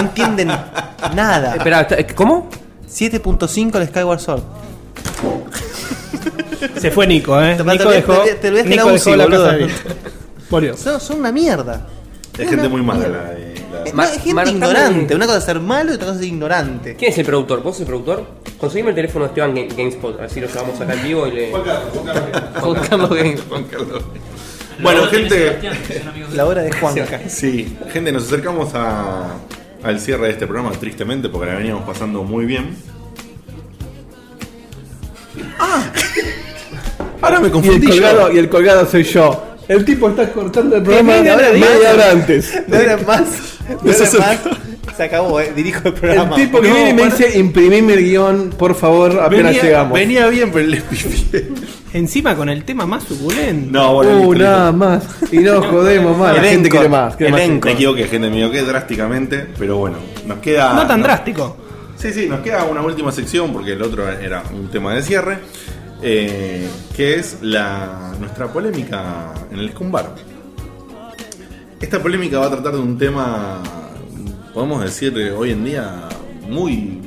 [SPEAKER 3] entienden
[SPEAKER 5] Ah.
[SPEAKER 3] nada.
[SPEAKER 4] Espera, está- ¿cómo?
[SPEAKER 3] 7.5 al Skyward Sword.
[SPEAKER 5] Se fue Nico, ¿eh?
[SPEAKER 3] Te- te-
[SPEAKER 5] Nico
[SPEAKER 3] te-
[SPEAKER 5] dejó,
[SPEAKER 3] te- te lo voy a hacer
[SPEAKER 5] Nico
[SPEAKER 3] la
[SPEAKER 5] dejó
[SPEAKER 3] UCI,
[SPEAKER 5] la
[SPEAKER 3] boludo.
[SPEAKER 5] casa bien. Por Dios.
[SPEAKER 3] Son, son una mierda.
[SPEAKER 1] Es gente muy mala la de. la-
[SPEAKER 3] Eh, no,
[SPEAKER 4] Ma-
[SPEAKER 3] es gente
[SPEAKER 4] marcame-
[SPEAKER 3] ignorante. Una cosa es ser malo y otra cosa es ser ignorante.
[SPEAKER 4] ¿Quién es el productor? ¿Vos sos el productor? Conseguime el teléfono de Esteban Ga- GameSpot, así lo llevamos acá en vivo y le.
[SPEAKER 3] Juan Carlos Game.
[SPEAKER 1] Bueno,
[SPEAKER 8] Lo tiene
[SPEAKER 1] gente.
[SPEAKER 8] Sebastián, que son amigos de-
[SPEAKER 3] La hora de Juanca.
[SPEAKER 1] Sí, gente, nos acercamos a- al cierre de este programa, tristemente, porque la veníamos pasando muy bien. ¡Ah! Ahora me
[SPEAKER 2] Y el,
[SPEAKER 1] confundí. yo.
[SPEAKER 2] colgado, y el colgado soy yo. El tipo está cortando el programa
[SPEAKER 3] media
[SPEAKER 2] media
[SPEAKER 3] hora
[SPEAKER 2] hora,
[SPEAKER 3] antes.
[SPEAKER 2] antes.
[SPEAKER 3] No era más. No
[SPEAKER 1] Eso
[SPEAKER 3] era
[SPEAKER 1] se-
[SPEAKER 3] más. Se acabó, eh. Dirijo
[SPEAKER 2] El
[SPEAKER 3] el programa.
[SPEAKER 2] tipo que
[SPEAKER 1] No,
[SPEAKER 2] viene y me
[SPEAKER 1] para-
[SPEAKER 2] dice, imprimime el guión, por favor, apenas
[SPEAKER 1] venía,
[SPEAKER 2] llegamos. Uh,
[SPEAKER 1] venía bien, pero le pifié.
[SPEAKER 5] Encima con el tema más suculento.
[SPEAKER 1] No, bueno,
[SPEAKER 2] uh,
[SPEAKER 1] listo, listo.
[SPEAKER 2] nada más. Y no jodemos más. La
[SPEAKER 3] Elenco,
[SPEAKER 2] gente quiere más. quiere más.
[SPEAKER 3] elenco.
[SPEAKER 1] Me equivoqué, gente, me equivoqué drásticamente, pero bueno, nos queda.
[SPEAKER 5] no tan
[SPEAKER 1] nos-
[SPEAKER 5] drástico.
[SPEAKER 1] Sí, sí, nos queda una última sección porque el otro era un tema de cierre, eh, que es la nuestra polémica en el escumbar. Esta polémica va a tratar de un tema, podemos decir, eh, hoy en día muy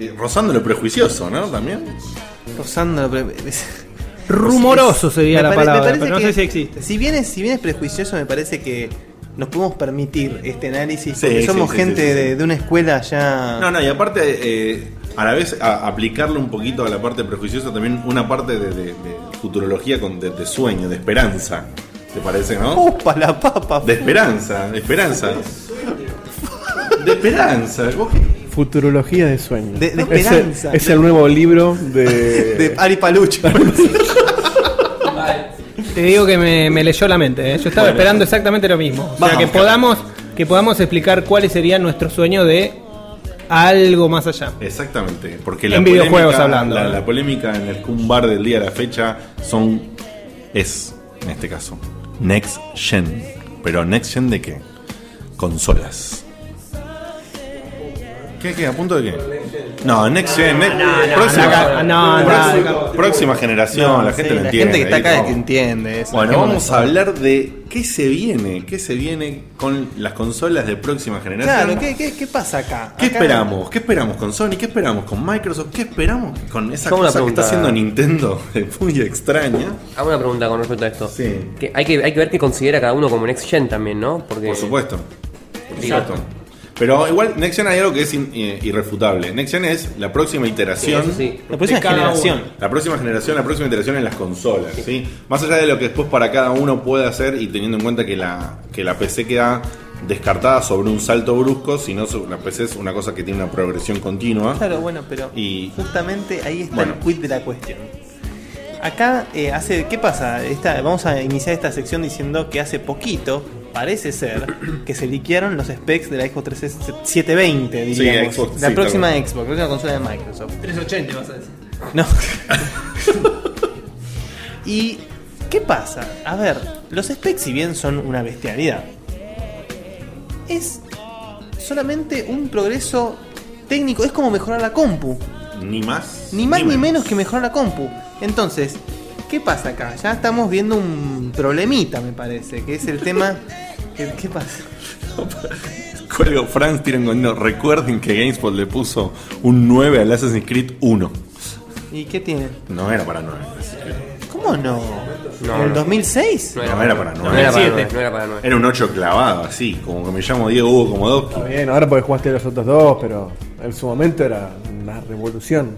[SPEAKER 1] eh, rozando lo prejuicioso, ¿no? También.
[SPEAKER 3] Rosando.
[SPEAKER 5] Rumoroso sería la palabra, pero no sé si existe.
[SPEAKER 3] Si bien, es, si bien es prejuicioso, me parece que nos podemos permitir este análisis.
[SPEAKER 1] Sí,
[SPEAKER 3] porque
[SPEAKER 1] sí,
[SPEAKER 3] somos
[SPEAKER 1] sí,
[SPEAKER 3] gente
[SPEAKER 1] sí, sí, sí.
[SPEAKER 3] De, de una escuela ya.
[SPEAKER 1] No, no, y aparte, eh, a la vez, a- aplicarle un poquito a la parte prejuiciosa también una parte de, de- de futurología, con, de, de sueño, de esperanza. ¿Te parece, no?
[SPEAKER 3] ¡Upa la papa!
[SPEAKER 1] De esperanza, de esperanza. De esperanza. ¿Vos qué?
[SPEAKER 2] Futurología de sueños.
[SPEAKER 3] De- de
[SPEAKER 2] Es el-
[SPEAKER 3] esperanza.
[SPEAKER 2] Es el, nuevo libro de...
[SPEAKER 3] De Ari Paluch.
[SPEAKER 5] Te digo que me, me leyó la mente. ¿eh? Yo estaba esperando exactamente lo mismo. O sea,
[SPEAKER 1] Vamos,
[SPEAKER 5] que
[SPEAKER 1] Oscar.
[SPEAKER 5] podamos, que podamos explicar cuáles serían nuestro sueño de algo más allá.
[SPEAKER 1] Exactamente, porque
[SPEAKER 5] En
[SPEAKER 1] la
[SPEAKER 5] videojuegos
[SPEAKER 1] polémica,
[SPEAKER 5] hablando, ¿eh?
[SPEAKER 1] La,
[SPEAKER 5] ¿no?
[SPEAKER 1] la polémica en el cumbar del día a la fecha son es en este caso next gen, pero next gen de qué? Consolas. ¿Qué qué? ¿A punto de qué? No, next gen, ne- próxima,
[SPEAKER 5] no, no, no,
[SPEAKER 1] próxima-
[SPEAKER 5] no,
[SPEAKER 1] próxima generación, la gente
[SPEAKER 3] Sí,
[SPEAKER 1] lo
[SPEAKER 3] la
[SPEAKER 1] entiende.
[SPEAKER 3] gente que está
[SPEAKER 1] ahí,
[SPEAKER 3] acá es
[SPEAKER 1] vamos.
[SPEAKER 3] que entiende eso.
[SPEAKER 1] Bueno, vamos a hablar de qué se viene, qué se viene con las consolas de próxima generación.
[SPEAKER 3] Claro,
[SPEAKER 1] ¿qué,
[SPEAKER 3] ¿qué, qué, qué pasa acá? Acá-
[SPEAKER 1] esperamos? ¿Qué esperamos con Sony? ¿Qué esperamos con Microsoft? ¿Qué esperamos con esa
[SPEAKER 4] Yo hago una
[SPEAKER 1] cosa que está
[SPEAKER 4] pregunta.
[SPEAKER 1] haciendo Nintendo de muy extraña?
[SPEAKER 4] Hago una pregunta con respecto a esto.
[SPEAKER 1] Sí.
[SPEAKER 4] Que hay, que hay que ver qué considera cada uno como Next Gen también, ¿no? Porque,
[SPEAKER 1] Por supuesto. Por
[SPEAKER 4] Exacto.
[SPEAKER 1] supuesto. Pero igual, Next Gen hay algo que es in- eh, irrefutable. Next Gen es la próxima
[SPEAKER 4] Sí,
[SPEAKER 1] iteración.
[SPEAKER 4] eso sí.
[SPEAKER 3] La próxima
[SPEAKER 5] de cada
[SPEAKER 3] generación.
[SPEAKER 1] La próxima generación, la próxima iteración en las consolas, ¿sí? Más allá de lo que después para cada uno puede hacer y teniendo en cuenta que la, que la PC queda descartada sobre un salto brusco, sino so- la PC es una cosa que tiene una progresión continua.
[SPEAKER 3] Claro, bueno, pero
[SPEAKER 1] Y-
[SPEAKER 3] justamente ahí está
[SPEAKER 1] Bueno.
[SPEAKER 3] el quid de la cuestión. Acá eh, hace, ¿qué pasa? Esta- vamos a iniciar esta sección diciendo que hace poquito parece ser que se liquearon los specs de la Xbox 720,
[SPEAKER 1] Sí,
[SPEAKER 3] diríamos.
[SPEAKER 1] Xbox,
[SPEAKER 3] la
[SPEAKER 1] sí,
[SPEAKER 3] próxima
[SPEAKER 1] claro.
[SPEAKER 3] Xbox, la próxima consola de Microsoft.
[SPEAKER 5] 380 vas a decir.
[SPEAKER 3] No. ¿Y qué pasa? A ver, los specs, si bien son una bestialidad, es solamente un progreso técnico. Es como mejorar la compu.
[SPEAKER 1] Ni más.
[SPEAKER 3] Ni más ni menos que mejorar la compu. Entonces, ¿qué pasa acá? Ya estamos viendo un problemita, me parece, que es el tema. ¿Qué, qué pasa?
[SPEAKER 1] Cuelgo Franz tiran con no. Recuerden que GameSpot le puso un 9 al Assassin's Creed 1.
[SPEAKER 3] ¿Y qué tiene?
[SPEAKER 1] No era para 9. Assassin's Creed.
[SPEAKER 3] ¿Cómo no?
[SPEAKER 4] No,
[SPEAKER 3] ¿En el
[SPEAKER 4] no.
[SPEAKER 3] 2006?
[SPEAKER 1] No era para
[SPEAKER 4] No era para
[SPEAKER 1] 9.
[SPEAKER 4] nueve, no era para nueve.
[SPEAKER 1] Era un 8 clavado, así. Como que me llamo Diego Hugo Komodowski.
[SPEAKER 2] Está bien, ahora porque jugaste los otros dos, pero en su momento era una revolución.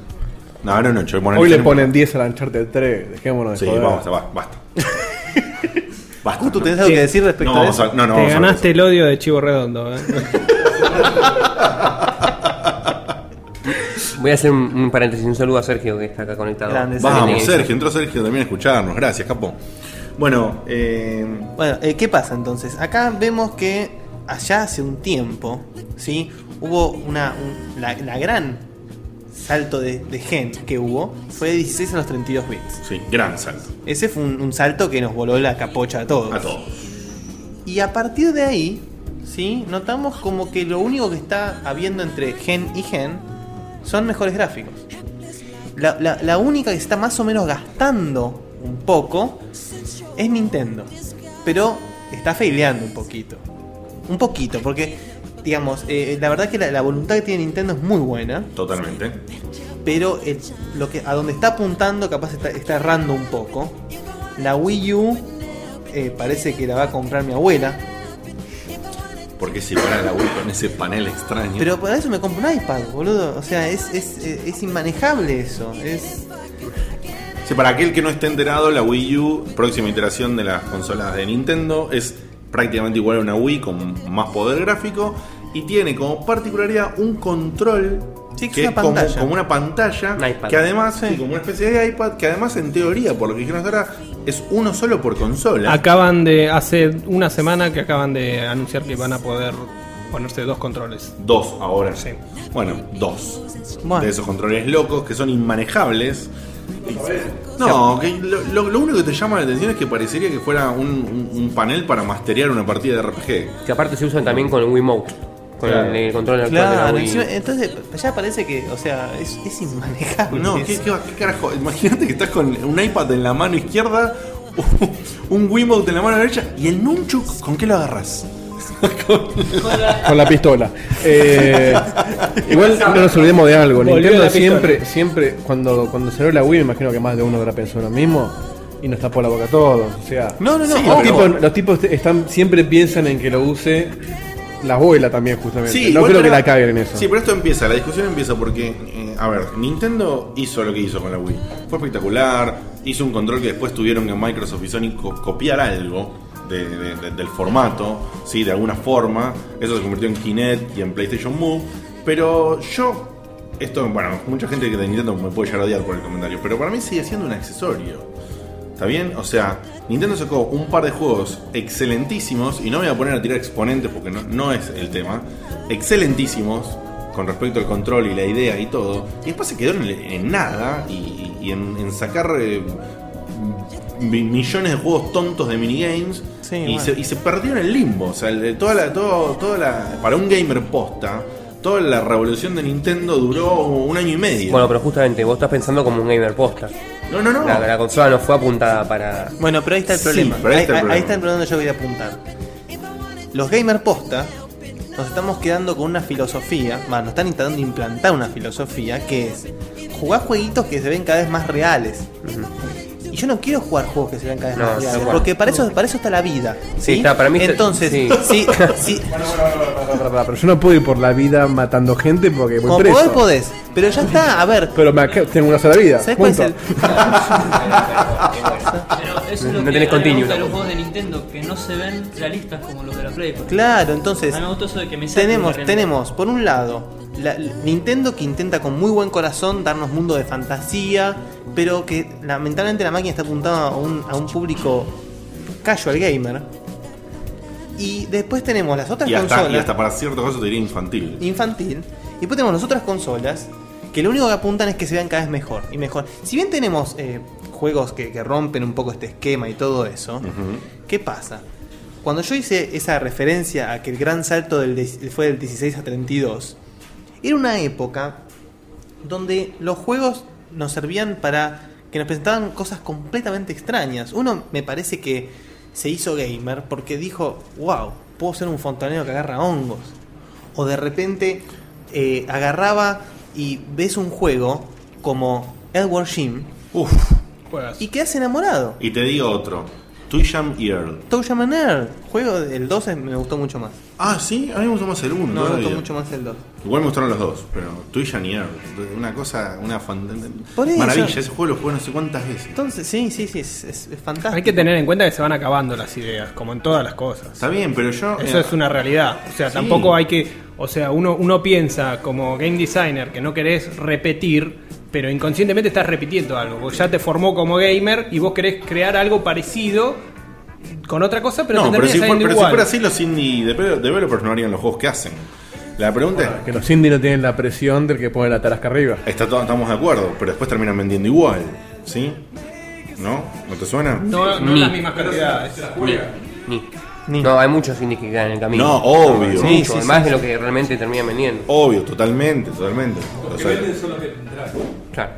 [SPEAKER 1] No, era un 8. Bueno,
[SPEAKER 2] Hoy le
[SPEAKER 1] tenemos-
[SPEAKER 2] ponen 10 al Uncharted 3, dejémonos de
[SPEAKER 1] Sí,
[SPEAKER 2] joder.
[SPEAKER 1] vamos, va- basta. basta.
[SPEAKER 3] ¿Tú
[SPEAKER 1] ¿no?
[SPEAKER 3] tenés algo que decir
[SPEAKER 1] No,
[SPEAKER 3] respecto a
[SPEAKER 1] vamos
[SPEAKER 3] eso?
[SPEAKER 1] a, no, no,
[SPEAKER 5] Te
[SPEAKER 1] vamos a-
[SPEAKER 5] ganaste el odio de Chivo Redondo. ¿eh?
[SPEAKER 4] Voy a hacer un, un paréntesis, un saludo a Sergio que está acá conectado.
[SPEAKER 3] Grande,
[SPEAKER 1] Vamos,
[SPEAKER 4] Sí.
[SPEAKER 1] Sergio, entró Sergio también a escucharnos. Gracias, capo. Bueno, eh,
[SPEAKER 3] Bueno, eh, ¿qué pasa entonces? Acá vemos que allá hace un tiempo, ¿sí? Hubo una. un- la, la gran salto de, de gen que hubo fue de 16 a los 32 bits.
[SPEAKER 1] sí, gran salto.
[SPEAKER 3] Ese fue un, un salto que nos voló la capocha a todos.
[SPEAKER 1] A todos.
[SPEAKER 3] Y a partir de ahí, ¿sí? Notamos como que lo único que está habiendo entre gen y gen son mejores gráficos. La, la- la única que está más o menos gastando un poco es Nintendo. Pero está faileando un poquito. Un poquito, porque, digamos, eh, la verdad que la, la voluntad que tiene Nintendo es muy buena.
[SPEAKER 1] Totalmente.
[SPEAKER 3] Pero el- lo que, a donde está apuntando capaz está, está errando un poco. La Wii U eh, parece que la va a comprar mi abuela.
[SPEAKER 1] Porque si para la Wii con ese panel extraño.
[SPEAKER 3] Pero para eso me eh, compro un iPad, boludo. O sea, es, es, es inmanejable eso. Es...
[SPEAKER 1] Sí, para aquel que no esté enterado, la Wii U, próxima iteración de las consolas de Nintendo, es prácticamente igual a una Wii con más poder gráfico y tiene como particularidad un control
[SPEAKER 3] Sí, que
[SPEAKER 1] que
[SPEAKER 3] es
[SPEAKER 1] es
[SPEAKER 3] una
[SPEAKER 1] como,
[SPEAKER 3] pantalla.
[SPEAKER 1] como una pantalla
[SPEAKER 4] Un iPad.
[SPEAKER 1] que además sí, como una especie de iPad que además en teoría, por lo que dijeron hasta ahora, es uno solo por consola.
[SPEAKER 5] Acaban de. Hace una semana que acaban de anunciar que van a poder ponerse dos controles.
[SPEAKER 1] Dos ahora.
[SPEAKER 5] Sí.
[SPEAKER 1] Bueno, dos.
[SPEAKER 3] Bueno.
[SPEAKER 1] De esos controles locos que son inmanejables. No, que lo, lo- lo único que te llama la atención es que parecería que fuera un, un- un panel para masterear una partida de RPG.
[SPEAKER 4] Que aparte se usan también con el Wiimote, con
[SPEAKER 1] Claro.
[SPEAKER 4] el, el control actual de
[SPEAKER 3] Claro,
[SPEAKER 4] la Wii.
[SPEAKER 3] encima- entonces ya parece que, o sea, es, es inmanejable.
[SPEAKER 1] No, ¿qué,
[SPEAKER 3] eso.
[SPEAKER 1] qué- qué carajo? Imagínate que estás con un iPad en la mano izquierda, un Wiimote en la mano derecha y el Nunchuk, ¿con qué lo agarras?
[SPEAKER 2] Con la pistola. Eh, igual no nos olvidemos de algo.
[SPEAKER 5] Volvió
[SPEAKER 2] Nintendo
[SPEAKER 5] la pistola.
[SPEAKER 2] siempre, siempre, cuando, cuando salió la Wii, me imagino que más de uno habrá pensado lo mismo. Y nos tapó la boca a todos. O sea,
[SPEAKER 1] No, no, no,
[SPEAKER 2] los,
[SPEAKER 1] obvio.
[SPEAKER 2] tipos, los tipos están, siempre piensan en que lo use la abuela también, justamente. no
[SPEAKER 1] igual
[SPEAKER 2] creo que
[SPEAKER 1] para-
[SPEAKER 2] la caguen en eso.
[SPEAKER 1] Sí, pero esto empieza, la discusión empieza porque, eh, a ver, Nintendo hizo lo que hizo con la Wii. Fue espectacular, hizo un control que después tuvieron que Microsoft y Sony co- copiar algo de- de- de- del formato, ¿sí? De alguna forma. Eso se convirtió en Kinect y en PlayStation Move. Pero yo, esto, bueno, mucha gente que de Nintendo me puede llegar a odiar por el comentario, pero para mí sigue siendo un accesorio. ¿Está bien? O sea, Nintendo sacó un par de juegos excelentísimos, y no me voy a poner a tirar exponentes porque no, no es el tema, excelentísimos con respecto al control y la idea y todo, y después se quedó en, en nada y, y en, en sacar eh, mi- millones de juegos tontos de minigames
[SPEAKER 3] Sí,
[SPEAKER 1] y,
[SPEAKER 3] bueno.
[SPEAKER 1] se, y se perdió en el limbo. O sea, el- toda la, todo, toda la, para un gamer posta, toda la revolución de Nintendo duró un año y medio.
[SPEAKER 4] Bueno, pero justamente vos estás pensando como un gamer posta.
[SPEAKER 1] no, no, no.
[SPEAKER 4] La, la consola no fue apuntada para.
[SPEAKER 3] Bueno, pero ahí está el
[SPEAKER 1] Sí,
[SPEAKER 3] problema.
[SPEAKER 1] pero ahí
[SPEAKER 3] ahí,
[SPEAKER 1] está el
[SPEAKER 3] ahí-
[SPEAKER 1] problema.
[SPEAKER 3] ahí está el problema donde yo voy a apuntar. Los gamers posta nos estamos quedando con una filosofía, más nos están intentando implantar una filosofía que es jugar jueguitos que se ven cada vez más reales. Y yo no quiero jugar juegos que se vean cada vez
[SPEAKER 4] No,
[SPEAKER 3] más
[SPEAKER 4] sí,
[SPEAKER 3] reales,
[SPEAKER 4] bueno.
[SPEAKER 3] porque para eso, para eso está la vida.
[SPEAKER 4] Sí,
[SPEAKER 3] Sí,
[SPEAKER 4] está, para mí está-
[SPEAKER 3] Entonces,
[SPEAKER 4] sí.
[SPEAKER 3] sí, sí,
[SPEAKER 2] Pará, pará, pará, Pero yo no puedo ir por la vida matando gente porque voy
[SPEAKER 3] como
[SPEAKER 2] preso.
[SPEAKER 3] podés, podés. Pero ya está, a ver,
[SPEAKER 2] Pero me ac- tengo una sola vida.
[SPEAKER 3] ¿sabés cuál es
[SPEAKER 2] punto.
[SPEAKER 3] el,
[SPEAKER 8] Pero eso es
[SPEAKER 4] No
[SPEAKER 8] lo que
[SPEAKER 4] tenés
[SPEAKER 8] a mí me
[SPEAKER 4] continuo
[SPEAKER 8] gusta de los
[SPEAKER 4] tampoco.
[SPEAKER 8] juegos de Nintendo, que no se ven realistas como los de la Play. por ejemplo.
[SPEAKER 3] Claro, entonces
[SPEAKER 8] A mí me gustó eso de que me saquen
[SPEAKER 3] tenemos,
[SPEAKER 8] corriendo.
[SPEAKER 3] tenemos por un lado la- Nintendo que intenta con muy buen corazón darnos mundo de fantasía, pero que lamentablemente la máquina está apuntada a un, a un público casual gamer. Y después tenemos las otras
[SPEAKER 1] Y hasta,
[SPEAKER 3] consolas
[SPEAKER 1] y hasta para ciertas cosas te diría infantil.
[SPEAKER 3] infantil. Y después tenemos las otras consolas que lo único que apuntan es que se vean cada vez mejor y mejor. Si bien tenemos eh, juegos que, que rompen un poco este esquema y todo eso, ¿qué pasa? Cuando yo hice esa referencia a que el gran salto del, de- fue del 16 a 32, era una época donde los juegos nos servían para que nos presentaban cosas completamente extrañas. Uno me parece que se hizo gamer porque dijo, wow, puedo ser un fontanero que agarra hongos. O de repente eh, agarraba y ves un juego como Edward Jim
[SPEAKER 1] Uf.
[SPEAKER 5] Juegas.
[SPEAKER 3] y quedas enamorado.
[SPEAKER 1] Y te digo otro. Twisham y Earl.
[SPEAKER 3] Touchdown Manor, juego del 2 es- me gustó mucho más.
[SPEAKER 1] Ah, sí, a mí me gustó más el uno.
[SPEAKER 3] No, me
[SPEAKER 1] todavía.
[SPEAKER 3] gustó mucho más el 2.
[SPEAKER 1] Igual me gustaron los dos, pero Twisham y Earl. Una cosa, una fan-
[SPEAKER 3] Por eso.
[SPEAKER 1] maravilla. Ese juego lo jugué no sé cuántas veces.
[SPEAKER 3] Entonces, sí, sí, sí, es, es- es fantástico.
[SPEAKER 5] Hay que tener en cuenta que se van acabando las ideas, como en todas las cosas.
[SPEAKER 1] Está bien, pero yo.
[SPEAKER 5] Eso
[SPEAKER 1] eh,
[SPEAKER 5] es una realidad. O sea,
[SPEAKER 1] Sí.
[SPEAKER 5] tampoco hay que. O sea, uno, uno piensa como game designer que no querés repetir, pero inconscientemente estás repitiendo algo. Porque ya te formó como gamer y vos querés crear algo parecido con otra cosa, pero
[SPEAKER 1] no,
[SPEAKER 5] te
[SPEAKER 1] pero,
[SPEAKER 5] termina
[SPEAKER 1] si, fuera,
[SPEAKER 5] saliendo
[SPEAKER 1] pero si
[SPEAKER 5] igual.
[SPEAKER 1] fuera así, los indie depe- developers no harían los juegos que hacen. La pregunta
[SPEAKER 2] Que los indies no tienen la presión del que pone la tarasca arriba.
[SPEAKER 1] es: está todo- estamos de acuerdo, pero después terminan vendiendo igual. ¿Sí? ¿No? ¿No te suena?
[SPEAKER 5] No, no
[SPEAKER 4] Ni.
[SPEAKER 5] las mismas cantidades.
[SPEAKER 4] Ni, ni. No, hay muchos indies que quedan en el camino.
[SPEAKER 1] No, obvio.
[SPEAKER 4] Sí,
[SPEAKER 1] Sí,
[SPEAKER 4] mucho, más de lo que realmente terminan vendiendo.
[SPEAKER 3] Oh.
[SPEAKER 1] Obvio, totalmente, totalmente. O sea,
[SPEAKER 4] Claro.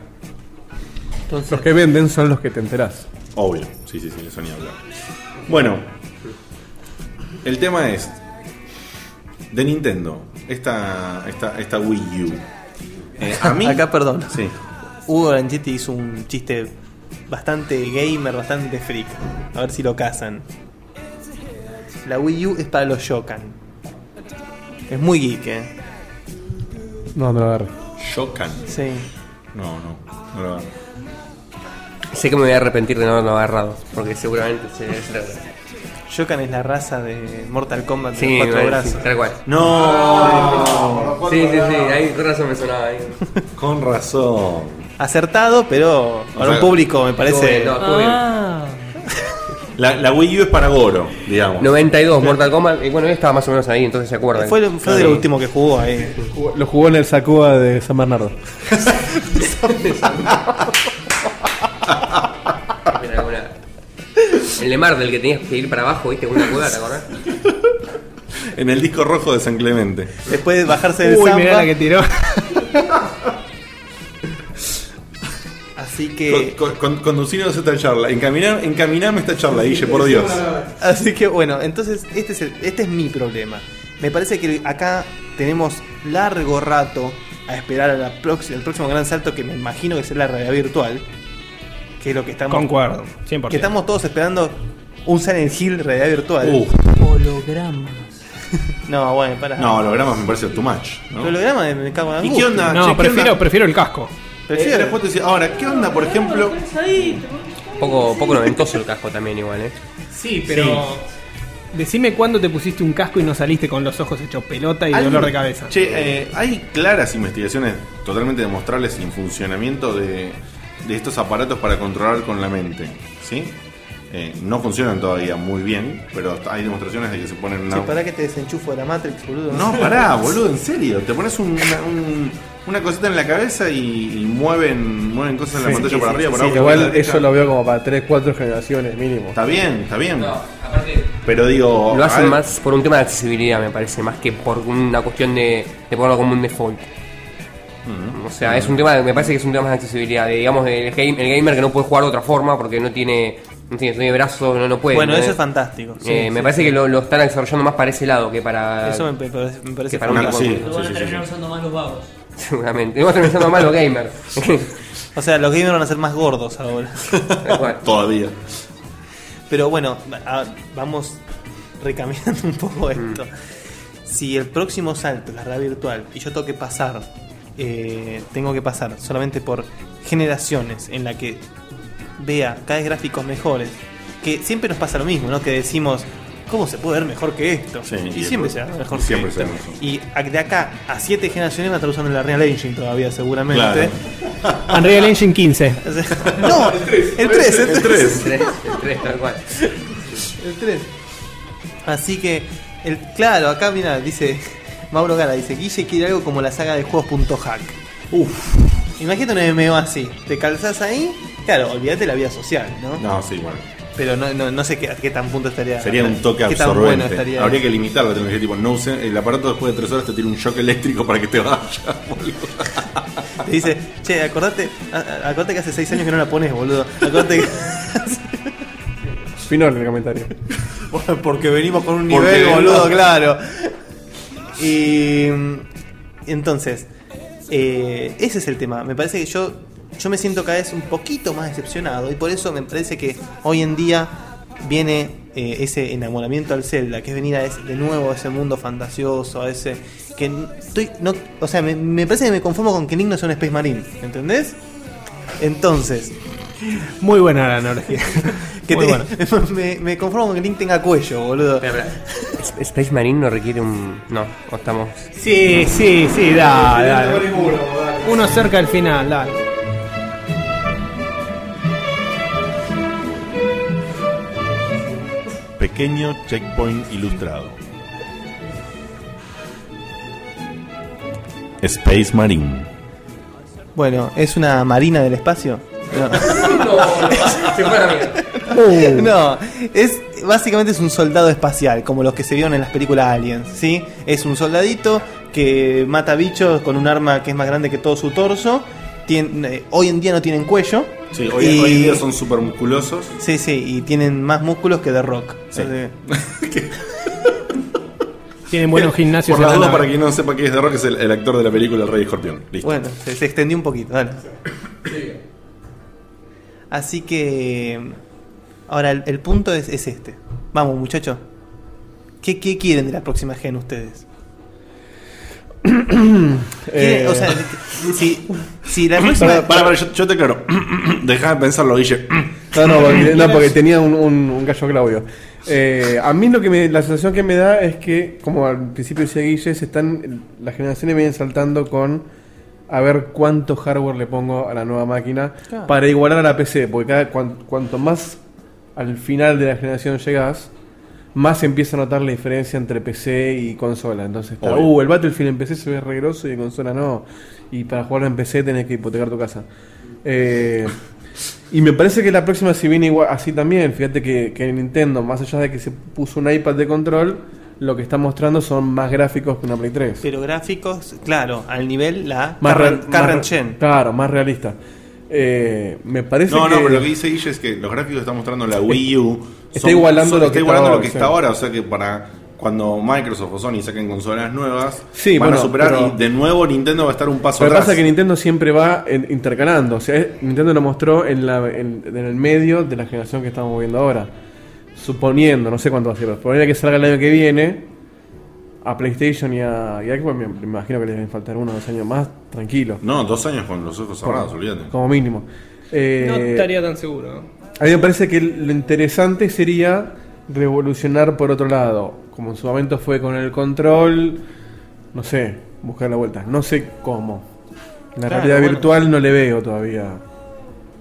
[SPEAKER 2] Los que venden son los que te enterás.
[SPEAKER 1] Obvio, sí, sí, sí, eso ni hablar. Bueno, el tema es de Nintendo, esta, esta, esta Wii U. Eh, a mí,
[SPEAKER 3] Acá, perdón.
[SPEAKER 1] sí,
[SPEAKER 3] Hugo Granchetti hizo un chiste bastante gamer, bastante freak. A ver si lo cazan. La Wii U es para los Shokan. Es muy geek, eh.
[SPEAKER 2] No, no lo agarré.
[SPEAKER 1] Shokan.
[SPEAKER 3] Sí.
[SPEAKER 1] No, no, no lo hago.
[SPEAKER 4] Sé que me voy a arrepentir de no haberlo agarrado, porque seguramente se se lo-
[SPEAKER 3] Shokan es la raza de Mortal Kombat de
[SPEAKER 4] Sí,
[SPEAKER 3] los cuatro
[SPEAKER 4] me-
[SPEAKER 3] brazos.
[SPEAKER 4] sí, tal cual.
[SPEAKER 1] No.
[SPEAKER 4] Sí, sí, sí, ahí con razón me sonaba ahí.
[SPEAKER 1] Con razón.
[SPEAKER 3] Acertado, pero para
[SPEAKER 1] sea,
[SPEAKER 3] un público me parece.
[SPEAKER 4] No, estuvo bien.
[SPEAKER 6] Ah,
[SPEAKER 1] La, la Wii U es para Goro, digamos.
[SPEAKER 4] 92, Mortal Kombat, y bueno, él estaba más o menos ahí, entonces se acuerdan.
[SPEAKER 3] Fue, lo- fue de lo último que jugó ahí.
[SPEAKER 2] Jugó- Lo jugó en el Sacoa de San Bernardo.
[SPEAKER 4] Era una- El de Mar, del que tenías que ir para abajo, viste, con una cueva, ¿te acordás?
[SPEAKER 1] En el disco rojo de San Clemente.
[SPEAKER 3] Después de bajarse del
[SPEAKER 5] Uy, mirá
[SPEAKER 3] samba.
[SPEAKER 5] la que tiró.
[SPEAKER 3] Así que.
[SPEAKER 1] Con- con- con- conducirnos a esta charla. Encaminar, encaminame esta charla, Guille, por Dios.
[SPEAKER 3] Así que bueno, entonces este es, el- este es mi problema. Me parece que acá tenemos largo rato a esperar a la prox- el próximo gran salto que me imagino que será la realidad virtual. Que es lo que estamos.
[SPEAKER 5] Concuerdo, 100%.
[SPEAKER 3] Que estamos todos esperando un Silent Hill realidad virtual.
[SPEAKER 1] Uh,
[SPEAKER 6] hologramas.
[SPEAKER 3] No, bueno, para.
[SPEAKER 1] no, hologramas me parece too much. ¿no?
[SPEAKER 3] Los hologramas me cago en la
[SPEAKER 1] ¿Y qué
[SPEAKER 3] angustia.
[SPEAKER 1] onda? che,
[SPEAKER 5] No,
[SPEAKER 1] qué
[SPEAKER 5] prefiero,
[SPEAKER 1] onda?
[SPEAKER 5] prefiero el casco.
[SPEAKER 1] Eh,
[SPEAKER 3] Prefiero.
[SPEAKER 1] después te decía, ahora, ¿qué onda, por ejemplo?
[SPEAKER 4] Poco, poco noventoso el casco también, igual, ¿eh?
[SPEAKER 5] Sí, pero. Decime cuándo te pusiste un casco y no saliste con los ojos hechos pelota y
[SPEAKER 1] Hay-
[SPEAKER 5] dolor de cabeza.
[SPEAKER 1] Che, eh, hay claras investigaciones totalmente demostrables en funcionamiento de, de estos aparatos para controlar con la mente. ¿Sí? Eh, no funcionan todavía muy bien, pero hay demostraciones de que se ponen una.
[SPEAKER 3] Che, pará que te desenchufo de la Matrix, boludo.
[SPEAKER 1] No, pará, boludo, en serio. Te pones un- una, un- una cosita en la cabeza y, y mueven, mueven cosas en la
[SPEAKER 2] Sí,
[SPEAKER 1] pantalla
[SPEAKER 3] sí,
[SPEAKER 1] para
[SPEAKER 3] sí,
[SPEAKER 1] arriba,
[SPEAKER 3] sí,
[SPEAKER 1] para abajo. para la
[SPEAKER 2] Igual
[SPEAKER 1] derecha.
[SPEAKER 2] eso lo veo como para 3, 4 generaciones mínimo.
[SPEAKER 1] Está bien, está bien.
[SPEAKER 4] aparte.
[SPEAKER 1] Pero digo.
[SPEAKER 4] Lo hacen
[SPEAKER 1] al-
[SPEAKER 4] más por un tema de accesibilidad, me parece, más que por una cuestión de, de ponerlo como un default. O sea, es un tema, me parece que es un tema más de accesibilidad, de, digamos, del game, el gamer que no puede jugar de otra forma porque no tiene, no tiene, no tiene brazos, no, no puede.
[SPEAKER 3] Bueno,
[SPEAKER 4] ¿no?
[SPEAKER 3] eso es fantástico.
[SPEAKER 4] Eh,
[SPEAKER 3] Sí,
[SPEAKER 4] me
[SPEAKER 3] sí,
[SPEAKER 4] parece
[SPEAKER 3] sí.
[SPEAKER 4] que lo, lo están desarrollando más para ese lado que para...
[SPEAKER 3] Eso me, parece- me parece
[SPEAKER 4] que para una
[SPEAKER 1] Una-
[SPEAKER 3] fantástico.
[SPEAKER 1] sí, sí,
[SPEAKER 6] Lo van a
[SPEAKER 1] sí, sí,
[SPEAKER 6] terminar
[SPEAKER 1] sí.
[SPEAKER 6] usando más los vagos.
[SPEAKER 4] Seguramente. Vamos a terminar siendo más los gamers.
[SPEAKER 3] O sea, los gamers van a ser más gordos ahora.
[SPEAKER 4] Tal cual.
[SPEAKER 1] Todavía.
[SPEAKER 3] Pero bueno, a- vamos recaminando un
[SPEAKER 4] Mm.
[SPEAKER 3] poco esto. Si el próximo salto es la realidad virtual y yo tengo que pasar, eh, tengo que pasar solamente por generaciones en la que vea cada vez gráficos mejores, que siempre nos pasa lo mismo, ¿no? Que decimos, ¿cómo se puede ver mejor que esto?
[SPEAKER 1] Sí,
[SPEAKER 3] y,
[SPEAKER 1] y
[SPEAKER 3] siempre
[SPEAKER 1] después-
[SPEAKER 3] será mejor
[SPEAKER 1] y siempre
[SPEAKER 3] que esto.
[SPEAKER 1] será mejor.
[SPEAKER 3] Y a- de acá a siete generaciones va a estar usando la Real Engine todavía, seguramente.
[SPEAKER 1] Claro.
[SPEAKER 5] Unreal
[SPEAKER 1] ah.
[SPEAKER 5] Engine 15.
[SPEAKER 3] O sea, no, el 3, el 3, el 3.
[SPEAKER 4] El tres, el tres, tal cual.
[SPEAKER 3] El 3. Así que, el, claro, acá mira, dice Mauro Gala, dice, Guille quiere algo como la saga de juegos.hack. Uf. Imagínate un MMO así, te calzás ahí, claro, olvídate la vida social, ¿no?
[SPEAKER 1] No, sí, bueno.
[SPEAKER 3] Pero no, no, no sé qué, a qué tan punto estaría.
[SPEAKER 1] Sería un toque
[SPEAKER 3] qué tan bueno
[SPEAKER 1] absorbente.
[SPEAKER 3] estaría.
[SPEAKER 1] Habría que limitar la tecnología. Tipo, no use, el aparato después de tres horas te tira un shock eléctrico para que te vayas.
[SPEAKER 3] Te dice, che, acordate, a- a- acordate que hace 6 años que no la pones, boludo. Acordate que...
[SPEAKER 2] Final en el comentario.
[SPEAKER 3] Porque venimos con un
[SPEAKER 1] Porque
[SPEAKER 3] nivel,
[SPEAKER 1] venimos-
[SPEAKER 3] boludo, claro. Y mm, entonces, eh, ese es el tema. Me parece que yo, yo me siento cada vez un poquito más decepcionado. Y por eso me parece que hoy en día viene eh, ese enamoramiento al Zelda, que es venir a ese- de nuevo a ese mundo fantasioso, a ese. que n- estoy. No, o sea, me, me parece que me conformo con que Link no es un Space Marine, ¿entendés? Entonces,
[SPEAKER 5] Muy buena la analogía.
[SPEAKER 3] que
[SPEAKER 5] Muy
[SPEAKER 3] te-
[SPEAKER 5] buena.
[SPEAKER 3] me, me conformo con que Link tenga cuello, boludo.
[SPEAKER 4] Espera, espera. Es- Space Marine no requiere un... No, o estamos...
[SPEAKER 5] Sí, sí, sí, da, dale. Uno cerca del final, dale.
[SPEAKER 1] Pequeño checkpoint ilustrado. Space Marine.
[SPEAKER 3] Bueno, ¿es una marina del espacio? No.
[SPEAKER 4] Se fue la mierda.
[SPEAKER 3] No, es básicamente es un soldado espacial, como los que se vieron en las películas Aliens, ¿sí? Es un soldadito que mata bichos con un arma que es más grande que todo su torso. Tiene, eh, hoy en día no tienen cuello.
[SPEAKER 1] Sí, hoy,
[SPEAKER 3] Y-
[SPEAKER 1] hoy en día son súper musculosos.
[SPEAKER 3] Sí, sí, y tienen más músculos que The Rock.
[SPEAKER 1] Sí.
[SPEAKER 5] Tienen buenos gimnasios
[SPEAKER 1] Por la
[SPEAKER 5] en la
[SPEAKER 1] duda,
[SPEAKER 5] nave.
[SPEAKER 1] para quien no sepa quién es The Rock, es el, el actor de la película El Rey Escorpión. Listo.
[SPEAKER 3] Bueno, se, se extendió un poquito, dale. Así que. Ahora, el, el punto es, es este. Vamos, muchachos. ¿Qué, ¿Qué quieren de la próxima gen ustedes? ¿Quiere-
[SPEAKER 2] Eh,
[SPEAKER 3] o sea, si, si la próxima.
[SPEAKER 1] Para, para, para, yo, yo te aclaro. Dejá de pensarlo, Guille.
[SPEAKER 2] No, no, porque, no, porque tenía un, un, un gallo Claudio. Eh, a mí lo que me, la sensación que me da es que, como al principio decía Guille, se están, las generaciones vienen saltando con a ver cuánto hardware le pongo a la nueva máquina
[SPEAKER 3] Claro.
[SPEAKER 2] para igualar a la PC, porque cada, cuan- cuanto más al final de la generación llegas, más se empieza a notar la diferencia entre PC y consola. Entonces, está,
[SPEAKER 1] Obvio.
[SPEAKER 2] uh, el Battlefield en PC se ve regroso y en consola no. Y para jugarlo en PC tenés que hipotecar tu casa. Eh, y me parece que la próxima si viene igual, así también. Fíjate que, que Nintendo, más allá de que se puso un iPad de control, lo que está mostrando son más gráficos que una Play 3.
[SPEAKER 3] Pero gráficos, claro, al nivel la
[SPEAKER 2] más
[SPEAKER 3] current-
[SPEAKER 2] real-
[SPEAKER 3] current
[SPEAKER 2] más re-
[SPEAKER 3] gen.
[SPEAKER 2] Claro, más realista. Eh, me parece
[SPEAKER 1] No,
[SPEAKER 2] que...
[SPEAKER 1] no, pero lo que dice Guille es que los gráficos que está mostrando la Wii U.
[SPEAKER 2] Está igualando lo
[SPEAKER 1] está
[SPEAKER 2] que está
[SPEAKER 1] igualando
[SPEAKER 2] ahora,
[SPEAKER 1] lo que está
[SPEAKER 2] sí.
[SPEAKER 1] ahora. O sea que para cuando Microsoft o Sony saquen consolas nuevas,
[SPEAKER 2] Sí,
[SPEAKER 1] van a
[SPEAKER 2] bueno,
[SPEAKER 1] superar
[SPEAKER 2] pero-
[SPEAKER 1] y de nuevo Nintendo va a estar un paso
[SPEAKER 2] Lo que
[SPEAKER 1] atrás.
[SPEAKER 2] pasa es que Nintendo siempre va en- intercalando. O sea, es- Nintendo lo mostró en, la, en, en el medio de la generación que estamos viendo ahora. Suponiendo, no sé cuánto va a ser, pero ponerle que salga el año que viene a PlayStation y a, y a Xbox, me, me imagino que les deben faltar uno o dos años más, tranquilo,
[SPEAKER 1] No, dos años con los ojos cerrados, olvídate.
[SPEAKER 2] como mínimo. Eh,
[SPEAKER 5] No estaría tan seguro.
[SPEAKER 2] a mí me parece que lo interesante sería revolucionar por otro lado, como en su momento fue con el control, no sé, buscar la vuelta, no sé cómo. La
[SPEAKER 3] Claro,
[SPEAKER 2] realidad
[SPEAKER 3] bueno.
[SPEAKER 2] virtual no le veo todavía.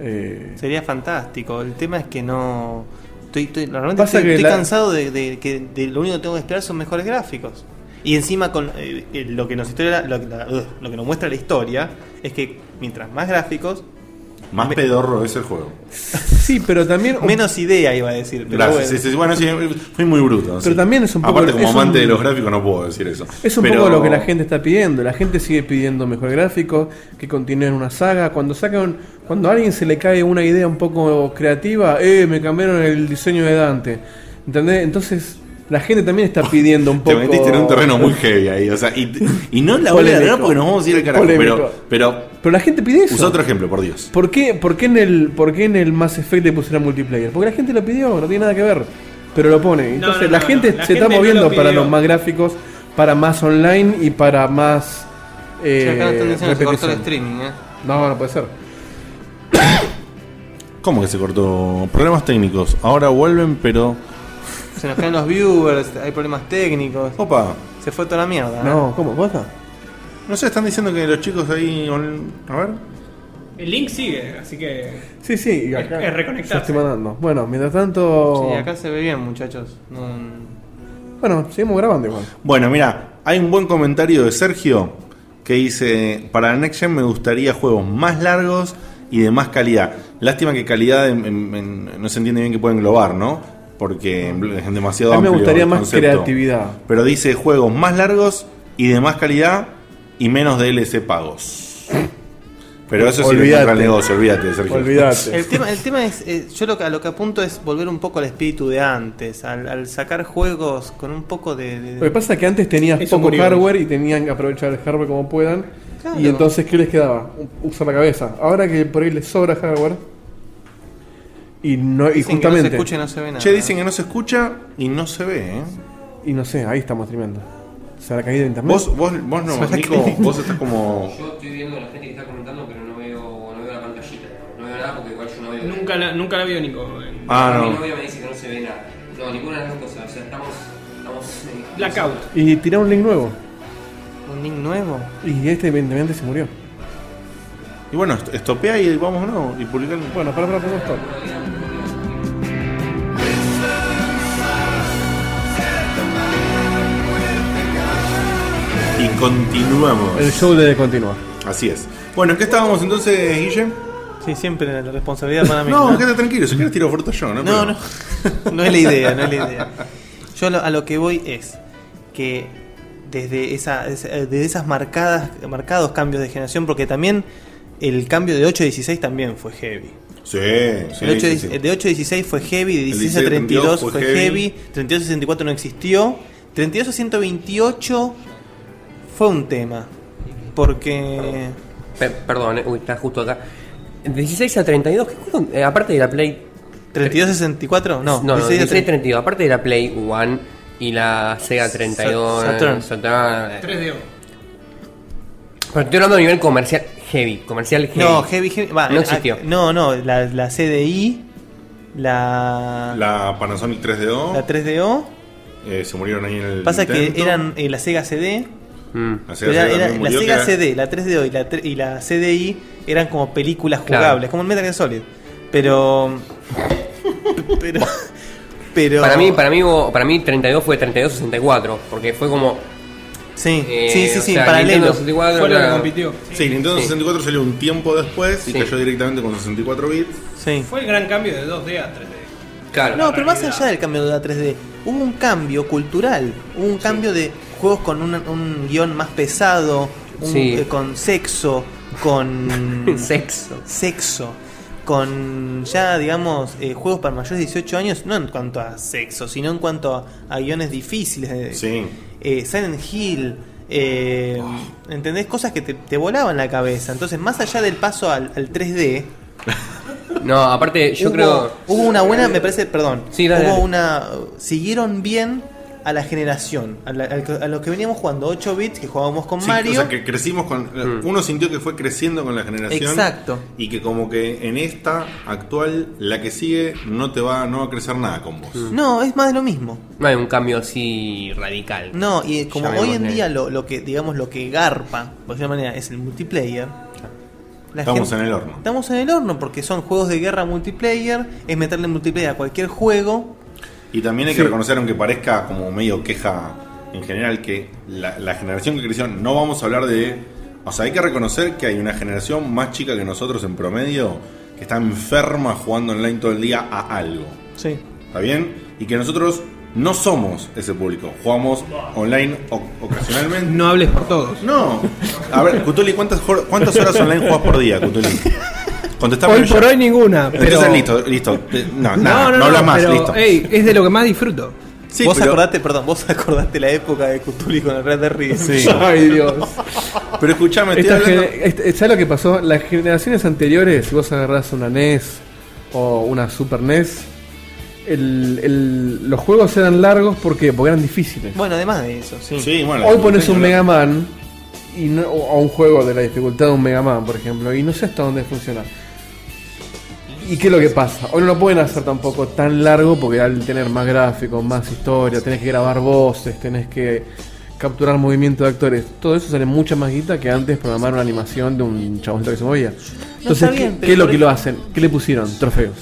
[SPEAKER 2] Eh,
[SPEAKER 3] Sería fantástico. El tema es que no. Estoy, estoy- realmente
[SPEAKER 2] Pasa
[SPEAKER 3] estoy,
[SPEAKER 2] que
[SPEAKER 3] estoy
[SPEAKER 2] la-
[SPEAKER 3] cansado de, de que de lo único que tengo que esperar son mejores gráficos. Y encima con eh, eh, lo que nos historia, lo, que- la- ugh, lo que nos muestra la historia es que mientras más gráficos,
[SPEAKER 1] Más
[SPEAKER 3] Me-
[SPEAKER 1] pedorro es el juego.
[SPEAKER 2] sí, pero también un-
[SPEAKER 3] menos idea iba a decir. Pero
[SPEAKER 1] Gracias.
[SPEAKER 3] bueno.
[SPEAKER 1] Sí, sí, Bueno, sí, fui muy bruto. Pero
[SPEAKER 2] también es un poco-
[SPEAKER 1] Aparte, como
[SPEAKER 2] es
[SPEAKER 1] amante
[SPEAKER 2] un-
[SPEAKER 1] de los gráficos, no puedo decir eso.
[SPEAKER 2] es un
[SPEAKER 1] Pero-
[SPEAKER 2] poco lo que la gente está pidiendo. La gente sigue pidiendo mejor gráfico, que continúen una saga. Cuando sacan, cuando a alguien se le cae una idea un poco creativa, eh, me cambiaron el diseño de Dante. ¿Entendés? Entonces, la gente también está pidiendo un
[SPEAKER 1] Te
[SPEAKER 2] poco.
[SPEAKER 1] metiste en un terreno muy heavy ahí. O sea, y, y no la voy a
[SPEAKER 2] Polémico.
[SPEAKER 1] ganar porque nos vamos a ir al carajo. Pero,
[SPEAKER 2] Polémico.
[SPEAKER 1] pero
[SPEAKER 2] Pero la gente pide eso.
[SPEAKER 1] usa otro ejemplo, por Dios.
[SPEAKER 2] ¿Por qué, por qué en el, por qué en el Mass Effect le pusieron multiplayer? Porque la gente lo pidió, no tiene nada que ver. Pero lo pone. Entonces
[SPEAKER 5] no,
[SPEAKER 2] la
[SPEAKER 5] no,
[SPEAKER 2] gente
[SPEAKER 5] no, la
[SPEAKER 2] se está
[SPEAKER 5] gente no
[SPEAKER 2] moviendo
[SPEAKER 5] lo
[SPEAKER 2] para
[SPEAKER 5] pidió.
[SPEAKER 2] los más gráficos, para más online y para más.
[SPEAKER 3] Che,
[SPEAKER 2] Eh,
[SPEAKER 3] acá nos están diciendo que se cortó el
[SPEAKER 2] repetición.
[SPEAKER 3] streaming, eh.
[SPEAKER 2] no, no puede ser.
[SPEAKER 1] ¿Cómo que se cortó? Problemas técnicos. Ahora vuelven, pero.
[SPEAKER 3] Se nos caen los viewers, hay problemas técnicos.
[SPEAKER 1] Opa.
[SPEAKER 3] Se fue toda la mierda. ¿eh?
[SPEAKER 2] No, ¿cómo? ¿Posta?
[SPEAKER 1] No sé, están diciendo que los chicos ahí. on- A ver.
[SPEAKER 5] El link sigue, así que.
[SPEAKER 2] Sí, sí. y acá
[SPEAKER 5] Es- es reconectarse.
[SPEAKER 2] yo estoy mandando. Bueno, mientras tanto.
[SPEAKER 3] Sí, acá se ve bien, muchachos. No-
[SPEAKER 2] Bueno, seguimos grabando igual.
[SPEAKER 1] Bueno, mira, hay un buen comentario de Sergio que dice: Para la Next Gen me gustaría juegos más largos y de más calidad. Lástima que calidad en- en- en- no se entiende bien que puede englobar, ¿no? Porque es demasiado
[SPEAKER 2] A mí me
[SPEAKER 1] amplio
[SPEAKER 2] gustaría
[SPEAKER 1] el
[SPEAKER 2] más
[SPEAKER 1] concepto.
[SPEAKER 2] creatividad.
[SPEAKER 1] Pero dice juegos más largos y de más calidad y menos DLC pagos. Pero eso sí, le
[SPEAKER 2] Olvídate.
[SPEAKER 1] entra al negocio, olvídate, Sergio.
[SPEAKER 2] Olvídate.
[SPEAKER 3] El tema, el tema es, eh, yo lo que, a lo que apunto es volver un poco al espíritu de antes, al, al sacar juegos con un poco de... de-
[SPEAKER 2] Lo
[SPEAKER 1] Eh,
[SPEAKER 2] que pasa es que antes tenías
[SPEAKER 5] Eso
[SPEAKER 2] poco
[SPEAKER 5] murió.
[SPEAKER 2] hardware y tenían que aprovechar el hardware como puedan.
[SPEAKER 3] Claro.
[SPEAKER 2] Y entonces, ¿qué les quedaba? U- Usar la cabeza. Ahora que por ahí les sobra hardware. Y, no, y
[SPEAKER 3] dicen que no se
[SPEAKER 2] justamente.
[SPEAKER 3] escucha y no se ve nada.
[SPEAKER 1] Che, dicen que no se escucha y no se ve, ¿eh?
[SPEAKER 2] y no sé, ahí estamos tremendo. ¿Se habrá caído internet?
[SPEAKER 1] Vos, vos, vos no, Nico, vos estás como.
[SPEAKER 4] Yo estoy viendo a la gente que está comentando, pero no veo, no veo la pantallita. No veo nada porque igual yo no veo.
[SPEAKER 5] Nunca la, nunca la vio Nico. en-
[SPEAKER 1] Ah,
[SPEAKER 4] Mi
[SPEAKER 1] no.
[SPEAKER 4] novia me dice que no se ve nada. No, ninguna de las dos cosas. O sea, estamos. estamos eh,
[SPEAKER 5] Blackout.
[SPEAKER 2] Y tirá un link nuevo.
[SPEAKER 3] ¿Un link nuevo?
[SPEAKER 2] Y este, evidentemente, se murió.
[SPEAKER 1] Y bueno, est- estopea y vamos no, y publican.
[SPEAKER 2] Bueno, para, para, para, stop.
[SPEAKER 1] Y continuamos.
[SPEAKER 2] El show debe continuar.
[SPEAKER 1] Así es. Bueno, ¿en qué estábamos entonces, Guille?
[SPEAKER 3] Sí, siempre la responsabilidad para mí.
[SPEAKER 1] No, quédate tranquilo, si quieres tiro fruta yo, ¿no?
[SPEAKER 3] No,
[SPEAKER 1] Pero-
[SPEAKER 3] no. No es la idea, no es la idea. Yo lo- a lo que voy es que desde esa, esa- desde esas marcadas, marcados cambios de generación, porque también el cambio de 8 a 16 también fue heavy.
[SPEAKER 1] Sí, sí.
[SPEAKER 3] El 8,
[SPEAKER 1] sí, sí.
[SPEAKER 3] de 8 a 16 fue heavy, de
[SPEAKER 1] El
[SPEAKER 3] 16 a
[SPEAKER 1] 16 a
[SPEAKER 3] 32
[SPEAKER 1] fue
[SPEAKER 3] fue
[SPEAKER 1] heavy.
[SPEAKER 3] heavy, 32 a 64 no existió, 32 a 128 fue un tema. Porque.
[SPEAKER 4] Pe- perdón, eh, uy, está justo acá. 16 a 32, ¿qué juego? Eh, aparte de la Play.
[SPEAKER 3] 32 a 64? No,
[SPEAKER 4] no, 16,
[SPEAKER 3] 16
[SPEAKER 4] a 32. Aparte de la Play One y la Sega 32.
[SPEAKER 3] Saturn.
[SPEAKER 4] Saturn.
[SPEAKER 5] 3DO.
[SPEAKER 4] Pero estoy hablando a nivel comercial heavy. Comercial heavy.
[SPEAKER 3] No, Heavy Heavy. va,
[SPEAKER 4] No existió.
[SPEAKER 3] ah, No, no, la, la CDI, la, la,
[SPEAKER 1] La Panasonic 3DO
[SPEAKER 3] 3DO.
[SPEAKER 1] eh, se murieron ahí en el.
[SPEAKER 3] Pasa que
[SPEAKER 1] intento.
[SPEAKER 3] eran eh, la Sega CD.
[SPEAKER 4] Mm.
[SPEAKER 1] La Sega,
[SPEAKER 3] pero era-
[SPEAKER 1] CD
[SPEAKER 3] era-
[SPEAKER 1] también
[SPEAKER 3] la
[SPEAKER 1] murió, que
[SPEAKER 3] Sega
[SPEAKER 1] era-
[SPEAKER 3] CD, la 3DO y la, tre- y la CDI eran como películas
[SPEAKER 4] Claro.
[SPEAKER 3] jugables, como el Metal Gear Solid. Pero. pero. Pero.
[SPEAKER 4] Para mí, para mí, hubo- para mí 32 fue 32-64, porque fue como...
[SPEAKER 3] Sí,
[SPEAKER 4] eh,
[SPEAKER 3] sí, sí,
[SPEAKER 4] o
[SPEAKER 3] sí,
[SPEAKER 4] sea,
[SPEAKER 3] en paralelo.
[SPEAKER 4] Nintendo 64,
[SPEAKER 5] Fue lo que
[SPEAKER 4] claro.
[SPEAKER 5] compitió.
[SPEAKER 1] Sí, Nintendo
[SPEAKER 4] Sí.
[SPEAKER 1] 64 salió un tiempo después y
[SPEAKER 4] Sí.
[SPEAKER 1] cayó directamente con 64 bits.
[SPEAKER 3] Sí.
[SPEAKER 5] Fue el gran cambio de 2D a 3D.
[SPEAKER 4] Claro.
[SPEAKER 3] No, pero más allá del cambio de la 3D, hubo un cambio cultural, hubo un cambio de juegos con un, un guión más pesado, un-
[SPEAKER 4] Sí.
[SPEAKER 3] eh, con sexo, con
[SPEAKER 4] Sexo.
[SPEAKER 3] sexo, con ya, digamos, eh, juegos para mayores de 18 años, no en cuanto a sexo, sino en cuanto a, a guiones difíciles. eh,
[SPEAKER 1] Sí.
[SPEAKER 3] eh, Silent Hill. eh, ¿Entendés? Cosas que te, te volaban la cabeza. Entonces, más allá del paso al, al 3D,
[SPEAKER 4] No, aparte, yo
[SPEAKER 3] hubo,
[SPEAKER 4] creo...
[SPEAKER 3] hubo una buena, me parece, perdón.
[SPEAKER 4] Sí, dale,
[SPEAKER 3] hubo
[SPEAKER 4] dale.
[SPEAKER 3] una. Siguieron bien a la generación, a, la- al- a los que veníamos jugando 8 bits, que jugábamos con
[SPEAKER 1] Sí,
[SPEAKER 3] Mario.
[SPEAKER 1] O sea, que crecimos con. eh,
[SPEAKER 4] Mm.
[SPEAKER 1] Uno sintió que fue creciendo con la generación.
[SPEAKER 3] Exacto.
[SPEAKER 1] Y que, como que en esta actual, la que sigue, no te va, no va a crecer nada con vos.
[SPEAKER 3] No, es más de lo mismo.
[SPEAKER 4] No hay un cambio así radical.
[SPEAKER 3] No, y eh, como hoy en
[SPEAKER 4] Llamémosle.
[SPEAKER 3] día lo, lo que, digamos, lo que garpa, por decirlo de manera, es el multiplayer. la
[SPEAKER 1] Estamos
[SPEAKER 3] gente-
[SPEAKER 1] en el horno.
[SPEAKER 3] Estamos en el horno porque son juegos de guerra multiplayer, es meterle multiplayer a cualquier juego.
[SPEAKER 1] Y también hay que reconocer, aunque parezca como medio queja en general, que la, la generación que creció, no vamos a hablar de. O sea, hay que reconocer que hay una generación más chica que nosotros en promedio que está enferma jugando online todo el día a algo.
[SPEAKER 3] Sí.
[SPEAKER 1] ¿Está bien? Y que nosotros no somos ese público. Jugamos online o- ocasionalmente.
[SPEAKER 5] No hables por todos.
[SPEAKER 1] No. A ver, Cutuli, ¿cuántas, jor- cuántas horas online jugás por día, Cutuli? Contestame
[SPEAKER 5] hoy
[SPEAKER 1] ya.
[SPEAKER 5] por hoy ninguna.
[SPEAKER 1] Entonces,
[SPEAKER 5] pero-
[SPEAKER 1] listo, listo. Te- No, nada, no, hablas más,
[SPEAKER 5] pero,
[SPEAKER 1] listo.
[SPEAKER 5] ey, es de lo que más disfruto.
[SPEAKER 1] Sí,
[SPEAKER 3] vos
[SPEAKER 1] pero-
[SPEAKER 3] acordate, perdón, vos acordate la época de Cthulhu con el Red Dead Redemption.
[SPEAKER 2] Ay, Dios.
[SPEAKER 1] Pero escuchame, estoy
[SPEAKER 2] Esta
[SPEAKER 1] hablando-
[SPEAKER 2] gene- este- ¿Sabes lo que pasó? Las generaciones anteriores, si vos agarrás una NES o una Super NES, el- el- los juegos eran largos porque, porque eran difíciles.
[SPEAKER 3] Bueno, además de eso, sí.
[SPEAKER 1] Sí, bueno,
[SPEAKER 2] Hoy
[SPEAKER 1] la-
[SPEAKER 2] pones un Mega Man y no, o o un juego de la dificultad de un Mega Man, por ejemplo, y no sé hasta dónde funciona. ¿Y qué es lo que pasa? Hoy no lo pueden hacer tampoco tan largo porque al tener más gráficos, más historia, tenés que grabar voces, tenés que capturar movimiento de actores. Todo eso sale mucha más guita que antes programar una animación de un chaboncito que se movía. Entonces,
[SPEAKER 3] está bien,
[SPEAKER 2] ¿qué,
[SPEAKER 3] pero
[SPEAKER 2] qué es lo
[SPEAKER 3] por
[SPEAKER 2] que
[SPEAKER 3] ej-
[SPEAKER 2] lo hacen? ¿Qué le pusieron? Trofeos.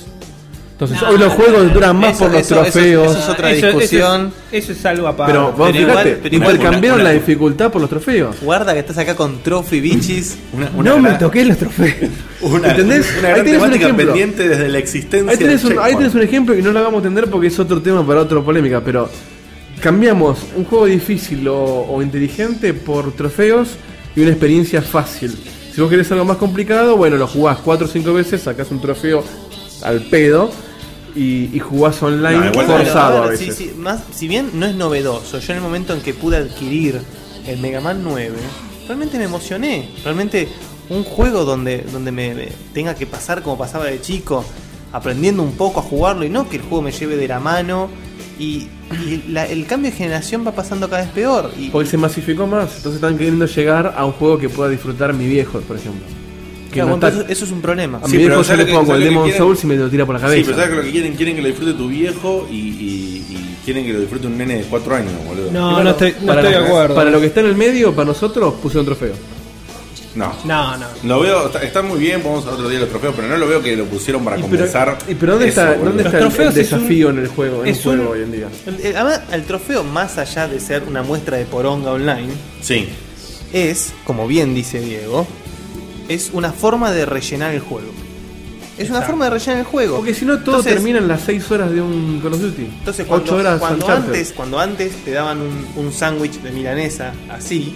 [SPEAKER 2] Entonces, hoy los juegos duran más
[SPEAKER 3] Eso-
[SPEAKER 2] por los
[SPEAKER 3] eso- eso-
[SPEAKER 2] trofeos.
[SPEAKER 3] eso es otra
[SPEAKER 5] Ah, Eso- eso es-
[SPEAKER 3] discusión.
[SPEAKER 5] Eso es, algo aparte.
[SPEAKER 2] Pero vos
[SPEAKER 3] pero igual-
[SPEAKER 2] fijate,
[SPEAKER 3] pero igual
[SPEAKER 2] intercambiaron
[SPEAKER 1] una-
[SPEAKER 2] la
[SPEAKER 1] una-
[SPEAKER 2] dificultad por los trofeos.
[SPEAKER 3] Guarda que estás acá con Trophy Bitches.
[SPEAKER 1] una- una gran-
[SPEAKER 2] los trofeos.
[SPEAKER 1] Una,
[SPEAKER 2] ¿Entendés?
[SPEAKER 1] una
[SPEAKER 2] ahí
[SPEAKER 1] gran
[SPEAKER 2] tenés un
[SPEAKER 1] temática
[SPEAKER 2] ejemplo.
[SPEAKER 1] pendiente desde la existencia
[SPEAKER 2] Ahí tenés,
[SPEAKER 1] del
[SPEAKER 2] un, ahí
[SPEAKER 1] checkpoint.
[SPEAKER 2] tenés un ejemplo y no lo vamos a entender porque es otro tema para otra polémica, pero cambiamos un juego difícil o, o inteligente por trofeos y una experiencia fácil. Si vos querés algo más complicado, bueno, lo jugás 4 o 5 veces, sacás un trofeo al pedo y, y jugás
[SPEAKER 1] No,
[SPEAKER 2] online
[SPEAKER 1] igual-
[SPEAKER 2] forzado
[SPEAKER 3] Claro,
[SPEAKER 2] a
[SPEAKER 3] ver, sí,
[SPEAKER 2] veces.
[SPEAKER 3] sí, más, si bien no es novedoso, yo en el momento en que pude adquirir el Mega Man 9, realmente me emocioné. Realmente un juego donde, donde me, me tenga que pasar como pasaba de chico, aprendiendo un poco a jugarlo y no que el juego me lleve de la mano. Y, y la- el cambio de generación va pasando cada vez peor. Y,
[SPEAKER 2] Porque se masificó más, entonces están queriendo llegar a un juego que pueda disfrutar mi viejo, por ejemplo. Que
[SPEAKER 3] Claro,
[SPEAKER 2] no está-
[SPEAKER 3] entonces eso es un problema.
[SPEAKER 2] A
[SPEAKER 1] Sí,
[SPEAKER 2] mi viejo
[SPEAKER 1] pero
[SPEAKER 2] yo
[SPEAKER 1] ¿sabes
[SPEAKER 2] le
[SPEAKER 1] lo que-
[SPEAKER 2] pongo
[SPEAKER 1] sabes
[SPEAKER 2] el
[SPEAKER 1] lo que
[SPEAKER 2] Demon
[SPEAKER 1] quieren?
[SPEAKER 2] Souls y me lo tira por la cabeza.
[SPEAKER 1] Sí, pero ¿sabes que lo que quieren? Quieren que lo disfrute tu viejo y, y- y quieren que lo disfrute un nene de 4 años, boludo.
[SPEAKER 5] No,
[SPEAKER 2] Igual
[SPEAKER 5] no estoy, no
[SPEAKER 2] para
[SPEAKER 5] estoy
[SPEAKER 2] lo-
[SPEAKER 5] de acuerdo.
[SPEAKER 2] Para lo que está en el medio, para nosotros, pusieron trofeo.
[SPEAKER 1] No.
[SPEAKER 5] No, no.
[SPEAKER 1] Lo veo, está, está muy bien, vamos a otro día los trofeos, pero no lo veo que lo pusieron para
[SPEAKER 2] Y pero,
[SPEAKER 1] compensar.
[SPEAKER 2] y pero ¿dónde
[SPEAKER 1] eso,
[SPEAKER 2] está,
[SPEAKER 1] boludo.
[SPEAKER 2] ¿dónde está el-
[SPEAKER 5] Los
[SPEAKER 2] el,
[SPEAKER 5] trofeos es un-
[SPEAKER 2] desafío en el juego, en
[SPEAKER 5] es
[SPEAKER 2] el juego
[SPEAKER 5] un-
[SPEAKER 2] hoy en día?
[SPEAKER 3] El- el- Además, el trofeo, más allá de ser una muestra de poronga online,
[SPEAKER 1] Sí.
[SPEAKER 3] es, como bien dice Diego, es una forma de rellenar el juego. Es una forma de rellenar el juego.
[SPEAKER 2] Porque si no, todo
[SPEAKER 3] Entonces-
[SPEAKER 2] termina en las 6 horas de un Call of Duty.
[SPEAKER 3] Entonces,
[SPEAKER 2] 8
[SPEAKER 3] cuando,
[SPEAKER 2] horas
[SPEAKER 3] cuando
[SPEAKER 2] Uncharted.
[SPEAKER 3] antes, cuando antes te daban un, un sándwich de milanesa así,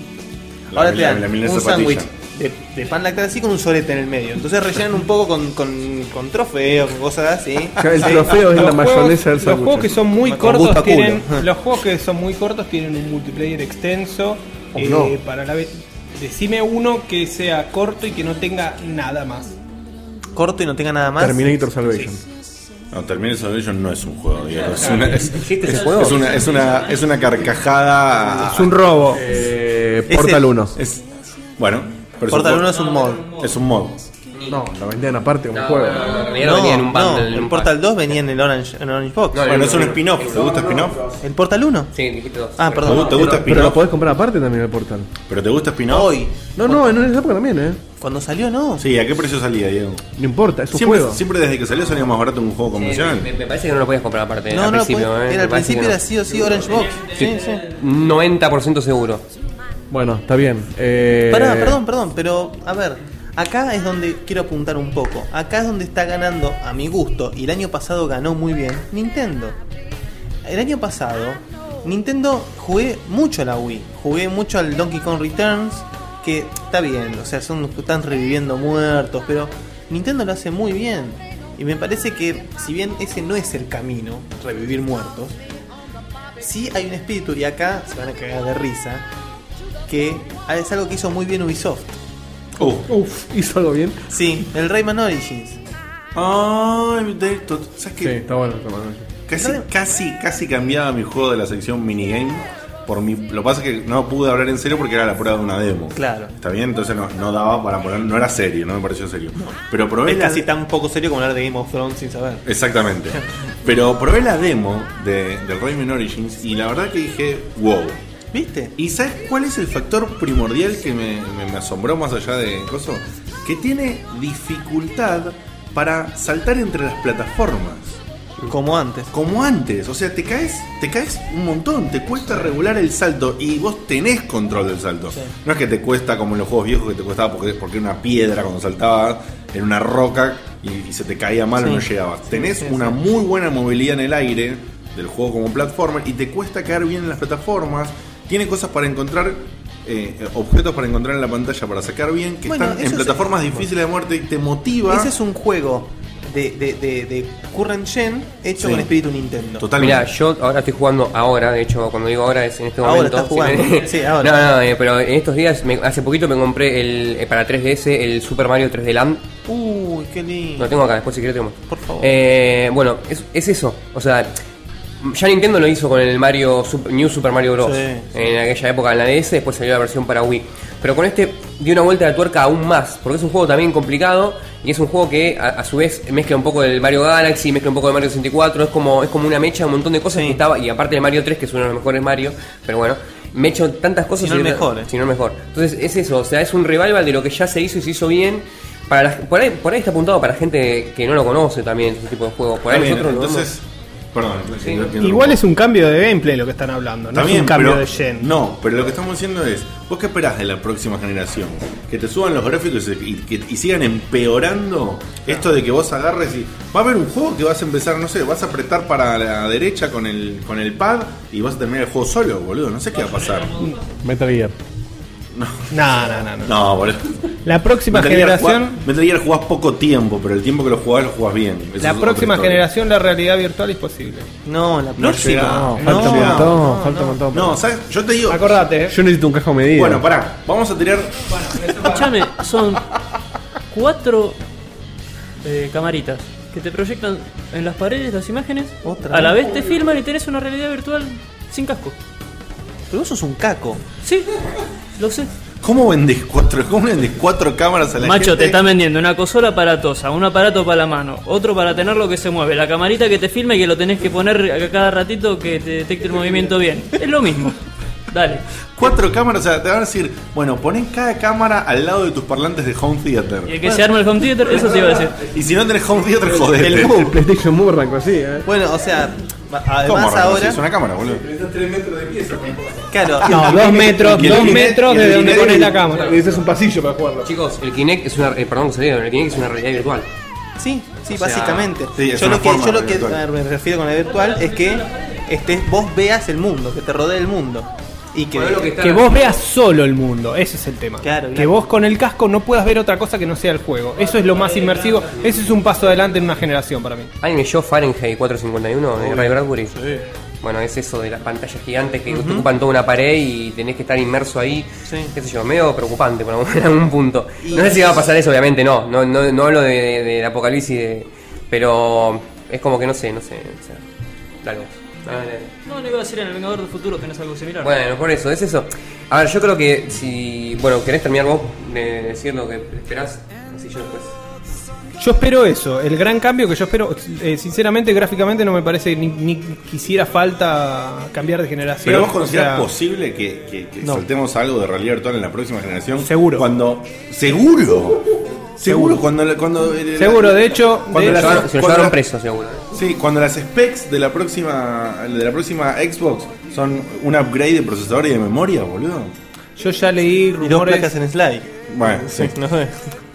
[SPEAKER 1] La
[SPEAKER 3] ahora
[SPEAKER 1] mil-
[SPEAKER 3] te dan
[SPEAKER 1] la milanesa
[SPEAKER 3] un
[SPEAKER 1] patilla.
[SPEAKER 3] sándwich de, de pan lactal así con un solete en el medio. Entonces rellenan un poco con, con, con trofeos, con cosas así.
[SPEAKER 2] O sea, El trofeo es la
[SPEAKER 5] Los juegos-
[SPEAKER 2] mayonesa del
[SPEAKER 5] Los juegos que
[SPEAKER 2] sándwich.
[SPEAKER 5] son muy
[SPEAKER 3] Con gusto
[SPEAKER 5] cortos
[SPEAKER 3] a culo.
[SPEAKER 5] tienen. Los juegos que son muy cortos tienen un multiplayer extenso.
[SPEAKER 2] O
[SPEAKER 5] eh,
[SPEAKER 2] Oh, no.
[SPEAKER 5] Para la ve- Decime uno que sea corto y que no tenga nada más.
[SPEAKER 3] Corto y no tenga nada más.
[SPEAKER 2] Terminator Salvation.
[SPEAKER 1] No, Terminator Salvation no es un juego, Diego. Es una, es,
[SPEAKER 4] ¿Existe ese
[SPEAKER 1] es-
[SPEAKER 4] juego?
[SPEAKER 1] es una, es una, es una carcajada.
[SPEAKER 5] robo.
[SPEAKER 2] Eh,
[SPEAKER 3] Ese-
[SPEAKER 2] Portal 1.
[SPEAKER 1] Es- bueno, Pero
[SPEAKER 3] Portal
[SPEAKER 1] un-
[SPEAKER 3] 1 es un mod.
[SPEAKER 1] Es un mod.
[SPEAKER 2] No, lo vendían aparte como juego.
[SPEAKER 4] No, no, en realidad venía en un bundle, en
[SPEAKER 3] el
[SPEAKER 4] un
[SPEAKER 3] Portal
[SPEAKER 4] pack.
[SPEAKER 3] 2 venía en el Orange, en Orange Box.
[SPEAKER 4] No,
[SPEAKER 1] Bueno,
[SPEAKER 4] no,
[SPEAKER 1] es un
[SPEAKER 4] no.
[SPEAKER 1] spin-off. ¿Te gusta spin-off?
[SPEAKER 3] ¿El Portal 1?
[SPEAKER 4] Sí, dijiste dos.
[SPEAKER 3] Ah,
[SPEAKER 1] ¿Te
[SPEAKER 3] perdón.
[SPEAKER 1] gusta, te gusta
[SPEAKER 2] Pero lo
[SPEAKER 1] spin-off?
[SPEAKER 2] podés comprar aparte también el portal.
[SPEAKER 1] ¿Pero te gusta spin-off?
[SPEAKER 3] Hoy.
[SPEAKER 2] No, no, en esa época también, eh.
[SPEAKER 3] Cuando salió, no.
[SPEAKER 1] Sí, ¿a qué precio salía, Diego?
[SPEAKER 2] No importa, es un
[SPEAKER 1] Siempre,
[SPEAKER 2] juego.
[SPEAKER 1] siempre desde que salió salía más barato un juego
[SPEAKER 4] Sí,
[SPEAKER 1] convencional.
[SPEAKER 4] me, me parece que no lo podías comprar aparte.
[SPEAKER 3] No,
[SPEAKER 4] al
[SPEAKER 3] no,
[SPEAKER 4] principio,
[SPEAKER 3] pues,
[SPEAKER 4] eh,
[SPEAKER 3] era,
[SPEAKER 4] me
[SPEAKER 3] al
[SPEAKER 4] parece que
[SPEAKER 3] principio
[SPEAKER 4] no.
[SPEAKER 3] era sí o sí Orange Box. Sí, sí.
[SPEAKER 4] 90% seguro.
[SPEAKER 2] Bueno, está bien. Eh...
[SPEAKER 3] Pará, perdón, perdón, pero a ver, acá es donde quiero apuntar un poco. Acá es donde está ganando, a mi gusto, y el año pasado ganó muy bien, Nintendo. El año pasado, Nintendo jugué mucho a la Wii, jugué mucho al Donkey Kong Returns, que está bien, o sea, son, están reviviendo muertos, pero Nintendo lo hace muy bien. Y me parece que, si bien ese no es el camino, revivir muertos, sí hay un espíritu, y acá se van a cagar de risa, que ah, es algo que hizo muy bien Ubisoft.
[SPEAKER 1] Uh.
[SPEAKER 2] Uf, hizo algo bien.
[SPEAKER 3] Sí, el Rayman Origins.
[SPEAKER 1] Ay, de esto, ¿sabes
[SPEAKER 2] Sí,
[SPEAKER 1] qué?
[SPEAKER 2] está bueno. Está bueno.
[SPEAKER 1] Casi, casi, casi cambiaba mi juego de la sección minigame. Por mi, lo que pasa es que no pude hablar en serio porque era la prueba de una demo.
[SPEAKER 3] Claro.
[SPEAKER 1] Está bien, entonces no, no daba para poner, no era serio, no me pareció serio. Pero probé
[SPEAKER 3] Es
[SPEAKER 1] la-
[SPEAKER 3] casi tan poco serio como hablar de Game of Thrones sin saber.
[SPEAKER 1] Exactamente. Pero probé la demo de, del Rayman Origins y la verdad que dije, wow.
[SPEAKER 3] ¿Viste?
[SPEAKER 1] ¿Y sabes cuál es el factor primordial que me, me- me asombró más allá de eso? Que tiene dificultad para saltar entre las plataformas.
[SPEAKER 3] Como antes.
[SPEAKER 1] como antes. O sea, te caes, te caes un montón, te cuesta regular el salto y vos tenés control del salto. No es que te cuesta como en los juegos viejos que te costaba porque, porque era una piedra cuando saltaba en una roca y, y se te caía mal o
[SPEAKER 3] Sí.
[SPEAKER 1] no llegabas.
[SPEAKER 3] Sí,
[SPEAKER 1] tenés
[SPEAKER 3] sí,
[SPEAKER 1] una
[SPEAKER 3] sí.
[SPEAKER 1] muy buena movilidad en el aire del juego como platformer y te cuesta caer bien en las plataformas. Tiene cosas para encontrar. eh, objetos para encontrar en la pantalla para sacar bien que
[SPEAKER 3] Bueno,
[SPEAKER 1] están en
[SPEAKER 3] eso es-
[SPEAKER 1] plataformas difíciles de muerte y te motiva
[SPEAKER 3] Ese es un juego de, de, de, de current gen hecho
[SPEAKER 1] Sí.
[SPEAKER 3] con espíritu Nintendo.
[SPEAKER 1] totalmente
[SPEAKER 4] Mira, yo ahora estoy jugando ahora, de hecho, cuando digo ahora es en este
[SPEAKER 3] Ahora
[SPEAKER 4] momento.
[SPEAKER 3] estás jugando. Sí, ahora.
[SPEAKER 4] No, no, eh, pero en estos días, me- hace poquito me compré el, eh, para 3DS el Super Mario 3D Land.
[SPEAKER 3] Uy, qué
[SPEAKER 4] Lo
[SPEAKER 3] lindo.
[SPEAKER 4] tengo acá, después si quieres te lo muestro.
[SPEAKER 3] Por favor.
[SPEAKER 4] Eh, bueno, es, es eso. O sea, ya Nintendo lo hizo con el Mario Sup- New Super Mario Bros.
[SPEAKER 3] Sí,
[SPEAKER 4] en aquella época en la DS, después salió la versión para Wii. Pero con este dio una vuelta de tuerca aún más, porque es un juego también complicado y es un juego que a, a su vez mezcla un poco del Mario Galaxy, mezcla un poco del Mario 64, es como, es como una mecha, un montón de cosas
[SPEAKER 3] Sí.
[SPEAKER 4] que estaba, y aparte de Mario 3, que es uno de los mejores Mario, pero bueno, me hecho tantas cosas
[SPEAKER 3] Si no el
[SPEAKER 4] y-
[SPEAKER 3] mejor, eh.
[SPEAKER 4] si no el mejor. Entonces es eso, o sea, es un revival de lo que ya se hizo y se hizo bien. Para la- por, ahí, por ahí está apuntado para gente que no lo conoce también, ese tipo de juegos. Por ahí
[SPEAKER 1] Está bien,
[SPEAKER 4] nosotros lo
[SPEAKER 1] entonces perdón
[SPEAKER 4] Sí.
[SPEAKER 1] no entiendo
[SPEAKER 5] Igual
[SPEAKER 1] cómo-
[SPEAKER 5] es un cambio de gameplay lo que están hablando, no
[SPEAKER 1] Está
[SPEAKER 5] es
[SPEAKER 1] bien,
[SPEAKER 5] un cambio
[SPEAKER 1] pero-
[SPEAKER 5] de gen.
[SPEAKER 1] No, pero lo que estamos diciendo es, ¿vos qué esperás de la próxima generación? Que te suban los gráficos y, se- y que- y sigan empeorando esto de que vos agarres y... Va a haber un juego que vas a empezar, no sé, vas a apretar para la derecha con el, con el pad y vas a terminar el juego solo, boludo. No sé qué va a pasar.
[SPEAKER 2] Metal Gear.
[SPEAKER 5] No, no, no, no.
[SPEAKER 1] No, boludo.
[SPEAKER 5] La próxima
[SPEAKER 1] Metal Gear
[SPEAKER 5] generación,
[SPEAKER 1] jugás- Metal Gear jugás poco tiempo, pero el tiempo que lo jugás lo jugás bien. Eso es
[SPEAKER 5] la
[SPEAKER 1] otra
[SPEAKER 5] próxima
[SPEAKER 1] historia.
[SPEAKER 5] generación, la realidad virtual es posible.
[SPEAKER 3] No, la
[SPEAKER 1] No
[SPEAKER 3] próxima.
[SPEAKER 1] llegamos.
[SPEAKER 2] Falta
[SPEAKER 1] No,
[SPEAKER 2] un montón,
[SPEAKER 1] no,
[SPEAKER 2] falta un montón.
[SPEAKER 1] No, ¿sabes? Yo te digo...
[SPEAKER 5] Acordate, eh.
[SPEAKER 2] Yo necesito un cajón medido.
[SPEAKER 1] Bueno, pará. Vamos a tirar...
[SPEAKER 6] Escuchame, son cuatro eh, camaritas que te proyectan en las paredes las imágenes.
[SPEAKER 3] Otra
[SPEAKER 6] a la
[SPEAKER 3] vez.
[SPEAKER 6] vez te filman y tenés una realidad virtual sin casco.
[SPEAKER 3] Pero vos sos un caco.
[SPEAKER 6] Sí, lo sé.
[SPEAKER 1] ¿Cómo vendés cuatro, cómo vendés cuatro cámaras a la
[SPEAKER 6] Macho,
[SPEAKER 1] gente?
[SPEAKER 6] te están vendiendo una consola aparatosa, un aparato para la mano, otro para tener lo que se mueve, la camarita que te filma y que lo tenés que poner a cada ratito que te detecte el movimiento bien. Es lo mismo. Dale.
[SPEAKER 1] Cuatro cámaras, o sea, te van a decir, bueno, ponen cada cámara al lado de tus parlantes de home
[SPEAKER 6] Y el
[SPEAKER 1] theater.
[SPEAKER 6] que se arma el home theater, eso sí iba a decir.
[SPEAKER 1] Y si no tenés home theater, jodete.
[SPEAKER 2] el, el PlayStation Move arrancó así, eh.
[SPEAKER 3] Bueno, o sea, va-
[SPEAKER 1] ¿Cómo
[SPEAKER 3] además
[SPEAKER 1] reconoces
[SPEAKER 3] ahora.
[SPEAKER 1] una cámara, boludo?
[SPEAKER 3] Claro,
[SPEAKER 5] No, dos metros,
[SPEAKER 1] y el
[SPEAKER 5] dos
[SPEAKER 1] Kinect-
[SPEAKER 5] metros
[SPEAKER 1] y el
[SPEAKER 5] desde donde
[SPEAKER 1] Kinect-
[SPEAKER 5] pones la cámara.
[SPEAKER 2] Necesitas un pasillo para jugarlo.
[SPEAKER 4] Chicos, el Kinect es una. eh, perdón, que se diga, el Kinect es una realidad virtual.
[SPEAKER 3] Sí, sí,
[SPEAKER 4] sea,
[SPEAKER 3] básicamente.
[SPEAKER 1] sí, es
[SPEAKER 3] yo
[SPEAKER 1] una
[SPEAKER 3] lo que,
[SPEAKER 1] forma
[SPEAKER 3] yo lo que
[SPEAKER 1] virtual.
[SPEAKER 3] a ver, me refiero con la virtual es que este, vos veas el mundo, que te rodee el mundo. Y que,
[SPEAKER 4] Bueno, lo que está-
[SPEAKER 5] Que vos veas solo el mundo, ese es el tema.
[SPEAKER 3] Claro,
[SPEAKER 5] que
[SPEAKER 3] claro. Eh,
[SPEAKER 5] vos con el casco no puedas ver otra cosa que no sea el juego. Eso es lo más inmersivo, eso es un paso adelante en una generación para mí.
[SPEAKER 4] ¿Alguien leyó Fahrenheit 451 de eh, Ray Bradbury? Bueno, es eso de las pantallas gigantes que te ocupan toda una pared y tenés que estar inmerso ahí.
[SPEAKER 3] Sí.
[SPEAKER 4] Qué sé yo, medio preocupante por algún, en algún punto. No sé si va a pasar eso, obviamente no. No, no, no hablo de- de- del apocalipsis, de- pero es como que no sé, no sé. O sea, dale vos. Dale, dale.
[SPEAKER 6] No, le iba a decir en el Vengador del Futuro tenés algo similar.
[SPEAKER 4] Bueno, por eso, es eso. A ver, yo creo que si. Bueno, ¿querés terminar vos de decir lo que esperás? Así yo después.
[SPEAKER 5] Yo espero eso, el gran cambio que yo espero, eh, sinceramente gráficamente no me parece ni, ni quisiera falta cambiar de generación.
[SPEAKER 1] Pero vos
[SPEAKER 5] O
[SPEAKER 1] considerás
[SPEAKER 5] sea,
[SPEAKER 1] posible que, que- que
[SPEAKER 5] No.
[SPEAKER 1] saltemos algo de realidad virtual en la próxima generación.
[SPEAKER 5] Seguro.
[SPEAKER 1] Cuando. Seguro. Seguro. Cuando. la- cuando
[SPEAKER 5] Seguro, de hecho,
[SPEAKER 1] Cuando
[SPEAKER 5] de
[SPEAKER 1] la-
[SPEAKER 5] hecho-
[SPEAKER 4] Se lo
[SPEAKER 1] Cuando
[SPEAKER 4] llevaron
[SPEAKER 1] la-
[SPEAKER 4] preso, seguro. ¿eh?
[SPEAKER 1] Sí, cuando las specs de la próxima. De la próxima Xbox son un upgrade de procesador y de memoria, boludo.
[SPEAKER 5] yo ya leí
[SPEAKER 3] Y dos
[SPEAKER 5] rumores
[SPEAKER 3] placas en slide.
[SPEAKER 1] Bueno, sí.
[SPEAKER 3] No sé.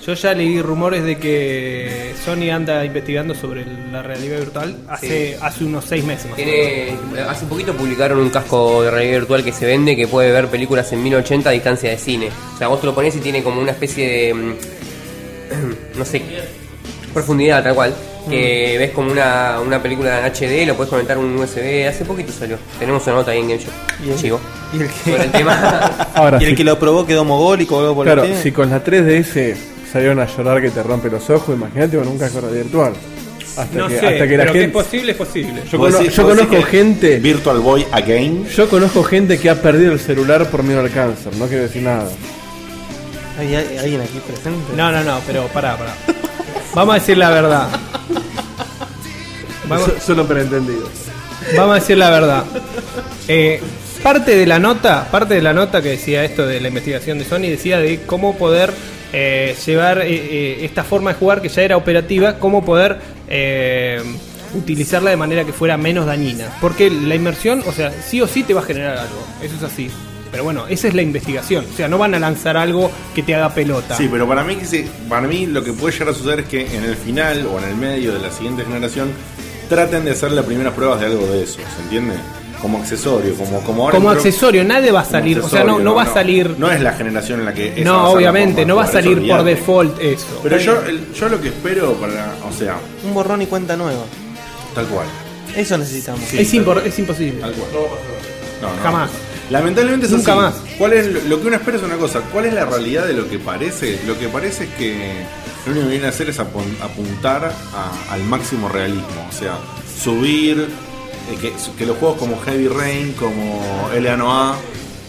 [SPEAKER 5] Yo ya leí rumores de que Sony anda investigando sobre la realidad virtual hace, hace unos seis meses. más o menos.
[SPEAKER 4] Tiene, hace poquito publicaron un casco de realidad virtual que se vende que puede ver películas en 1080 a distancia de cine. O sea, vos te lo pones y tiene como una especie de. mm, No sé. Profundidad, tal cual.
[SPEAKER 3] Mm.
[SPEAKER 4] Que ves como una, una película en HD, lo puedes conectar a un USB. Hace poquito salió. Tenemos una nota ahí en Game Show. Chivo.
[SPEAKER 3] Y el
[SPEAKER 4] Sobre
[SPEAKER 3] que,
[SPEAKER 4] el tema.
[SPEAKER 2] Ahora
[SPEAKER 3] y el
[SPEAKER 2] sí.
[SPEAKER 3] que lo probó quedó mogólico o algo por el
[SPEAKER 2] Claro,
[SPEAKER 3] estilo.
[SPEAKER 2] si con la 3DS salieron a llorar que te rompe los ojos, imagínate con un casco virtual. Hasta,
[SPEAKER 5] no
[SPEAKER 2] que,
[SPEAKER 5] sé,
[SPEAKER 2] hasta que la
[SPEAKER 5] pero que es
[SPEAKER 2] gente.
[SPEAKER 5] posible, es posible.
[SPEAKER 2] yo
[SPEAKER 1] Vos
[SPEAKER 2] cono-
[SPEAKER 1] decís-
[SPEAKER 2] yo
[SPEAKER 1] vos
[SPEAKER 2] conozco
[SPEAKER 1] decís que
[SPEAKER 2] gente.
[SPEAKER 1] Virtual Boy Again.
[SPEAKER 2] Yo conozco gente que ha perdido el celular por miedo al cáncer, no quiero decir nada.
[SPEAKER 3] ¿Hay, hay alguien aquí presente?
[SPEAKER 5] No, no, no, pero pará, pará. Vamos a decir la verdad. Vamos,
[SPEAKER 2] So- Solo para entendidos.
[SPEAKER 5] vamos a decir la verdad. Eh, parte de la nota, parte de la nota que decía esto de la investigación de Sony decía de cómo poder eh, llevar eh, eh, esta forma de jugar que ya era operativa, cómo poder eh, utilizarla de manera que fuera menos dañina. Porque la inmersión, o sea, sí o sí te va a generar algo. Eso es así. Pero bueno, esa es la investigación. O sea, no van a lanzar algo que te haga pelota.
[SPEAKER 1] Sí, pero para mí, que se- para mí lo que puede llegar a suceder es que en el final o en el medio de la siguiente generación traten de hacer las primeras pruebas de algo de eso, ¿se entiende? Como accesorio, como, como ahora
[SPEAKER 5] como
[SPEAKER 1] entró-
[SPEAKER 5] accesorio, nadie va a
[SPEAKER 1] como
[SPEAKER 5] salir. O sea,
[SPEAKER 1] accesorio,
[SPEAKER 5] no, no va a salir.
[SPEAKER 1] No es la generación en la que... esa va a ser
[SPEAKER 5] No,
[SPEAKER 1] la
[SPEAKER 5] obviamente,
[SPEAKER 1] forma
[SPEAKER 5] no va a
[SPEAKER 1] de jugar,
[SPEAKER 5] salir
[SPEAKER 1] eso
[SPEAKER 5] por
[SPEAKER 1] olvidate.
[SPEAKER 5] default eso.
[SPEAKER 1] Pero yo, el- yo lo que espero para... O sea,
[SPEAKER 3] Un borrón y cuenta nueva.
[SPEAKER 1] tal cual.
[SPEAKER 3] Eso necesitamos.
[SPEAKER 1] Sí.
[SPEAKER 5] es, impor- es imposible.
[SPEAKER 1] Tal cual. No, no.
[SPEAKER 5] Jamás.
[SPEAKER 1] Lamentablemente es
[SPEAKER 5] Nunca
[SPEAKER 1] así.
[SPEAKER 5] más.
[SPEAKER 1] ¿Cuál es lo, lo que uno espera es una cosa. ¿Cuál es la realidad de lo que parece? Lo que parece es que lo único que viene a hacer es apun- apuntar a- al máximo realismo. O sea, subir. eh, que, que los juegos como Heavy Rain, como LA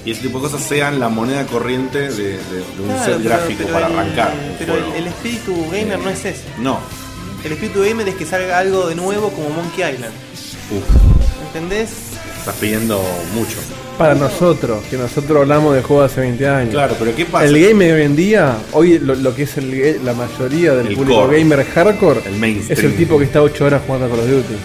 [SPEAKER 1] y ese tipo de cosas sean la moneda corriente de, de- de un
[SPEAKER 3] Claro,
[SPEAKER 1] set
[SPEAKER 3] pero-
[SPEAKER 1] gráfico
[SPEAKER 3] pero
[SPEAKER 1] para
[SPEAKER 3] el-
[SPEAKER 1] arrancar. un
[SPEAKER 3] Pero el,
[SPEAKER 1] juego. Eh.
[SPEAKER 3] el espíritu gamer no es ese.
[SPEAKER 1] No.
[SPEAKER 3] El espíritu gamer es que salga algo de nuevo como Monkey Island.
[SPEAKER 1] Uf,
[SPEAKER 3] ¿Entendés?
[SPEAKER 1] estás pidiendo mucho.
[SPEAKER 2] Para nosotros, que nosotros hablamos de juegos hace 20 años.
[SPEAKER 1] Claro, pero ¿qué pasa?
[SPEAKER 2] El gamer de hoy en día, hoy lo, lo que es el ga- la mayoría del
[SPEAKER 1] El
[SPEAKER 2] público
[SPEAKER 1] core.
[SPEAKER 2] gamer hardcore,
[SPEAKER 1] El mainstream.
[SPEAKER 2] es el tipo que está 8 horas jugando a Call of Duty.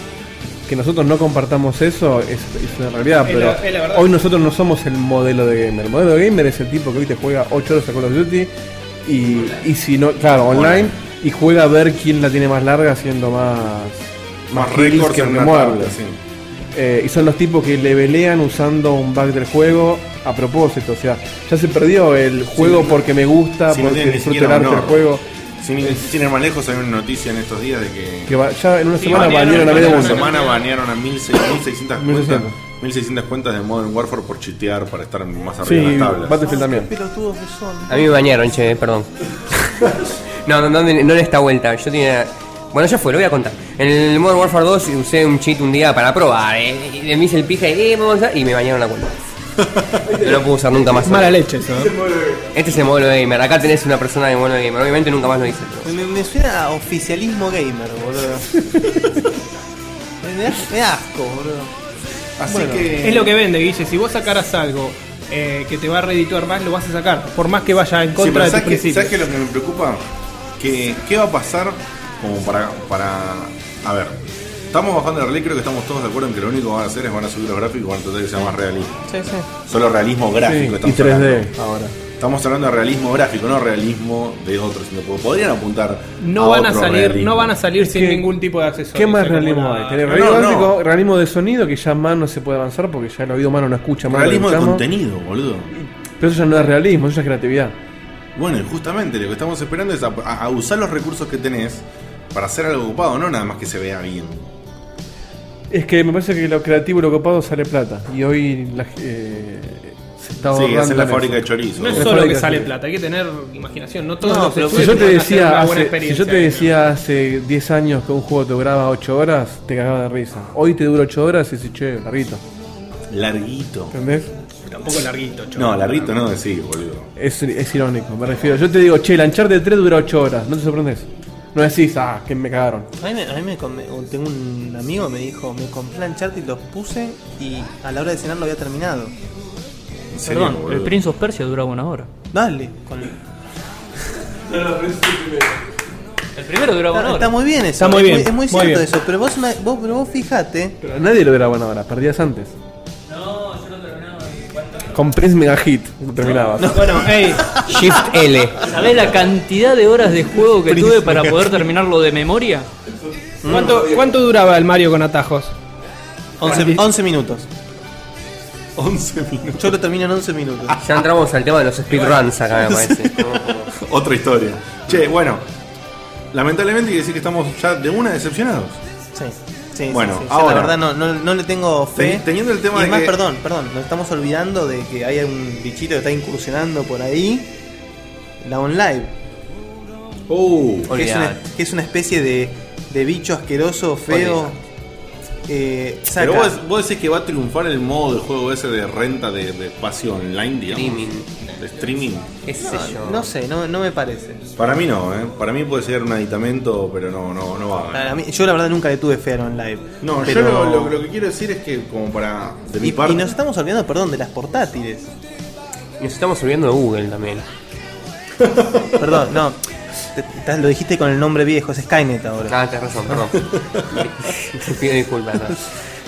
[SPEAKER 2] Que nosotros no compartamos eso es, es una realidad,
[SPEAKER 5] Es
[SPEAKER 2] pero
[SPEAKER 5] la- es la verdad.
[SPEAKER 2] hoy nosotros no somos el modelo de gamer. El modelo de gamer es el tipo que hoy te juega 8 horas a Call of Duty y, y si no, claro, online, y juega a ver quién la tiene más larga haciendo más,
[SPEAKER 1] Más
[SPEAKER 2] kills
[SPEAKER 1] récords
[SPEAKER 2] que
[SPEAKER 1] en una
[SPEAKER 2] remuerdes.
[SPEAKER 1] tabla, sí.
[SPEAKER 2] Eh, y son los tipos que le pelean usando un bug del juego a propósito. O sea, ya se perdió el juego porque me gusta,
[SPEAKER 1] si no
[SPEAKER 2] Ah, porque
[SPEAKER 1] tiene ni
[SPEAKER 2] disfruto el
[SPEAKER 1] siquiera
[SPEAKER 2] arte del
[SPEAKER 1] honor.
[SPEAKER 2] juego.
[SPEAKER 1] Sin, sin ir más lejos, hay una noticia en estos días de que.
[SPEAKER 2] Que va- ya en una semana
[SPEAKER 5] banearon-
[SPEAKER 2] valieron a
[SPEAKER 1] en
[SPEAKER 2] medio
[SPEAKER 1] una
[SPEAKER 2] mundo.
[SPEAKER 1] semana banearon a 1600 cuentas,
[SPEAKER 2] 1600.
[SPEAKER 1] 1600 cuentas de Modern Warfore por chitear para estar más
[SPEAKER 2] Sí,
[SPEAKER 1] arriba de las tablas.
[SPEAKER 2] Battlefield también.
[SPEAKER 3] Pelotudos que son.
[SPEAKER 4] A mí me bañaron, che, perdón. no, no, no, no en esta vuelta. Yo tenía. Bueno, ya fue, lo voy a contar. En el Modern Warfare 2 usé un cheat un día para probar. eh, y me hice el pija y, eh, vamos a- y me bañaron la cuenta. No lo puedo usar nunca más.
[SPEAKER 5] Mala leche eso. ¿eh?
[SPEAKER 4] Este es el modelo gamer. Acá tenés una persona de modelo gamer. Obviamente nunca más lo hice. pero-
[SPEAKER 3] Me, me suena a oficialismo gamer, boludo. me, da, me da asco, boludo.
[SPEAKER 1] Así
[SPEAKER 3] Bueno,
[SPEAKER 1] que.
[SPEAKER 5] Es lo que vende, Guille. Si vos sacaras algo eh, que te va a reedituar más, lo vas a sacar. Por más que vaya en
[SPEAKER 1] Sí, pero
[SPEAKER 5] contra de
[SPEAKER 1] ¿sabes
[SPEAKER 5] tus
[SPEAKER 1] qué-
[SPEAKER 5] principios.
[SPEAKER 1] ¿Sabes qué es lo que me preocupa? Que, ¿Qué va a pasar como para, para. A ver, estamos bajando la ley, creo que estamos todos de acuerdo en que lo único que van a hacer es van a subir los gráficos y van a tratar de que sea más realismo.
[SPEAKER 3] Sí, sí.
[SPEAKER 1] Solo realismo
[SPEAKER 2] Sí,
[SPEAKER 1] gráfico
[SPEAKER 2] y
[SPEAKER 1] estamos
[SPEAKER 2] 3D
[SPEAKER 1] hablando.
[SPEAKER 2] ahora.
[SPEAKER 1] Estamos hablando de realismo gráfico, no realismo de otros. sino porque Podrían apuntar.
[SPEAKER 5] No van a
[SPEAKER 1] otro
[SPEAKER 5] salir,
[SPEAKER 1] realismo.
[SPEAKER 5] no van a salir sin
[SPEAKER 2] que-
[SPEAKER 5] ningún tipo de accesorio.
[SPEAKER 2] ¿Qué más
[SPEAKER 5] O sea, como
[SPEAKER 2] realismo
[SPEAKER 5] la-
[SPEAKER 2] hay? Tenés
[SPEAKER 1] No,
[SPEAKER 2] realismo,
[SPEAKER 1] no.
[SPEAKER 2] gráfico, realismo de sonido que ya más no se puede avanzar porque ya el oído humano no escucha más. lo
[SPEAKER 1] Realismo
[SPEAKER 2] que
[SPEAKER 1] de
[SPEAKER 2] escuchamos.
[SPEAKER 1] contenido, boludo.
[SPEAKER 2] Pero eso ya no es realismo, eso ya es creatividad.
[SPEAKER 1] Bueno, y justamente lo que estamos esperando es a, a- a usar los recursos que tenés para hacer algo ocupado, no nada más que se vea bien.
[SPEAKER 2] Es que me parece que lo creativo y lo copado sale plata. Y hoy la, eh, se está
[SPEAKER 1] Sí,
[SPEAKER 2] ahorrando
[SPEAKER 1] hacer la
[SPEAKER 2] en
[SPEAKER 1] fábrica
[SPEAKER 2] eso.
[SPEAKER 1] de chorizo.
[SPEAKER 5] No es
[SPEAKER 2] La
[SPEAKER 5] solo que
[SPEAKER 2] fábrica
[SPEAKER 5] sale
[SPEAKER 2] sí.
[SPEAKER 5] plata, hay que tener imaginación. No todos
[SPEAKER 3] No,
[SPEAKER 5] los
[SPEAKER 3] pero
[SPEAKER 2] Si
[SPEAKER 5] estudios
[SPEAKER 2] yo, te
[SPEAKER 5] van a hacer una
[SPEAKER 2] decía
[SPEAKER 5] buena
[SPEAKER 2] hace, si
[SPEAKER 5] experiencia.
[SPEAKER 2] yo te decía hace 10 años que un juego te duraba 8 horas, te cagabas de risa. Hoy te dura 8 horas y dices, che, larguito.
[SPEAKER 1] Larguito.
[SPEAKER 2] ¿Entendés?
[SPEAKER 5] tampoco larguito, chon.
[SPEAKER 1] No, Larrito no, sí, boludo.
[SPEAKER 2] Es, es irónico, me refiero. Yo te digo, che, el Uncharted 3 dura 8 horas, no te sorprendes. No decís, ah, que me cagaron.
[SPEAKER 3] A mí, me, a mí me com- o tengo un amigo que me dijo, me compré Uncharted y los puse y a la hora de cenar lo había terminado.
[SPEAKER 1] En serio,
[SPEAKER 6] Perdón, el
[SPEAKER 1] boludo.
[SPEAKER 6] Prince of Persia duraba una hora.
[SPEAKER 3] Dale, con-
[SPEAKER 6] El primero duraba
[SPEAKER 3] Está,
[SPEAKER 6] una
[SPEAKER 3] está
[SPEAKER 6] hora.
[SPEAKER 3] muy bien eso.
[SPEAKER 5] Está muy bien,
[SPEAKER 3] Es muy, es muy
[SPEAKER 5] muy
[SPEAKER 3] cierto
[SPEAKER 5] bien.
[SPEAKER 3] eso, pero vos, me- vos, pero vos fijate.
[SPEAKER 2] Pero nadie lo graba ahora, perdías antes.
[SPEAKER 6] No, yo no terminaba.
[SPEAKER 2] Con Prince Mega Hit no terminabas.
[SPEAKER 5] Bueno, hey,
[SPEAKER 4] Shift L.
[SPEAKER 6] ¿Sabés la cantidad de horas de juego que tuve para poder terminarlo de memoria?
[SPEAKER 5] ¿cuánto, ¿cuánto duraba el Mario con atajos?
[SPEAKER 3] 11, 11 minutos.
[SPEAKER 1] 11 minutos.
[SPEAKER 3] Yo lo termino en 11 minutos.
[SPEAKER 4] Ya entramos al tema de los speedruns acá, me parece.
[SPEAKER 1] Otra historia. Che, bueno. Lamentablemente quiere decir que estamos ya de una decepcionados.
[SPEAKER 3] Sí, sí,
[SPEAKER 1] Bueno,
[SPEAKER 3] sí, sí. Yo
[SPEAKER 1] ahora.
[SPEAKER 3] la verdad no, no, no le tengo fe.
[SPEAKER 1] Ten- teniendo el tema
[SPEAKER 3] y
[SPEAKER 1] de
[SPEAKER 3] además,
[SPEAKER 1] que-
[SPEAKER 3] perdón, perdón, nos estamos olvidando de que hay un bichito que está incursionando por ahí. La online.
[SPEAKER 1] Uh.
[SPEAKER 3] Que es, una,
[SPEAKER 4] Olvidate.
[SPEAKER 3] que es una especie de, de bicho asqueroso, feo. Eh, saca.
[SPEAKER 1] Pero vos, vos decís que va a triunfar el modo de juego ese de renta de, de espacio online, digamos.
[SPEAKER 4] Streaming.
[SPEAKER 1] De streaming.
[SPEAKER 4] ¿Qué sé yo?
[SPEAKER 3] no, no sé, no, no me parece.
[SPEAKER 1] Para mí no, ¿eh? Para mí puede ser un aditamento, pero no, no, no va a ganar.
[SPEAKER 3] A mí- yo la verdad nunca le tuve fe a la online.
[SPEAKER 1] No,
[SPEAKER 3] pero-
[SPEAKER 1] yo lo, lo- lo que quiero decir es que como para... De mi
[SPEAKER 3] Y,
[SPEAKER 1] parte...
[SPEAKER 3] y nos estamos olvidando, perdón, de las portátiles.
[SPEAKER 4] Nos estamos subiendo de Google también.
[SPEAKER 3] Perdón, no. Te- te- lo dijiste con el nombre viejo, es Skynet ahora.
[SPEAKER 4] Ah, tenés razón, perdón. Te pido disculpas. ¿no?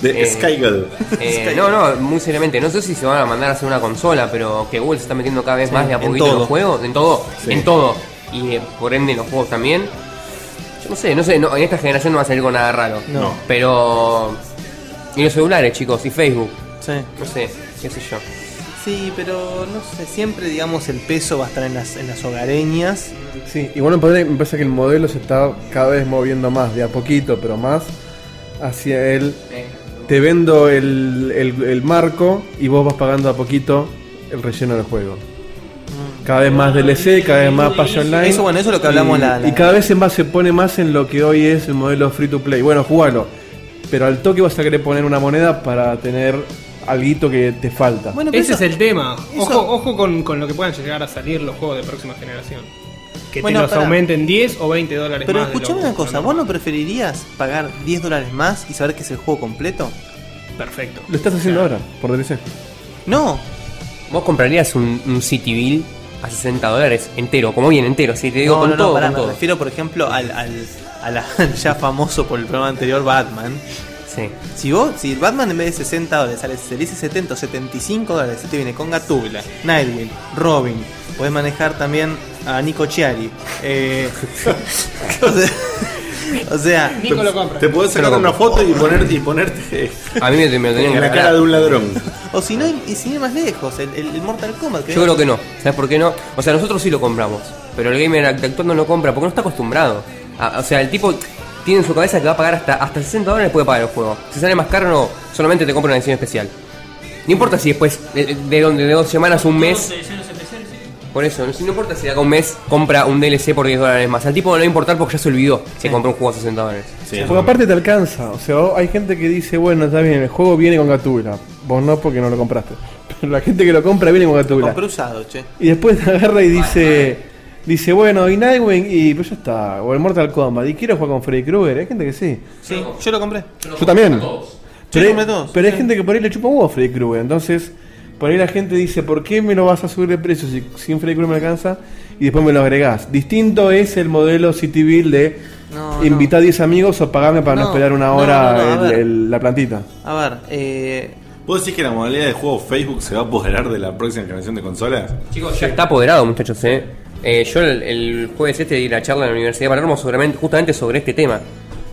[SPEAKER 1] De
[SPEAKER 4] Eh,
[SPEAKER 1] Skygal.
[SPEAKER 4] Eh, no, no, muy seriamente. No sé si se van a mandar a hacer una consola, pero que Google se está metiendo cada vez más de a
[SPEAKER 3] en
[SPEAKER 4] poquito en,
[SPEAKER 3] todo.
[SPEAKER 4] los juegos. En todo,
[SPEAKER 1] Sí.
[SPEAKER 4] en todo. Y eh, por ende en los juegos también. Yo no sé, no sé, no, en esta generación no va a salir con nada raro.
[SPEAKER 1] No.
[SPEAKER 4] Pero. Y los celulares, chicos, y Facebook.
[SPEAKER 3] Sí.
[SPEAKER 4] No sé, qué sé yo.
[SPEAKER 3] Sí, pero no sé, siempre digamos el peso va a estar en las, en las hogareñas.
[SPEAKER 2] Sí, igual me parece, me parece que el modelo se está cada vez moviendo más, de a poquito, pero más hacia el. Te vendo el, el- el marco y vos vas pagando a poquito el relleno del juego.
[SPEAKER 3] Mm.
[SPEAKER 2] Cada vez más DLC, cada vez más Pase Online.
[SPEAKER 3] Eso, bueno, eso es lo que hablamos
[SPEAKER 2] y,
[SPEAKER 3] la- la-
[SPEAKER 2] y cada vez se más se pone más en lo que hoy es el modelo free to play. Bueno, jugalo. Pero al toque vas a querer poner una moneda para tener alguito que te falta.
[SPEAKER 3] Bueno, pero
[SPEAKER 5] Ese es
[SPEAKER 3] eso-
[SPEAKER 5] el tema.
[SPEAKER 3] eso-
[SPEAKER 5] Ojo, ojo con, con lo que puedan llegar a salir los juegos de próxima generación. Que
[SPEAKER 3] Bueno,
[SPEAKER 5] te los
[SPEAKER 3] pará.
[SPEAKER 5] aumenten 10 o 20 dólares
[SPEAKER 3] Pero
[SPEAKER 5] más. de
[SPEAKER 3] escuchame
[SPEAKER 5] lo-
[SPEAKER 3] una cosa,
[SPEAKER 5] lo
[SPEAKER 3] ¿vos no
[SPEAKER 5] normal.
[SPEAKER 3] preferirías pagar 10 dólares más y saber que es el juego completo?
[SPEAKER 5] Perfecto.
[SPEAKER 2] Lo estás haciendo ahora, por DLC.
[SPEAKER 3] No,
[SPEAKER 4] ¿Vos comprarías un, un City Bill a 60 dólares entero? Como bien, entero. Si te digo
[SPEAKER 3] no,
[SPEAKER 4] con
[SPEAKER 3] no, no,
[SPEAKER 4] todo,
[SPEAKER 3] pará,
[SPEAKER 4] con
[SPEAKER 3] me
[SPEAKER 4] todo.
[SPEAKER 3] refiero por ejemplo al, al, a la- al ya famoso por el programa anterior Batman.
[SPEAKER 4] Sí.
[SPEAKER 3] Si vos, si el Batman en vez de 60 dólares sale, se dice 70 o 75 dólares, y te viene con Gatula, Nightwing, Robin, podés manejar también a Nico Chiari. Eh, o sea, o sea,
[SPEAKER 5] Nico lo compra.
[SPEAKER 1] Te podés sacar
[SPEAKER 4] Pero-
[SPEAKER 1] una foto y ponerte, y ponerte
[SPEAKER 4] A mí me, me lo tenían
[SPEAKER 1] en
[SPEAKER 4] que
[SPEAKER 1] la
[SPEAKER 4] regalar.
[SPEAKER 1] cara de un ladrón.
[SPEAKER 3] O si no, y sin ir más lejos, el, el- el Mortal Kombat. que
[SPEAKER 4] Yo
[SPEAKER 3] era-
[SPEAKER 4] creo que no. ¿Sabes por qué no? O sea, nosotros sí lo compramos. Pero el gamer act- actual no lo compra porque no está acostumbrado. A- o sea, el tipo tiene en su cabeza que va a pagar hasta, hasta 60 dólares puede pagar el juego. Si sale más caro, no. Solamente te compra una edición especial. No importa si después de, de donde de dos semanas, un mes. Por eso, no, si no importa si de acá a un mes compra un DLC por 10 dólares más. Al tipo no le va a importar porque ya se olvidó que compró un juego a 60 dólares.
[SPEAKER 1] Sí,
[SPEAKER 2] Porque aparte te alcanza, o sea, vos- hay gente que dice, bueno, está bien, el juego viene con gatula, vos no porque no lo compraste, pero la gente que lo compra viene con gatula.
[SPEAKER 3] Compré usado, che.
[SPEAKER 2] Y después agarra y dice, dice, bueno, y Nightwing, y pues ya está, o el Mortal Kombat, y quiero jugar con Freddy Krueger, hay gente que sí.
[SPEAKER 3] Sí, yo lo compré.
[SPEAKER 2] Yo también. Pero,
[SPEAKER 3] Sí,
[SPEAKER 2] hay,
[SPEAKER 3] compré todos.
[SPEAKER 2] pero hay
[SPEAKER 3] Sí.
[SPEAKER 2] gente que por ahí le chupa un huevo a Freddy Krueger, entonces por ahí la gente dice, ¿por qué me lo vas a subir de precio si sin Freddy Krueger me alcanza? Y después me lo agregás. Distinto es el modelo City Bill de
[SPEAKER 3] No, no.
[SPEAKER 2] invita a 10 amigos o pagame para no,
[SPEAKER 3] No,
[SPEAKER 2] esperar una
[SPEAKER 3] no,
[SPEAKER 2] hora
[SPEAKER 3] no, no, a
[SPEAKER 2] el-
[SPEAKER 3] ver.
[SPEAKER 2] el- la plantita.
[SPEAKER 3] A ver, eh,
[SPEAKER 1] ¿Vos decís que la modalidad de juego Facebook se va a apoderar de la próxima generación de consolas?
[SPEAKER 4] Chicos, ya está apoderado, muchachos, ¿eh? Eh, yo el, el jueves este di la charla en la Universidad de Palermo seguramente, justamente sobre este tema.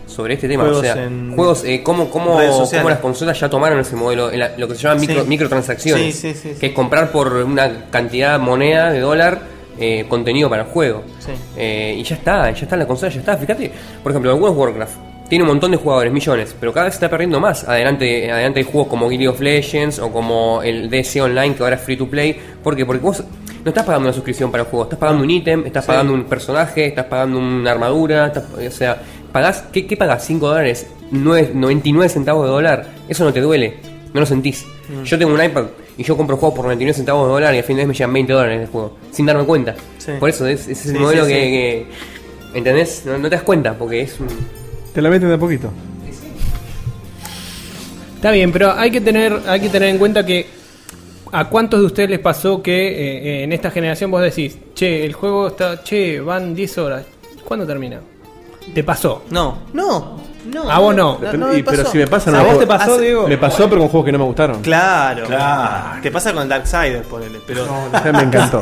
[SPEAKER 4] Sobre este tema,
[SPEAKER 3] Juegos
[SPEAKER 4] o sea,
[SPEAKER 3] en
[SPEAKER 4] juegos, eh, cómo, cómo,
[SPEAKER 3] redes sociales.
[SPEAKER 4] cómo las consolas ya tomaron ese modelo, en la- lo que se llama micro,
[SPEAKER 3] Sí.
[SPEAKER 4] microtransacciones,
[SPEAKER 3] Sí, sí, sí, sí.
[SPEAKER 4] que es comprar por una cantidad de moneda de dólar eh, contenido para el juego.
[SPEAKER 3] Sí.
[SPEAKER 4] Eh, y ya está, ya está la consola, ya está. Fíjate, por ejemplo, algunos Warcraft tiene un montón de jugadores, millones, pero cada vez se está perdiendo más. Adelante, adelante hay juegos como Guild of Legends o como el DC Online, que ahora es free to play. ¿Por qué? Porque vos no estás pagando una suscripción para el juego, estás pagando un ítem, estás pagando un personaje, estás pagando una armadura, estás- o sea, pagás, ¿qué, qué pagás? 5 dólares,
[SPEAKER 3] Mm.
[SPEAKER 4] nueve- 99 centavos de dólar. Eso no te duele, no lo sentís. Yo tengo un iPad y yo compro juegos por 99 centavos de dólar y al fin de mes me llegan 20 dólares el juego, sin darme cuenta.
[SPEAKER 3] Sí.
[SPEAKER 4] Por eso es, es el
[SPEAKER 3] Sí,
[SPEAKER 4] modelo
[SPEAKER 3] sí,
[SPEAKER 4] que,
[SPEAKER 3] sí.
[SPEAKER 4] que- ¿Entendés? No, no te das cuenta porque es un.
[SPEAKER 2] Te la meten de a poquito.
[SPEAKER 5] Está bien, pero hay que tener, hay que tener en cuenta que a cuántos de ustedes les pasó que eh, eh, en esta generación vos decís, che, el juego está, che, van 10 horas, ¿cuándo termina? Te pasó.
[SPEAKER 3] No, no, no.
[SPEAKER 5] A vos no.
[SPEAKER 3] no,
[SPEAKER 2] Depende-
[SPEAKER 3] no me
[SPEAKER 2] y- pero
[SPEAKER 3] pasó.
[SPEAKER 2] si me pasa, no
[SPEAKER 5] ¿A
[SPEAKER 2] lo
[SPEAKER 5] vos
[SPEAKER 2] puedo-
[SPEAKER 5] te pasó,
[SPEAKER 3] hace-
[SPEAKER 5] Diego?
[SPEAKER 2] Ah, Me pasó, pero con juegos que no me gustaron.
[SPEAKER 3] Claro.
[SPEAKER 1] Claro.
[SPEAKER 3] Te pasa con Darksiders, ponele. Pero, ah,
[SPEAKER 2] O sea, me encantó.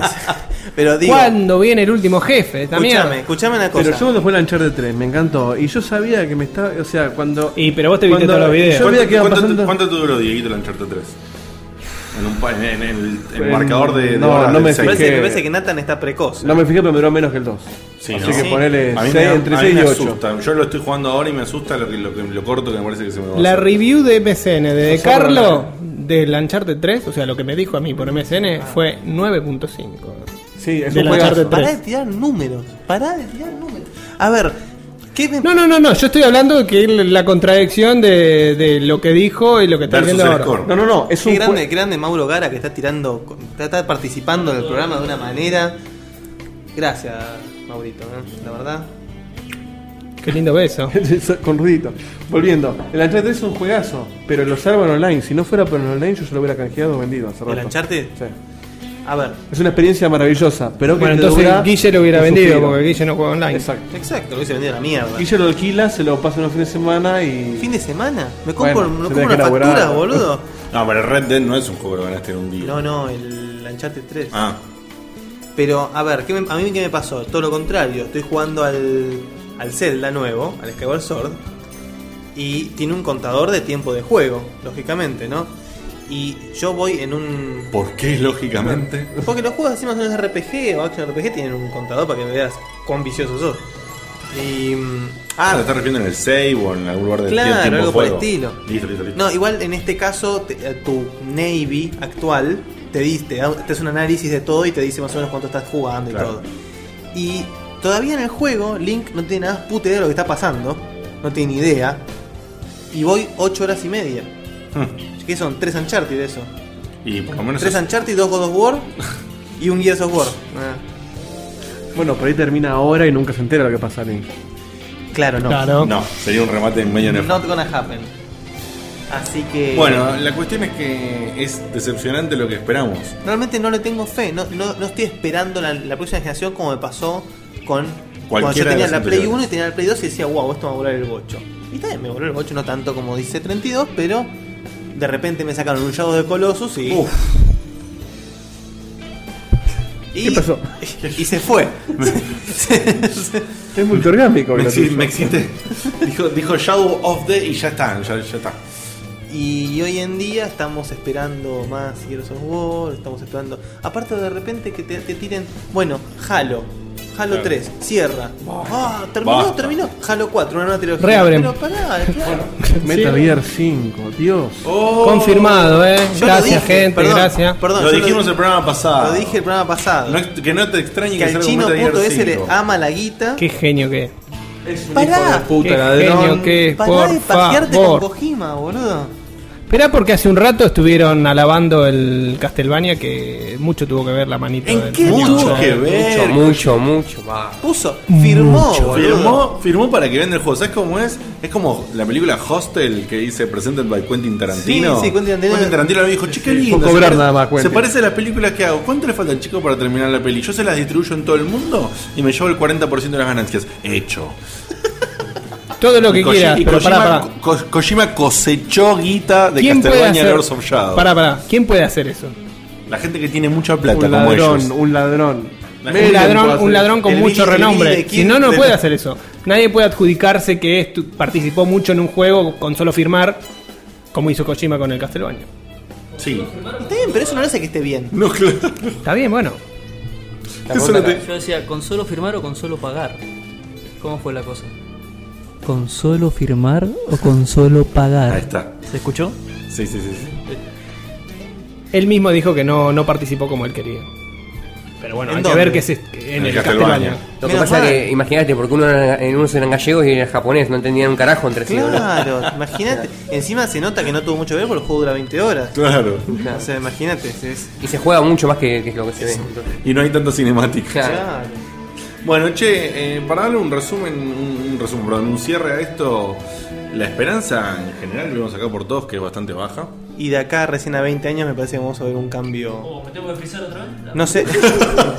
[SPEAKER 3] pero digo,
[SPEAKER 5] ¿Cuándo viene el último jefe? Esta
[SPEAKER 3] escúchame,
[SPEAKER 5] mierda?
[SPEAKER 3] escúchame una cosa.
[SPEAKER 2] Pero yo cuando fue el Uncharted 3, me encantó. Y yo sabía que me estaba. O sea, cuando.
[SPEAKER 5] Y pero vos te viste
[SPEAKER 2] Cuando-
[SPEAKER 5] todos los videos.
[SPEAKER 2] Yo veía
[SPEAKER 1] ¿Cuánto,
[SPEAKER 2] que iba
[SPEAKER 1] cuánto-
[SPEAKER 2] pasando-
[SPEAKER 1] cuánto te duró Dieguito el Uncharted 3? En, un pa- en- en el, el marcador de. de
[SPEAKER 2] no,
[SPEAKER 1] horas
[SPEAKER 2] no
[SPEAKER 1] del
[SPEAKER 2] me
[SPEAKER 1] seis.
[SPEAKER 3] me, parece,
[SPEAKER 2] fijé.
[SPEAKER 3] me parece que Nathan está precoz.
[SPEAKER 2] No me fijé, pero me duró menos que el 2.
[SPEAKER 1] Sí,
[SPEAKER 2] Así
[SPEAKER 1] ¿no?
[SPEAKER 2] que
[SPEAKER 1] Sí.
[SPEAKER 2] ponerle
[SPEAKER 1] A mí me-
[SPEAKER 2] entre
[SPEAKER 1] a mí
[SPEAKER 2] 6 y
[SPEAKER 1] me
[SPEAKER 2] 8.
[SPEAKER 1] asusta. Yo lo estoy jugando ahora y me asusta lo, que- lo, que- lo corto que me parece que se me va a
[SPEAKER 5] La
[SPEAKER 1] hacer.
[SPEAKER 5] review de MCN de
[SPEAKER 2] Nosotros
[SPEAKER 5] Carlo del Uncharted 3, o sea, lo que me dijo a mí por MCN fue 9.5.
[SPEAKER 2] Sí, es
[SPEAKER 5] De
[SPEAKER 2] un
[SPEAKER 5] la
[SPEAKER 2] juegazo.
[SPEAKER 5] Uncharted
[SPEAKER 3] Pará de
[SPEAKER 5] tres.
[SPEAKER 3] tirar números. Pará de tirar números. A ver, ¿qué me
[SPEAKER 5] No, no, no, no, yo estoy hablando de que la contradicción de, de lo que dijo y lo que está
[SPEAKER 1] Versus
[SPEAKER 5] diciendo
[SPEAKER 1] el
[SPEAKER 5] ahora.
[SPEAKER 1] score.
[SPEAKER 2] No, no, no. Es
[SPEAKER 3] Qué
[SPEAKER 2] un
[SPEAKER 3] grande,
[SPEAKER 2] jue-
[SPEAKER 3] qué grande Mauro Gara que está tirando, con- está, está participando del programa de una manera. Gracias, Maurito, ¿eh? la verdad.
[SPEAKER 5] Qué lindo beso.
[SPEAKER 2] Con ruidito. Volviendo. El Uncharted 3 es un juegazo. Pero lo salvan online. Si no fuera por el online, yo ya lo hubiera canjeado o vendido. Hace
[SPEAKER 3] ¿El
[SPEAKER 2] rato.
[SPEAKER 3] Uncharted?
[SPEAKER 2] Sí.
[SPEAKER 3] A ver,
[SPEAKER 2] Es una experiencia maravillosa. Pero que
[SPEAKER 5] Bueno,
[SPEAKER 2] te
[SPEAKER 5] entonces
[SPEAKER 2] dura
[SPEAKER 5] Guille lo hubiera
[SPEAKER 2] un
[SPEAKER 5] vendido,
[SPEAKER 2] suspiro.
[SPEAKER 5] porque Guille no juega online.
[SPEAKER 2] Exacto.
[SPEAKER 3] exacto, lo hubiese vendido a la mierda.
[SPEAKER 2] Guille lo alquila, se lo pasa en un fin de semana y.
[SPEAKER 3] ¿Fin de semana? ¿Me compro,
[SPEAKER 2] Bueno,
[SPEAKER 3] me
[SPEAKER 2] se
[SPEAKER 3] compro
[SPEAKER 2] tenía
[SPEAKER 3] una
[SPEAKER 2] que
[SPEAKER 3] factura,
[SPEAKER 2] laburar.
[SPEAKER 3] boludo?
[SPEAKER 1] No, pero Red Dead no es un juego que ganaste en un día.
[SPEAKER 3] No, no, el Uncharted 3.
[SPEAKER 1] Ah,
[SPEAKER 3] Pero, a ver, ¿qué me- a mí qué me pasó? Todo lo contrario, estoy jugando al, al Zelda nuevo, al Skyward Sword, y tiene un contador de tiempo de juego, lógicamente, ¿no? Y yo voy en un
[SPEAKER 1] ¿por qué lógicamente?
[SPEAKER 3] Porque los juegos así más o menos RPG o Action RPG tienen un contador para que veas cuán viciosos sos. Y. mm,
[SPEAKER 1] Ah, lo estás refiriendo en el save o en algún lugar del
[SPEAKER 3] Claro,
[SPEAKER 1] tiempo
[SPEAKER 3] algo por el
[SPEAKER 1] fuego.
[SPEAKER 3] estilo.
[SPEAKER 1] Listo, listo, listo.
[SPEAKER 3] No, igual en este caso, te- eh, tu Navy actual te diste, te da- te hace un análisis de todo y te dice más o menos cuánto estás jugando y
[SPEAKER 1] Claro.
[SPEAKER 3] todo. Y todavía en el juego, Link no tiene nada puta idea de lo que está pasando, no tiene ni idea. Y voy 8 horas y media.
[SPEAKER 1] Hmm.
[SPEAKER 3] Que son 3 Uncharted eso.
[SPEAKER 1] Y por lo menos.
[SPEAKER 3] 3
[SPEAKER 1] es-
[SPEAKER 3] Uncharted, 2 God of War y un Gears of War. Ah,
[SPEAKER 2] Bueno, por ahí termina ahora y nunca se entera lo que pasa Link.
[SPEAKER 3] Claro, no.
[SPEAKER 5] Claro.
[SPEAKER 1] No, sería un remate en medio en el
[SPEAKER 3] Not gonna happen. Así que.
[SPEAKER 1] Bueno, la cuestión es que es decepcionante lo que esperamos.
[SPEAKER 3] Realmente no le tengo fe. No, no, no estoy esperando la, la próxima generación como me pasó con. Cuando yo
[SPEAKER 1] Cualquiera de
[SPEAKER 3] tenía
[SPEAKER 1] las
[SPEAKER 3] la Play
[SPEAKER 1] anteriores.
[SPEAKER 3] 1 y tenía la Play 2 y decía, wow, esto me va a volar el bocho. Y también me voló el bocho, no tanto como dice 32, pero de repente me sacaron un Shadow de Colossus y.
[SPEAKER 1] Uf.
[SPEAKER 3] y
[SPEAKER 2] ¿Qué pasó?
[SPEAKER 3] Y se fue. Se- se-
[SPEAKER 2] Es multiorgánico.
[SPEAKER 1] Me,
[SPEAKER 2] lo
[SPEAKER 1] exi-
[SPEAKER 2] tuyo.
[SPEAKER 1] me excité. dijo, dijo Shadow of the y ya está, ya, ya está.
[SPEAKER 3] Y hoy en día estamos esperando más Heroes of War, estamos esperando. Aparte de repente que te, te tiren, bueno, Halo, Halo
[SPEAKER 1] Claro.
[SPEAKER 3] 3, cierra. Ah, terminó,
[SPEAKER 1] Basta.
[SPEAKER 3] terminó. Halo 4, una nueva trilogía.
[SPEAKER 5] Reabren.
[SPEAKER 3] Pero pará, claro.
[SPEAKER 2] Metal Gear 5, Dios.
[SPEAKER 5] Confirmado, eh.
[SPEAKER 3] Yo lo dije,
[SPEAKER 5] Gracias, gente,
[SPEAKER 3] perdón,
[SPEAKER 5] gracias.
[SPEAKER 3] Oh. Perdón,
[SPEAKER 1] lo
[SPEAKER 3] yo
[SPEAKER 1] dijimos el programa pasado.
[SPEAKER 3] lo dije el programa pasado.
[SPEAKER 1] ah. No ex- que no te extrañe
[SPEAKER 3] que al
[SPEAKER 1] salga un Metal Gear
[SPEAKER 3] chino.es le
[SPEAKER 1] 5.
[SPEAKER 3] ama la guita.
[SPEAKER 5] Qué genio que es.
[SPEAKER 2] Es un
[SPEAKER 3] Pará.
[SPEAKER 2] hijo de puta
[SPEAKER 5] Qué
[SPEAKER 2] ladrón.
[SPEAKER 5] genio que es,
[SPEAKER 3] Pará de
[SPEAKER 5] por
[SPEAKER 3] pajearte
[SPEAKER 5] favor.
[SPEAKER 3] con Kojima, boludo.
[SPEAKER 5] Esperá porque hace un rato estuvieron alabando el Castlevania que mucho tuvo que ver la manito.
[SPEAKER 1] ¿En
[SPEAKER 5] del-
[SPEAKER 1] qué
[SPEAKER 3] Mucho,
[SPEAKER 1] tuvo que
[SPEAKER 3] Eh.
[SPEAKER 1] ver?
[SPEAKER 4] Mucho, mucho, mucho. va.
[SPEAKER 3] Puso, firmó, boludo.
[SPEAKER 1] Firmó, firmó para que venda el juego. ¿Sabes cómo es? Es como la película Hostel que dice Presented by Quentin Tarantino.
[SPEAKER 3] Sí, sí, Quentin Tarantino.
[SPEAKER 1] Quentin Tarantino me dijo, che, qué lindo.
[SPEAKER 2] Por
[SPEAKER 1] se
[SPEAKER 2] cobrar
[SPEAKER 1] parece-
[SPEAKER 2] nada más,
[SPEAKER 1] Se
[SPEAKER 2] Quentin.
[SPEAKER 1] parece a las películas que hago. ¿Cuánto le falta al chico para terminar la peli? Yo se las distribuyo en todo el mundo y me llevo el 40% de las ganancias. Hecho.
[SPEAKER 5] Todo lo que
[SPEAKER 1] Y Koji-
[SPEAKER 5] quieras,
[SPEAKER 1] y
[SPEAKER 5] pero
[SPEAKER 1] Kojima,
[SPEAKER 5] pará, pará.
[SPEAKER 1] Ko- Kojima cosechó guita de
[SPEAKER 5] ¿Quién puede
[SPEAKER 1] Castlevania
[SPEAKER 5] hacer?
[SPEAKER 1] Lords of Shadow.
[SPEAKER 5] Pará, pará. ¿Quién puede hacer eso?
[SPEAKER 1] La gente que tiene mucha plata,
[SPEAKER 2] Un
[SPEAKER 1] como
[SPEAKER 2] ladrón,
[SPEAKER 1] ellos.
[SPEAKER 2] un ladrón.
[SPEAKER 1] La
[SPEAKER 5] Un
[SPEAKER 1] Medio
[SPEAKER 5] ladrón,
[SPEAKER 2] puede hacer.
[SPEAKER 5] un ladrón con
[SPEAKER 3] El Billy-
[SPEAKER 5] mucho
[SPEAKER 3] el Billy
[SPEAKER 5] renombre.
[SPEAKER 3] de
[SPEAKER 5] Si no, no
[SPEAKER 3] Kid-
[SPEAKER 5] puede
[SPEAKER 3] de-
[SPEAKER 5] hacer eso. Nadie puede adjudicarse que estu- participó mucho en un juego con solo firmar, como hizo Kojima con el Castlevania.
[SPEAKER 1] Sí.
[SPEAKER 3] Está bien, pero eso no le hace que esté bien.
[SPEAKER 1] No, claro.
[SPEAKER 5] Está bien, bueno.
[SPEAKER 4] La
[SPEAKER 1] Eso
[SPEAKER 4] pregunta
[SPEAKER 1] no te-
[SPEAKER 4] acá.
[SPEAKER 6] Yo decía, ¿con solo firmar o con solo pagar? ¿Cómo fue la cosa? ¿Con solo firmar o con solo pagar?
[SPEAKER 1] Ahí está.
[SPEAKER 6] ¿Se escuchó?
[SPEAKER 1] Sí, sí, sí. sí.
[SPEAKER 5] Él mismo dijo que no, no participó como él quería. Pero bueno,
[SPEAKER 3] ¿En
[SPEAKER 5] hay que
[SPEAKER 3] dónde?
[SPEAKER 5] ver qué es es- en el Castlevania.
[SPEAKER 4] Lo que
[SPEAKER 3] Menos
[SPEAKER 4] pasa
[SPEAKER 3] mal.
[SPEAKER 4] que, imagínate, porque uno era- en unos eran gallegos y eran japonés, no entendían un carajo entre sí. boludo.
[SPEAKER 3] Claro, imagínate. Encima se nota que no tuvo mucho que ver porque el juego dura 20 horas.
[SPEAKER 1] Claro.
[SPEAKER 3] O sea, imagínate. es-
[SPEAKER 4] Y se juega mucho más que, que lo que se ve. entonces.
[SPEAKER 1] Y no hay tanta cinemática.
[SPEAKER 4] Claro.
[SPEAKER 3] Claro.
[SPEAKER 1] Bueno, che, eh, para darle un resumen, un, un resumen, perdón, un cierre a esto, la esperanza en general que vemos acá por todos, que es bastante baja.
[SPEAKER 3] Y de acá recién a 20 años me parece que vamos a ver un cambio.
[SPEAKER 8] Oh, ¿Me tengo que frizar otra vez? La-
[SPEAKER 3] No sé.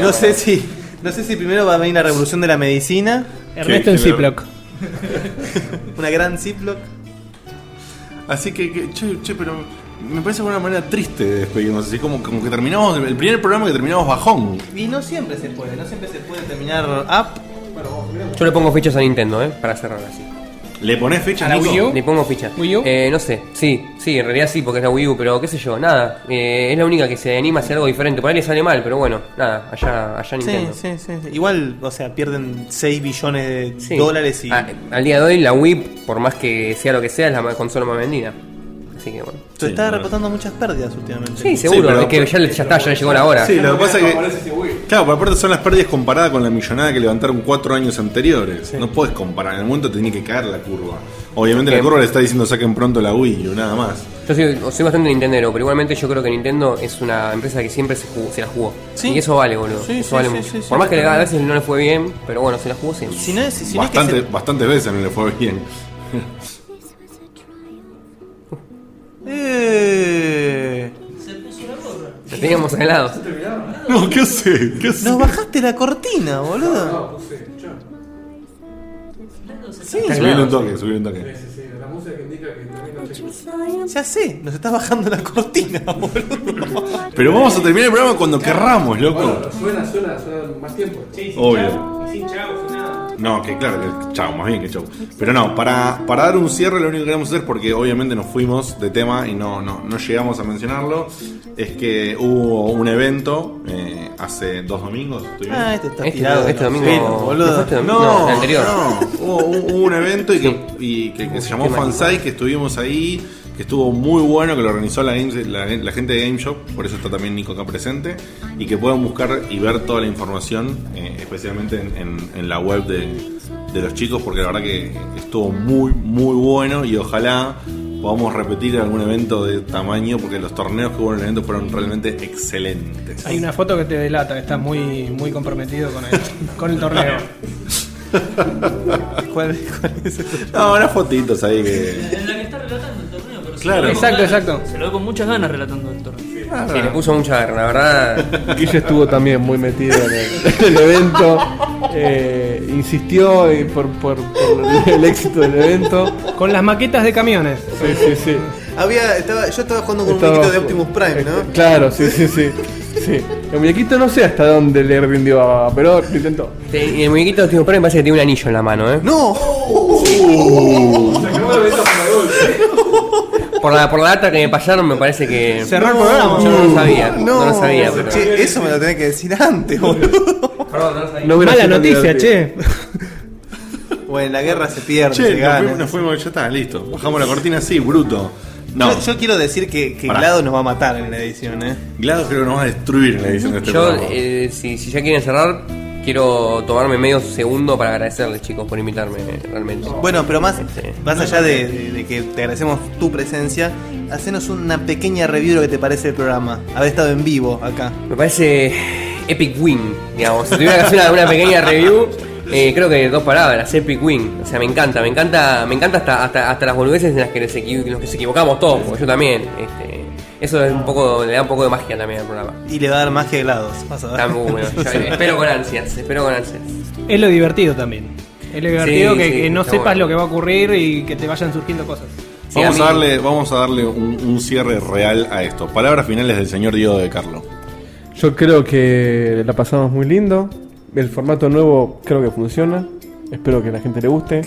[SPEAKER 3] no sé si. No sé si primero va a venir la revolución de la medicina.
[SPEAKER 5] Ernesto en
[SPEAKER 1] Sí, claro.
[SPEAKER 5] Ziploc.
[SPEAKER 3] Una gran Ziploc.
[SPEAKER 1] Así que, que- che, che, pero me parece una manera triste de despedirnos, así como, como que terminamos, el primer programa que terminamos bajón.
[SPEAKER 3] Y no siempre se puede, no siempre se puede terminar up.
[SPEAKER 4] Yo le pongo fichas a Nintendo, ¿eh? Para cerrar así.
[SPEAKER 1] ¿Le ponés fecha,
[SPEAKER 5] ¿A la
[SPEAKER 1] Nico?
[SPEAKER 5] Wii U?
[SPEAKER 4] Le pongo fichas.
[SPEAKER 5] Wii U.
[SPEAKER 4] Eh, no sé. Sí, sí, en realidad sí, porque es la Wii U, pero qué sé yo, nada. Eh, es la única que se anima a hacer algo diferente. Por ahí le sale mal, pero bueno, nada, allá, allá
[SPEAKER 3] Sí,
[SPEAKER 4] Nintendo.
[SPEAKER 3] sí, sí, sí. Igual, o sea, pierden 6 billones de
[SPEAKER 4] Sí.
[SPEAKER 3] dólares y.
[SPEAKER 4] A- al día de hoy, la Wii, por más que sea lo que sea, es la ma- consola más vendida. Así que bueno.
[SPEAKER 3] Se
[SPEAKER 1] Sí,
[SPEAKER 3] está
[SPEAKER 1] bueno.
[SPEAKER 3] reportando muchas pérdidas últimamente.
[SPEAKER 4] Sí, seguro,
[SPEAKER 1] pero-
[SPEAKER 4] es que ya, le- ya está, ya llegó la hora.
[SPEAKER 1] Sí, lo que pasa es
[SPEAKER 2] Aparece
[SPEAKER 1] que.
[SPEAKER 2] Wii.
[SPEAKER 1] Claro, pero aparte son las pérdidas comparadas con la millonada que levantaron cuatro años anteriores. No puedes comparar, en el momento te tiene que caer la curva. Obviamente la
[SPEAKER 4] Porque-
[SPEAKER 1] curva le está diciendo saquen pronto la Wii U, nada más.
[SPEAKER 4] Yo soy, soy bastante nintendero, pero igualmente yo creo que Nintendo es una empresa que siempre se, jugó- se la jugó.
[SPEAKER 3] Sí.
[SPEAKER 4] Y eso vale, boludo.
[SPEAKER 3] Sí,
[SPEAKER 4] eso
[SPEAKER 3] sí,
[SPEAKER 4] vale
[SPEAKER 3] sí,
[SPEAKER 4] mucho.
[SPEAKER 3] sí, sí,
[SPEAKER 4] por más que le- a
[SPEAKER 3] totalmente.
[SPEAKER 4] veces no le fue bien, pero bueno, se la jugó siempre.
[SPEAKER 3] Si no es, si no es que
[SPEAKER 1] Bastante,
[SPEAKER 3] se-
[SPEAKER 1] Bastantes veces no le fue bien.
[SPEAKER 3] Eh,
[SPEAKER 4] Lo teníamos helados.
[SPEAKER 1] No, ¿qué hace? ¿Qué hace?
[SPEAKER 3] Nos bajaste la cortina, boludo. Sí,
[SPEAKER 1] Subile un toque, subile un toque.
[SPEAKER 3] ya sé, nos estás bajando la cortina, boludo.
[SPEAKER 1] Pero vamos a terminar el programa cuando querramos, loco.
[SPEAKER 2] Suena, suena, suena más tiempo.
[SPEAKER 1] Obvio. No, que claro, que chao, más bien que chao. Pero no, para, para dar un cierre, lo único que queremos hacer, porque obviamente nos fuimos de tema y no, no, no llegamos a mencionarlo, es que hubo un evento eh, hace dos domingos. ¿estoy bien?
[SPEAKER 3] Ah, este está
[SPEAKER 4] Este,
[SPEAKER 3] tirado. de
[SPEAKER 4] este
[SPEAKER 3] los
[SPEAKER 4] domingo.
[SPEAKER 3] pelos,
[SPEAKER 4] ¿no fue
[SPEAKER 3] boludo.
[SPEAKER 4] este domingo?
[SPEAKER 1] No,
[SPEAKER 4] el anterior.
[SPEAKER 1] no. Hubo, un- hubo un evento y que, y que- que se llamó
[SPEAKER 4] Qué mal.
[SPEAKER 1] Fansai, que estuvimos ahí, que estuvo muy bueno, que lo organizó la, Games- la- la gente de Game Shop, por eso está también Nico acá presente, y que puedan buscar y ver toda la información, eh, especialmente en, en- en la web de, de los chicos, porque la verdad que estuvo muy, muy bueno y ojalá podamos repetir algún evento de tamaño, porque los torneos que hubo en el evento fueron realmente excelentes.
[SPEAKER 5] Hay una foto que te delata, que estás muy, muy comprometido con el, con el torneo.
[SPEAKER 3] ¿Cuál, cuál es el-
[SPEAKER 1] No, unas fotitos ahí que...
[SPEAKER 8] En la que está relatando el torneo, pero se
[SPEAKER 1] Claro.
[SPEAKER 8] lo ve con
[SPEAKER 5] Exacto,
[SPEAKER 8] ganas.
[SPEAKER 5] exacto.
[SPEAKER 8] Se lo ve con muchas ganas relatando el torneo.
[SPEAKER 3] Ah,
[SPEAKER 4] Sí, le puso mucha garra, la verdad.
[SPEAKER 2] Guille estuvo también muy metido en el, en el evento, eh, insistió eh, por, por- por el éxito del evento.
[SPEAKER 5] Con las maquetas de camiones.
[SPEAKER 2] Sí, sí, sí.
[SPEAKER 3] Había, estaba, yo estaba jugando con
[SPEAKER 2] Estaba-
[SPEAKER 3] un muñequito de Optimus Prime,
[SPEAKER 2] eh,
[SPEAKER 4] Este.
[SPEAKER 3] ¿no?
[SPEAKER 2] Claro, sí, sí, sí. sí. El muñequito no sé hasta dónde le rindió a pero lo intentó.
[SPEAKER 4] Te- y el muñequito de Optimus Prime parece que tiene un anillo en la mano, ¿eh?
[SPEAKER 3] ¡No!
[SPEAKER 4] Por la, por la data que me pasaron, me parece que.
[SPEAKER 5] Cerrar el
[SPEAKER 3] No.
[SPEAKER 5] programa.
[SPEAKER 4] Yo no lo sabía. No, lo
[SPEAKER 3] No.
[SPEAKER 4] sabía, pero.
[SPEAKER 3] Che, eso me lo tenés que decir antes, boludo.
[SPEAKER 4] Perdón, no lo sabía.
[SPEAKER 2] No hubiera
[SPEAKER 5] Mala
[SPEAKER 2] sido tan
[SPEAKER 5] noticia,
[SPEAKER 2] divertido.
[SPEAKER 5] che.
[SPEAKER 3] Bueno, la guerra se pierde,
[SPEAKER 1] Che,
[SPEAKER 3] se
[SPEAKER 1] nos
[SPEAKER 3] gana.
[SPEAKER 1] fuimos, nos fuimos, ya está, listo. Bajamos la cortina así, bruto. No,
[SPEAKER 3] Yo, yo quiero decir que, que
[SPEAKER 1] Pará.
[SPEAKER 3] Glado nos va a matar en la edición, ¿eh?
[SPEAKER 1] GLaDOS creo que nos va a destruir en la edición de este
[SPEAKER 4] Yo,
[SPEAKER 1] programa.
[SPEAKER 4] eh, si, si ya quieren cerrar, quiero tomarme medio segundo para agradecerles, chicos, por invitarme, eh, realmente.
[SPEAKER 3] Bueno, pero más,
[SPEAKER 4] Este.
[SPEAKER 3] más allá de, de- de que te agradecemos tu presencia, hacenos una pequeña review de lo que te parece el programa. Haber estado en vivo acá.
[SPEAKER 4] Me parece Epic Win, digamos. Si tuviera que hacer una, una pequeña review, eh, creo que dos palabras, Epic Win. O sea, me encanta, me encanta, me encanta hasta, hasta, hasta las boludeces en las que nos, equi- nos que nos equivocamos todos, porque yo también. Este, eso es un poco, le da un poco de magia también al programa.
[SPEAKER 3] Y le va a dar más que Glados. Vas a ver.
[SPEAKER 4] Está muy bueno. Yo espero con ansias, espero con ansias.
[SPEAKER 5] Es lo divertido también. Es lo divertido
[SPEAKER 4] Sí,
[SPEAKER 5] que,
[SPEAKER 4] sí,
[SPEAKER 5] que no
[SPEAKER 4] está
[SPEAKER 5] sepas
[SPEAKER 4] bueno.
[SPEAKER 5] lo que va a ocurrir y que te vayan surgiendo cosas.
[SPEAKER 4] Sí,
[SPEAKER 1] vamos,
[SPEAKER 4] mí-
[SPEAKER 1] a darle, vamos a darle un, un cierre real a esto. Palabras finales del señor Diego de Carlo.
[SPEAKER 2] Yo creo que la pasamos muy lindo. El formato nuevo creo que funciona. Espero que a la gente le guste.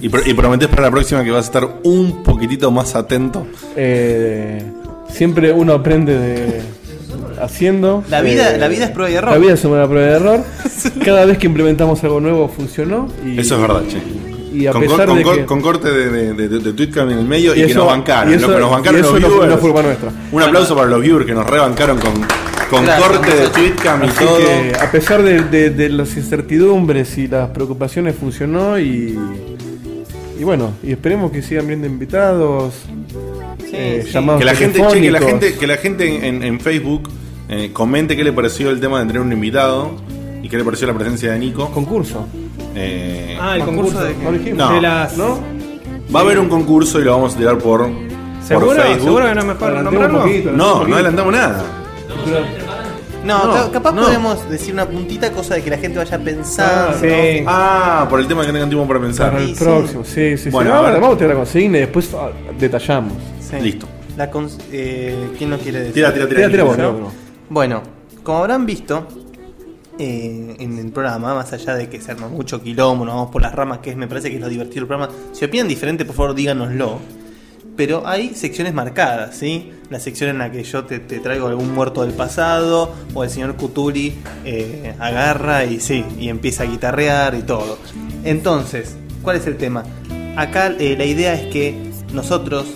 [SPEAKER 1] Y, pro- y prometés para la próxima que vas a estar un poquitito más atento.
[SPEAKER 2] Eh, siempre uno aprende de haciendo.
[SPEAKER 3] La vida-
[SPEAKER 2] Eh,
[SPEAKER 3] la vida es prueba y error.
[SPEAKER 2] La vida es una prueba de error. Cada vez que implementamos algo nuevo funcionó. Y,
[SPEAKER 1] Eso es verdad, che.
[SPEAKER 2] Y a
[SPEAKER 1] con,
[SPEAKER 2] pesar
[SPEAKER 1] con-
[SPEAKER 2] de
[SPEAKER 1] con-
[SPEAKER 2] que-
[SPEAKER 1] con corte de, de, de- de Twitcam en el medio y,
[SPEAKER 2] y
[SPEAKER 1] que
[SPEAKER 2] eso-
[SPEAKER 1] nos bancaron.
[SPEAKER 2] y eso-
[SPEAKER 1] loco, nos bancaron
[SPEAKER 2] y eso
[SPEAKER 1] los
[SPEAKER 2] no fue-
[SPEAKER 1] viewers.
[SPEAKER 2] no fue culpa nuestra.
[SPEAKER 1] Un aplauso para los viewers que nos rebancaron con, Con
[SPEAKER 3] Claro,
[SPEAKER 1] corte de
[SPEAKER 3] entonces-
[SPEAKER 1] tweetcam y
[SPEAKER 2] Así
[SPEAKER 1] todo.
[SPEAKER 2] que, a pesar de, de- de las incertidumbres y las preocupaciones, funcionó y. Y bueno, y esperemos que sigan viendo invitados. eh, llamados
[SPEAKER 1] Que la gente, che, que la
[SPEAKER 2] telefónicos.
[SPEAKER 1] gente, que la gente en, en Facebook eh, comente qué le pareció el tema de tener un invitado y qué le pareció la presencia de Nico.
[SPEAKER 2] Concurso.
[SPEAKER 1] Eh,
[SPEAKER 5] Ah, el concurso de,
[SPEAKER 2] No lo dijimos.
[SPEAKER 1] No.
[SPEAKER 5] de las.
[SPEAKER 2] ¿No?
[SPEAKER 1] va
[SPEAKER 2] eh,
[SPEAKER 1] a haber un concurso y lo vamos a tirar por, por
[SPEAKER 5] ¿Seguro?
[SPEAKER 1] Facebook.
[SPEAKER 5] ¿Seguro que no es mejor
[SPEAKER 2] Adelantemos
[SPEAKER 5] nombrarlo?
[SPEAKER 2] un poquito, adelantemos
[SPEAKER 1] No,
[SPEAKER 2] un
[SPEAKER 1] no
[SPEAKER 2] poquito.
[SPEAKER 1] adelantamos nada.
[SPEAKER 3] No,
[SPEAKER 1] No,
[SPEAKER 3] ca- capaz
[SPEAKER 1] no.
[SPEAKER 3] podemos decir una puntita, cosa de que la gente vaya pensando.
[SPEAKER 2] Ah,
[SPEAKER 5] Sí.
[SPEAKER 1] Ah, por el tema que tengan tiempo para pensar.
[SPEAKER 2] Para el
[SPEAKER 3] Sí, sí.
[SPEAKER 2] próximo, sí, sí, sí.
[SPEAKER 1] Bueno,
[SPEAKER 2] No,
[SPEAKER 1] a ver.
[SPEAKER 2] Vamos a tirar la consigna y después ah, detallamos.
[SPEAKER 3] Sí.
[SPEAKER 1] Listo.
[SPEAKER 3] La cons- eh, ¿Quién no quiere decir?
[SPEAKER 1] Tira, tira, tira.
[SPEAKER 2] Tira, tira vos,
[SPEAKER 1] ¿no?
[SPEAKER 2] tira vos.
[SPEAKER 3] Bueno, como habrán visto eh, en el programa, más allá de que se arma mucho quilombo, nos vamos por las ramas, que es, me parece que es lo divertido del programa. Si opinan diferente, por favor, díganoslo. Pero hay secciones marcadas, ¿sí? La sección en la que yo te, te traigo algún muerto del pasado, o el señor Cutuli eh, agarra y sí, y empieza a guitarrear y todo. Entonces, ¿cuál es el tema? Acá eh, la idea es que nosotros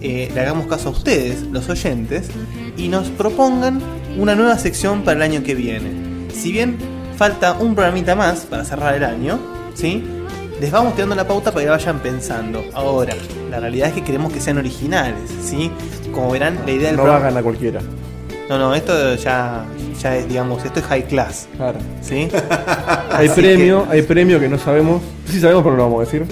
[SPEAKER 3] eh, le hagamos caso a ustedes, los oyentes, y nos propongan una nueva sección para el año que viene. Si bien falta un programita más para cerrar el año, ¿sí? Les vamos tirando la pauta para que vayan pensando. Ahora, la realidad es que queremos que sean originales, ¿sí? Como verán, la idea del
[SPEAKER 2] No
[SPEAKER 3] programa...
[SPEAKER 2] hagan a cualquiera.
[SPEAKER 3] No, no, esto ya, ya es, digamos, esto es high class,
[SPEAKER 2] Claro.
[SPEAKER 3] ¿sí?
[SPEAKER 2] Hay
[SPEAKER 3] Así
[SPEAKER 2] premio, hay premio que no sabemos. Sí sabemos, pero no lo vamos a decir.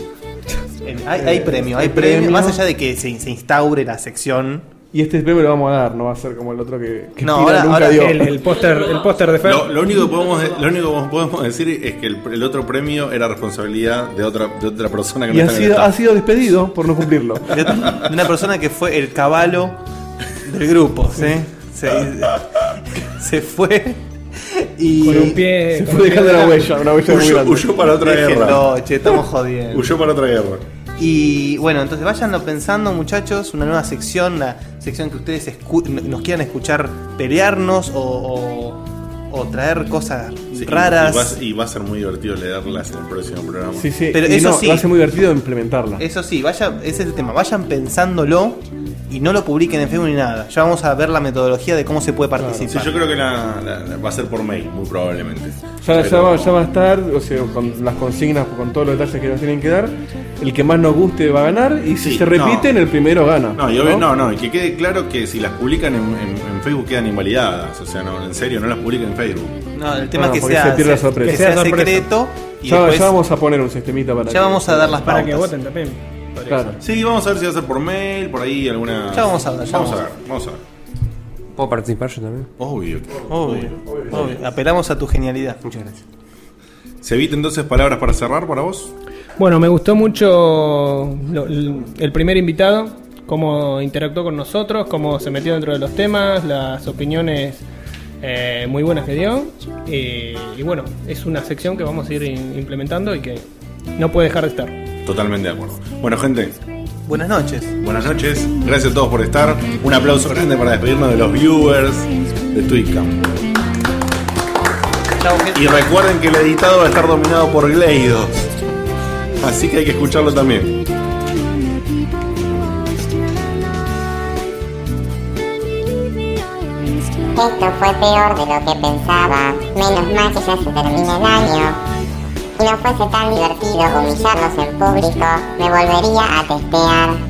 [SPEAKER 3] que, eh, hay, hay
[SPEAKER 2] Eh,
[SPEAKER 3] premio,
[SPEAKER 2] hay
[SPEAKER 3] hay premio,
[SPEAKER 2] premio.
[SPEAKER 3] Más allá de que se, se instaure la sección...
[SPEAKER 2] Y este premio lo vamos a dar, no va a ser como el otro que, que
[SPEAKER 3] No,
[SPEAKER 2] Pira
[SPEAKER 3] ahora-
[SPEAKER 2] nunca
[SPEAKER 3] ahora
[SPEAKER 2] dio.
[SPEAKER 5] El, el póster el póster de Fer.
[SPEAKER 1] Lo, lo único que podemos, de- lo único que podemos decir es que el, el otro premio era responsabilidad de otra, de otra persona que
[SPEAKER 2] Y
[SPEAKER 1] no
[SPEAKER 2] ha
[SPEAKER 1] está en el
[SPEAKER 2] sido, ha
[SPEAKER 1] staff.
[SPEAKER 2] sido despedido por no cumplirlo.
[SPEAKER 3] de, de una persona que fue el caballo del grupo, ¿sí? Se, se fue y.
[SPEAKER 5] Con un pie.
[SPEAKER 3] Eh,
[SPEAKER 2] Se fue
[SPEAKER 5] con un pie
[SPEAKER 2] dejando una
[SPEAKER 5] adelante.
[SPEAKER 2] huella, una huella muy
[SPEAKER 1] Huyó,
[SPEAKER 2] grande.
[SPEAKER 1] huyó para otra guerra.
[SPEAKER 3] Déjenlo, che, estamos jodiendo.
[SPEAKER 1] Huyó para otra guerra.
[SPEAKER 3] Y bueno, entonces váyanlo pensando, muchachos, una nueva sección, la sección que ustedes escu- nos quieran escuchar pelearnos o, o- o traer cosas
[SPEAKER 1] Sí, y-
[SPEAKER 3] raras.
[SPEAKER 1] Y va, a- y va a ser muy divertido leerlas en el próximo programa.
[SPEAKER 2] Sí, sí.
[SPEAKER 3] Pero
[SPEAKER 2] y
[SPEAKER 3] eso
[SPEAKER 2] no,
[SPEAKER 3] sí.
[SPEAKER 2] Va a ser muy divertido implementarla.
[SPEAKER 3] Eso sí, vaya, ese es el tema. Vayan pensándolo y no lo publiquen en Facebook ni nada. Ya vamos a ver la metodología de cómo se puede participar.
[SPEAKER 1] Sí, yo creo que la- la- la- va a ser por mail, muy probablemente.
[SPEAKER 2] Ya, ya,
[SPEAKER 1] Pero-
[SPEAKER 2] va, ya va a estar, o sea, con las consignas, con todos los detalles que nos tienen que dar. El que más nos guste va a ganar y si
[SPEAKER 1] Sí,
[SPEAKER 2] se repite,
[SPEAKER 1] no.
[SPEAKER 2] en el primero gana.
[SPEAKER 1] No, y obvio- no, no, y que quede claro que si las publican en, en- en Facebook quedan invalidadas. O sea, no, en serio, no las publiquen en Facebook.
[SPEAKER 3] No, el tema
[SPEAKER 2] Bueno,
[SPEAKER 3] es que
[SPEAKER 2] porque
[SPEAKER 3] sea,
[SPEAKER 2] se pierde la
[SPEAKER 3] se-
[SPEAKER 2] sorpresa.
[SPEAKER 3] que
[SPEAKER 5] Que
[SPEAKER 3] sea
[SPEAKER 5] sea sorpresa.
[SPEAKER 3] secreto y
[SPEAKER 2] Ya,
[SPEAKER 3] después
[SPEAKER 2] ya vamos a poner un sistemita para.
[SPEAKER 3] ya
[SPEAKER 2] que-
[SPEAKER 3] vamos a dar las
[SPEAKER 5] Para que
[SPEAKER 3] pautas.
[SPEAKER 5] voten también. podría
[SPEAKER 2] Claro.
[SPEAKER 5] ser.
[SPEAKER 1] Sí, vamos a ver si va a ser por mail, por ahí alguna.
[SPEAKER 3] Ya vamos a ver, ya
[SPEAKER 1] vamos,
[SPEAKER 3] vamos
[SPEAKER 1] a
[SPEAKER 3] a
[SPEAKER 1] ver. Vamos a ver.
[SPEAKER 4] ¿Puedo participar yo también?
[SPEAKER 1] Obvio.
[SPEAKER 3] Obvio, obvio. Apelamos a tu genialidad.
[SPEAKER 4] Muchas gracias.
[SPEAKER 1] ¿Se evita entonces palabras para cerrar para vos?
[SPEAKER 5] Bueno, me gustó mucho lo- l- el primer invitado, cómo interactuó con nosotros, cómo se metió dentro de los temas, las opiniones eh, muy buenas que dio. Eh, y bueno, es una sección que vamos a ir in- implementando y que no puede dejar de estar.
[SPEAKER 1] Totalmente de acuerdo. Bueno, gente,
[SPEAKER 3] Buenas noches.
[SPEAKER 1] buenas noches. Gracias a todos por estar. Un aplauso grande para despedirnos de los viewers de Twitchcam.
[SPEAKER 3] Chao, gente.
[SPEAKER 1] Y recuerden que el editado va a estar dominado por Gleidos. Así que hay que escucharlo también.
[SPEAKER 7] Esto fue peor de lo que pensaba. Menos mal que ya se termina el año. Si no fuese tan divertido humillarlos en público, me volvería a testear.